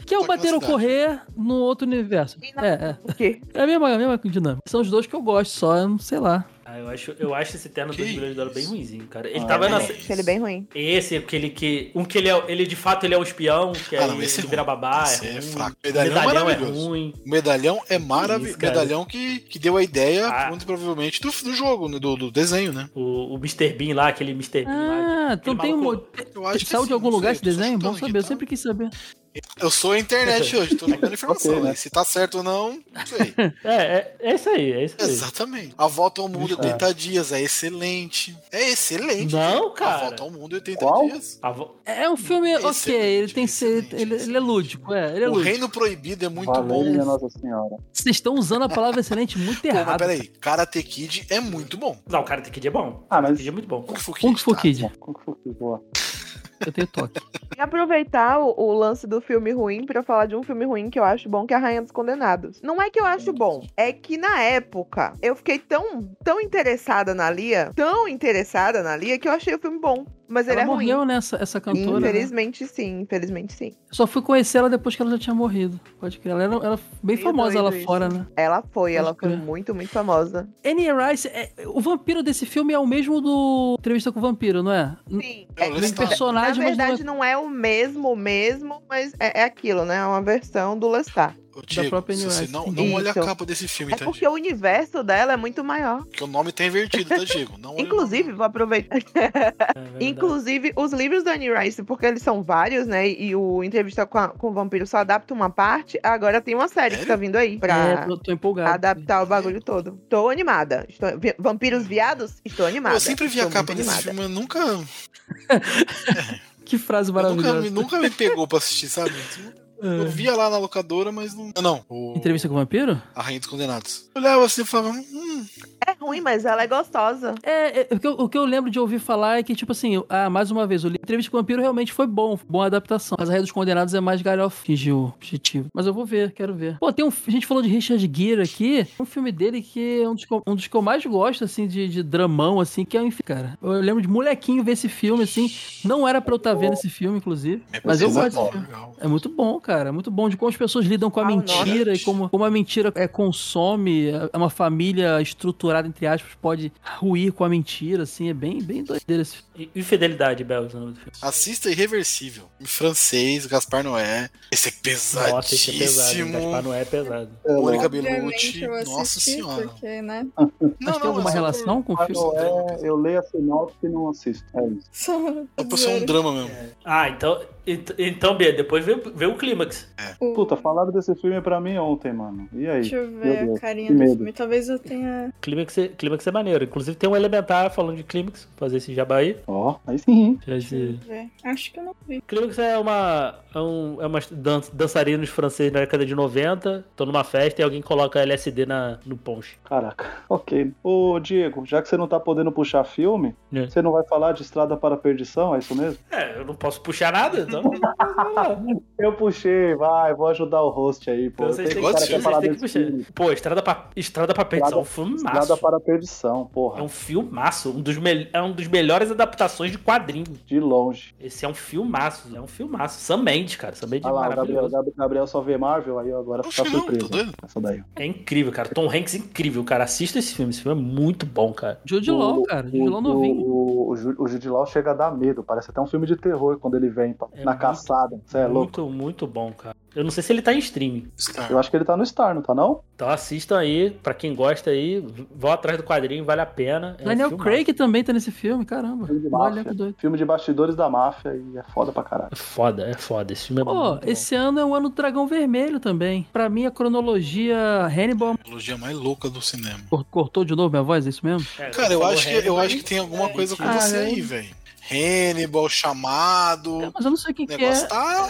Speaker 5: Que é o
Speaker 6: Só que na
Speaker 5: Bater ou
Speaker 6: cidade.
Speaker 5: Correr no outro universo.
Speaker 3: E na-
Speaker 5: É, é.
Speaker 3: O quê?
Speaker 5: É a mesma, a mesma dinâmica. São os dois que eu gosto, só, eu não sei lá.
Speaker 1: Ah, eu acho, eu acho esse terno
Speaker 6: Que
Speaker 1: dos bilhões de dólares bem
Speaker 6: isso.
Speaker 1: ruimzinho, cara. Ele
Speaker 4: Ah,
Speaker 1: tava
Speaker 4: é.
Speaker 1: na.
Speaker 3: Achei ele bem ruim.
Speaker 1: Esse, aquele que. Um que ele é. Ele de fato ele é um espião, que
Speaker 6: Ah,
Speaker 1: aí
Speaker 6: não, esse é
Speaker 1: ele
Speaker 6: ruim.
Speaker 1: vira babá.
Speaker 6: Esse
Speaker 1: é
Speaker 6: é
Speaker 1: ruim.
Speaker 6: fraco.
Speaker 1: O
Speaker 6: Medalhão é
Speaker 1: medalhão é
Speaker 6: maravilhoso.
Speaker 1: ruim.
Speaker 6: O medalhão é maravilhoso.
Speaker 1: Isso, cara.
Speaker 6: Medalhão que, que deu a ideia,
Speaker 1: Ah.
Speaker 6: muito provavelmente, do, do jogo, né, do, do desenho, né?
Speaker 1: O, o Mr. Bean lá, aquele Mr. Bean lá.
Speaker 5: Ah, então tem um.
Speaker 1: maluco-
Speaker 5: mo-
Speaker 6: Eu acho que
Speaker 5: Saiu
Speaker 6: sim,
Speaker 5: de algum
Speaker 6: não sei,
Speaker 5: lugar esse
Speaker 6: eu tô só
Speaker 5: desenho? Bom
Speaker 6: chutando aqui,
Speaker 5: saber, eu
Speaker 6: tá?
Speaker 5: sempre quis saber.
Speaker 6: Eu sou a internet hoje, tô jogando informação.
Speaker 4: Ok, né?
Speaker 6: e Se tá certo ou não, não sei.
Speaker 1: É, é, é isso aí, é isso aí.
Speaker 6: Exatamente. A Volta ao Mundo em 80 Dias é excelente. É excelente.
Speaker 1: Não,
Speaker 6: A
Speaker 1: cara.
Speaker 6: Volta ao Mundo em 80
Speaker 4: Qual?
Speaker 6: Dias.
Speaker 1: A vo-
Speaker 5: É um filme,
Speaker 6: Hum, Excelente,
Speaker 5: ok, ele tem que ser.
Speaker 6: excelente,
Speaker 5: Ele, ele é
Speaker 6: excelente.
Speaker 5: lúdico, é, ele é
Speaker 6: o
Speaker 5: lúdico.
Speaker 6: Reino Proibido é muito
Speaker 4: Valeu,
Speaker 6: bom.
Speaker 4: minha Nossa Senhora.
Speaker 5: Vocês estão usando a palavra excelente muito
Speaker 6: Pô, mas
Speaker 5: errado.
Speaker 6: peraí, Karate Kid é muito bom.
Speaker 1: Não, o cara tem que é bom.
Speaker 4: Ah, mas
Speaker 1: Kid é muito bom.
Speaker 6: Kung Fu
Speaker 5: Kung Fu
Speaker 6: tá?
Speaker 5: Kid,
Speaker 4: como que foi que boa?
Speaker 5: eu tenho toque.
Speaker 3: E aproveitar o, o lance do filme ruim pra falar de um filme ruim que eu acho bom, que é a Rainha dos Condenados. Não é que eu acho bom, é que na época eu fiquei tão, tão interessada na Lia, tão interessada na Lia, que eu achei o filme bom. Mas ele
Speaker 5: Ela
Speaker 3: é ruim.
Speaker 5: morreu nessa essa cantora. né?
Speaker 3: Infelizmente sim, infelizmente sim.
Speaker 5: Eu Só fui conhecer ela depois que ela já tinha morrido. Pode crer, ela era, ela era bem
Speaker 3: Meio
Speaker 5: famosa
Speaker 3: doido
Speaker 5: lá
Speaker 3: isso.
Speaker 5: fora, né?
Speaker 3: Ela foi, ela
Speaker 5: Pode
Speaker 3: foi
Speaker 5: crer.
Speaker 3: muito, muito famosa.
Speaker 5: Annie Rice, é- o vampiro desse filme é o mesmo do Entrevista com o Vampiro, não é?
Speaker 3: Sim.
Speaker 6: É, o
Speaker 5: Mesmo
Speaker 6: Lestat.
Speaker 3: na
Speaker 5: personagem, mas não é
Speaker 3: verdade, não é o mesmo, o mesmo, mas é, é aquilo, né? É uma versão do Lestat.
Speaker 6: Ô, Diego,
Speaker 5: própria
Speaker 6: se
Speaker 5: New
Speaker 6: você
Speaker 5: York.
Speaker 6: não, não olha a
Speaker 3: Isso.
Speaker 6: capa desse filme,
Speaker 3: É
Speaker 6: tá,
Speaker 3: porque
Speaker 6: Diego?
Speaker 3: o universo dela é muito maior.
Speaker 6: Porque o nome tá invertido, tá, Diego? Não olha o
Speaker 3: Inclusive, vou aproveitar.
Speaker 1: É verdade.
Speaker 3: Inclusive, os livros da Annie Rice, porque eles são vários, né? E o Entrevista com, a- com o Vampiro só adapta uma parte. Agora tem uma série que
Speaker 6: Sério?
Speaker 3: tá vindo aí
Speaker 5: É,
Speaker 3: pra
Speaker 5: eu tô empolgado.
Speaker 3: adaptar o bagulho todo. Tô animada. Estou- vi- Vampiros viados? Estou animada.
Speaker 6: Eu sempre vi a
Speaker 3: Estou
Speaker 6: capa
Speaker 3: muito
Speaker 6: desse filme,
Speaker 3: animada.
Speaker 6: eu nunca,
Speaker 5: Que frase
Speaker 6: eu nunca,
Speaker 5: maravilhosa.
Speaker 6: me- nunca me pegou pra assistir, sabe?
Speaker 1: É.
Speaker 6: Eu via lá na locadora, mas não. Não, o...
Speaker 5: Entrevista com o Vampiro?
Speaker 6: A Rainha dos Condenados. Eu Olhava assim e falava, hum,
Speaker 3: É ruim, mas ela é gostosa.
Speaker 5: É, é, o, que eu, o que eu lembro de ouvir falar é que, tipo assim, ah, mais uma vez, o livro Entrevista com o Vampiro realmente foi bom, foi boa adaptação. Mas a Rei dos Condenados é mais galhofa, fingiu o objetivo. Mas eu vou ver, quero ver. Pô, tem um. A gente falou de Richard Gere aqui, um filme dele que é um dos, que eu- um dos que eu mais gosto, assim, de, de dramão, assim, que é o Infi- cara. Eu lembro de molequinho ver esse filme, assim. Não era pra eu estar vendo esse filme, inclusive.
Speaker 6: É
Speaker 5: Mas eu gosto desse filme.
Speaker 6: Legal.
Speaker 5: É muito bom, cara. É muito bom de como as pessoas lidam com a
Speaker 3: Ah,
Speaker 5: mentira
Speaker 6: nossa.
Speaker 5: e como, como a mentira é, consome. é, Uma família estruturada, entre aspas, pode ruir com a mentira, assim. É bem, bem doideira esse filme.
Speaker 1: I- Infidelidade, Bel, é o nome do filme.
Speaker 6: Assista Irreversível. Em francês, Gaspar Noé. Esse é pesadíssimo.
Speaker 1: Nossa, esse é pesado. hein? Gaspar não é pesado.
Speaker 6: Mônica
Speaker 2: Obviamente
Speaker 6: Bellucci.
Speaker 2: eu assisti,
Speaker 6: Nossa senhora.
Speaker 2: Porque, né?
Speaker 5: Mas tem alguma
Speaker 6: é só por-
Speaker 5: relação com o
Speaker 4: Ah,
Speaker 5: filme?
Speaker 4: não, é, eu leio a sinopse e não assisto. É isso.
Speaker 2: Só
Speaker 6: É pra ser um
Speaker 2: zoeira.
Speaker 6: drama mesmo.
Speaker 1: Ah, então. ent- Então, Bia, depois vê, vê o clímax.
Speaker 2: O-
Speaker 4: Puta, falaram desse filme pra mim ontem, mano. E aí?
Speaker 2: Tipo, Deixa eu
Speaker 4: Meu
Speaker 2: ver
Speaker 4: Deus,
Speaker 2: a carinha
Speaker 4: que
Speaker 2: do
Speaker 4: medo.
Speaker 2: filme. Talvez eu tenha.
Speaker 1: Clímax é, clímax é maneiro. Inclusive tem um elementar falando de clímax, fazer esse jabá aí.
Speaker 4: Ó, aí sim, hein?
Speaker 1: Já disse-
Speaker 2: ver. Acho que eu não vi.
Speaker 1: Clímax é uma. É, um, é uma dan- dançarinos franceses na década de 90. Tô numa festa e alguém coloca LSD na, no ponche.
Speaker 4: Caraca, ok. Ô, Diego, já que você não tá podendo puxar filme,
Speaker 1: É.
Speaker 4: você não vai falar de Estrada para a Perdição? É isso mesmo?
Speaker 1: É, eu não posso puxar nada, então.
Speaker 4: Eu puxei, vai, vou ajudar o host aí, pô.
Speaker 1: Então vocês
Speaker 6: têm
Speaker 4: Tem
Speaker 6: que-
Speaker 4: cara
Speaker 6: vocês
Speaker 4: quer falar
Speaker 1: têm que
Speaker 4: desse
Speaker 1: puxar.
Speaker 4: filme.
Speaker 1: Pô, Estrada pra, Estrada pra Perdição, um
Speaker 4: Estrada
Speaker 1: filmaço.
Speaker 4: para a Perdição, porra.
Speaker 1: É um filmaço, um dos mel- é um dos melhores adaptações de quadrinho.
Speaker 4: De longe.
Speaker 1: Esse é um filmaço, é um filmaço. Sam Mendes, cara, Sam Mendes
Speaker 4: Olha
Speaker 1: é
Speaker 4: lá, o Gabriel,
Speaker 1: maravilhoso.
Speaker 4: Gabriel, Gabriel só vê Marvel, aí agora
Speaker 6: Oxe,
Speaker 4: fica
Speaker 6: não,
Speaker 4: surpreso.
Speaker 6: tô doido.
Speaker 4: Essa daí.
Speaker 1: É incrível, cara. Tom Hanks é incrível, cara. Assista esse filme, esse filme é muito bom, cara.
Speaker 5: Jude Law,
Speaker 4: O-
Speaker 5: cara. Jude Law é novinho.
Speaker 4: O, o, o, Ju- o Jude Law chega a dar medo, parece até um filme de terror quando ele vem pra-
Speaker 1: É
Speaker 4: na
Speaker 1: muito-
Speaker 4: caçada. Você é louco?
Speaker 1: Muito, muito bom, cara. Eu não sei se ele tá em streaming.
Speaker 6: Scar.
Speaker 4: Eu acho que ele tá no Star, não tá não?
Speaker 1: Então assistam aí, pra quem gosta aí, v- vão atrás do quadrinho, vale a pena. É um
Speaker 5: Daniel
Speaker 1: filmaço.
Speaker 5: Craig também tá nesse filme, caramba.
Speaker 4: Filme de
Speaker 5: Olha
Speaker 4: máfia.
Speaker 5: que doido.
Speaker 4: Filme de bastidores da máfia e é foda pra caralho.
Speaker 1: É foda, é foda. Esse filme é
Speaker 5: Pô,
Speaker 1: muito
Speaker 5: esse ano é o ano do Dragão Vermelho também. Pra mim, a cronologia Hannibal.
Speaker 6: A trilogia mais louca do cinema.
Speaker 5: Cor- Cortou de novo minha voz, é isso mesmo?
Speaker 1: bom. É,
Speaker 6: Cara, eu
Speaker 1: falou
Speaker 6: acho, que, eu
Speaker 1: Hannibal,
Speaker 6: acho que tem alguma coisa com
Speaker 5: Ah,
Speaker 6: você
Speaker 5: é.
Speaker 6: aí, velho. Hannibal, chamado.
Speaker 5: É, mas eu não sei o que,
Speaker 6: O
Speaker 5: que é.
Speaker 6: negócio tá.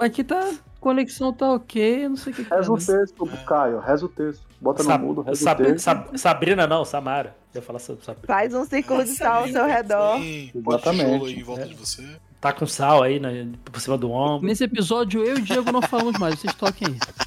Speaker 5: É, aqui tá. Conexão tá ok, eu não sei o que, que é.
Speaker 4: Reza o
Speaker 5: mas-
Speaker 4: texto, Caio, reza o texto. Bota no
Speaker 1: Sab-
Speaker 4: mudo, reza o
Speaker 1: Sab-
Speaker 4: texto.
Speaker 1: Sab- Sabrina não, Samara. Eu ia falar Sa- Sabrina.
Speaker 3: Faz um círculo de
Speaker 2: Nossa,
Speaker 3: sal ao seu redor.
Speaker 6: Tem né? um monte de
Speaker 4: Exatamente.
Speaker 6: tijolo aí em volta
Speaker 1: É.
Speaker 6: de você.
Speaker 1: Tá com sal aí na, por cima do ombro.
Speaker 5: Nesse episódio, eu e o Diego não falamos mais, vocês toquem aí. Tá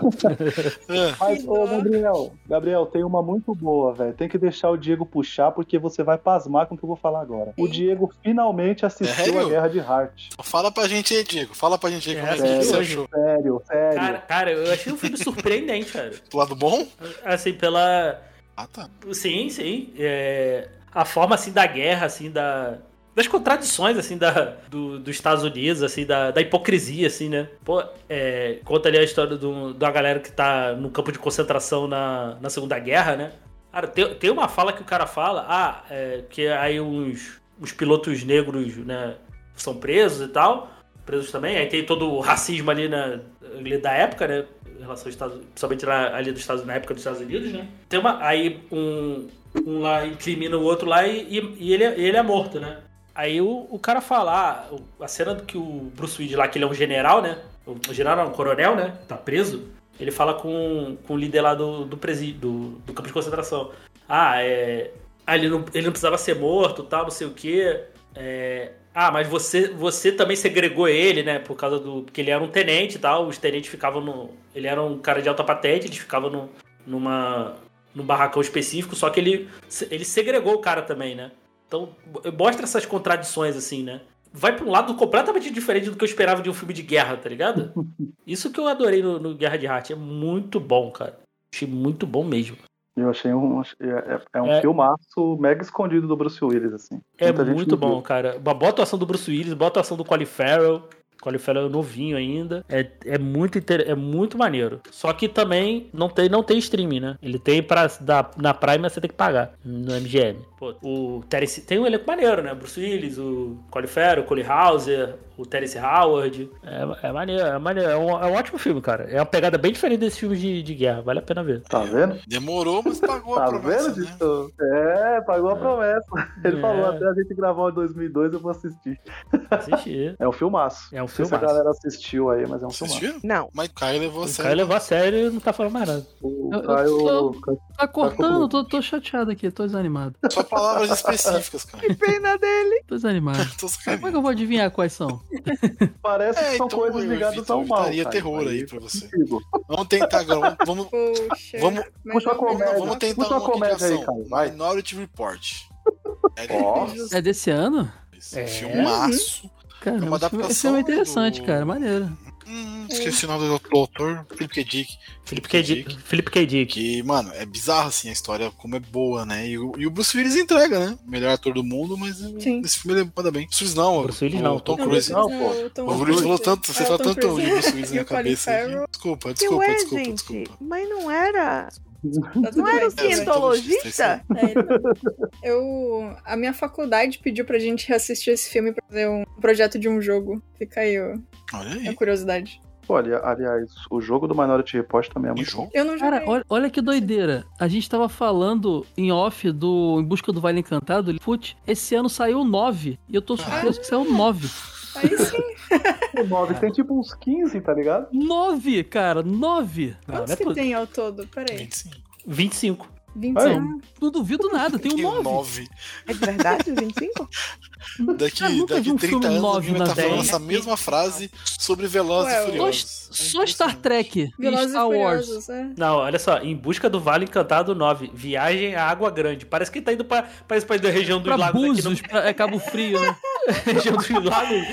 Speaker 6: Ah,
Speaker 4: Mas, ô, Gabriel, Gabriel, tem uma muito boa, velho. Tem que deixar o Diego puxar, porque você vai pasmar com o que eu vou falar agora. O
Speaker 2: Eita.
Speaker 4: Diego finalmente assistiu
Speaker 6: Sério?
Speaker 4: a Guerra de Heart.
Speaker 6: fala pra gente aí, Diego. Fala pra gente aí
Speaker 1: É,
Speaker 6: como é que
Speaker 4: é,
Speaker 6: você
Speaker 1: hoje.
Speaker 6: achou.
Speaker 4: Sério, sério.
Speaker 1: Cara, cara, eu achei um filme surpreendente, cara.
Speaker 6: Do lado bom?
Speaker 1: Assim, pela.
Speaker 6: Ah, tá.
Speaker 1: Sim, sim. É, A forma, assim, da guerra, assim, da. Das contradições, assim, da, do, dos Estados Unidos, assim, da, da hipocrisia, assim, né? Pô, é, conta ali a história do, da galera que tá no campo de concentração na, na Segunda Guerra, né? Cara, tem, tem uma fala que o cara fala, ah, é, que aí uns, uns pilotos negros, né, são presos e tal, presos também, aí tem todo o racismo ali, na, ali da época, né, em relação aos Estados Unidos, principalmente na, ali dos Estados, na época dos Estados Unidos, né. Tem uma, aí um, um lá incrimina o outro lá e, e- e ele, é- ele é morto, né. Aí o, o cara fala, ah, o- a cena do que o Bruce Willis lá, que ele é um general, né, o, o general não, um coronel, né, tá preso, ele fala com, com o líder lá do, do presídio, do, do campo de concentração. Ah, é. ah, ele, não, ele não precisava ser morto, tal, não sei o quê. É, ah, mas você, você também segregou ele, né? Por causa do. Porque ele era um tenente e tal. Os tenentes ficavam no. Ele era um cara de alta patente, eles ficavam no, numa. num barracão específico, só que ele, ele segregou o cara também, né? Então, bo- mostra essas contradições, assim, né? Vai pra um lado completamente diferente do que eu esperava de um filme de guerra, tá ligado? Isso que eu adorei no, no Guerra de Heart. É muito bom, cara. Achei muito bom mesmo.
Speaker 4: Eu achei um. É, é- é um
Speaker 1: É.
Speaker 4: filmaço mega escondido do Bruce Willis, assim.
Speaker 1: É
Speaker 4: Muita gente
Speaker 1: muito
Speaker 4: não
Speaker 1: bom,
Speaker 4: viu.
Speaker 1: cara. Uma boa atuação do Bruce Willis, boa atuação do Colin Farrell. Colin Farrell é novinho ainda. É, é, muito, inter- é muito maneiro. Só que também não tem, não tem streaming, né? Ele tem pra, da, na Prime, mas você tem que pagar no MGM. Pô, o Terence tem um elenco maneiro, né? Bruce Willis, o Colin Farrell, o Colin Hauser, o Terence Howard. É, é maneiro, é maneiro. É um, é um ótimo filme, cara. É uma pegada bem diferente desse filme de, de guerra. Vale a pena ver.
Speaker 4: Tá vendo?
Speaker 6: Demorou, mas pagou a
Speaker 4: Tá
Speaker 6: promessa,
Speaker 4: vendo
Speaker 6: né?
Speaker 4: disso? É, pagou a promessa. Ele
Speaker 1: É.
Speaker 4: falou até a gente gravar em 2002, eu vou assistir.
Speaker 1: Assistir.
Speaker 4: É um filmaço.
Speaker 1: É um um
Speaker 4: sei se a
Speaker 1: filmaço.
Speaker 4: galera assistiu aí, mas é um filme.
Speaker 6: Assistiram?
Speaker 3: Não.
Speaker 6: Mas o Caio levou a
Speaker 1: O cara
Speaker 6: sério.
Speaker 1: levou a sério e não tá falando mais nada.
Speaker 4: O
Speaker 5: Eu- eu
Speaker 4: Caio.
Speaker 5: tô- Tá cortando, tô, tô chateado aqui, tô desanimado.
Speaker 6: Só palavras específicas, cara.
Speaker 3: Pena dele.
Speaker 5: Tô desanimado.
Speaker 6: Tô
Speaker 5: Como é
Speaker 6: sacaneando.
Speaker 5: que eu vou adivinhar quais são?
Speaker 4: Parece que
Speaker 6: É,
Speaker 4: são
Speaker 6: então,
Speaker 4: coisas
Speaker 6: eu
Speaker 4: ligadas
Speaker 6: evito-
Speaker 4: ao mal.
Speaker 6: evitaria
Speaker 4: Caio,
Speaker 6: terror aí pra
Speaker 4: faz
Speaker 6: você.
Speaker 4: sentido.
Speaker 6: Vamos tentar agora. Vamos,
Speaker 2: Poxa.
Speaker 6: vamos,
Speaker 2: mas
Speaker 4: Puxa a
Speaker 2: não-
Speaker 6: vamos,
Speaker 4: comédia.
Speaker 6: vamos tentar
Speaker 4: Puxa uma
Speaker 6: uma
Speaker 4: comédia aí,
Speaker 6: indicação.
Speaker 4: Caio, vai.
Speaker 6: Minority Report. É
Speaker 4: Ó.
Speaker 6: deles.
Speaker 5: É desse ano?
Speaker 6: Esse
Speaker 1: É.
Speaker 6: Filmaço.
Speaker 5: Cara,
Speaker 6: É uma
Speaker 5: esse filme- esse
Speaker 6: adaptação
Speaker 5: filme é interessante,
Speaker 6: do-
Speaker 5: cara, maneiro.
Speaker 6: Hum, esqueci o nome do do autor. Philip K. Dick.
Speaker 1: Felipe K. Dick. Felipe K. Dick.
Speaker 6: Que, mano, é bizarro assim a história, como é boa, né? E, o- e o Bruce Willis entrega, né? Melhor ator do mundo, mas o-
Speaker 2: Sim.
Speaker 6: esse filme ele manda bem. Bruce Willis não,
Speaker 1: Bruce Willis
Speaker 6: o
Speaker 1: não,
Speaker 6: Tom
Speaker 1: Tom
Speaker 2: Não,
Speaker 6: Cruise.
Speaker 2: não,
Speaker 4: Não,
Speaker 2: não, Tom
Speaker 6: O Bruce falou
Speaker 2: Cruise.
Speaker 6: tanto, você
Speaker 2: É, o
Speaker 6: fala
Speaker 2: Tom
Speaker 6: tanto de
Speaker 2: Cruise.
Speaker 6: Bruce Willis
Speaker 2: E
Speaker 6: na
Speaker 2: o Colin
Speaker 6: cabeça. aqui.
Speaker 2: Farrell.
Speaker 6: Desculpa,
Speaker 3: Que
Speaker 6: desculpa,
Speaker 3: ué,
Speaker 6: desculpa,
Speaker 3: gente.
Speaker 6: desculpa.
Speaker 3: Mas não era.
Speaker 2: Tá tudo
Speaker 3: Não era
Speaker 2: bem.
Speaker 3: um cientologista?
Speaker 2: É, ele não. Eu, a minha faculdade pediu pra gente assistir esse filme pra fazer um projeto de um jogo. Fica aí ó,
Speaker 6: Olha
Speaker 2: a
Speaker 6: aí.
Speaker 2: curiosidade.
Speaker 4: Pô, ali- aliás, o jogo do Minority Report também é
Speaker 6: Que
Speaker 4: muito
Speaker 6: jogo.
Speaker 2: Eu não
Speaker 5: Cara,
Speaker 2: joguei.
Speaker 5: olha, olha que doideira. A gente tava falando em off do Em Busca do Vale Encantado. Putz, esse ano saiu 9. E eu tô surpreso que saiu 9.
Speaker 2: Aí sim,
Speaker 4: O 9 tem tipo uns 15, tá ligado?
Speaker 5: 9, cara, 9. Não,
Speaker 2: quantos
Speaker 5: não é
Speaker 2: que
Speaker 5: po-
Speaker 2: tem ao todo? Peraí. um,
Speaker 6: 25.
Speaker 1: 25.
Speaker 2: 25.
Speaker 5: não duvido nada, tem
Speaker 6: Que
Speaker 5: um 9.
Speaker 6: 9.
Speaker 3: É de verdade, 25?
Speaker 6: Daqui,
Speaker 5: Eu nunca vi
Speaker 6: daqui
Speaker 5: um
Speaker 6: 30
Speaker 5: filme
Speaker 6: anos
Speaker 5: nove
Speaker 6: alguém
Speaker 5: na
Speaker 6: vai estar falando
Speaker 1: década.
Speaker 6: essa mesma frase sobre Velozes
Speaker 2: Ué,
Speaker 6: e
Speaker 2: eu-
Speaker 6: Furiosos.
Speaker 5: Só Star Trek e
Speaker 2: Velozes e
Speaker 5: Star Wars.
Speaker 2: Furiosos, é.
Speaker 1: Não, olha só. Em busca do Vale Encantado 9. Viagem à Água Grande. Parece que ele tá indo pra, pra, pra região dos
Speaker 5: Pra
Speaker 1: lagos
Speaker 5: Búzios,
Speaker 1: aqui.
Speaker 5: pra- é Cabo Frio, né?
Speaker 1: Não, região dos lagos.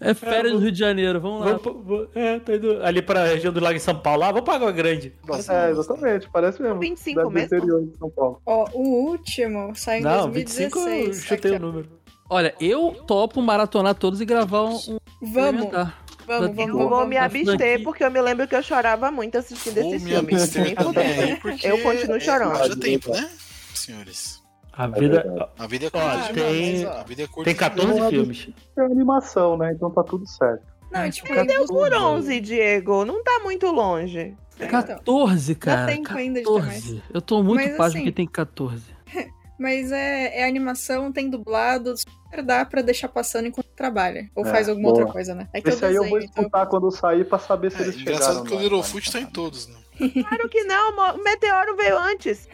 Speaker 5: É férias do Rio de Janeiro, vamos lá.
Speaker 1: Vou- vou- é, tô indo ali pra região do lago em São Paulo. Lá, vou pra Água Grande.
Speaker 4: É, exatamente, parece mesmo.
Speaker 3: 25
Speaker 4: Cidade do
Speaker 3: mesmo?
Speaker 4: interior de São Paulo.
Speaker 2: Ó, o último saiu em
Speaker 1: Não, 25 eu
Speaker 2: 2016.
Speaker 1: chutei o
Speaker 2: tá Aqui, ó.
Speaker 1: número.
Speaker 5: Olha, eu topo maratonar todos e gravar um, um
Speaker 2: Vamos,
Speaker 5: comentar.
Speaker 2: vamos, vamos,
Speaker 3: Eu vou
Speaker 2: vamos.
Speaker 3: me
Speaker 5: Tá
Speaker 3: abster,
Speaker 5: franquia.
Speaker 3: porque eu me lembro que eu chorava muito assistindo
Speaker 6: Vou
Speaker 3: esses
Speaker 6: me
Speaker 3: filmes. Nem
Speaker 6: abster
Speaker 3: fudendo.
Speaker 6: também, porque
Speaker 3: Eu continuo chorando.
Speaker 6: Haja tempo, né, senhores?
Speaker 1: A vida.
Speaker 6: A vida é
Speaker 1: Ó,
Speaker 6: curta
Speaker 1: tem-
Speaker 6: demais. A vida é curta
Speaker 1: Tem
Speaker 6: demais.
Speaker 1: 14 filmes.
Speaker 4: É animação, né? Então tá tudo certo.
Speaker 2: Não, tipo,
Speaker 5: Cadê
Speaker 2: deu
Speaker 3: Por 11, Diego, não tá muito longe.
Speaker 2: então.
Speaker 5: 14, cara.
Speaker 2: tempo ainda de ter
Speaker 5: 14. Eu tô muito
Speaker 2: Mas,
Speaker 5: pasmo
Speaker 2: assim,
Speaker 5: que tem 14.
Speaker 2: Mas é, é animação, tem dublado, super dá pra deixar passando enquanto trabalha. Ou
Speaker 4: É,
Speaker 2: faz alguma
Speaker 4: boa.
Speaker 2: outra coisa, né? É que
Speaker 4: Esse aí eu vou
Speaker 2: desenho, então
Speaker 4: escutar quando eu sair pra saber se
Speaker 6: É,
Speaker 4: eles chegaram.
Speaker 6: engraçado que o
Speaker 4: lá.
Speaker 6: Littlefoot tá em todos, né?
Speaker 3: Claro que não, mo- o meteoro veio antes.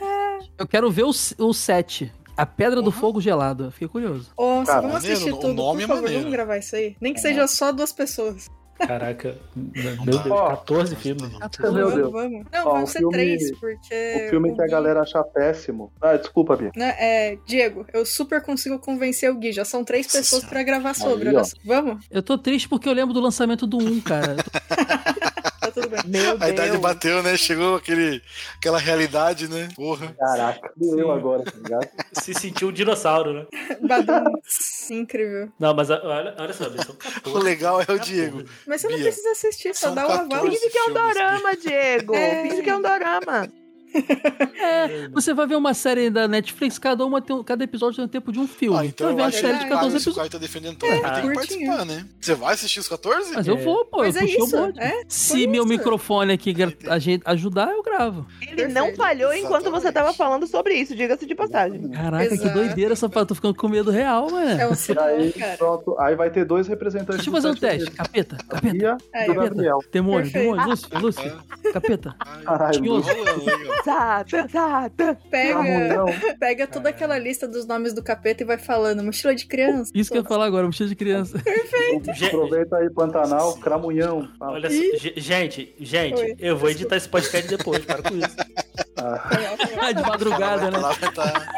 Speaker 5: Eu quero ver o, s- o 7. A Pedra
Speaker 2: Uhum.
Speaker 5: do Fogo Gelado. Fiquei curioso.
Speaker 2: Ô,
Speaker 4: Cara,
Speaker 2: vamos
Speaker 6: maneiro,
Speaker 2: assistir
Speaker 6: o
Speaker 2: tudo,
Speaker 6: nome é
Speaker 2: por favor,
Speaker 6: maneiro.
Speaker 2: vamos gravar isso aí. Nem que seja só duas pessoas.
Speaker 1: Caraca, meu
Speaker 6: dá.
Speaker 1: Deus, 14
Speaker 6: Mas
Speaker 1: filmes.
Speaker 6: tá bom.
Speaker 5: 14.
Speaker 4: Meu
Speaker 2: vamos,
Speaker 4: Deus.
Speaker 2: vamos. Não,
Speaker 4: Ó,
Speaker 2: vão
Speaker 4: o
Speaker 2: ser
Speaker 4: filme-
Speaker 2: três, porque...
Speaker 4: O filme que a
Speaker 2: Gui-
Speaker 4: galera acha péssimo. Ah, desculpa, Bia.
Speaker 2: Né, é, Diego, eu super consigo convencer o Gui. Já são três
Speaker 6: Nossa
Speaker 2: pessoas
Speaker 6: Senhora.
Speaker 2: pra gravar sobre.
Speaker 4: Aí,
Speaker 2: olha
Speaker 4: ó.
Speaker 2: só. Vamos?
Speaker 5: Eu tô triste porque eu lembro do lançamento do 1, cara. Eu tô-
Speaker 2: Tá tudo bem.
Speaker 3: Meu
Speaker 6: A idade
Speaker 3: Deus.
Speaker 6: bateu, né? Chegou aquele, aquela realidade, né? Porra.
Speaker 4: Caraca, doeu agora, tá ligado?
Speaker 1: Se sentiu um dinossauro, né?
Speaker 2: Badum. Incrível.
Speaker 1: Não, mas a- olha, olha só,
Speaker 6: O
Speaker 1: são 14.
Speaker 6: legal é o Diego.
Speaker 2: Mas você não
Speaker 6: Bia,
Speaker 2: precisa assistir, só
Speaker 6: são
Speaker 2: dá o aval.
Speaker 6: 14.
Speaker 3: Finge que é um
Speaker 6: filmes. Ah,
Speaker 3: dorama, Diego.
Speaker 2: É.
Speaker 3: Finge que é um dorama.
Speaker 5: É, você vai ver uma série da Netflix, cada uma tem um- cada episódio tem um tempo de um filme.
Speaker 6: Ah, então
Speaker 5: eu
Speaker 6: eu
Speaker 5: vi uma
Speaker 6: acho
Speaker 2: é
Speaker 6: que
Speaker 5: série de
Speaker 6: o Caio-
Speaker 5: 14
Speaker 6: se o Caio
Speaker 5: episódios.
Speaker 6: tá defendendo também.
Speaker 1: É,
Speaker 6: tem que
Speaker 2: curtinho.
Speaker 6: participar, né? Você vai assistir os 14?
Speaker 5: Mas eu
Speaker 1: É.
Speaker 5: vou, pô.
Speaker 2: Mas
Speaker 5: eu
Speaker 2: é
Speaker 5: puxei
Speaker 2: isso,
Speaker 5: o bonde.
Speaker 2: é?
Speaker 5: Se meu
Speaker 2: isso.
Speaker 5: microfone aqui gra- a gente ajudar, eu gravo.
Speaker 3: Ele não falhou enquanto você tava falando sobre isso, diga-se de passagem.
Speaker 5: Caraca, que
Speaker 2: Exato.
Speaker 5: doideira essa parada. Tô ficando com medo real, mano.
Speaker 2: É um
Speaker 4: E
Speaker 2: sinal,
Speaker 4: aí,
Speaker 2: cara.
Speaker 4: pronto. Aí vai ter dois representantes.
Speaker 5: Deixa eu fazer um
Speaker 4: do
Speaker 5: teste. Capeta, um
Speaker 4: da
Speaker 5: capeta,
Speaker 4: Bia e
Speaker 2: Aí,
Speaker 4: do
Speaker 2: ó.
Speaker 4: Gabriel.
Speaker 5: demônio,
Speaker 2: Perfeito.
Speaker 5: demônio, Lúcio, Lúcio, capeta.
Speaker 4: Caralho,
Speaker 5: Tinha um-
Speaker 4: Lúcio.
Speaker 6: Rolando, legal.
Speaker 3: Zata, zata.
Speaker 4: tá ruim,
Speaker 2: Pega,
Speaker 4: não.
Speaker 2: pega
Speaker 6: É.
Speaker 2: toda aquela lista dos nomes do capeta e vai falando. Mochila de criança.
Speaker 5: Isso que eu ia falar agora, mochila de criança.
Speaker 1: Ge-
Speaker 4: Aproveita aí, Pantanal, Cramunhão. Ah,
Speaker 1: Olha só, ge- gente, gente,
Speaker 2: Oi.
Speaker 1: eu vou editar esse podcast depois, para com isso.
Speaker 4: ah,
Speaker 5: de madrugada, né?
Speaker 6: Lá vai tá-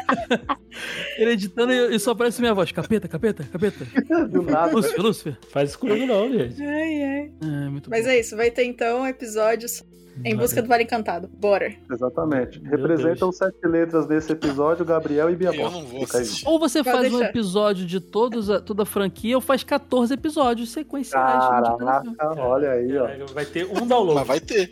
Speaker 5: Ele editando e e só aparece minha voz. Capeta, capeta, capeta.
Speaker 4: do nada.
Speaker 5: Lúcio, Lúcio.
Speaker 1: Faz isso comigo não, gente.
Speaker 2: Ai, ai.
Speaker 5: É, muito
Speaker 2: Mas
Speaker 5: bom.
Speaker 2: é isso, vai ter então episódios em busca do Vale Encantado. Bora.
Speaker 4: Exatamente.
Speaker 1: Meu
Speaker 4: Representam sete letras nesse episódio, Gabriel e Bia
Speaker 6: Eu
Speaker 4: Bosta.
Speaker 6: não vou
Speaker 4: Fica aí.
Speaker 6: assistir.
Speaker 5: Ou você
Speaker 2: Pode
Speaker 5: faz um
Speaker 2: deixar.
Speaker 5: episódio de todos a- toda a franquia ou faz 14 episódios sequenciais.
Speaker 4: Caraca, olha aí, ó.
Speaker 1: Vai ter um
Speaker 6: Mas
Speaker 1: download.
Speaker 6: vai ter.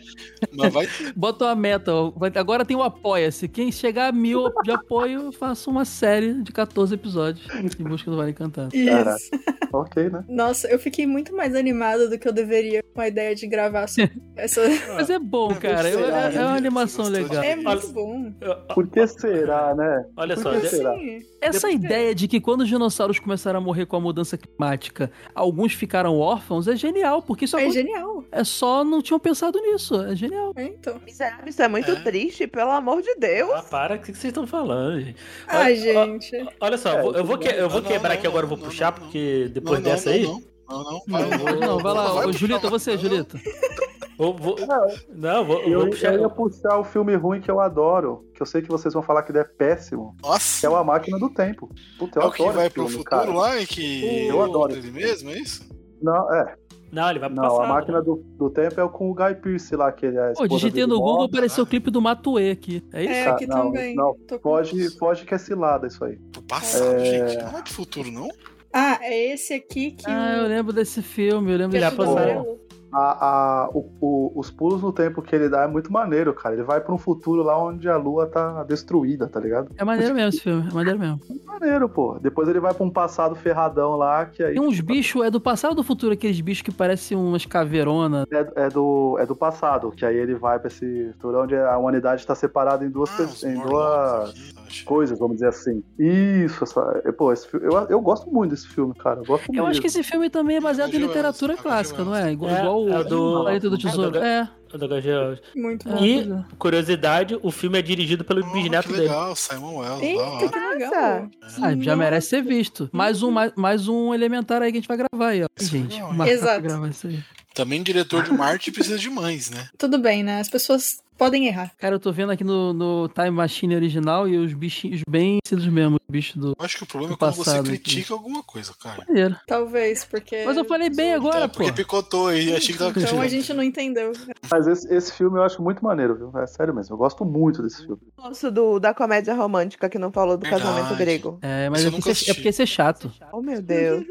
Speaker 6: Mas vai ter.
Speaker 5: Bota uma meta. ó. Vai- Agora tem o apoia-se. Quem chegar a mil de apoio, eu faço uma série de 14 episódios em busca do Vale Encantado.
Speaker 4: Caraca.
Speaker 2: Isso.
Speaker 4: Ok, né?
Speaker 2: Nossa, eu fiquei muito mais animada do que eu deveria com a ideia de gravar sobre essa.
Speaker 5: Mas é bom, cara. Eu- é, é uma animação legal.
Speaker 2: É muito bom.
Speaker 4: Por que será, né?
Speaker 1: Olha
Speaker 4: Por
Speaker 1: só,
Speaker 4: que
Speaker 1: de-
Speaker 4: será?
Speaker 2: Sim. é
Speaker 5: Essa ideia de que quando os dinossauros começaram a morrer com a mudança climática, alguns ficaram órfãos é genial, porque isso
Speaker 2: É
Speaker 5: aconte-
Speaker 2: genial.
Speaker 5: é só não tinham pensado nisso. É genial.
Speaker 2: É, então.
Speaker 3: Miserável, isso é muito
Speaker 6: É.
Speaker 3: triste, pelo amor de Deus.
Speaker 1: Ah, para, o que que vocês estão falando, gente?
Speaker 2: Ai,
Speaker 1: Ó, ó,
Speaker 2: Ah, gente.
Speaker 1: Olha só,
Speaker 4: É,
Speaker 1: eu vou- eu
Speaker 4: tudo
Speaker 1: vou, que- eu vou
Speaker 6: Não,
Speaker 1: quebrar
Speaker 6: não,
Speaker 1: aqui agora, eu vou
Speaker 6: não,
Speaker 1: puxar,
Speaker 6: não, não.
Speaker 1: porque depois
Speaker 6: não,
Speaker 1: dessa
Speaker 6: não,
Speaker 1: aí.
Speaker 6: Não, não, não, vai,
Speaker 5: Não, não, vai lá,
Speaker 6: vai
Speaker 5: ô,
Speaker 6: puxar
Speaker 5: Julita,
Speaker 6: lá.
Speaker 5: você,
Speaker 6: Não,
Speaker 5: Julita.
Speaker 1: Vou, vou,
Speaker 4: Não,
Speaker 1: não, vou,
Speaker 4: eu,
Speaker 1: vou
Speaker 4: eu
Speaker 1: puxar.
Speaker 4: ia puxar o filme ruim que eu adoro, que eu sei que vocês vão falar que ele é péssimo, que
Speaker 6: Nossa,
Speaker 4: é o A Máquina do Tempo. Puta, eu
Speaker 6: é o que
Speaker 4: adoro
Speaker 6: vai
Speaker 4: esse
Speaker 6: pro
Speaker 4: filme,
Speaker 6: futuro
Speaker 4: cara.
Speaker 6: lá e que.
Speaker 4: Eu adoro
Speaker 6: Ele mesmo, é isso?
Speaker 4: Não, é,
Speaker 1: Não,
Speaker 6: Tá
Speaker 1: ele vai pro
Speaker 4: não,
Speaker 1: passado.
Speaker 4: a Máquina do, do Tempo é o com o Guy Pearce lá, que ele é a
Speaker 5: Pô,
Speaker 4: esposa
Speaker 5: digitei
Speaker 4: dele
Speaker 5: no Google,
Speaker 4: morre.
Speaker 5: apareceu o clipe do Matuê aqui. É isso?
Speaker 2: É,
Speaker 4: Tá,
Speaker 2: aqui
Speaker 4: não,
Speaker 2: também.
Speaker 4: não,
Speaker 2: Tô com-
Speaker 4: Foge, foge que é cilada isso aí.
Speaker 6: Pro passado,
Speaker 4: É.
Speaker 6: gente. Não é pro futuro, não?
Speaker 2: Ah, é esse aqui que.
Speaker 5: Ah, eu
Speaker 2: o...
Speaker 5: lembro desse filme, eu lembro
Speaker 2: que
Speaker 1: Já
Speaker 2: é
Speaker 5: desse
Speaker 2: tudo
Speaker 1: passaram.
Speaker 5: filme.
Speaker 2: amarelo.
Speaker 4: A, a- o- o- os pulos no tempo que ele dá é muito maneiro, cara. Ele vai pra um futuro lá onde a lua tá destruída, tá ligado?
Speaker 5: É maneiro mesmo esse filme, é maneiro mesmo.
Speaker 4: Maneiro, pô. Depois ele vai pra um passado ferradão lá, que aí.
Speaker 5: Tem uns bichos, é do passado ou do futuro, aqueles bichos que parecem umas caveirona.
Speaker 4: É, é do, é do passado, que aí ele vai pra esse futuro onde a humanidade tá separada em duas,
Speaker 6: Ah,
Speaker 4: pe-
Speaker 6: os
Speaker 4: em
Speaker 6: Morlocks
Speaker 4: duas
Speaker 6: aqui, eu acho.
Speaker 4: coisas, vamos dizer assim. Isso, essa, é, pô, esse fi- eu, eu gosto muito desse filme, cara. Eu gosto muito.
Speaker 5: Eu acho que esse filme também é baseado em
Speaker 6: Joelma,
Speaker 5: literatura
Speaker 6: Joelma.
Speaker 5: clássica, não é? Igual,
Speaker 1: É, é
Speaker 5: igual o
Speaker 1: o do-
Speaker 5: Planeta do Tesouro.
Speaker 1: é o do-
Speaker 5: É.
Speaker 1: Eu tô gostando.
Speaker 2: Muito
Speaker 5: é,
Speaker 2: bom.
Speaker 1: E-
Speaker 5: pois é.
Speaker 1: Curiosidade, o filme é dirigido pelo
Speaker 6: Oh,
Speaker 1: bisneto
Speaker 6: que
Speaker 1: dele.
Speaker 6: legal, Simon Wells. da
Speaker 2: Eita,
Speaker 6: hora.
Speaker 2: que legal.
Speaker 3: Nossa.
Speaker 5: Ah, já merece ser visto. Mais um, mais, mais um elementar aí que a gente vai gravar aí, ó.
Speaker 6: Isso
Speaker 5: Gente,
Speaker 6: foi bom, hein?
Speaker 5: marca pra
Speaker 2: Exato.
Speaker 5: gravar isso aí.
Speaker 6: Também diretor de Marte precisa de mães, né?
Speaker 2: Tudo bem, né? As pessoas podem errar.
Speaker 5: Cara, eu tô vendo aqui no, no Time Machine original e os bichinhos bem parecidos mesmo, os bichos do.
Speaker 6: Eu acho que o problema é
Speaker 5: No
Speaker 6: quando você
Speaker 5: passado,
Speaker 6: critica alguma coisa, cara.
Speaker 5: Maneiro.
Speaker 2: Talvez, porque.
Speaker 5: Mas eu falei bem agora,
Speaker 6: É,
Speaker 5: pô.
Speaker 6: porque picotou e achei que tava
Speaker 2: Então a
Speaker 6: criticando.
Speaker 2: gente não entendeu.
Speaker 4: Mas esse, esse filme eu acho muito maneiro, viu? É sério mesmo. Eu gosto muito desse filme.
Speaker 3: Nossa, do, da comédia romântica que não falou do
Speaker 6: Verdade.
Speaker 3: casamento grego.
Speaker 5: É, mas
Speaker 6: Isso
Speaker 5: é
Speaker 6: eu nunca
Speaker 5: porque, esse, é
Speaker 6: assisti.
Speaker 5: porque esse é chato.
Speaker 3: Oh, meu Deus.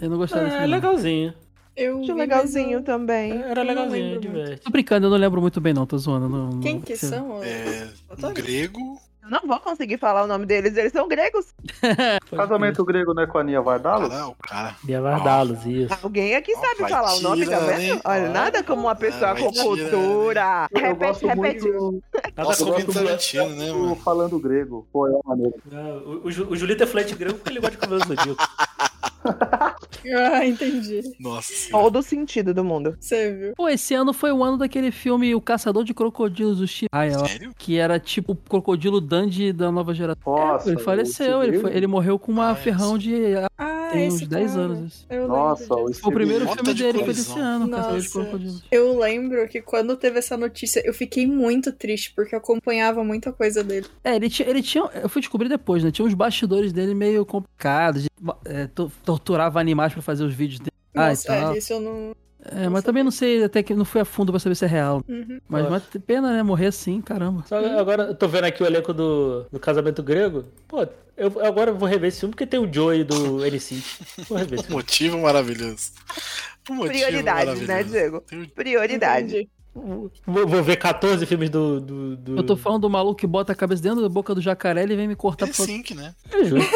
Speaker 5: Eu não gostava desse
Speaker 1: É,
Speaker 5: filme. não.
Speaker 1: legalzinho.
Speaker 2: Eu vi,
Speaker 3: Acho
Speaker 2: mas
Speaker 3: legalzinho
Speaker 2: eu-
Speaker 3: também.
Speaker 6: É,
Speaker 1: Era
Speaker 2: Eu não
Speaker 1: legalzinho,
Speaker 2: lembro
Speaker 1: divertido.
Speaker 5: Tô brincando, eu não lembro muito bem, não, tô zoando. não-
Speaker 2: Quem
Speaker 5: não-
Speaker 2: que
Speaker 5: sei.
Speaker 2: são?
Speaker 6: É, um
Speaker 2: Atores?
Speaker 6: grego.
Speaker 3: Eu não vou conseguir fafalar o nome deles, eles são gregos.
Speaker 4: Casamento grego, né, com a Nia Vardalos?
Speaker 6: Cara, ah, o cara.
Speaker 1: Bia Vardalos, isso.
Speaker 3: Alguém aqui
Speaker 6: Ó,
Speaker 3: sabe
Speaker 6: vai
Speaker 3: falar o nome, tá
Speaker 6: tirando,
Speaker 3: vendo?
Speaker 6: hein? ah,
Speaker 3: Olha, nada como uma pessoa
Speaker 6: vai
Speaker 3: com
Speaker 6: tirando, hein?
Speaker 3: cultura.
Speaker 4: Eu
Speaker 3: Repete,
Speaker 4: gosto
Speaker 3: repete.
Speaker 4: muito
Speaker 1: Nada
Speaker 6: Nossa,
Speaker 4: eu
Speaker 6: o
Speaker 1: contra
Speaker 4: gosto
Speaker 6: Quentin Tarantino, né,
Speaker 4: do
Speaker 6: mano?
Speaker 4: falando grego. Pô, é maneiro.
Speaker 1: Ah, O, o Ju- o Julito é flat grego porque ele gosta de comer o zodíaco.
Speaker 2: Ah, entendi.
Speaker 6: Nossa senhora.
Speaker 3: Todo o sentido do mundo.
Speaker 2: Você viu.
Speaker 5: Pô, esse ano foi o ano daquele filme O Caçador de Crocodilos, do Shiraya, ó.
Speaker 6: Sério?
Speaker 5: Que era tipo o crocodilo Dandy da nova geração.
Speaker 4: Nossa,
Speaker 5: É, ele faleceu, ele, foi- ele morreu com uma
Speaker 6: Ah, é,
Speaker 5: ferrão de. ah,
Speaker 2: Ah,
Speaker 5: tem
Speaker 2: esse
Speaker 5: uns 10
Speaker 2: cara.
Speaker 5: anos. né? isso.
Speaker 2: Eu lembro
Speaker 4: Nossa,
Speaker 2: disso.
Speaker 4: o
Speaker 5: Foi o
Speaker 4: Esse
Speaker 5: primeiro
Speaker 6: Rota
Speaker 5: filme
Speaker 6: de
Speaker 5: dele, foi
Speaker 6: Colisão.
Speaker 5: desse ano, Caçador de
Speaker 2: Nossa.
Speaker 5: Crocodilos.
Speaker 2: Eu lembro que quando teve essa notícia, eu fiquei muito triste, porque eu acompanhava muita coisa dele.
Speaker 5: É, ele tinha, ele tinha. Eu fui descobrir depois, né? Tinha uns bastidores dele meio complicados. de- é, to- torturava animais pra fazer os vídeos dele. Ah,
Speaker 2: Nossa,
Speaker 5: e tal.
Speaker 2: é, isso eu não.
Speaker 5: É, mas também não sei, até que não fui a fundo pra saber se é real.
Speaker 2: Uhum.
Speaker 5: Mas, mas pena, né? Morrer assim, caramba.
Speaker 1: Só agora, eu tô vendo aqui o elenco do, do Casamento Grego. Pô, eu eu agora vou rever esse filme porque tem o Joey do NC. Vou rever esse
Speaker 6: Um
Speaker 1: filme.
Speaker 6: motivo maravilhoso. Um motivo
Speaker 3: Prioridades, né,
Speaker 6: maravilhoso.
Speaker 3: Diego?
Speaker 6: Tem um o-
Speaker 3: Prioridade.
Speaker 2: Entendi.
Speaker 1: Vou, vou ver 14 filmes do. do, do...
Speaker 6: Hum.
Speaker 5: Eu tô falando do maluco que bota a cabeça dentro da boca do jacaré e vem me
Speaker 1: Tá
Speaker 5: cortar pra
Speaker 6: NSYNC, né?
Speaker 1: É justo.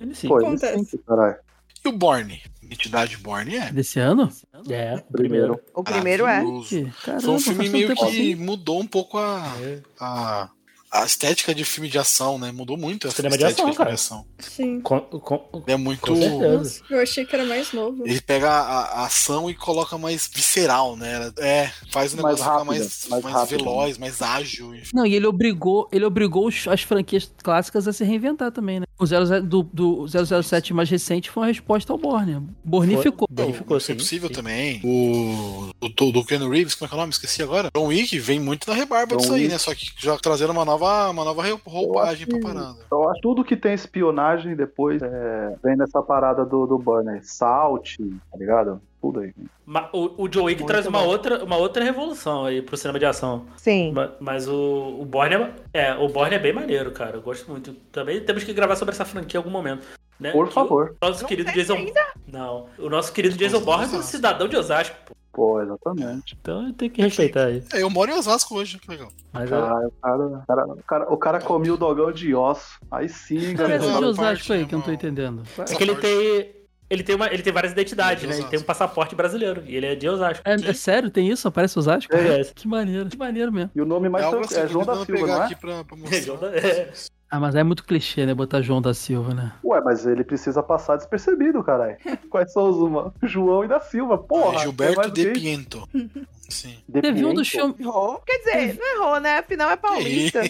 Speaker 1: NSYNC.
Speaker 4: Pô,
Speaker 2: Acontece.
Speaker 4: esse- caralho.
Speaker 6: E o Borne? Entidade Borne é.
Speaker 5: Desse ano?
Speaker 1: É, o primeiro.
Speaker 3: O primeiro é.
Speaker 6: maravilhoso.
Speaker 5: Ih, Caramba,
Speaker 6: Foi um
Speaker 5: faz
Speaker 6: filme
Speaker 5: tanto
Speaker 6: meio
Speaker 5: tempo assim.
Speaker 6: que mudou um pouco a,
Speaker 1: É.
Speaker 6: a, a estética de filme de ação, né? Mudou muito a
Speaker 1: Cinema de
Speaker 6: estética
Speaker 1: ação, cara.
Speaker 6: ação.
Speaker 2: Sim.
Speaker 1: Com, com-
Speaker 6: Ele é muito.
Speaker 1: Com certeza.
Speaker 2: Nossa, eu achei que era mais novo.
Speaker 6: Ele pega a, a ação e coloca mais visceral, né? Ela- É, faz o
Speaker 4: Mais
Speaker 6: negócio
Speaker 4: rápido,
Speaker 6: ficar mais,
Speaker 4: mais
Speaker 6: mais,
Speaker 4: rápido,
Speaker 6: veloz, mais ágil. enfim.
Speaker 5: Não, e ele obrigou, ele obrigou os- as franquias clássicas a se reinventar também, né? O 00 do, do 007 mais recente foi uma resposta ao Borne. Borne
Speaker 1: Foi-
Speaker 5: ficou.
Speaker 1: Borne
Speaker 6: O
Speaker 1: ficou,
Speaker 6: Missão
Speaker 1: sim.
Speaker 6: Impossível
Speaker 1: sim.
Speaker 6: é também. O o do, do Keanu Reeves, como é que é o nome? Esqueci agora. John Wick vem muito na rebarba
Speaker 4: John
Speaker 6: disso aí,
Speaker 4: Wick.
Speaker 6: né? Só que já trazendo uma nova, uma nova roupagem pra
Speaker 4: que-
Speaker 6: parada.
Speaker 4: Então, Eu acho que tudo que tem espionagem depois é, vem nessa parada do, do Burner. Salt, tá ligado? Tudo aí.
Speaker 1: Ma- O, o Joe Wick
Speaker 3: Muito
Speaker 1: traz uma
Speaker 3: bom.
Speaker 1: outra, uma outra revolução aí pro cinema de ação.
Speaker 3: Sim.
Speaker 1: Ma- Mas, o, o Borne é, é, o Borne é bem maneiro, cara. Eu gosto muito. Também temos que gravar sobre essa franquia em algum momento. Né?
Speaker 4: Por
Speaker 1: Que
Speaker 4: favor.
Speaker 1: O nosso
Speaker 3: Não
Speaker 1: querido
Speaker 3: tem
Speaker 1: Jason. Não. O nosso querido Jason
Speaker 6: Jason
Speaker 1: Borne é um
Speaker 6: Osasco.
Speaker 1: cidadão de Osasco, pô.
Speaker 4: Pô, exatamente.
Speaker 1: Então tem que respeitar aí.
Speaker 6: É, eu moro em Osasco hoje, que legal.
Speaker 1: Mas é-
Speaker 4: Caralho, Ah, o cara, o cara, o cara, o cara comia o dogão de osso. Aí sim,
Speaker 5: Que é
Speaker 4: galera.
Speaker 5: essa de
Speaker 6: Parte,
Speaker 5: Osasco aí
Speaker 6: né,
Speaker 5: que eu não tô
Speaker 6: mano?
Speaker 5: entendendo?
Speaker 1: é que ele tem. Ele tem, uma, ele tem várias identidades,
Speaker 6: Ele é de
Speaker 1: né? Ele tem um
Speaker 6: Osasco.
Speaker 1: passaporte brasileiro. E ele é de Osasco.
Speaker 5: É, é sério? Tem isso? Aparece Osasco?
Speaker 1: É.
Speaker 5: Que maneiro, que maneiro mesmo.
Speaker 4: E o nome mais
Speaker 6: é algo
Speaker 4: tranquilo
Speaker 6: assim,
Speaker 4: é João da
Speaker 6: tentando
Speaker 4: Silva,
Speaker 6: pegar
Speaker 4: não é?
Speaker 6: aqui pra, pra
Speaker 1: É, João da-
Speaker 6: mostrar.
Speaker 1: é.
Speaker 5: Ah, mas é muito clichê, né? Botar João da Silva, né?
Speaker 4: Ué, mas ele precisa passar despercebido, caralho. Quais são os uma? João e da Silva, porra.
Speaker 6: É
Speaker 4: tem
Speaker 6: Gilberto
Speaker 4: mais
Speaker 6: de
Speaker 4: gente.
Speaker 6: Pinto. Sim.
Speaker 4: De
Speaker 5: Teve um
Speaker 4: Pinto?
Speaker 5: dos filmes.
Speaker 3: Errou. Quer dizer, não errou, né? Afinal é paulista.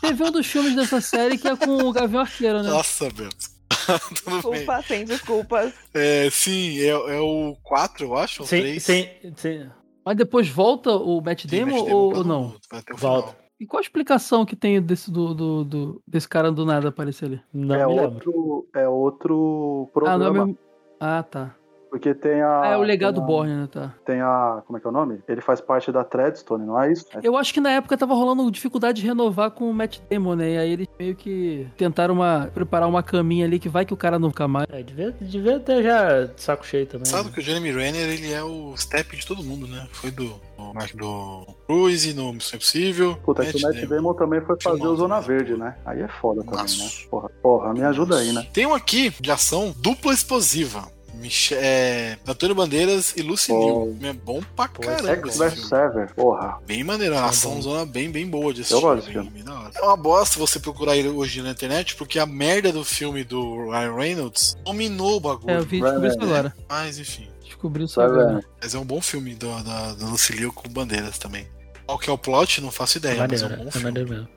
Speaker 5: Teve um dos filmes dessa série que é com o Gavião Arqueiro, né?
Speaker 6: Nossa, Bento. Tudo bem.
Speaker 3: Desculpa, sem desculpas.
Speaker 6: É, sim, é, é o 4, eu acho, ou
Speaker 1: Sim,
Speaker 6: 3.
Speaker 1: sim, sim.
Speaker 5: Mas depois volta o Matt Damon
Speaker 6: tá
Speaker 5: ou, ou não?
Speaker 6: Vai até o
Speaker 1: Volta.
Speaker 6: um final.
Speaker 5: E qual a explicação que tem desse, do, do- do- desse cara do nada aparecer ali?
Speaker 1: Não
Speaker 4: É
Speaker 1: me lembro.
Speaker 4: outro, é outro
Speaker 5: Ah,
Speaker 4: programa.
Speaker 5: não é mesmo. Ah, tá.
Speaker 4: Porque tem a.
Speaker 5: Ah, é o legado
Speaker 4: tem a-
Speaker 5: Borne, né? Tá.
Speaker 4: Tem a. Como é que é o nome? Ele faz parte da Treadstone, não é isso? É
Speaker 5: Eu acho que na época tava rolando dificuldade de renovar com o Matt Damon, né? E aí eles meio que tentaram uma, preparar uma caminha ali que vai que o cara nunca mais.
Speaker 1: É, devia, devia ter já de saco cheio também. né?
Speaker 6: Sabe que o Jeremy Renner, ele é o step de todo mundo, né? Foi do, do, Mark- do Cruise, no Missão Impossível.
Speaker 4: Puta, que o Matt Damon também foi fazer o
Speaker 6: Filmão,
Speaker 4: Zona
Speaker 6: né?
Speaker 4: Verde, né? Aí é foda também,
Speaker 6: Nossa.
Speaker 4: né? Porra, porra, me ajuda aí, né?
Speaker 6: Tem um aqui de ação dupla explosiva. Miche é, Antônio Bandeiras e Lucy
Speaker 4: Bom.
Speaker 6: Liu. É bom pra caramba
Speaker 4: Sex
Speaker 6: esse
Speaker 4: vs
Speaker 6: filme.
Speaker 4: Server, porra.
Speaker 6: Bem maneiro, uma ação zona bem, bem boa de assistir.
Speaker 4: é Eu gosto desse
Speaker 6: bem,
Speaker 4: filme.
Speaker 6: bem da hora. É uma bosta você procurar ele hoje na internet, porque a merda do filme do Ryan Reynolds dominou o bagulho.
Speaker 5: É, eu vi descobri isso agora.
Speaker 6: Mas enfim.
Speaker 5: Descobri isso
Speaker 4: Vai
Speaker 5: agora.
Speaker 4: vendo.
Speaker 6: Mas é um bom filme da, da, da Lucy Liu com bandeiras também. Qual que é o plot? Não faço ideia, mas é um bom
Speaker 1: é
Speaker 6: filme.
Speaker 1: maneiro mesmo.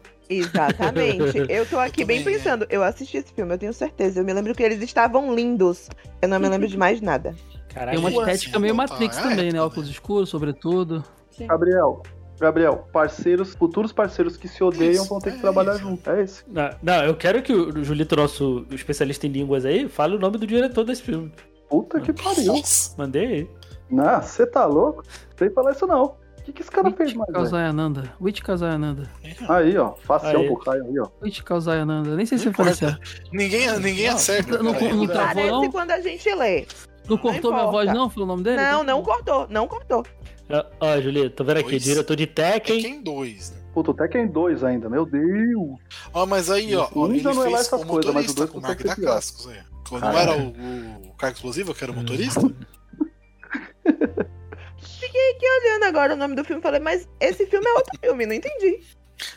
Speaker 3: Exatamente. Eu tô aqui
Speaker 6: Eu
Speaker 3: bem
Speaker 6: também, é.
Speaker 3: pensando. Eu assisti esse filme, eu tenho certeza. Eu me lembro que eles estavam lindos. Eu não me lembro de mais nada.
Speaker 1: Caralho,
Speaker 5: Tem uma
Speaker 6: Aí, assim,
Speaker 5: estética meio
Speaker 6: total,
Speaker 5: Matrix
Speaker 6: é,
Speaker 5: também, né?
Speaker 6: também.
Speaker 5: Óculos escuros, sobretudo.
Speaker 4: Gabriel, Gabriel, parceiros, futuros parceiros que se odeiam
Speaker 6: Isso,
Speaker 4: vão ter que
Speaker 6: é
Speaker 4: trabalhar
Speaker 6: isso.
Speaker 4: junto. É isso.
Speaker 1: Não, não, eu quero que o Julito, nosso especialista em línguas aí, fale o nome do diretor desse filme.
Speaker 4: Puta que pariu.
Speaker 6: Nossa,
Speaker 1: Mandei aí.
Speaker 4: Não, você tá louco? Não sei falar isso não. O que, que esse cara fez
Speaker 5: Witch
Speaker 4: mais? né? velho?
Speaker 5: Kazayananda. Witch Kazayananda.
Speaker 6: É.
Speaker 4: Aí, ó. Facião
Speaker 1: Aí.
Speaker 4: pro Caio aí, ó.
Speaker 5: Witch Kazayananda. Nem sei se eu
Speaker 6: Não
Speaker 5: falei
Speaker 6: importa.
Speaker 5: certo.
Speaker 6: ninguém, ninguém acerta.
Speaker 5: não-
Speaker 6: cara.
Speaker 5: não tá-
Speaker 3: Parece
Speaker 5: Travou, não?
Speaker 3: quando a gente lê.
Speaker 5: Não cortou minha
Speaker 3: importa.
Speaker 5: voz, não? Foi o nome dele?
Speaker 3: Não, não cortou, não cortou.
Speaker 1: Ó, Ó, Julito, tô vendo aqui,
Speaker 6: Pois.
Speaker 1: diretor de
Speaker 6: É
Speaker 1: Tekken.
Speaker 6: quem dois, né?
Speaker 4: Puta, o Tekken 2 ainda, meu Deus.
Speaker 6: Ah, mas aí, ó,
Speaker 4: O um
Speaker 6: ele
Speaker 4: já não é lá
Speaker 6: fez
Speaker 4: essas
Speaker 6: o
Speaker 4: coisas, mas o
Speaker 6: motorista
Speaker 4: dois
Speaker 6: com o Mark
Speaker 4: consegue
Speaker 6: da
Speaker 4: ser pior.
Speaker 6: Cascos aí. Quando
Speaker 1: Ah,
Speaker 6: não
Speaker 4: Caralho.
Speaker 1: é.
Speaker 6: era o, o carro explosivo,
Speaker 1: Hum.
Speaker 6: que era o motorista?
Speaker 3: Fiquei aqui olhando agora o nome do filme e falei, mas esse filme é outro filme, não entendi.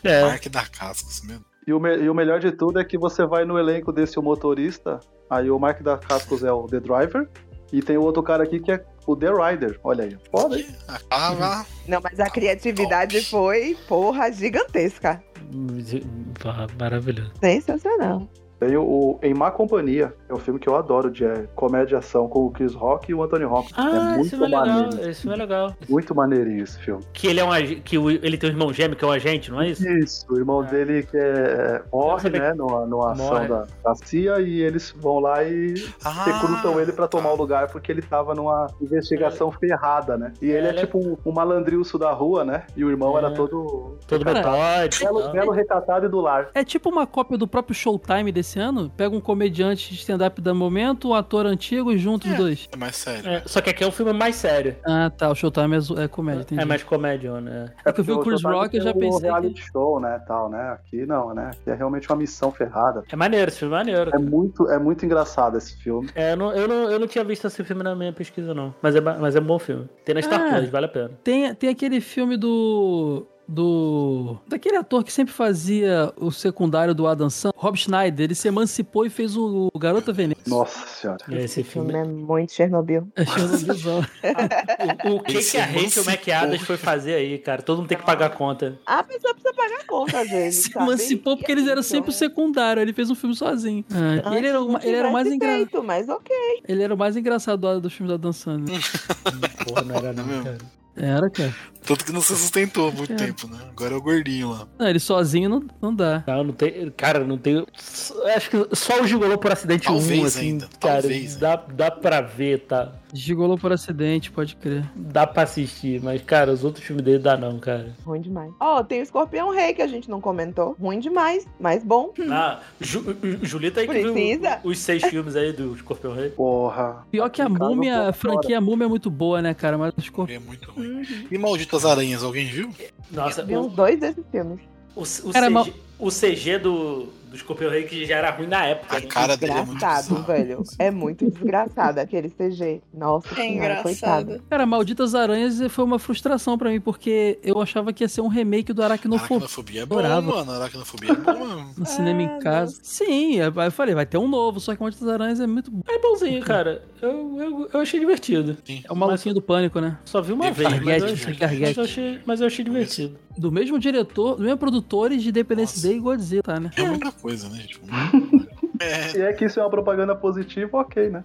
Speaker 1: É,
Speaker 6: Mark da Cascos mesmo.
Speaker 4: E o, me- e o melhor de tudo é que você vai no elenco desse o motorista, aí o Mark da Cascos é o The Driver, e tem o outro cara aqui que é o The Rider. Olha aí. Foda, hein?
Speaker 6: Ah, Acaba.
Speaker 3: Não, mas a criatividade
Speaker 6: Top.
Speaker 3: foi, porra, gigantesca.
Speaker 1: Pá, Hum, maravilhoso.
Speaker 3: Sensacional.
Speaker 4: Tem o, o Em Má Companhia, é um filme que eu adoro, de é, comédia e ação com o Chris Rock e o Anthony Rock.
Speaker 1: Ah,
Speaker 4: é
Speaker 1: esse
Speaker 4: muito
Speaker 1: filme é legal,
Speaker 4: maneirinho.
Speaker 1: esse filme é legal.
Speaker 4: Muito maneirinho esse filme.
Speaker 1: Que ele é um ag- que o- ele tem um irmão gêmeo, que é um agente, não é isso?
Speaker 4: Isso, o irmão
Speaker 1: É.
Speaker 4: dele que é, morre,
Speaker 1: Eu não sabia
Speaker 4: né, numa, numa
Speaker 1: Morre.
Speaker 4: ação da, da CIA e eles vão lá e
Speaker 6: Ah,
Speaker 4: recrutam ele pra tomar
Speaker 6: tá.
Speaker 4: o lugar porque ele tava numa investigação
Speaker 5: É.
Speaker 4: ferrada, né? E ele é,
Speaker 1: Ele é-
Speaker 4: tipo um, um malandrilso da rua, né? E o irmão
Speaker 1: É.
Speaker 4: era todo
Speaker 1: Todo
Speaker 5: Cara,
Speaker 1: metódico. e
Speaker 4: belo,
Speaker 1: tipo, tal.
Speaker 4: belo recatado e do lar.
Speaker 5: É tipo uma cópia do próprio Showtime desse ano. Pega um comediante de stand-up da momento, um ator antigo e junta os
Speaker 6: É.
Speaker 5: dois.
Speaker 6: É mais sério.
Speaker 1: É, só que aqui é um filme mais sério.
Speaker 5: Ah, tá. O Showtime é, zo- é comédia, entendi.
Speaker 1: É mais comédia, né?
Speaker 5: É que eu vi o
Speaker 4: Porque
Speaker 5: Chris
Speaker 4: Showtime
Speaker 5: Rock e eu
Speaker 4: tem
Speaker 5: já
Speaker 4: um
Speaker 5: pensei que...
Speaker 4: reality show, né, tal, né? Aqui não, né? Aqui é realmente uma missão ferrada.
Speaker 1: É maneiro, esse filme é maneiro.
Speaker 4: É muito, é muito engraçado esse filme.
Speaker 1: É, eu não, eu, não, eu não tinha visto esse filme na minha pesquisa, não. Mas é, ba- mas é um bom filme. Tem na Star
Speaker 5: Ah.
Speaker 1: Plus, vale a pena.
Speaker 5: Tem, tem aquele filme do. Do. Daquele ator que sempre fazia o secundário do Adam Sandler, Rob Schneider. Ele se emancipou e fez o, o Garota Veneno.
Speaker 4: Nossa senhora.
Speaker 1: Esse filme.
Speaker 5: né?
Speaker 3: é muito Chernobyl.
Speaker 5: Achei uma visão.
Speaker 1: O, o que,
Speaker 6: Esse
Speaker 4: é
Speaker 1: que a Rachel
Speaker 6: emancipou.
Speaker 1: McAdams foi fazer aí, cara? Todo mundo tem que pagar a conta.
Speaker 3: A pessoa precisa pagar a conta às vezes.
Speaker 5: se
Speaker 3: sabe?
Speaker 5: emancipou
Speaker 3: E
Speaker 5: porque
Speaker 3: é
Speaker 5: eles eram
Speaker 3: isso.
Speaker 5: sempre o secundário. Ele fez um filme sozinho. Ah,
Speaker 3: Antes
Speaker 5: ele, era o,
Speaker 3: não
Speaker 5: ma- ele, era o mais
Speaker 3: tivesse
Speaker 5: engra...
Speaker 3: feito, mas ok.
Speaker 5: ele era o mais engraçado do, dos filmes do Adam Sandler.
Speaker 1: Porra, é não era não, cara.
Speaker 5: Era, cara.
Speaker 6: Tanto que não se sustentou há muito tempo, né? Agora é o gordinho lá.
Speaker 5: Não, ele sozinho não, não dá.
Speaker 1: Tá, Não, não tem. Cara, não tem. Acho que só o Gigolô por acidente
Speaker 6: Talvez
Speaker 1: um, assim,
Speaker 6: ainda,
Speaker 1: cara.
Speaker 6: talvez
Speaker 1: dá, dá pra ver, tá?
Speaker 5: Gigolou por acidente, pode crer.
Speaker 1: Dá pra assistir, mas, cara, os outros filmes dele dá não, cara.
Speaker 3: Ruim demais. Ó, tem o Escorpião Rei que a gente não comentou. Ruim demais, mas bom.
Speaker 1: Ah, Ju, Ju- Julita aí que viu
Speaker 3: Precisa?
Speaker 1: os seis filmes aí do Escorpião Rei.
Speaker 4: Porra.
Speaker 5: Pior que a
Speaker 4: Em casa, eu
Speaker 5: múmia,
Speaker 4: tô
Speaker 5: a franquia múmia é muito boa, né, cara? Mas os cor-
Speaker 6: É muito ruim.
Speaker 2: Uhum.
Speaker 6: E Malditas Aranhas, alguém viu?
Speaker 1: Nossa,
Speaker 3: Vi
Speaker 1: o,
Speaker 3: uns dois desses filmes.
Speaker 1: o, o,
Speaker 5: Cara,
Speaker 1: CG,
Speaker 5: mal-
Speaker 1: o CG do, do Escorpião Rei que já era ruim na época.
Speaker 6: A
Speaker 1: né?
Speaker 6: cara dele é muito
Speaker 3: Desgraçado,
Speaker 6: bizarra.
Speaker 3: velho. É muito desgraçado aquele CG. Nossa,
Speaker 2: É
Speaker 3: senhora, coitado.
Speaker 2: engraçado.
Speaker 5: Cara, Malditas Aranhas foi uma frustração pra mim, porque eu achava que ia ser um remake do Aracnofobia
Speaker 6: Aracnofobia é bom,
Speaker 5: Adorava.
Speaker 6: mano. Aracnofobia é bom, mano.
Speaker 5: no
Speaker 2: Ah,
Speaker 5: cinema
Speaker 6: é
Speaker 5: em casa. Sim, é, aí eu falei, vai ter um novo, só que Malditas Aranhas é muito bom.
Speaker 1: É bonzinho, cara. Eu, eu, eu achei divertido.
Speaker 5: É o maluquinho do pânico, né?
Speaker 1: Só vi uma
Speaker 6: Tem
Speaker 1: vez, mas eu,
Speaker 5: Carguete,
Speaker 1: achei,
Speaker 5: Carguete.
Speaker 1: mas eu achei- mas eu achei divertido.
Speaker 5: Do mesmo diretor, do mesmo produtores de Independence
Speaker 6: Nossa.
Speaker 5: Day e Godzilla, tá, né?
Speaker 6: É muita coisa, né, gente? É,
Speaker 4: Se é que isso é uma propaganda positiva, ok, né?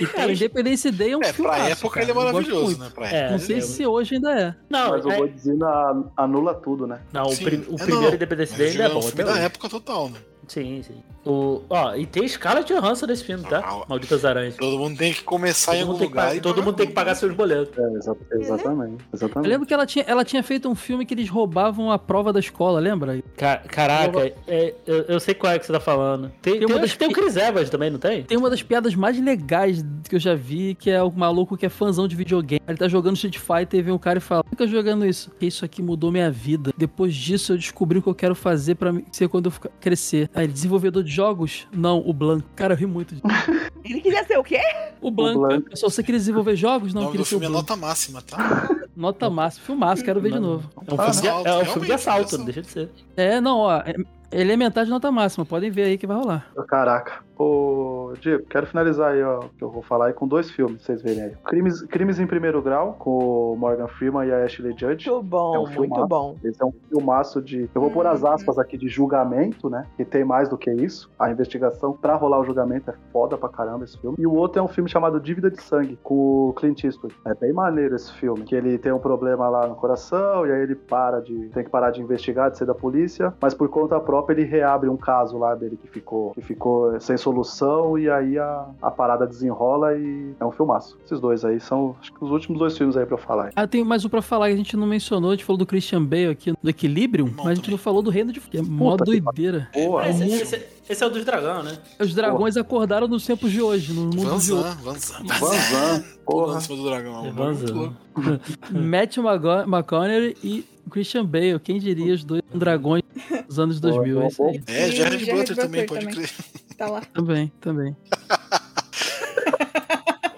Speaker 1: E
Speaker 5: Cara,
Speaker 1: tem-
Speaker 5: Independence Day é um
Speaker 6: é
Speaker 5: filme.
Speaker 6: pra época ele é maravilhoso, né? Pra época.
Speaker 1: É,
Speaker 5: Não sei
Speaker 1: é-
Speaker 5: se hoje ainda é.
Speaker 1: Não,
Speaker 4: Mas o
Speaker 1: é-
Speaker 4: Godzilla anula tudo, né?
Speaker 1: não, o,
Speaker 6: Sim,
Speaker 1: prim- o
Speaker 6: é,
Speaker 1: primeiro
Speaker 6: não.
Speaker 1: Independence
Speaker 6: Mas
Speaker 1: Day
Speaker 6: eu digo,
Speaker 1: ainda é
Speaker 6: é
Speaker 1: bom.
Speaker 6: um
Speaker 1: até
Speaker 6: filme da
Speaker 1: hoje.
Speaker 6: época total, né?
Speaker 1: Sim, sim. O, ó, e tem Scarlett Johansson nesse filme, tá?
Speaker 6: Ah,
Speaker 1: Malditas Aranhas.
Speaker 6: Todo mundo tem que começar em
Speaker 1: Todo mundo
Speaker 6: algum
Speaker 1: tem que
Speaker 6: lugar.
Speaker 1: pa-
Speaker 6: e
Speaker 1: todo mundo tem que pagar seus boletos.
Speaker 4: É, exa- exatamente.
Speaker 6: Uhum.
Speaker 5: Eu
Speaker 4: Exatamente.
Speaker 5: lembro que ela tinha, ela tinha feito um filme que eles roubavam a prova da escola, lembra?
Speaker 1: Ca- Caraca, é, eu, eu sei qual é que você tá falando. Tem,
Speaker 5: Tem
Speaker 1: tem,
Speaker 5: uma
Speaker 1: acho que tem o
Speaker 5: das-
Speaker 1: Chris Evans também, não tem?
Speaker 5: Tem uma das piadas mais legais que eu já vi, que é o maluco que é fãzão de videogame. Ele tá jogando Street Fighter e vem um cara e fala: Fica jogando isso. Porque isso aqui mudou minha vida. Depois disso, eu descobri o que eu quero fazer pra mim- ser quando eu ficar- crescer. Aí, ele, desenvolvedor de jogos? Não, o Blanco. Cara, eu ri muito. disso.
Speaker 3: Ele queria ser o quê?
Speaker 5: O Blanco.
Speaker 4: Blanco.
Speaker 5: Pessoal, você queria desenvolver jogos?
Speaker 6: O
Speaker 5: Não, eu
Speaker 6: nome
Speaker 5: queria
Speaker 6: do
Speaker 5: ser o
Speaker 6: filme é
Speaker 5: Blanco.
Speaker 6: nota máxima, tá?
Speaker 5: Nota máxima. Filmaço, quero ver de
Speaker 1: Não.
Speaker 5: novo.
Speaker 1: É um filme, de,
Speaker 6: assalto,
Speaker 1: é um filme
Speaker 6: realmente,
Speaker 1: de assalto,
Speaker 6: assalto.
Speaker 1: não deixa de ser.
Speaker 5: É, não, ó. é- Elementar de nota máxima. Podem ver aí que vai rolar.
Speaker 4: Caraca. Ô, Diego, quero finalizar aí, ó, que eu vou falar aí com dois filmes, pra vocês verem aí. Crimes, Crimes em Primeiro Grau, com o Morgan Freeman e a Ashley Judge.
Speaker 3: Muito bom,
Speaker 4: É um
Speaker 3: muito
Speaker 4: filmaço.
Speaker 3: bom.
Speaker 4: Esse é um filmaço de. Eu vou pôr as aspas aqui de julgamento, né? E tem mais do que isso. A investigação pra rolar o julgamento é foda pra caramba esse filme. E o outro é um filme chamado Dívida de Sangue, com o Clint Eastwood. É bem maneiro esse filme. Que ele tem um problema lá no coração, e aí ele para de. tem que parar de investigar, de ser da polícia. Mas por conta própria ele reabre um caso lá dele que ficou, que ficou sem solução. E aí a, a parada desenrola e é um filmaço. Esses dois aí são acho que os últimos dois filmes aí pra eu falar.
Speaker 5: Ah, tem mais um pra falar que a gente não mencionou. A gente falou do Christian Bale aqui, do Equilibrium,
Speaker 6: Bom
Speaker 5: mas a gente
Speaker 6: também.
Speaker 5: não falou do Reino de... Que é mó
Speaker 4: Puta que
Speaker 5: doideira.
Speaker 6: um
Speaker 4: Boa!
Speaker 1: Ah, esse, esse- esse é o dos dragão, né?
Speaker 5: Os dragões acordaram nos tempos de hoje, no mundo de hoje.
Speaker 6: Vanzan, Vanzan.
Speaker 4: Van Van,
Speaker 6: Pulando
Speaker 4: porra.
Speaker 6: em cima do dragão. é um bagulho
Speaker 1: Vanzan.
Speaker 6: muito louco.
Speaker 5: Matthew McGo- McConaughey e Christian Bale. Quem diria os dois dragões dos anos 2000? É isso aí.
Speaker 6: É,
Speaker 2: E
Speaker 6: Jared
Speaker 2: Jared
Speaker 6: Butler também,
Speaker 2: Butler
Speaker 6: pode
Speaker 2: também.
Speaker 6: crer.
Speaker 2: Tá lá.
Speaker 5: Também, também.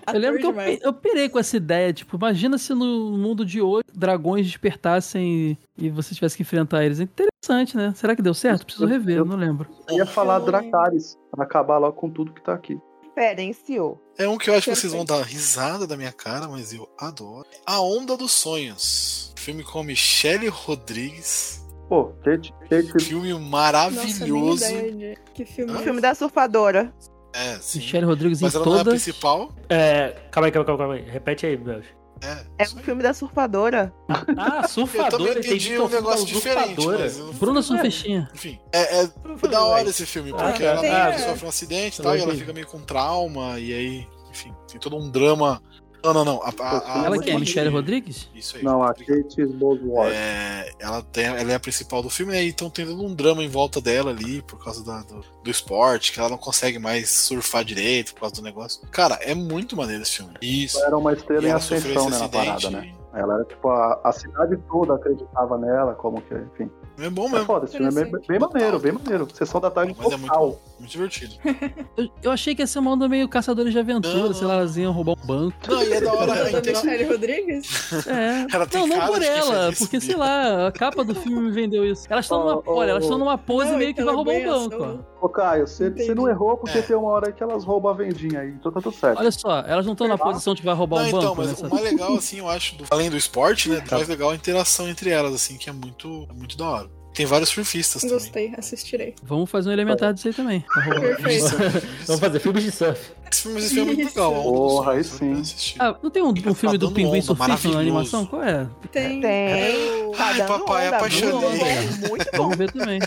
Speaker 2: Ator
Speaker 5: Eu lembro que eu,
Speaker 2: demais.
Speaker 5: pe- eu pirei com essa ideia. Tipo, imagina se no mundo de hoje dragões despertassem e você tivesse que enfrentar eles. É interessante, né? Será que deu certo? Preciso rever, eu não lembro.
Speaker 4: Eu ia falar Dracarys, pra acabar logo com tudo que tá aqui.
Speaker 3: Diferenciou.
Speaker 6: É um que eu acho que vocês vão dar risada da minha cara, mas eu adoro. A Onda dos Sonhos. Filme com Michelle Rodrigues.
Speaker 4: Pô, Kate, Kate,
Speaker 6: Filme
Speaker 2: Nossa, nem
Speaker 6: maravilhoso.
Speaker 2: ideia de que filme. é
Speaker 3: O É um filme da surfadora.
Speaker 6: é, sim.
Speaker 5: Michelle Rodrigues
Speaker 6: Mas
Speaker 5: em
Speaker 6: ela não é a
Speaker 5: toda.
Speaker 6: principal.
Speaker 1: É, calma aí, calma aí, calma aí, calma aí. Repete aí, Belch.
Speaker 6: É,
Speaker 3: É
Speaker 6: isso
Speaker 3: um
Speaker 6: aí.
Speaker 3: filme da surfadora.
Speaker 1: Ah,
Speaker 6: Eu também
Speaker 1: surfadora,
Speaker 6: entendi
Speaker 5: então,
Speaker 1: que é
Speaker 6: um
Speaker 1: o filme da
Speaker 6: negócio diferente,
Speaker 1: usurpadora.
Speaker 6: mas eu não-
Speaker 5: Bruna Surfestinha.
Speaker 6: enfim. É, é da hora esse filme, porque
Speaker 1: Ah,
Speaker 6: ela
Speaker 2: tem,
Speaker 6: ela
Speaker 2: é.
Speaker 6: sofre um acidente e
Speaker 1: Eu
Speaker 6: tal, e ela
Speaker 1: entendi.
Speaker 6: fica meio com trauma, e aí, enfim, tem todo um drama. Não, não, não. A, a- a-
Speaker 5: Ela
Speaker 6: a-
Speaker 5: quem? é?
Speaker 6: a-
Speaker 5: Michelle Rodrigues?
Speaker 6: Isso aí.
Speaker 4: não, a
Speaker 6: obrigado.
Speaker 4: Kate Bosworth.
Speaker 6: É, ela, tem, ela é a principal do filme, né? Então tem todo um drama em volta dela ali, por causa da- do, do esporte, que ela não consegue mais surfar direito por causa do negócio. Cara, é muito maneiro esse filme. Isso.
Speaker 4: Era uma
Speaker 6: E
Speaker 4: estrela em
Speaker 6: ela sofreu
Speaker 4: ascensão,
Speaker 6: esse
Speaker 4: né, na
Speaker 6: acidente.
Speaker 4: parada, né? Ela era, tipo, a, a cidade toda acreditava nela, como que, enfim.
Speaker 6: É bom
Speaker 4: É
Speaker 6: mesmo.
Speaker 4: foda, esse filme é
Speaker 3: né?
Speaker 4: bem, bem maneiro, bem maneiro. Sessão da tarde
Speaker 6: Mas é muito,
Speaker 4: total.
Speaker 6: muito divertido.
Speaker 5: Eu, eu achei que ia ser uma onda meio caçadores de aventura,
Speaker 6: Não.
Speaker 5: sei lá, elas iam roubar um banco.
Speaker 6: Não, e é da hora. a
Speaker 2: Da
Speaker 6: intera-
Speaker 2: Michelle Rodrigues?
Speaker 5: É.
Speaker 6: Ela tem
Speaker 5: Não, não
Speaker 6: cara
Speaker 5: por
Speaker 6: de quem faz
Speaker 5: ela,
Speaker 6: isso,
Speaker 5: porque
Speaker 6: Bia.
Speaker 5: sei lá, a capa do filme me vendeu isso. Elas estão
Speaker 4: Ó,
Speaker 5: numa,
Speaker 4: ó,
Speaker 5: olha, elas
Speaker 4: ó.
Speaker 5: estão numa pose
Speaker 2: Não, então é
Speaker 5: meio que
Speaker 2: ela
Speaker 5: vai roubar um
Speaker 2: ganha
Speaker 5: banco,
Speaker 2: ação.
Speaker 5: ó.
Speaker 4: Ô, Caio, você
Speaker 2: Entendi.
Speaker 4: você não errou porque
Speaker 6: É.
Speaker 4: tem uma hora aí que elas roubam a vendinha aí, então tá tudo certo.
Speaker 5: Olha só, elas não estão na posição de vai roubar
Speaker 6: Não,
Speaker 5: um
Speaker 6: então,
Speaker 5: banco,
Speaker 6: mas
Speaker 5: né?
Speaker 6: o
Speaker 5: sabe?
Speaker 6: mais legal, assim, eu acho, do- além do esporte, né? O mais legal é a interação entre elas, assim, que é muito, é muito da hora. Tem vários surfistas também.
Speaker 2: Gostei, assistirei.
Speaker 5: Vamos fazer um elementar disso aí também.
Speaker 6: é
Speaker 2: Perfeito.
Speaker 1: Vamos fazer filmes de surf.
Speaker 6: Esse filme, esse filme é muito legal. a onda do surf,
Speaker 4: Porra, aí
Speaker 6: vale a pena
Speaker 4: sim.
Speaker 6: assistir.
Speaker 5: Ah, não tem um, um filme do
Speaker 6: dando
Speaker 5: Pinguim
Speaker 6: onda,
Speaker 5: Surfista na
Speaker 6: maravilhoso.
Speaker 5: animação? Qual é?
Speaker 2: Tem.
Speaker 3: Tem.
Speaker 6: Ai, papai,
Speaker 3: Tá onda,
Speaker 6: apaixonei.
Speaker 3: Bruno, é Muito bom.
Speaker 5: Vamos ver também.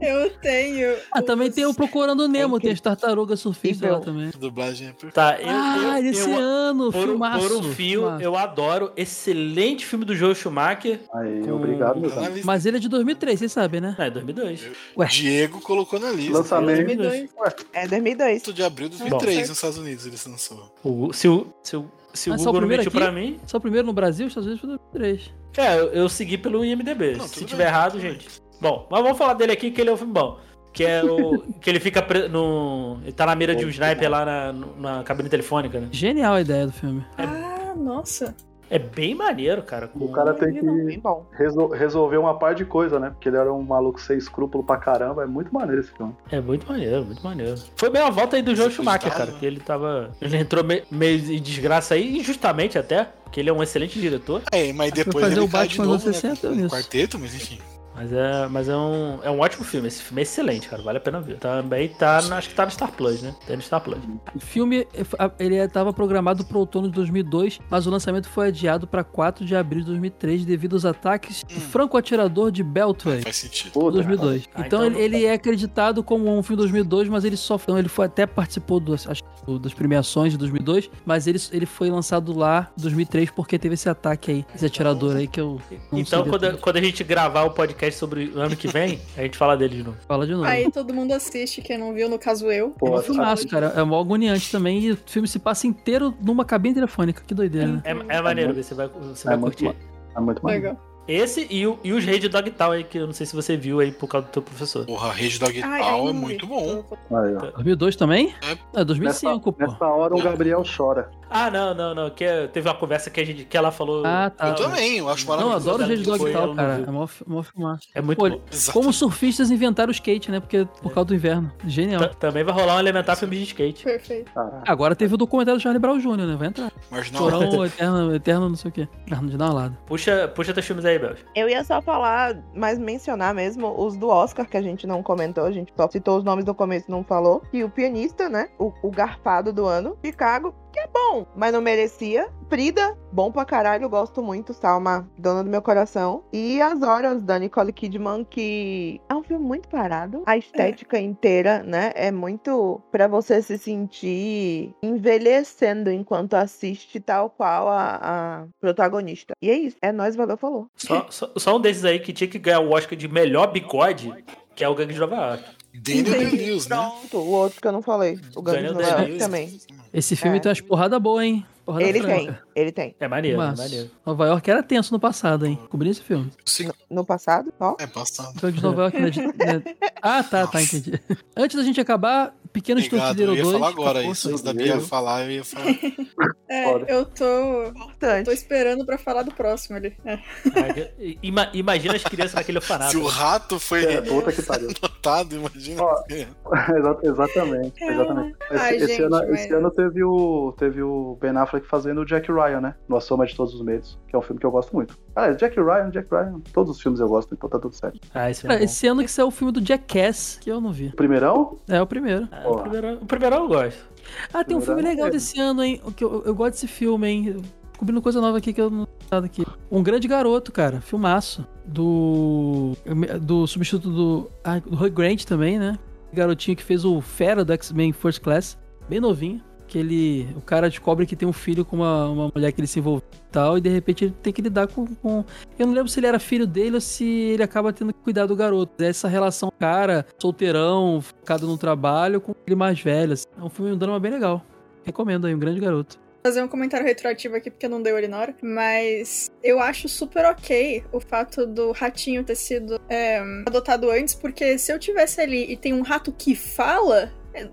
Speaker 2: Eu tenho.
Speaker 5: Ah, também tem o Procurando Nemo, tem as tartarugas surfistas lá
Speaker 3: Incrível.
Speaker 5: também.
Speaker 6: A dublagem é perfeita.
Speaker 1: Tá, eu,
Speaker 5: Ah,
Speaker 1: eu,
Speaker 5: esse
Speaker 1: eu-
Speaker 5: ano,
Speaker 1: por,
Speaker 5: filmaço.
Speaker 1: por um fio,
Speaker 5: filmaço.
Speaker 1: eu adoro. Excelente filme do Joel Schumacher.
Speaker 4: Aí,
Speaker 1: Com-
Speaker 4: obrigado, meus amigos.
Speaker 6: Análise-
Speaker 5: Mas ele é de 2003, vocês sabem, né?
Speaker 1: Ah, é 2002.
Speaker 5: Ué.
Speaker 6: Diego colocou na lista.
Speaker 4: Lançamento.
Speaker 2: 2002.
Speaker 3: É 2002.
Speaker 6: 8 de abril de 2003, nos Estados Unidos, ele lançou.
Speaker 1: O- se o, se o, se o
Speaker 5: Ah, só
Speaker 1: Google
Speaker 5: o
Speaker 1: não
Speaker 5: primeiro
Speaker 1: mentiu
Speaker 5: aqui?
Speaker 1: pra mim.
Speaker 5: Só primeiro no Brasil, os Estados Unidos foi 2003.
Speaker 1: É, eu, eu segui pelo IMDB.
Speaker 6: Não,
Speaker 1: se
Speaker 6: tudo
Speaker 1: tiver
Speaker 6: bem,
Speaker 1: errado,
Speaker 6: tudo
Speaker 1: gente. Bom, mas vamos falar dele aqui que ele é um filme bom. Que é o. que ele fica pre- no. Ele tá na mira de um sniper lá na, na cabine telefônica, né?
Speaker 5: Genial a ideia do filme.
Speaker 2: Ah, nossa.
Speaker 1: É bem maneiro, cara. com-
Speaker 4: O cara tem que
Speaker 3: Bem bom.
Speaker 4: resol- resolver uma par de coisa, né? Porque ele era um maluco sem escrúpulo pra caramba. É muito maneiro esse filme.
Speaker 1: É muito maneiro, muito maneiro. Foi bem a volta aí do João Schumacher, cara.
Speaker 6: né?
Speaker 1: Que ele tava. Ele entrou me- meio em desgraça aí, injustamente até, porque ele é um excelente diretor.
Speaker 6: É, mas
Speaker 5: Acho que
Speaker 6: depois
Speaker 5: fazer
Speaker 6: ele
Speaker 5: o
Speaker 6: cai
Speaker 5: Batman
Speaker 6: de novo,
Speaker 5: nos 60
Speaker 6: né?
Speaker 5: é
Speaker 6: com- com
Speaker 5: isso.
Speaker 6: quarteto, mas enfim.
Speaker 1: Mas é, mas é um, é um ótimo filme. Esse filme é excelente, cara. Vale a pena ver. Também tá. na- Acho que tá no Star Plus, né? Tá no Star Plus.
Speaker 5: O filme, eh, ah, ele estava programado para outono de 2002, mas o lançamento foi adiado para 4 de abril de 2003 devido aos ataques
Speaker 1: Hum.
Speaker 5: do franco-atirador de Beltway.
Speaker 6: Faz sentido.
Speaker 4: Puta,
Speaker 5: 2002.
Speaker 1: Ah,
Speaker 5: então
Speaker 1: então
Speaker 5: ele,
Speaker 1: não-
Speaker 5: ele é acreditado como um filme de 2002, mas ele só então ele foi até participou do, acho que do- das premiações de 2002, mas ele, ele foi lançado lá em 2003 porque teve esse ataque aí, esse atirador aí que eu não
Speaker 1: Então,
Speaker 5: sei
Speaker 1: quando, a-
Speaker 5: detalhes.
Speaker 1: quando a gente gravar o podcast sobre o ano que vem, a gente fala dele de novo.
Speaker 5: fala de novo.
Speaker 2: Aí todo mundo assiste, quem não viu, no caso eu.
Speaker 4: Pô,
Speaker 5: é um
Speaker 4: sabe?
Speaker 5: filmaço, cara. É mó agoniante também. E o filme se passa inteiro numa cabine telefônica. Que doideira,
Speaker 2: Hum,
Speaker 5: né?
Speaker 1: É, é maneiro, você vai, você
Speaker 4: É
Speaker 1: vai
Speaker 4: muito
Speaker 1: curtir.
Speaker 4: ma- É muito maneiro.
Speaker 2: Legal.
Speaker 1: Esse e, o, e os Reis de Dogtown aí, que eu não sei se você viu aí por causa do teu professor.
Speaker 6: Porra, Rede Dog
Speaker 2: Ai, ai,
Speaker 6: Tal é
Speaker 2: não vi.
Speaker 6: muito bom.
Speaker 4: Aí, ó.
Speaker 5: 2002 também?
Speaker 6: É.
Speaker 5: Não, é 2005,
Speaker 4: nessa,
Speaker 5: pô.
Speaker 4: nessa hora o Gabriel chora.
Speaker 1: Ah, não, não, não. Que é- teve uma conversa que, a gente, que ela falou. Então,
Speaker 5: Ah, tá.
Speaker 6: Eu também, eu acho
Speaker 5: Não, eu
Speaker 6: maravilhoso.
Speaker 5: adoro o Rede Dog
Speaker 1: Foi,
Speaker 5: Tal,
Speaker 1: eu não
Speaker 5: cara.
Speaker 1: vi.
Speaker 5: É mó, fi- mó filmar.
Speaker 1: É muito
Speaker 5: Pô,
Speaker 1: bom.
Speaker 6: Exato.
Speaker 5: Como os surfistas inventaram o skate, né? Porque por causa do inverno. Genial.
Speaker 6: Tá.
Speaker 1: Ta- Também vai rolar um elementar filme de skate.
Speaker 2: Perfeito.
Speaker 4: Caralho.
Speaker 5: Agora teve o documentário do Charlie Brown Jr., né? Vai entrar.
Speaker 6: Marginal.
Speaker 5: Chorão, eterno, eterno, não sei o quê. Arno de Nalado.
Speaker 1: Puxa, puxa teus filmes aí, Belch.
Speaker 3: Eu ia só falar, mas mencionar mesmo os do Oscar, que a gente não comentou, a gente só citou os nomes no começo e não falou. E o pianista, né? O, o garfado do ano, Chicago, que é bom, mas não merecia. Frida, bom pra caralho, gosto muito, Salma, dona do meu coração. E As Horas, da Nicole Kidman, que é um filme muito parado. A estética inteira, né? É muito pra você se sentir envelhecendo enquanto assiste tal qual a, a protagonista. E é isso, é nós valeu, falou.
Speaker 1: Só, só, só um desses aí que tinha que ganhar o Oscar de melhor bigode, que é o Gangue de Nova York.
Speaker 6: Daniel
Speaker 3: Entendi.
Speaker 6: Day-Lewis, né?
Speaker 3: Pronto, o outro que eu não falei. O Gangs
Speaker 1: Daniel
Speaker 3: Nova
Speaker 5: é,
Speaker 3: York
Speaker 1: Day-Lewis.
Speaker 3: também.
Speaker 5: Esse filme
Speaker 3: É.
Speaker 5: tem umas porradas boas, hein? Porrada
Speaker 3: Ele
Speaker 5: franca.
Speaker 3: tem, ele tem.
Speaker 1: É maneiro,
Speaker 5: Mas
Speaker 1: é maneiro.
Speaker 5: Nova York era tenso no passado, hein? Cobri esse filme.
Speaker 6: Sim,
Speaker 3: No passado, ó.
Speaker 6: é passado.
Speaker 5: Então, de Nova York, né? de- né? Ah, tá, tá, entendi. Antes da gente acabar, Pequeno Estúdio
Speaker 6: Obrigado, eu ia
Speaker 5: 2.
Speaker 6: falar agora
Speaker 5: acabou,
Speaker 6: isso.
Speaker 5: foi.
Speaker 6: Antes da Bia falar, eu ia falar.
Speaker 2: É,
Speaker 4: Foda.
Speaker 2: eu tô. Tô
Speaker 3: Importante.
Speaker 2: esperando pra falar do próximo ali. É.
Speaker 1: Ah, ima- imagina as crianças naquele
Speaker 6: Se o
Speaker 1: orfanato.
Speaker 6: rato foi
Speaker 4: É, puta que pariu.
Speaker 6: notado, imagina.
Speaker 4: Ó.
Speaker 6: que-
Speaker 4: Exa- exatamente, exatamente. Esse,
Speaker 2: É. Ai,
Speaker 4: esse
Speaker 2: gente,
Speaker 4: ano,
Speaker 2: mas- é.
Speaker 4: esse ano teve, o, teve o Ben Affleck fazendo o Jack Ryan, né? No A Soma de Todos os Medos, que é um filme que eu gosto muito. Ah, é Jack Ryan, Jack Ryan, todos os filmes eu gosto, então tá tudo certo.
Speaker 1: Ah, esse filme
Speaker 5: Cara,
Speaker 1: é bom.
Speaker 5: esse ano que saiu o filme do Jackass, que eu não vi.
Speaker 4: O primeirão?
Speaker 5: É o primeiro.
Speaker 1: Ah, o, primeiro, o primeiro eu gosto.
Speaker 5: Ah, tem um filme legal desse ano, hein? O que Eu, eu gosto desse filme, hein? Cobrindo coisa nova aqui que eu não nada aqui. Um grande garoto, cara. Filmaço. Do. Do substituto do. Ah, do Roy Grant também, né? Garotinho que fez o Fera do X-Men First Class. Bem novinho. Que ele. O cara descobre que tem um filho com uma, uma mulher que ele se envolveu e tal. E de repente ele tem que lidar com, com- Eu não lembro se ele era filho dele ou se ele acaba tendo que cuidar do garoto. É Essa relação, cara, solteirão, focado no trabalho, com ele mais velho. assim. É um filme, um drama bem legal. Recomendo aí, um grande garoto.
Speaker 2: fazer um comentário retroativo aqui, porque não deu ele na hora. Mas eu acho super ok o fato do ratinho ter sido é, adotado antes, porque se eu tivesse ali e tem um rato que fala. é,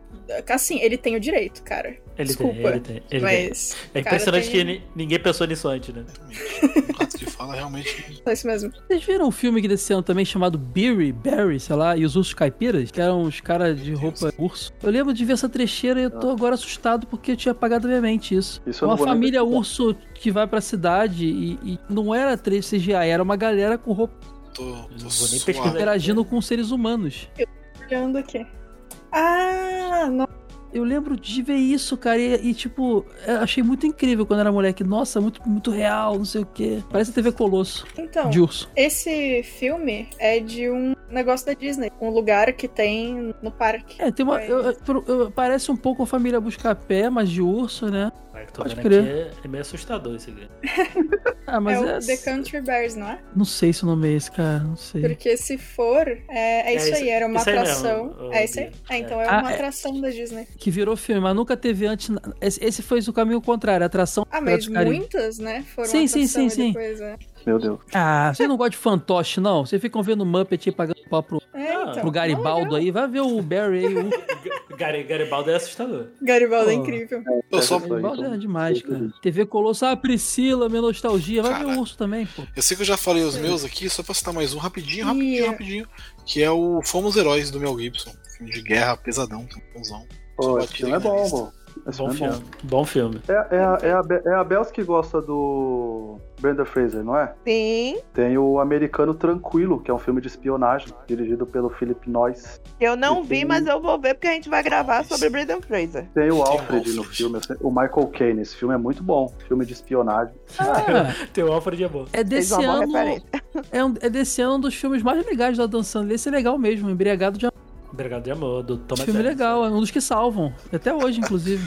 Speaker 2: Assim, ele tem o direito, cara.
Speaker 1: Ele tem,
Speaker 2: Desculpa,
Speaker 1: ele tem. ele tem.
Speaker 2: Mas.
Speaker 1: É impressionante
Speaker 2: cara,
Speaker 1: que
Speaker 2: tem-
Speaker 1: ni- ninguém pensou nisso antes, né?
Speaker 6: Exatamente. O rato que fala realmente.
Speaker 2: É isso mesmo.
Speaker 5: Vocês viram um filme que desse ano também chamado Beery, Barry, sei lá, e os ursos caipiras, que eram os caras de roupa urso? Eu lembro de ver essa trecheira e eu tô agora assustado porque eu tinha apagado da minha mente isso.
Speaker 4: Ah. Isso eu
Speaker 5: uma
Speaker 4: não vou nem
Speaker 5: família
Speaker 4: pesquisar.
Speaker 5: urso que vai pra cidade e, e não era 3 CGI, era uma galera com roupa
Speaker 6: Tô, tô
Speaker 1: Não vou nem
Speaker 6: suado.
Speaker 1: pesquisar.
Speaker 5: Interagindo com seres humanos.
Speaker 2: Olhando aqui. Ah, nossa.
Speaker 5: Eu lembro de ver isso, cara, e, e, tipo, eu achei muito incrível quando era moleque. Nossa, muito, muito real, não sei o quê. Parece a TV Colosso,
Speaker 2: Então,
Speaker 5: de urso.
Speaker 2: esse filme é de um negócio da Disney. Um lugar que tem no parque.
Speaker 5: É, tem uma.
Speaker 2: É.
Speaker 5: eu- eu- pro- eu- parece um pouco a família Buscapé, mas de urso, né?
Speaker 1: Cara, que tô
Speaker 5: Pode
Speaker 1: vendo
Speaker 5: crer.
Speaker 1: aqui é, é meio assustador esse aqui.
Speaker 5: Ah, mas
Speaker 2: é o The
Speaker 5: é.
Speaker 2: Country Bears, não é?
Speaker 5: Não sei se o nome é esse, cara. Não sei.
Speaker 2: Porque se for, é, é
Speaker 1: É
Speaker 2: isso
Speaker 1: esse-
Speaker 2: aí, era uma
Speaker 1: isso aí mesmo,
Speaker 2: atração.
Speaker 1: ô,
Speaker 2: é isso aí?
Speaker 1: Bia.
Speaker 2: É,
Speaker 1: É.
Speaker 2: então é
Speaker 5: Ah,
Speaker 2: uma
Speaker 5: é.
Speaker 2: atração da Disney. Ah,
Speaker 5: Que virou filme, mas nunca teve antes. na- Esse, esse foi o caminho contrário, a atração.
Speaker 2: Ah,
Speaker 5: Piratas
Speaker 2: mas
Speaker 5: do Caribe.
Speaker 2: muitas, né? Foram
Speaker 5: Sim,
Speaker 2: atração
Speaker 5: sim, sim,
Speaker 2: e
Speaker 5: sim.
Speaker 2: depois, é.
Speaker 4: Meu Deus.
Speaker 5: Ah, vocês não gostam de fantoche, não? Vocês ficam vendo Muppet aí pagando pau pro,
Speaker 2: É,
Speaker 1: Ah,
Speaker 2: então.
Speaker 5: pro Garibaldo aí. Vai ver o Barry aí. um O
Speaker 1: Ga- Gari- Garibaldo é assustador.
Speaker 2: Garibaldo é
Speaker 5: Pô.
Speaker 2: incrível.
Speaker 6: Eu só,
Speaker 1: né?
Speaker 5: Garibaldo é demais, cara. TV Colosso, ah, Priscila, minha nostalgia. Vai ver
Speaker 6: Caraca.
Speaker 5: o urso também, pô.
Speaker 6: eu sei que eu já falei os meus aqui, só pra citar mais um rapidinho, rapidinho,
Speaker 2: Ih.
Speaker 6: rapidinho. Que é o Fomos Heróis do Mel Gibson. Filme de guerra pesadão, bonzão.
Speaker 4: Pô, esse filme é bom, pô. Esse
Speaker 1: Bom
Speaker 4: filme é bom.
Speaker 1: filme. Bom filme.
Speaker 4: É, é, a- é, a, Be- é a Bells que gosta do Brenda Fraser, não é?
Speaker 3: Sim,
Speaker 4: Tem o Americano Tranquilo, que é um filme de espionagem, dirigido pelo Philip Noyce.
Speaker 3: eu não vi,
Speaker 4: Sim.
Speaker 3: mas eu vou ver porque a gente vai gravar sobre Brendan Fraser.
Speaker 4: Tem o
Speaker 6: Tem
Speaker 4: Alfred
Speaker 6: o
Speaker 4: no
Speaker 6: Alfred.
Speaker 4: filme, o Michael Caine. Esse filme é muito bom, filme de espionagem.
Speaker 5: Ah,
Speaker 1: Tem o Alfred é bom.
Speaker 5: é
Speaker 3: Fez
Speaker 5: desse
Speaker 3: uma boa
Speaker 5: ano.
Speaker 3: referência.
Speaker 5: É, um, é desse ano um dos filmes mais legais da Dan Sandler. Esse é legal mesmo, Embriagado de Amor.
Speaker 1: Obrigado de amor, do Thomas
Speaker 5: filme
Speaker 1: Anderson.
Speaker 5: legal, é um dos que salvam. Até hoje, inclusive.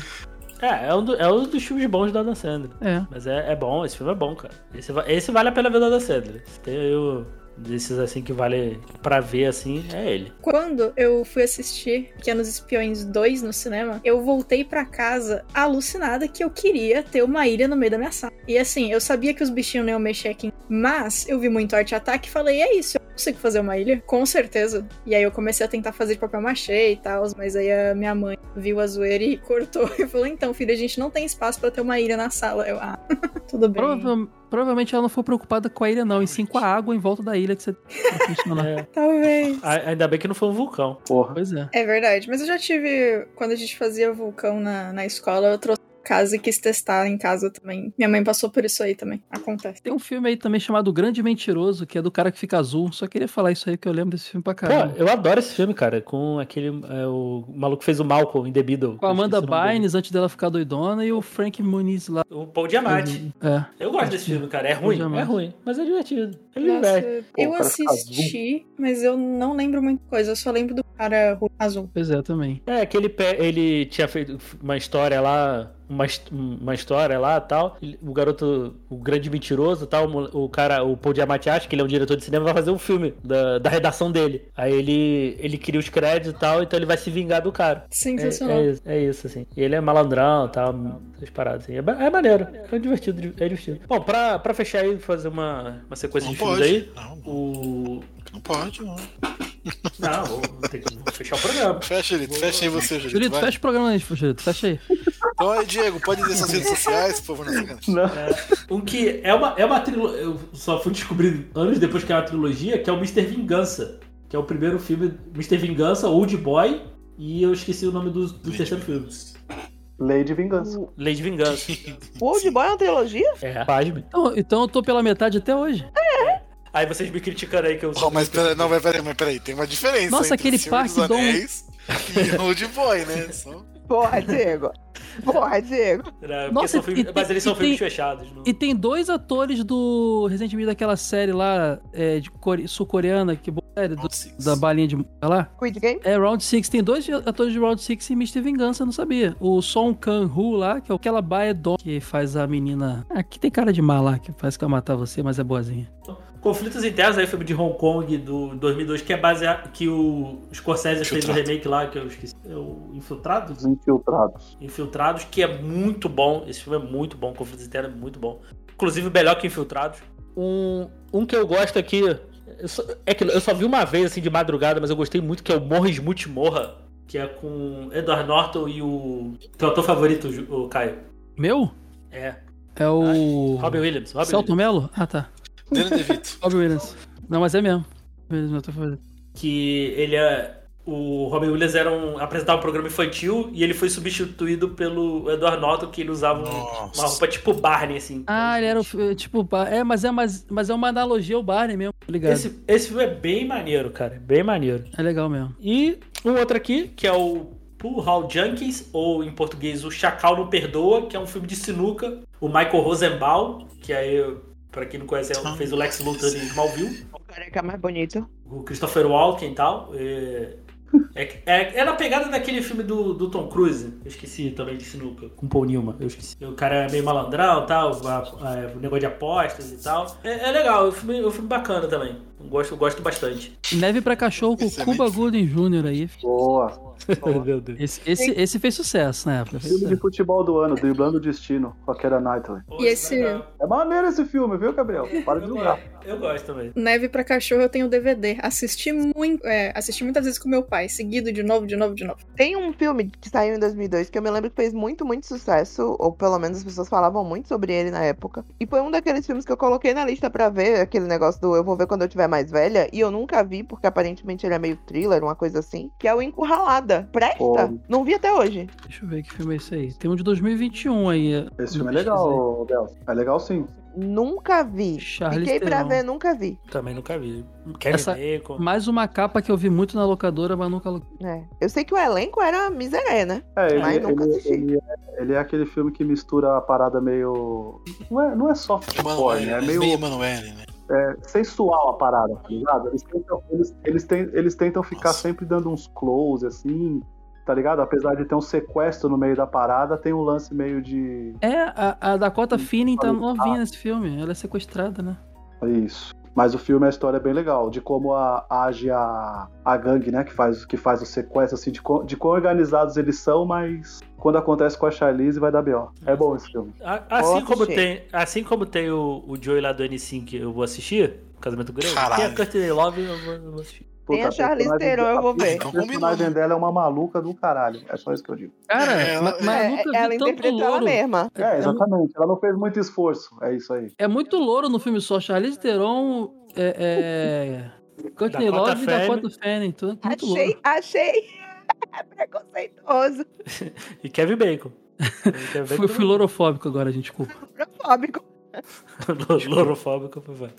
Speaker 1: É, é um, do- é um dos filmes bons da Adam Sandler.
Speaker 5: É.
Speaker 1: Mas é, é bom, esse filme é bom, cara. Esse, va- esse vale a pena ver da Adam Sandler. Se Tem aí o- desses assim que vale pra ver assim, é ele.
Speaker 2: Quando eu fui assistir Pequenos Espiões 2 no cinema, eu voltei pra casa alucinada que eu queria ter uma ilha no meio da minha sala. E assim, eu sabia que os bichinhos não iam mexer aqui, mas eu vi muito arte ataque e falei, é isso, eu consigo fazer uma ilha? Com certeza. E aí eu comecei a tentar fazer de papel machê e tal, mas aí a minha mãe viu a zoeira e cortou e falou, então, filha, a gente não tem espaço pra ter uma ilha na sala. Eu, ah, tudo bem.
Speaker 5: Prova- provavelmente ela não foi preocupada com a ilha, não, e sim com a água em volta da ilha que você. tá Né?
Speaker 1: É.
Speaker 2: Talvez.
Speaker 1: A- Ainda bem que não foi um vulcão.
Speaker 4: Porra.
Speaker 5: Pois é.
Speaker 2: É verdade, mas eu já tive. Quando a gente fazia vulcão na, na escola, eu trouxe pra casa e quis testar em casa também. Minha mãe passou por isso aí também. Acontece.
Speaker 5: Tem um filme aí também chamado O Grande Mentiroso, que é do cara que fica azul. Só queria falar isso aí, que eu lembro desse filme pra
Speaker 1: Pô,
Speaker 5: caramba.
Speaker 1: eu adoro esse filme, cara. Com aquele. é, o, o maluco que fez o Malcolm em The Beatles.
Speaker 5: com a Amanda
Speaker 1: Eu esqueci o nome dele.
Speaker 5: Bynes, antes dela ficar doidona, e o Frank Muniz lá.
Speaker 1: O Paul Diamante.
Speaker 5: É.
Speaker 1: Eu gosto desse filme, cara. É ruim.
Speaker 5: Diamante.
Speaker 1: É ruim, mas é divertido. Ele
Speaker 2: Nossa,
Speaker 1: diverte.
Speaker 2: eu
Speaker 4: o cara fica
Speaker 2: assisti, mas eu não lembro muita coisa. Eu só lembro do cara ru- azul.
Speaker 5: Pois é, também.
Speaker 1: É, que ele, pe- ele tinha feito uma história lá, uma, his- uma história lá tal. Ele- O garoto, o grande mentiroso tal, o mole- o cara, o Paul Diamante acha que ele é um diretor de cinema, vai fazer um filme da, da redação dele. Aí ele, ele cria os créditos e tal, então ele vai se vingar do cara. É,
Speaker 2: Sensacional.
Speaker 1: é, isso- é isso, assim. E ele é malandrão e tal, essas paradas assim. É, ba- é maneiro, é divertido, é divertido. Bom, pra, pra fechar aí, fazer uma, uma sequência
Speaker 6: Não
Speaker 1: de filmes
Speaker 6: pode.
Speaker 1: aí.
Speaker 6: Não, não-
Speaker 1: O.
Speaker 6: não pode, não.
Speaker 1: Não, vou, ter que vou fechar o programa.
Speaker 6: Fecha, Julito. Fecha aí você, Julito.
Speaker 5: Julito,
Speaker 6: vai.
Speaker 5: fecha o programa aí, Julito. Fecha aí.
Speaker 6: Então aí, Diego, pode dizer suas redes sociais, por favor, não sacanagem.
Speaker 1: Um que é uma, é uma trilogia. Eu só fui descobrir anos depois que é uma trilogia, que é o Mr. Vingança. Que é o primeiro filme. Mr. Vingança, Old Boy. E eu esqueci o nome do, do terceiro filme.
Speaker 4: Lei de Vingança.
Speaker 1: Lei de Vingança.
Speaker 3: O Old Boy é uma trilogia?
Speaker 1: É, pasme.
Speaker 5: Então, então eu tô pela metade até hoje.
Speaker 1: Aí vocês me criticaram aí que eu sou.
Speaker 6: Oh, mas peraí, não, mas peraí, mas peraí, tem uma diferença. entre
Speaker 5: Nossa, aquele
Speaker 6: Senhor dos
Speaker 5: Parque Dom-
Speaker 6: Anéis E Old Boy, né? Só-
Speaker 3: Porra, Diego. Porra, Diego.
Speaker 1: Era- porque
Speaker 5: Nossa,
Speaker 1: são filmes-
Speaker 5: e-
Speaker 1: mas eles são
Speaker 5: e
Speaker 1: filmes fechados. não-
Speaker 5: E tem dois atores do recentemente daquela série lá é, de core- sul-coreana que boa série do-
Speaker 6: Nossa,
Speaker 5: da balinha de música lá.
Speaker 3: Quid Game?
Speaker 5: É Round Six. Tem dois atores de Round Six e Mr. Vingança, eu não sabia. O Song Kang-ho lá, que é aquela baia do que faz a menina. Aqui tem cara de má lá, que parece que vai matar você, mas é boazinha.
Speaker 1: Conflitos Internos aí, filme de Hong Kong do 2002, que é baseado. que o Scorsese fez o
Speaker 6: Infiltrado.
Speaker 1: remake lá, que eu esqueci. É o Infiltrados?
Speaker 4: Os infiltrados.
Speaker 1: Infiltrados, que é muito bom. Esse filme é muito bom. Conflitos Internos é muito bom. Inclusive, melhor que Infiltrados. Um, um que eu gosto aqui. eu só- é que eu só vi uma vez, assim, de madrugada, mas eu gostei muito, que é o Morris Multimorra. Que é com Edward Norton e o. Teu ator favorito, Ju- o Caio.
Speaker 5: Meu?
Speaker 1: É.
Speaker 5: É o.
Speaker 1: Robin Williams. Robin
Speaker 5: Celton
Speaker 1: Williams.
Speaker 5: Mello? Ah, tá.
Speaker 6: Danny DeVito.
Speaker 5: Robin Williams. Não, mas é mesmo. Williams, meu ator favorito.
Speaker 1: Que ele é. o Robin Williams era um, apresentava um programa infantil e ele foi substituído pelo Edward Norton, que ele usava um-
Speaker 6: Nossa.
Speaker 1: uma roupa tipo Barney, assim.
Speaker 5: Ah, ele era o fi- tipo. ba- É, mas é, mas, mas é uma analogia ao Barney mesmo. Tô ligado.
Speaker 1: Esse, esse filme é bem maneiro, cara. é Bem maneiro.
Speaker 5: É legal mesmo.
Speaker 1: E um outro aqui, que é o Pool Hall Junkies, ou em português O Chacal Não Perdoa, que é um filme de sinuca. O Michael Rosenbaum, que aí, pra quem não conhece, é o- fez o Lex Luthor em Smallville.
Speaker 3: O careca é mais bonito.
Speaker 1: O Christopher Walken e tal. É, é, é- é na pegada daquele filme do, do Tom Cruise. Eu esqueci também de sinuca. Com Paul Newman, eu esqueci. O cara é meio malandrão e tal, a- a- o negócio de apostas e tal. É, é legal, é um filme, é um filme bacana também. Eu gosto, eu gosto bastante.
Speaker 5: Neve pra cachorro com o
Speaker 6: Excelente.
Speaker 5: Cuba Gooding Jr. aí.
Speaker 4: Boa.
Speaker 1: Meu Deus.
Speaker 5: Esse, esse, esse fez sucesso né, na época. fez
Speaker 4: Filme de
Speaker 5: sucesso.
Speaker 4: futebol do ano, Driblando o Destino, com a Keira Knightley.
Speaker 2: E esse-
Speaker 4: É maneiro esse filme, viu, Gabriel? Para de
Speaker 1: Eu
Speaker 4: julgar.
Speaker 1: gosto, eu gosto também.
Speaker 2: Neve pra cachorro eu tenho DVD. Assisti muito, é, assisti muitas vezes com meu pai, seguido de novo, de novo, de novo.
Speaker 3: Tem um filme que saiu em 2002 que eu me lembro que fez muito, muito sucesso, ou pelo menos as pessoas falavam muito sobre ele na época. E foi um daqueles filmes que eu coloquei na lista pra ver, aquele negócio do eu vou ver quando eu tiver mais velha, e eu nunca vi, porque aparentemente ele é meio thriller, uma coisa assim, que é o Encurralada. Presta?
Speaker 4: Pô.
Speaker 3: Não vi até hoje.
Speaker 5: Deixa eu ver que filme é esse aí. Tem um de 2021 aí. é,
Speaker 4: Esse
Speaker 5: eu
Speaker 4: filme é
Speaker 5: pesquisei.
Speaker 4: legal, Bel. É legal sim.
Speaker 3: Nunca vi.
Speaker 5: Charlize
Speaker 3: Fiquei pra
Speaker 5: Theron.
Speaker 3: ver, nunca vi.
Speaker 1: Também nunca vi. Kevin
Speaker 5: Essa- Hum.
Speaker 1: Bacon.
Speaker 5: Mais uma capa que eu vi muito na locadora, mas nunca aluguei.
Speaker 3: É. Eu sei que o elenco era miseré, né?
Speaker 4: É, ele,
Speaker 3: Mas nunca
Speaker 4: ele-
Speaker 3: assisti.
Speaker 4: ele é, ele é aquele filme que mistura a parada meio. Não é, não é soft porn,
Speaker 6: Emanuele, né?
Speaker 4: é meio
Speaker 6: Meio Emanuele, né?
Speaker 4: sensual a parada, tá ligado? Eles tentam, eles, eles ten- eles tentam ficar
Speaker 6: Nossa.
Speaker 4: sempre dando uns close, assim, tá ligado? Apesar de ter um sequestro no meio da parada, tem um lance meio de.
Speaker 5: É, a, a Dakota Finning tá
Speaker 4: Ah.
Speaker 5: novinha nesse filme. Ela é sequestrada, né?
Speaker 4: é Isso. Mas o filme, a história é bem legal, de como a, age a, a gangue, né, que faz, que faz o sequestro, assim, de, co- de quão organizados eles são, mas quando acontece com a Charlize vai dar B.O. É bom esse filme.
Speaker 1: A- Assim
Speaker 3: Vou
Speaker 1: como,
Speaker 3: assistir.
Speaker 1: tem, assim como tem o, o Joey lá do N5 que eu vou assistir, Casamento Grande,
Speaker 6: Caralho.
Speaker 1: tem a Courtney Love eu vou, eu vou assistir.
Speaker 3: Tem a Charlize
Speaker 4: personagem
Speaker 3: Theron,
Speaker 4: dela-
Speaker 3: eu vou ver.
Speaker 6: Então, Um
Speaker 4: A personagem dela é uma maluca do caralho. É só isso que eu digo.
Speaker 5: Cara,
Speaker 6: Ela-
Speaker 5: mas
Speaker 3: É,
Speaker 5: eu nunca vi
Speaker 3: ela
Speaker 5: tanto
Speaker 3: interpretou ela
Speaker 5: louro.
Speaker 3: mesma.
Speaker 4: É, exatamente. Ela não fez muito esforço. É isso aí.
Speaker 5: É muito louro no filme só. Charlize Theron, é, é... Courtney
Speaker 1: Dakota
Speaker 5: Love e
Speaker 1: Fanning.
Speaker 5: Dakota Fanning. Tudo então é muito
Speaker 3: Achei,
Speaker 5: louro.
Speaker 3: achei. Preconceituoso.
Speaker 1: E Kevin Bacon. Kevin
Speaker 5: Fui, fui lorofóbico agora, gente, desculpa.
Speaker 3: Profóbico.
Speaker 1: Lou- Lourofóbico, por favor.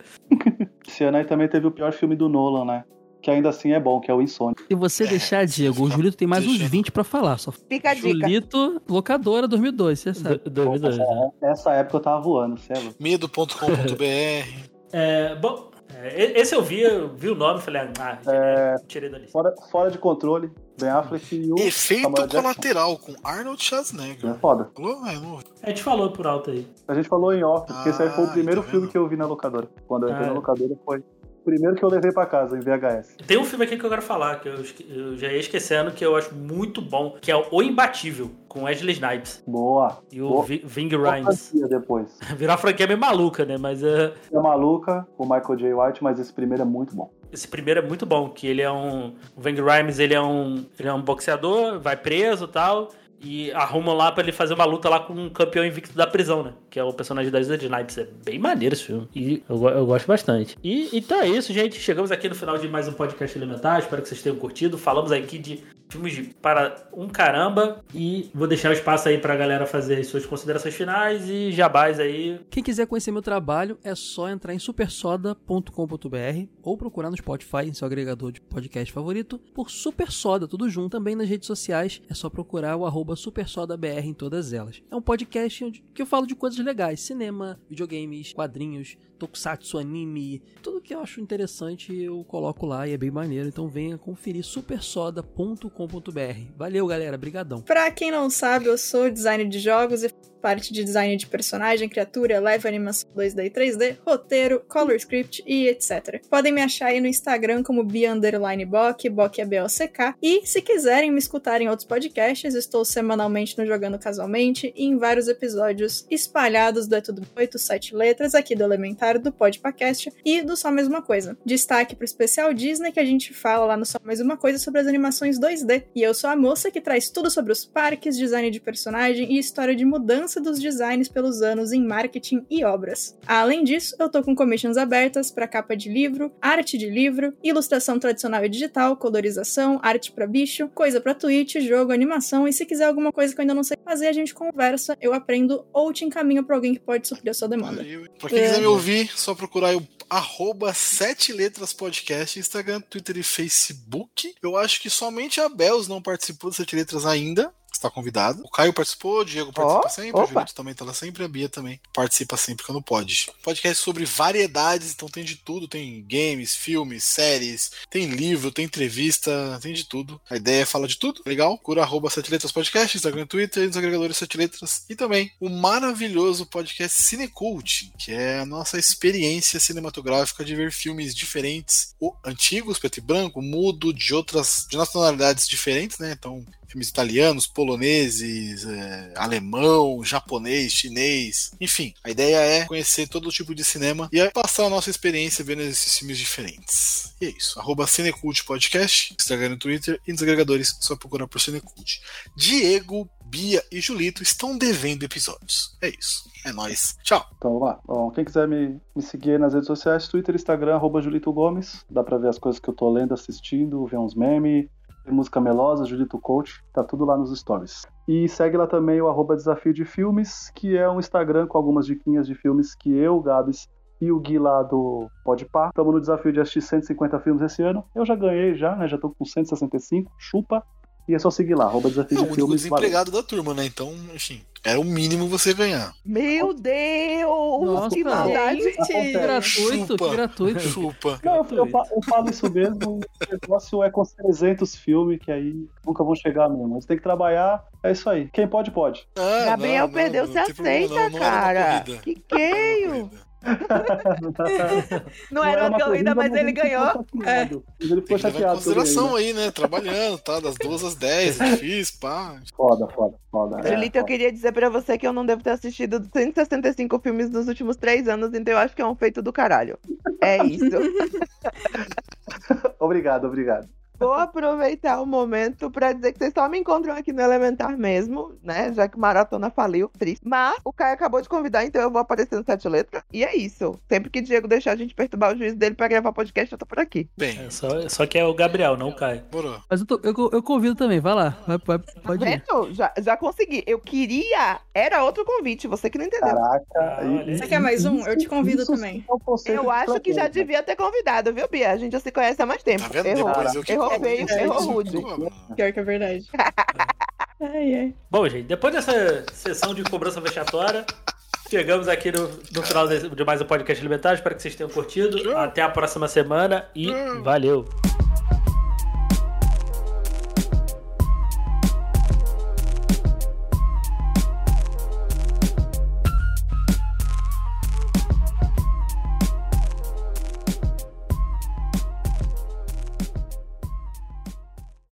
Speaker 4: Esse ano aí também teve o pior filme do Nolan, né? Que ainda assim é bom, que é o Insônia.
Speaker 5: Se você deixar, Diego, o Julito tem mais uns
Speaker 6: Deixa eu-
Speaker 5: 20 pra falar. Só
Speaker 3: Fica a dica.
Speaker 5: Julito, locadora 2002, você sabe.
Speaker 1: Do- 2002, né?
Speaker 4: Nessa época eu tava voando, é sei lá.
Speaker 6: Medo.com.br.
Speaker 1: É, bom, é, e- esse eu vi, eu vi o nome e falei, ah,
Speaker 4: É.
Speaker 1: genérico, tirei da lista.
Speaker 4: Fora, fora de controle, Ben Affleck e o... Samuel
Speaker 6: Efeito
Speaker 4: Jackson.
Speaker 6: colateral com Arnold
Speaker 4: É
Speaker 6: Schwarzenegger.
Speaker 4: foda.
Speaker 6: Falou? Ah, eu não ouvi.
Speaker 1: A gente falou por alto aí.
Speaker 4: A gente falou em off, porque esse aí foi o
Speaker 6: Ah,
Speaker 4: primeiro
Speaker 6: tá
Speaker 4: filme
Speaker 6: vendo? É.
Speaker 4: que eu vi na locadora. Quando eu entrei na
Speaker 1: Ah.
Speaker 4: locadora foi o primeiro que eu levei pra casa, em VHS.
Speaker 1: Tem um filme aqui que eu quero falar, que eu, esque- eu já ia esquecendo, que eu acho muito bom, que é O Imbatível, com Wesley Snipes
Speaker 4: Boa.
Speaker 1: e o
Speaker 4: Boa.
Speaker 1: Vi- Ving
Speaker 4: Boa
Speaker 1: Rhymes.
Speaker 4: franquia depois.
Speaker 1: Virar uma franquia meio maluca, né? Mas é,
Speaker 4: É maluca, o Michael J. White, mas esse primeiro é muito bom.
Speaker 1: Esse primeiro é muito bom, que ele é um. O Vang Rhymes ele é um. Ele é um boxeador, vai preso e tal. E arrumam lá pra ele fazer uma luta lá com um campeão invicto da prisão, né? Que é o personagem da Isla de Snipes. É bem maneiro esse filme. E eu, go- eu gosto bastante. E então é isso, gente. Chegamos aqui no final de mais um podcast elementar. Espero que vocês tenham curtido. Falamos aqui de filmes de- para um caramba. E vou deixar o espaço aí pra galera fazer as suas considerações finais e jabás aí.
Speaker 5: Quem quiser conhecer meu trabalho é só entrar em supersoda.com.br ou procurar no Spotify, em seu agregador de podcast favorito, por Super Soda, tudo junto. Também nas redes sociais é só procurar o arroba supersodabr em todas elas. É um podcast onde- que eu falo de coisas legais, cinema, videogames, quadrinhos, tokusatsu, anime, tudo que eu acho interessante eu coloco lá e é bem maneiro. Então venha conferir supersoda.com.br. Valeu, galera. Brigadão.
Speaker 2: Pra quem não sabe, eu sou designer de jogos e faço parte de design de personagem, criatura, live animação 2D e 3D, roteiro, color script e etc. Podem me achar aí no Instagram como bia__boc, boc é B-O-C-K, e se quiserem me escutar em outros podcasts, estou semanalmente no Jogando Casualmente e em vários episódios espalhados do É Tudo 8, 7 Letras, aqui do Elementar, do Podpacast e do Só Mais Uma Coisa. Destaque pro especial Disney que a gente fala lá no Só Mais Uma Coisa sobre as animações 2D. E eu sou a moça que traz tudo sobre os parques, design de personagem e história de mudança mudança dos designs pelos anos em marketing e obras. Além disso, eu tô com commissions abertas para capa de livro, arte de livro, ilustração tradicional e digital, colorização, arte para bicho, coisa para Twitch, jogo, animação e se quiser alguma coisa que eu ainda não sei fazer, a gente conversa, eu aprendo ou te encaminho para alguém que pode suprir a
Speaker 4: É,
Speaker 2: sua demanda.
Speaker 6: Valeu. Pra quem quiser me ouvir, só procurar o arroba sete letras podcast, Instagram, Twitter e Facebook. Eu acho que somente a Bells não participou do sete letras ainda. Está convidado. O Caio participou, o Diego participa
Speaker 3: Ó,
Speaker 6: sempre, o
Speaker 3: opa.
Speaker 6: Juventus também tá lá sempre, a Bia também participa sempre quando pode. Podcast sobre variedades, então tem de tudo: tem games, filmes, séries, tem livro, tem entrevista, tem de tudo. A ideia é falar de tudo, legal? Cura arroba sete letras podcast, Instagram, Twitter, nos agregadores sete letras. E também o maravilhoso podcast Cinecult, que é a nossa experiência cinematográfica de ver filmes diferentes, ou antigos, preto e branco, mudo, de outras, de nacionalidades diferentes, né? Então, filmes italianos, poloneses, é, alemão, japonês, chinês, enfim. A ideia é conhecer todo tipo de cinema e é passar a nossa experiência vendo esses filmes diferentes. E é isso. Arroba Cinecult Podcast, Instagram e Twitter e nos agregadores, só procurar por Cinecult. Diego, Bia e Julito estão devendo episódios. É isso. É nóis. Tchau.
Speaker 4: Então vamos lá. Bom, quem quiser me, me seguir aí nas redes sociais, Twitter, Instagram, arroba Julito Gomes. Dá pra ver as coisas que eu tô lendo, assistindo, ver uns memes, ver música melosa, Julito Coach, tá tudo lá nos stories. E segue lá também o arroba Desafio de Filmes, que é um Instagram com algumas diquinhas de filmes que eu, Gabs e o Gui lá do Podpah. Estamos no desafio de assistir 150 filmes esse ano. Eu já ganhei já, né? Já tô com 165, chupa. E é só seguir lá, arroba Desafio
Speaker 6: É o
Speaker 4: de
Speaker 6: único
Speaker 4: Filmes. valeu.
Speaker 6: desempregado da turma, né? Então, enfim, era o mínimo você ganhar.
Speaker 3: Meu Deus!
Speaker 5: Nossa,
Speaker 3: que
Speaker 2: Tá,
Speaker 3: maldade!
Speaker 5: Que
Speaker 2: Gente!
Speaker 5: gratuito, que
Speaker 6: Chupa.
Speaker 5: gratuito.
Speaker 6: Chupa.
Speaker 4: Não, eu, eu fa- eu falo isso mesmo. O negócio é com 300 filmes que aí nunca vão chegar mesmo. Eles têm que trabalhar, é isso aí. Quem pode, pode.
Speaker 6: Ah,
Speaker 3: Gabriel perdeu, se
Speaker 6: tem problema,
Speaker 3: aceita,
Speaker 6: não, não era uma
Speaker 3: cara.
Speaker 6: corrida.
Speaker 3: Que é
Speaker 6: Não era uma
Speaker 3: queio!
Speaker 6: corrida.
Speaker 3: Não era uma corrida, mas ele ganhou.
Speaker 4: É. Mas
Speaker 6: Tem
Speaker 4: ele ficou
Speaker 6: que levar em
Speaker 4: chateado. por ele,
Speaker 6: consideração
Speaker 4: né?
Speaker 6: aí, né? Trabalhando, tá? Das duas às dez, é difícil, pá.
Speaker 1: né?
Speaker 4: Foda, foda, foda. É,
Speaker 3: Julita, eu
Speaker 4: foda.
Speaker 3: queria dizer pra você que eu não devo ter assistido 165 filmes nos últimos três anos, então eu acho que é um feito do caralho. É isso.
Speaker 4: Obrigado, obrigado.
Speaker 3: Vou aproveitar o momento pra dizer que vocês só me encontram aqui no Elementar mesmo, né? Já que Maratona faliu, triste. Mas o Caio acabou de convidar, então eu vou aparecer no Sete Letras. E é isso. Sempre que Diego deixar a gente perturbar o juiz dele pra gravar podcast, eu tô por aqui.
Speaker 6: Bem,
Speaker 1: É, só, só que é o Gabriel, não o Caio.
Speaker 6: morou.
Speaker 5: Mas eu, tô- eu, eu convido também, vai lá. Vai, vai- pode ir.
Speaker 3: Vendo? Já, já consegui. Eu queria. Era outro convite, você que não entendeu.
Speaker 4: Caraca.
Speaker 1: Ah,
Speaker 4: e-
Speaker 1: olha aí.
Speaker 2: Você quer mais um? Eu te convido
Speaker 4: isso
Speaker 2: também.
Speaker 4: é o conceito
Speaker 3: Eu
Speaker 4: de
Speaker 3: acho que já
Speaker 4: estratégia.
Speaker 3: devia ter convidado, viu, Bia? A gente já se conhece há mais tempo.
Speaker 6: né? Tá vendo?
Speaker 3: Errou.
Speaker 6: Depois eu que É,
Speaker 3: Errou
Speaker 6: cobro,
Speaker 3: feio,
Speaker 6: eu
Speaker 3: errou
Speaker 6: que
Speaker 3: rude.
Speaker 6: cobro.
Speaker 2: Pior que é verdade. ai, ai.
Speaker 1: Bom, gente, depois dessa sessão de cobrança vexatória, chegamos aqui no, no final de de mais um podcast alimentar. Espero que vocês tenham curtido. Até a próxima semana e valeu!